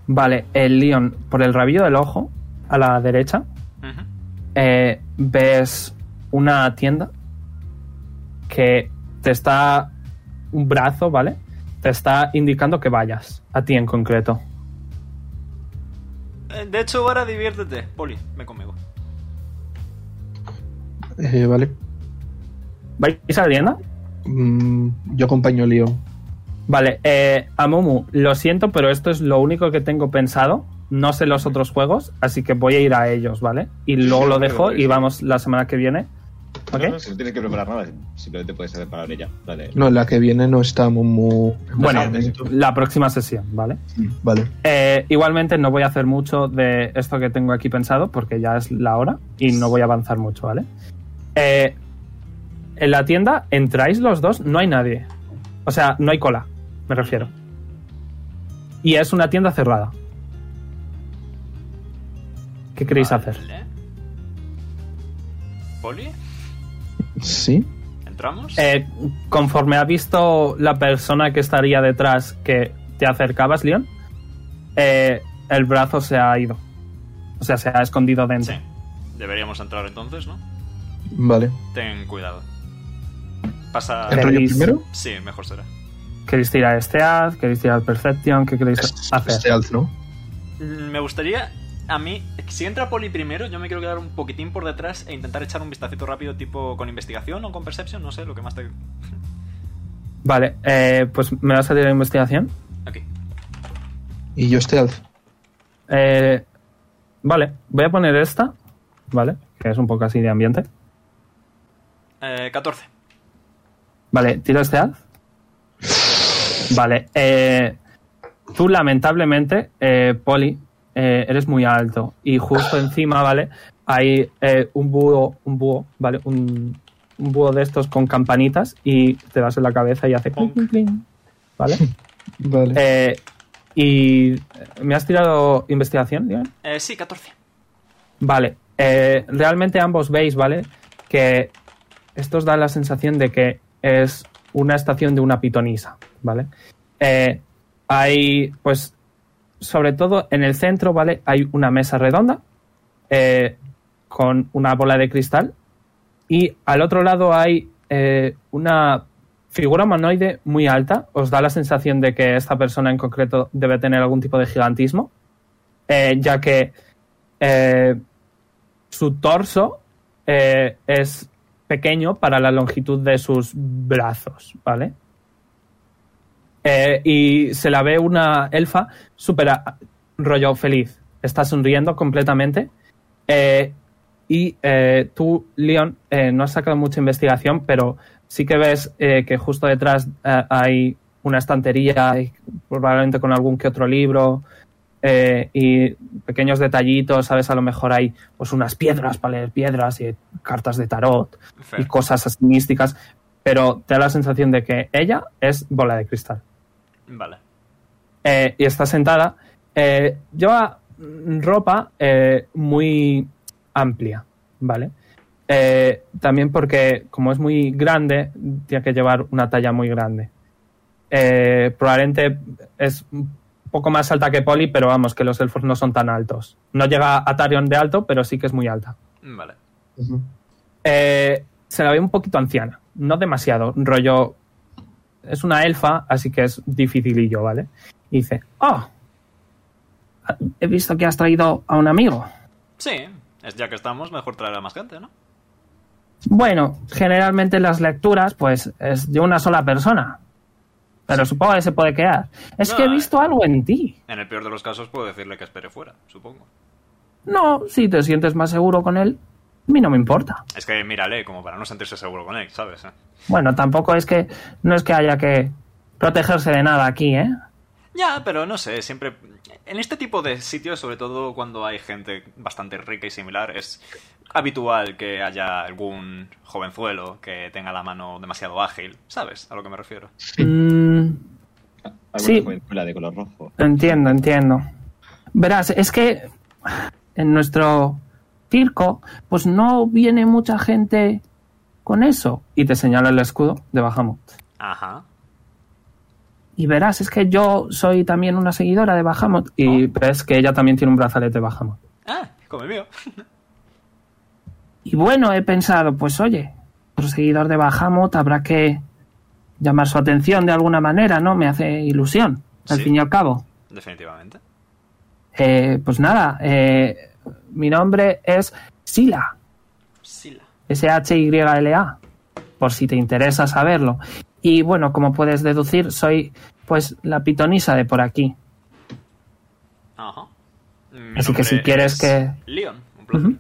Speaker 3: Vale, el león por el rabillo del ojo, a la derecha,
Speaker 1: Ujú.
Speaker 3: eh, ves una tienda que te está un brazo, ¿vale? Te está indicando que vayas, a ti en concreto.
Speaker 1: Eh, De hecho, ahora diviértete. Poli, ven conmigo.
Speaker 4: Eh, vale.
Speaker 3: ¿Vais a la tienda?
Speaker 4: Mm, yo acompaño a Leo.
Speaker 3: Vale, eh, Amomu, lo siento, pero esto es lo único que tengo pensado. No sé los otros juegos, así que voy a ir a ellos, ¿vale? Y luego lo dejo y vamos la semana que viene.
Speaker 2: No,
Speaker 3: ¿Ok?
Speaker 2: no, si no tienes que preparar nada, simplemente puedes preparar ella. Dale.
Speaker 4: No, la que viene no estamos muy.
Speaker 3: Bueno, la próxima sesión, ¿vale?
Speaker 4: Vale.
Speaker 3: Eh, igualmente no voy a hacer mucho de esto que tengo aquí pensado porque ya es la hora y no voy a avanzar mucho, ¿vale? Eh, en la tienda entráis los dos, no hay nadie. O sea, no hay cola, me refiero. Y es una tienda cerrada. ¿Qué queréis hacer?
Speaker 1: Vale. ¿Poli?
Speaker 4: Sí.
Speaker 1: ¿Entramos?
Speaker 3: Eh, conforme ha visto la persona que estaría detrás que te acercabas, Leon, eh, el brazo se ha ido. O sea, se ha escondido dentro.
Speaker 1: Sí. Deberíamos entrar entonces, ¿no?
Speaker 4: Vale.
Speaker 1: Ten cuidado. Pasa.
Speaker 4: ¿Entro yo
Speaker 3: Feliz.
Speaker 4: primero?
Speaker 1: Sí, mejor será.
Speaker 3: ¿Queréis tirar este ad? ¿Queréis tirar Perception? ¿Qué queréis hacer?
Speaker 4: Este alt, ¿no?
Speaker 1: Mm, Me gustaría. A mí, si entra Poli primero, yo me quiero quedar un poquitín por detrás e intentar echar un vistacito rápido, tipo con investigación o con perception, no sé, lo que más te.
Speaker 3: Vale, eh, pues me va a salir la investigación.
Speaker 1: Aquí.
Speaker 4: Y yo este alt.
Speaker 3: Eh, vale, voy a poner esta. Vale, que es un poco así de ambiente.
Speaker 1: Eh, 14.
Speaker 3: Vale, tiro este ad. Vale, eh, tú lamentablemente, eh, Poli, eh, eres muy alto y justo encima, ¿vale? Hay eh, un búho, un búho, ¿vale? Un, un búho de estos con campanitas y te das en la cabeza y hace clink, clink, clink, ¿vale?
Speaker 4: Vale.
Speaker 3: Eh, y me has tirado investigación, Leon?
Speaker 1: Eh, sí, 14.
Speaker 3: Vale, eh, realmente ambos veis, ¿vale? Que esto os da la sensación de que es una estación de una pitonisa, ¿vale? Eh, hay, pues, sobre todo en el centro, ¿vale? Hay una mesa redonda eh, con una bola de cristal y al otro lado hay eh, una figura humanoide muy alta. Os da la sensación de que esta persona en concreto debe tener algún tipo de gigantismo, eh, ya que eh, su torso eh, es pequeño para la longitud de sus brazos, ¿vale? Eh, y se la ve una elfa súper a- rollo feliz, está sonriendo completamente. Eh, y eh, tú, Leon, eh, no has sacado mucha investigación, pero sí que ves eh, que justo detrás eh, hay una estantería, probablemente con algún que otro libro. Eh, y pequeños detallitos, ¿sabes? A lo mejor hay pues unas piedras para leer piedras y cartas de tarot
Speaker 1: Fair.
Speaker 3: y cosas así místicas, pero te da la sensación de que ella es bola de cristal
Speaker 1: Vale.
Speaker 3: eh, y está sentada, eh, lleva mm, ropa eh, muy amplia, ¿vale? Eh, también porque como es muy grande, tiene que llevar una talla muy grande. Eh, probablemente es un poco más alta que Polly, pero vamos, que los elfos no son tan altos. No llega a Tarion de alto, pero sí que es muy alta.
Speaker 1: Vale.
Speaker 3: Eh, se la ve un poquito anciana, no demasiado. Rollo. Es una elfa, así que es dificilillo, ¿vale? Y dice: Oh, he visto que has traído a un amigo.
Speaker 1: Sí, es ya que estamos, mejor traer a más gente, ¿no?
Speaker 3: Bueno, generalmente las lecturas, pues, es de una sola persona. Pero supongo que se puede quedar. Es
Speaker 1: No,
Speaker 3: que he
Speaker 1: eh.
Speaker 3: visto algo en ti.
Speaker 1: En el peor de los casos puedo decirle que espere fuera, supongo.
Speaker 3: No, si te sientes más seguro con él, a mí no me importa.
Speaker 1: Es que mírale, como para no sentirse seguro con él, ¿sabes? eh?
Speaker 3: Bueno, tampoco es que. No es que haya que protegerse de nada aquí, ¿eh?
Speaker 1: Ya, pero no sé, siempre... En este tipo de sitios, sobre todo cuando hay gente bastante rica y similar, es habitual que haya algún jovenzuelo que tenga la mano demasiado ágil, ¿sabes? A lo que me refiero.
Speaker 3: Mm,
Speaker 2: Alguna
Speaker 3: Sí.
Speaker 2: jovenzuela de color rojo.
Speaker 3: Entiendo, entiendo. Verás, es que en nuestro circo, pues no viene mucha gente con eso. Y te señala el escudo de Bahamut.
Speaker 1: Ajá.
Speaker 3: Y verás, es que yo soy también una seguidora de Bahamut. Y ves que ella también tiene un brazalete de Bahamut.
Speaker 1: Ah, como el mío.
Speaker 3: Y bueno, he pensado, pues oye, por seguidor de Bahamut habrá que llamar su atención de alguna manera, ¿no? Me hace ilusión, al
Speaker 1: Sí.
Speaker 3: fin y al cabo.
Speaker 1: Definitivamente.
Speaker 3: Eh, pues nada, eh, mi nombre es Sila,
Speaker 1: Sila.
Speaker 3: S-H-Y-L-A, por si te interesa saberlo. Y bueno, como puedes deducir, soy pues la pitonisa de por aquí.
Speaker 1: Ajá. Mi
Speaker 3: Así que
Speaker 1: nombre
Speaker 3: si quieres
Speaker 1: es
Speaker 3: que-
Speaker 1: Leon, un placer.
Speaker 3: Ujú.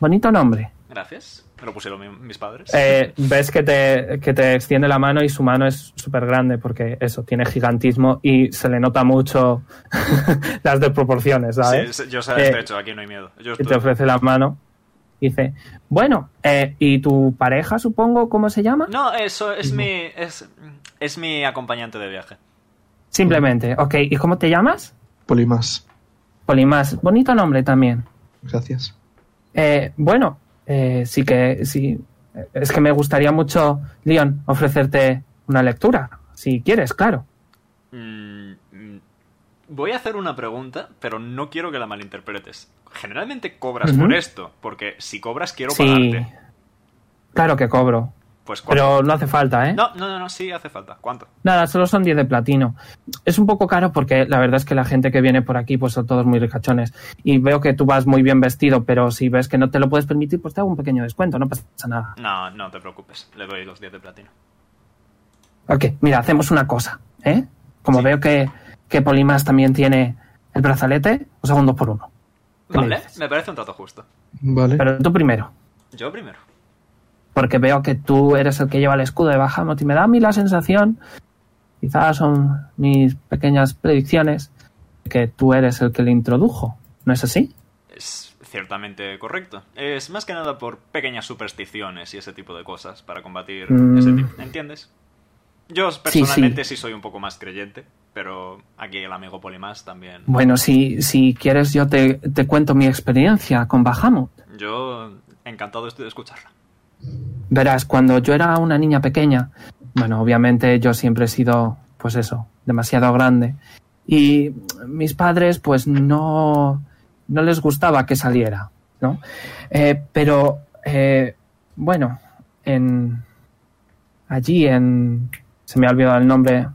Speaker 3: Bonito nombre.
Speaker 1: Gracias. Me lo pusieron mi- mis padres.
Speaker 3: Eh, ves que te, que te extiende la mano y su mano es súper grande porque eso, tiene gigantismo y se le nota mucho las desproporciones, ¿sabes?
Speaker 1: Sí, sí, yo sé
Speaker 3: Eh,
Speaker 1: de hecho, aquí no hay miedo. Yo
Speaker 3: que
Speaker 1: estoy...
Speaker 3: te ofrece la mano. Dice, bueno, eh, ¿y tu pareja, supongo, cómo se llama?
Speaker 1: No, eso es mi... Es, es mi acompañante de viaje.
Speaker 3: Simplemente, ok. ¿Y cómo te llamas?
Speaker 4: Polimas.
Speaker 3: Polimás. Bonito nombre también.
Speaker 4: Gracias.
Speaker 3: Eh, bueno, eh, sí que sí. eh, Es que me gustaría mucho, Leon, ofrecerte una lectura. Si quieres, claro.
Speaker 1: Mm, mm, voy a hacer una pregunta, pero no quiero que la malinterpretes. Generalmente cobras
Speaker 3: Ujú.
Speaker 1: por esto, porque si cobras quiero
Speaker 3: sí.
Speaker 1: pagarte.
Speaker 3: Claro que cobro.
Speaker 1: Pues ¿cuánto?
Speaker 3: Pero no hace falta, ¿eh?
Speaker 1: No, no, no, no, sí hace falta. ¿Cuánto?
Speaker 3: Nada, solo son 10 de platino. Es un poco caro porque la verdad es que la gente que viene por aquí pues son todos muy ricachones. Y veo que tú vas muy bien vestido, pero si ves que no te lo puedes permitir, pues te hago un pequeño descuento, no pasa nada.
Speaker 1: No, no te preocupes. Le doy los 10 de platino.
Speaker 3: Ok, mira, hacemos una cosa, ¿eh? Como
Speaker 1: Sí.
Speaker 3: veo que, que Polimas también tiene el brazalete, os hago un dos por uno. ¿Qué me
Speaker 1: Vale,
Speaker 3: dices?
Speaker 1: me parece un trato justo.
Speaker 4: Vale.
Speaker 3: Pero tú primero,
Speaker 1: Yo primero.
Speaker 3: porque veo que tú eres el que lleva el escudo de Bahamut y me da a mí la sensación, quizás son mis pequeñas predicciones, que tú eres el que le introdujo, ¿no es así?
Speaker 1: Es ciertamente correcto. Es más que nada por pequeñas supersticiones y ese tipo de cosas para combatir
Speaker 3: Mm.
Speaker 1: ese tipo. ¿Entiendes? Yo personalmente sí, soy un poco más creyente, pero aquí el amigo Polimás también.
Speaker 3: Bueno, si, si quieres yo te, te cuento mi experiencia con Bahamut.
Speaker 1: Yo encantado estoy de escucharla.
Speaker 3: Verás, cuando yo era una niña pequeña, bueno, obviamente yo siempre he sido, pues eso, demasiado grande. Y mis padres, pues no, no les gustaba que saliera, ¿no? Eh, pero, eh, bueno, en, allí en, se me ha olvidado el nombre.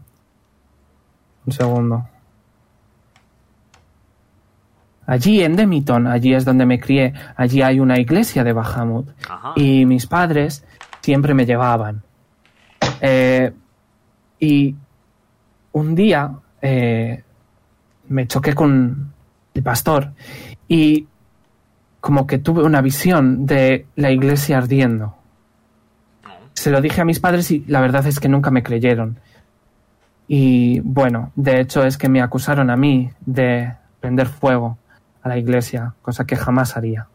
Speaker 3: Un segundo. Allí en Demiton, allí es donde me crié, allí hay una iglesia de Bahamut
Speaker 1: Ajá.
Speaker 3: y mis padres siempre me llevaban. Eh, y un día eh, me choqué con, el pastor, y como que tuve una visión de la iglesia ardiendo. Se lo dije a mis padres y la verdad es que nunca me creyeron. Y bueno, de hecho es que me acusaron a mí de prender fuego a la iglesia, cosa que jamás haría.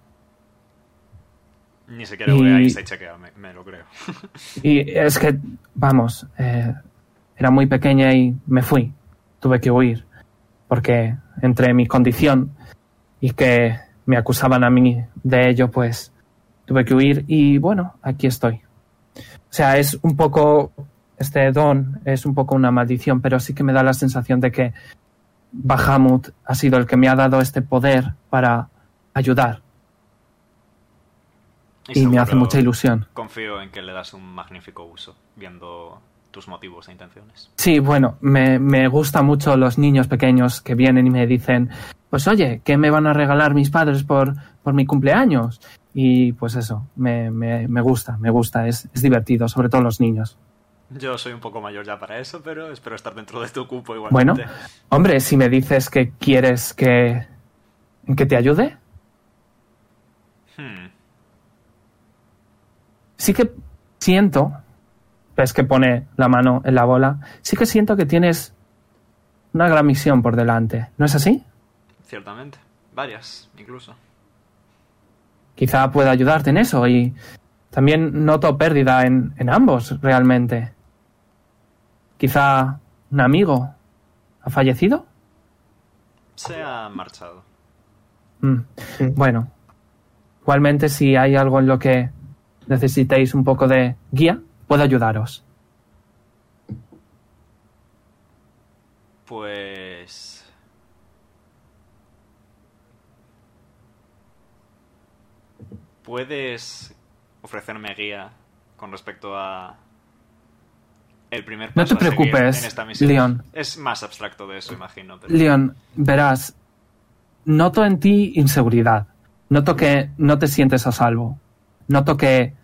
Speaker 1: Ni siquiera voy a irse a chequear, me, me lo creo.
Speaker 3: Y es que, vamos, eh, era muy pequeña y me fui. Tuve que huir. Porque entre mi condición y que me acusaban a mí de ello, pues tuve que huir y bueno, aquí estoy. O sea, es un poco, este don es un poco una maldición, pero sí que me da la sensación de que Bahamut ha sido el que me ha dado este poder para ayudar. Y, me
Speaker 1: seguro
Speaker 3: hace mucha ilusión.
Speaker 1: Confío en que le das un magnífico uso, viendo tus motivos e intenciones.
Speaker 3: Sí, bueno, me, me gusta mucho los niños pequeños que vienen y me dicen, pues oye, ¿qué me van a regalar mis padres por, por mi cumpleaños? Y pues eso, me, me, me gusta, me gusta, es, es divertido, sobre todo los niños.
Speaker 1: Yo soy un poco mayor ya para eso, pero espero estar dentro de tu cupo
Speaker 3: Bueno,
Speaker 1: igualmente.
Speaker 3: hombre, si me dices que quieres que, que te ayude,
Speaker 1: Hmm.
Speaker 3: sí que siento, ves que pone la mano en la bola, sí que siento que tienes una gran misión por delante, ¿no es así?
Speaker 1: Ciertamente. Varias, incluso.
Speaker 3: quizá pueda ayudarte en eso y también noto pérdida en, en ambos realmente. Quizá un amigo ha fallecido.
Speaker 1: Se ha marchado.
Speaker 3: Mm. Bueno, igualmente si hay algo en lo que necesitéis un poco de guía, puedo ayudaros.
Speaker 1: Pues... ¿Puedes ofrecerme guía con respecto a... El primer
Speaker 3: No
Speaker 1: paso
Speaker 3: te
Speaker 1: a seguir
Speaker 3: preocupes,
Speaker 1: en esta misión?
Speaker 3: Leon.
Speaker 1: Es más abstracto de eso, imagino. pero-
Speaker 3: Leon, verás, noto en ti inseguridad. Noto que no te sientes a salvo. Noto que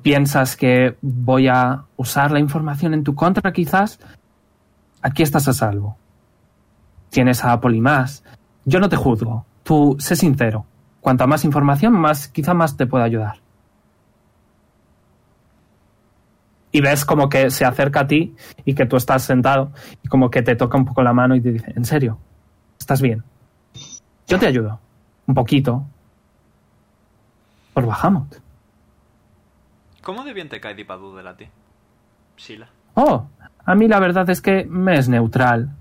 Speaker 3: piensas que voy a usar la información en tu contra, quizás. Aquí estás a salvo. Tienes a Polimás. Yo no te juzgo. Tú sé sincero. Cuanta más información, más quizá más te pueda ayudar. Y ves como que se acerca a ti y que tú estás sentado y como que te toca un poco la mano y te dice, en serio, estás bien. Yo te ayudo. Un poquito. Por Bahamut.
Speaker 1: ¿Cómo de bien te cae Dipadu de la ti? Sila.
Speaker 3: Oh, a mí la verdad es que me es neutral.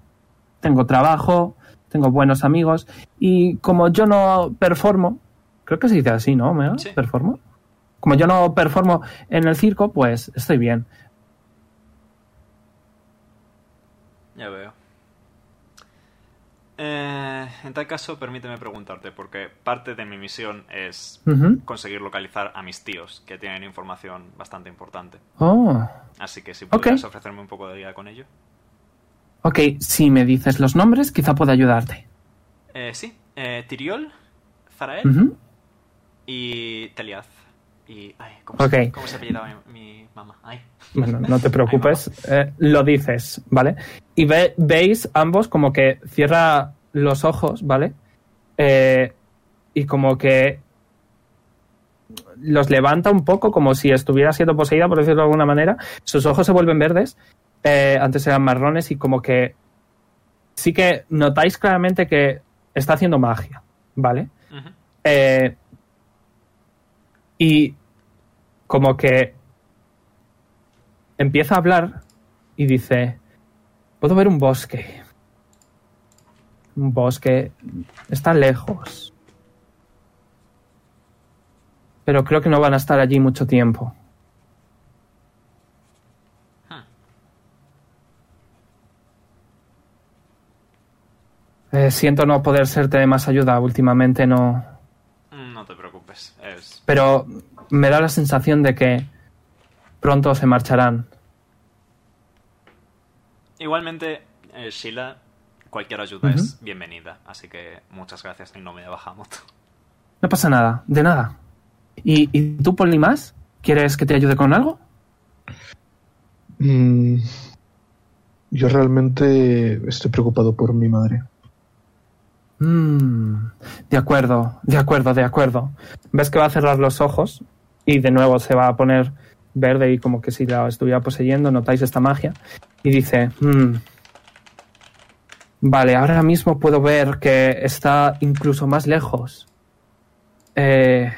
Speaker 3: Tengo trabajo, tengo buenos amigos y como yo no performo, creo que se dice así, ¿no? Omega?
Speaker 1: Sí.
Speaker 3: ¿Performo? Como yo no performo en el circo, pues estoy bien.
Speaker 1: Ya veo. Eh, en tal caso, permíteme preguntarte, porque parte de mi misión es
Speaker 3: Ujú.
Speaker 1: conseguir localizar a mis tíos, que tienen información bastante importante.
Speaker 3: Oh.
Speaker 1: Así que si
Speaker 3: Ok.
Speaker 1: pudieras ofrecerme un poco de guía con ello.
Speaker 3: Ok, si me dices los nombres, quizá pueda ayudarte.
Speaker 1: Eh, sí, eh, Tiriol, Zarael
Speaker 3: Ujú.
Speaker 1: y Teliaz. Y, ay, ¿cómo, se,
Speaker 3: Ok.
Speaker 1: ¿cómo se apellidaba mi, mi mamá? Ay.
Speaker 3: Bueno, no te preocupes, eh, lo dices, ¿vale? Y ve- veis ambos como que cierra los ojos, ¿vale? Eh, y como que los levanta un poco como si estuviera siendo poseída, por decirlo de alguna manera. Sus ojos se vuelven verdes, eh, antes eran marrones y como que sí que notáis claramente que está haciendo magia, ¿vale?
Speaker 1: Ujú.
Speaker 3: Eh, y como que empieza a hablar y dice, puedo ver un bosque. Un bosque está lejos. Pero creo que no van a estar allí mucho tiempo.
Speaker 1: Ah.
Speaker 3: Eh, siento no poder serte de más ayuda. Últimamente no,
Speaker 1: Mm, No te preocupes, es...
Speaker 3: pero me da la sensación de que pronto se marcharán.
Speaker 1: Igualmente, eh, Sheila, cualquier ayuda es bienvenida, así que muchas gracias en nombre de Bahamut.
Speaker 3: No pasa nada, de nada. ¿Y, y tú, Polimas? ¿Quieres que te ayude con algo?
Speaker 4: Mm, yo realmente estoy preocupado por mi madre.
Speaker 3: Mm, de acuerdo, de acuerdo, de acuerdo. Ves que va a cerrar los ojos y de nuevo se va a poner verde y como que si la estuviera poseyendo, notáis esta magia. Y dice, mm, vale, ahora mismo puedo ver que está incluso más lejos. Eh,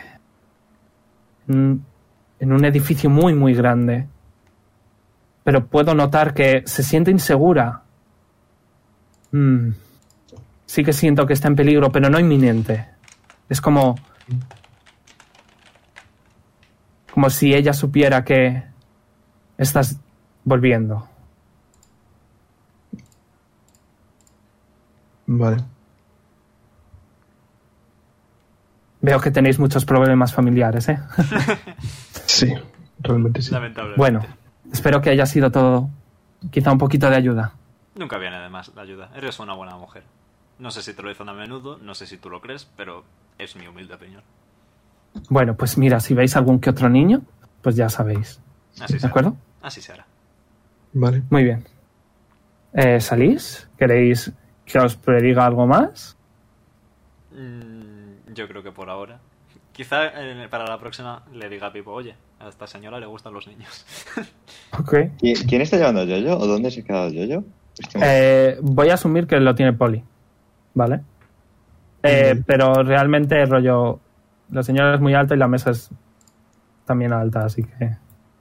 Speaker 3: mm, en un edificio muy, muy grande. Pero puedo notar que se siente insegura. Mm, sí que siento que está en peligro, pero no inminente. Es como como si ella supiera que estás volviendo.
Speaker 4: Vale.
Speaker 3: Veo que tenéis muchos problemas familiares, ¿eh?
Speaker 4: Sí, realmente sí.
Speaker 1: Lamentablemente.
Speaker 3: Bueno, espero que haya sido todo quizá un poquito de ayuda.
Speaker 1: Nunca viene además la ayuda. Eres una buena mujer. No sé si te lo dicen a menudo, no sé si tú lo crees, pero es mi humilde opinión.
Speaker 3: Bueno, pues mira, si veis algún que otro niño, pues ya sabéis.
Speaker 1: Así
Speaker 3: ¿De acuerdo?
Speaker 1: Así será.
Speaker 4: Vale.
Speaker 3: Muy bien. Eh, ¿Salís? ¿Queréis que os prediga algo más?
Speaker 1: Mm, yo creo que por ahora. Quizá eh, para la próxima le diga a Pipo, oye, a esta señora le gustan los niños.
Speaker 3: Ok.
Speaker 5: ¿Qui- ¿Quién está llevando a Yoyo o dónde se ha quedado Yoyo? Es que me-
Speaker 3: Eh, voy a asumir que lo tiene Poli. ¿Vale? Eh, Pero realmente, rollo. La señora es muy alta y la mesa es también alta, así que.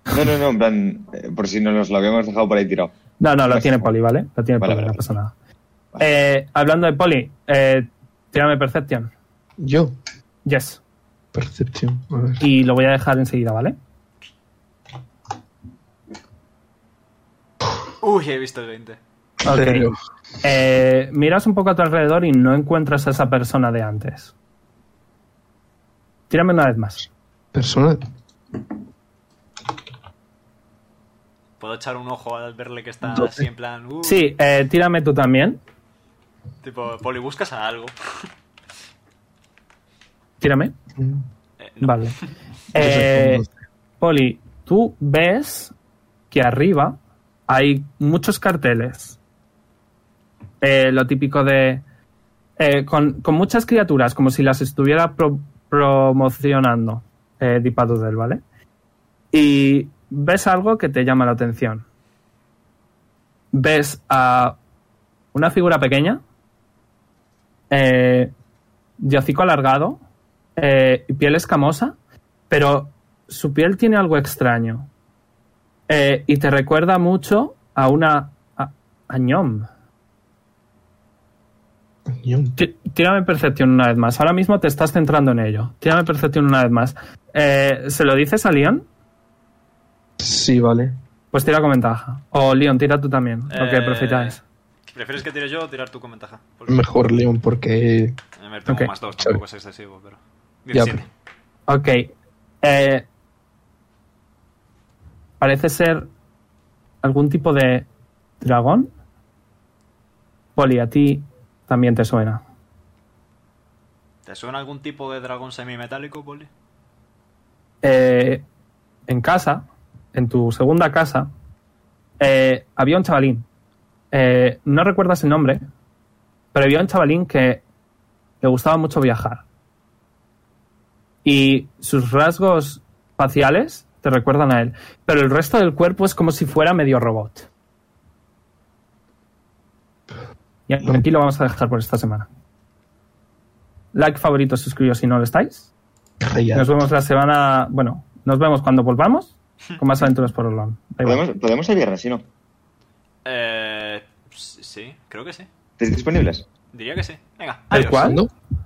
Speaker 5: No, no, no, en plan, eh, por si no nos lo habíamos dejado por ahí tirado.
Speaker 3: No, no, lo
Speaker 5: Pues,
Speaker 3: tiene Poli, ¿vale? Lo tiene
Speaker 5: vale,
Speaker 3: Poli, no
Speaker 5: vale, vale.
Speaker 3: pasa nada.
Speaker 5: Vale.
Speaker 3: Eh, hablando de Poli, eh, tírame Perception.
Speaker 4: Yo,
Speaker 3: Yes.
Speaker 4: percepción. A ver.
Speaker 3: Y lo voy a dejar enseguida, ¿vale?
Speaker 1: Uy, he visto el 20.
Speaker 3: Ok.
Speaker 4: Cero.
Speaker 3: Eh, miras un poco a tu alrededor y no encuentras a esa persona de antes. Tírame una vez más.
Speaker 4: Persona.
Speaker 1: Puedo echar un ojo al verle que está
Speaker 4: Doce.
Speaker 1: así en plan. "Uh",
Speaker 3: Sí, eh, tírame tú también.
Speaker 1: Tipo, Poli, buscas a algo.
Speaker 3: Tírame.
Speaker 4: Mm.
Speaker 1: Eh, no.
Speaker 3: Vale. Eh, Poli, tú ves que arriba hay muchos carteles. Eh, lo típico de... eh, con, con muchas criaturas, como si las estuviera pro- promocionando eh, Deepa Doodle, ¿vale? Y ves algo que te llama la atención. Ves a una figura pequeña, eh, de hocico alargado, eh, y piel escamosa, pero su piel tiene algo extraño. Eh, y te recuerda mucho a una. a, a ñom.
Speaker 4: Guión.
Speaker 3: Tí- Tírame percepción una vez más. Ahora mismo te estás centrando en ello. Tírame percepción una vez más. Eh, ¿Se lo dices a Leon?
Speaker 4: Sí, vale.
Speaker 3: Pues tira con ventaja. O Leon, tira tú también, lo que
Speaker 1: Eh,
Speaker 3: prefieráis.
Speaker 1: ¿Prefieres que tire yo o tirar tú con ventaja? Porque,
Speaker 4: Mejor León porque
Speaker 1: A ver, tengo
Speaker 3: Mm, Ok.
Speaker 1: más dos, tampoco es excesivo, pero.
Speaker 4: Ya,
Speaker 1: 17.
Speaker 3: Ok. Eh, parece ser algún tipo de dragón. Poli, a ti también te suena.
Speaker 1: ¿Te suena algún tipo de dragón semimetálico, Poli?
Speaker 3: Eh, en casa, en tu segunda casa, eh, había un chavalín. Eh, no recuerdas el nombre, pero había un chavalín que le gustaba mucho viajar. Y sus rasgos faciales te recuerdan a él, pero el resto del cuerpo es como si fuera medio robot. Y aquí lo vamos a dejar por esta semana. Like, favorito, suscribíos si no lo estáis.
Speaker 4: callado.
Speaker 3: Nos vemos la semana. Bueno, nos vemos cuando volvamos con más aventuras por Orlando. Da igual.
Speaker 5: ¿Podemos, podemos el viernes, si no.
Speaker 1: Eh. Sí, creo que sí.
Speaker 5: ¿Estáis disponibles?
Speaker 1: Diría que sí. Venga,
Speaker 3: ¿El
Speaker 1: adiós.
Speaker 3: cual?
Speaker 4: ¿Cuándo?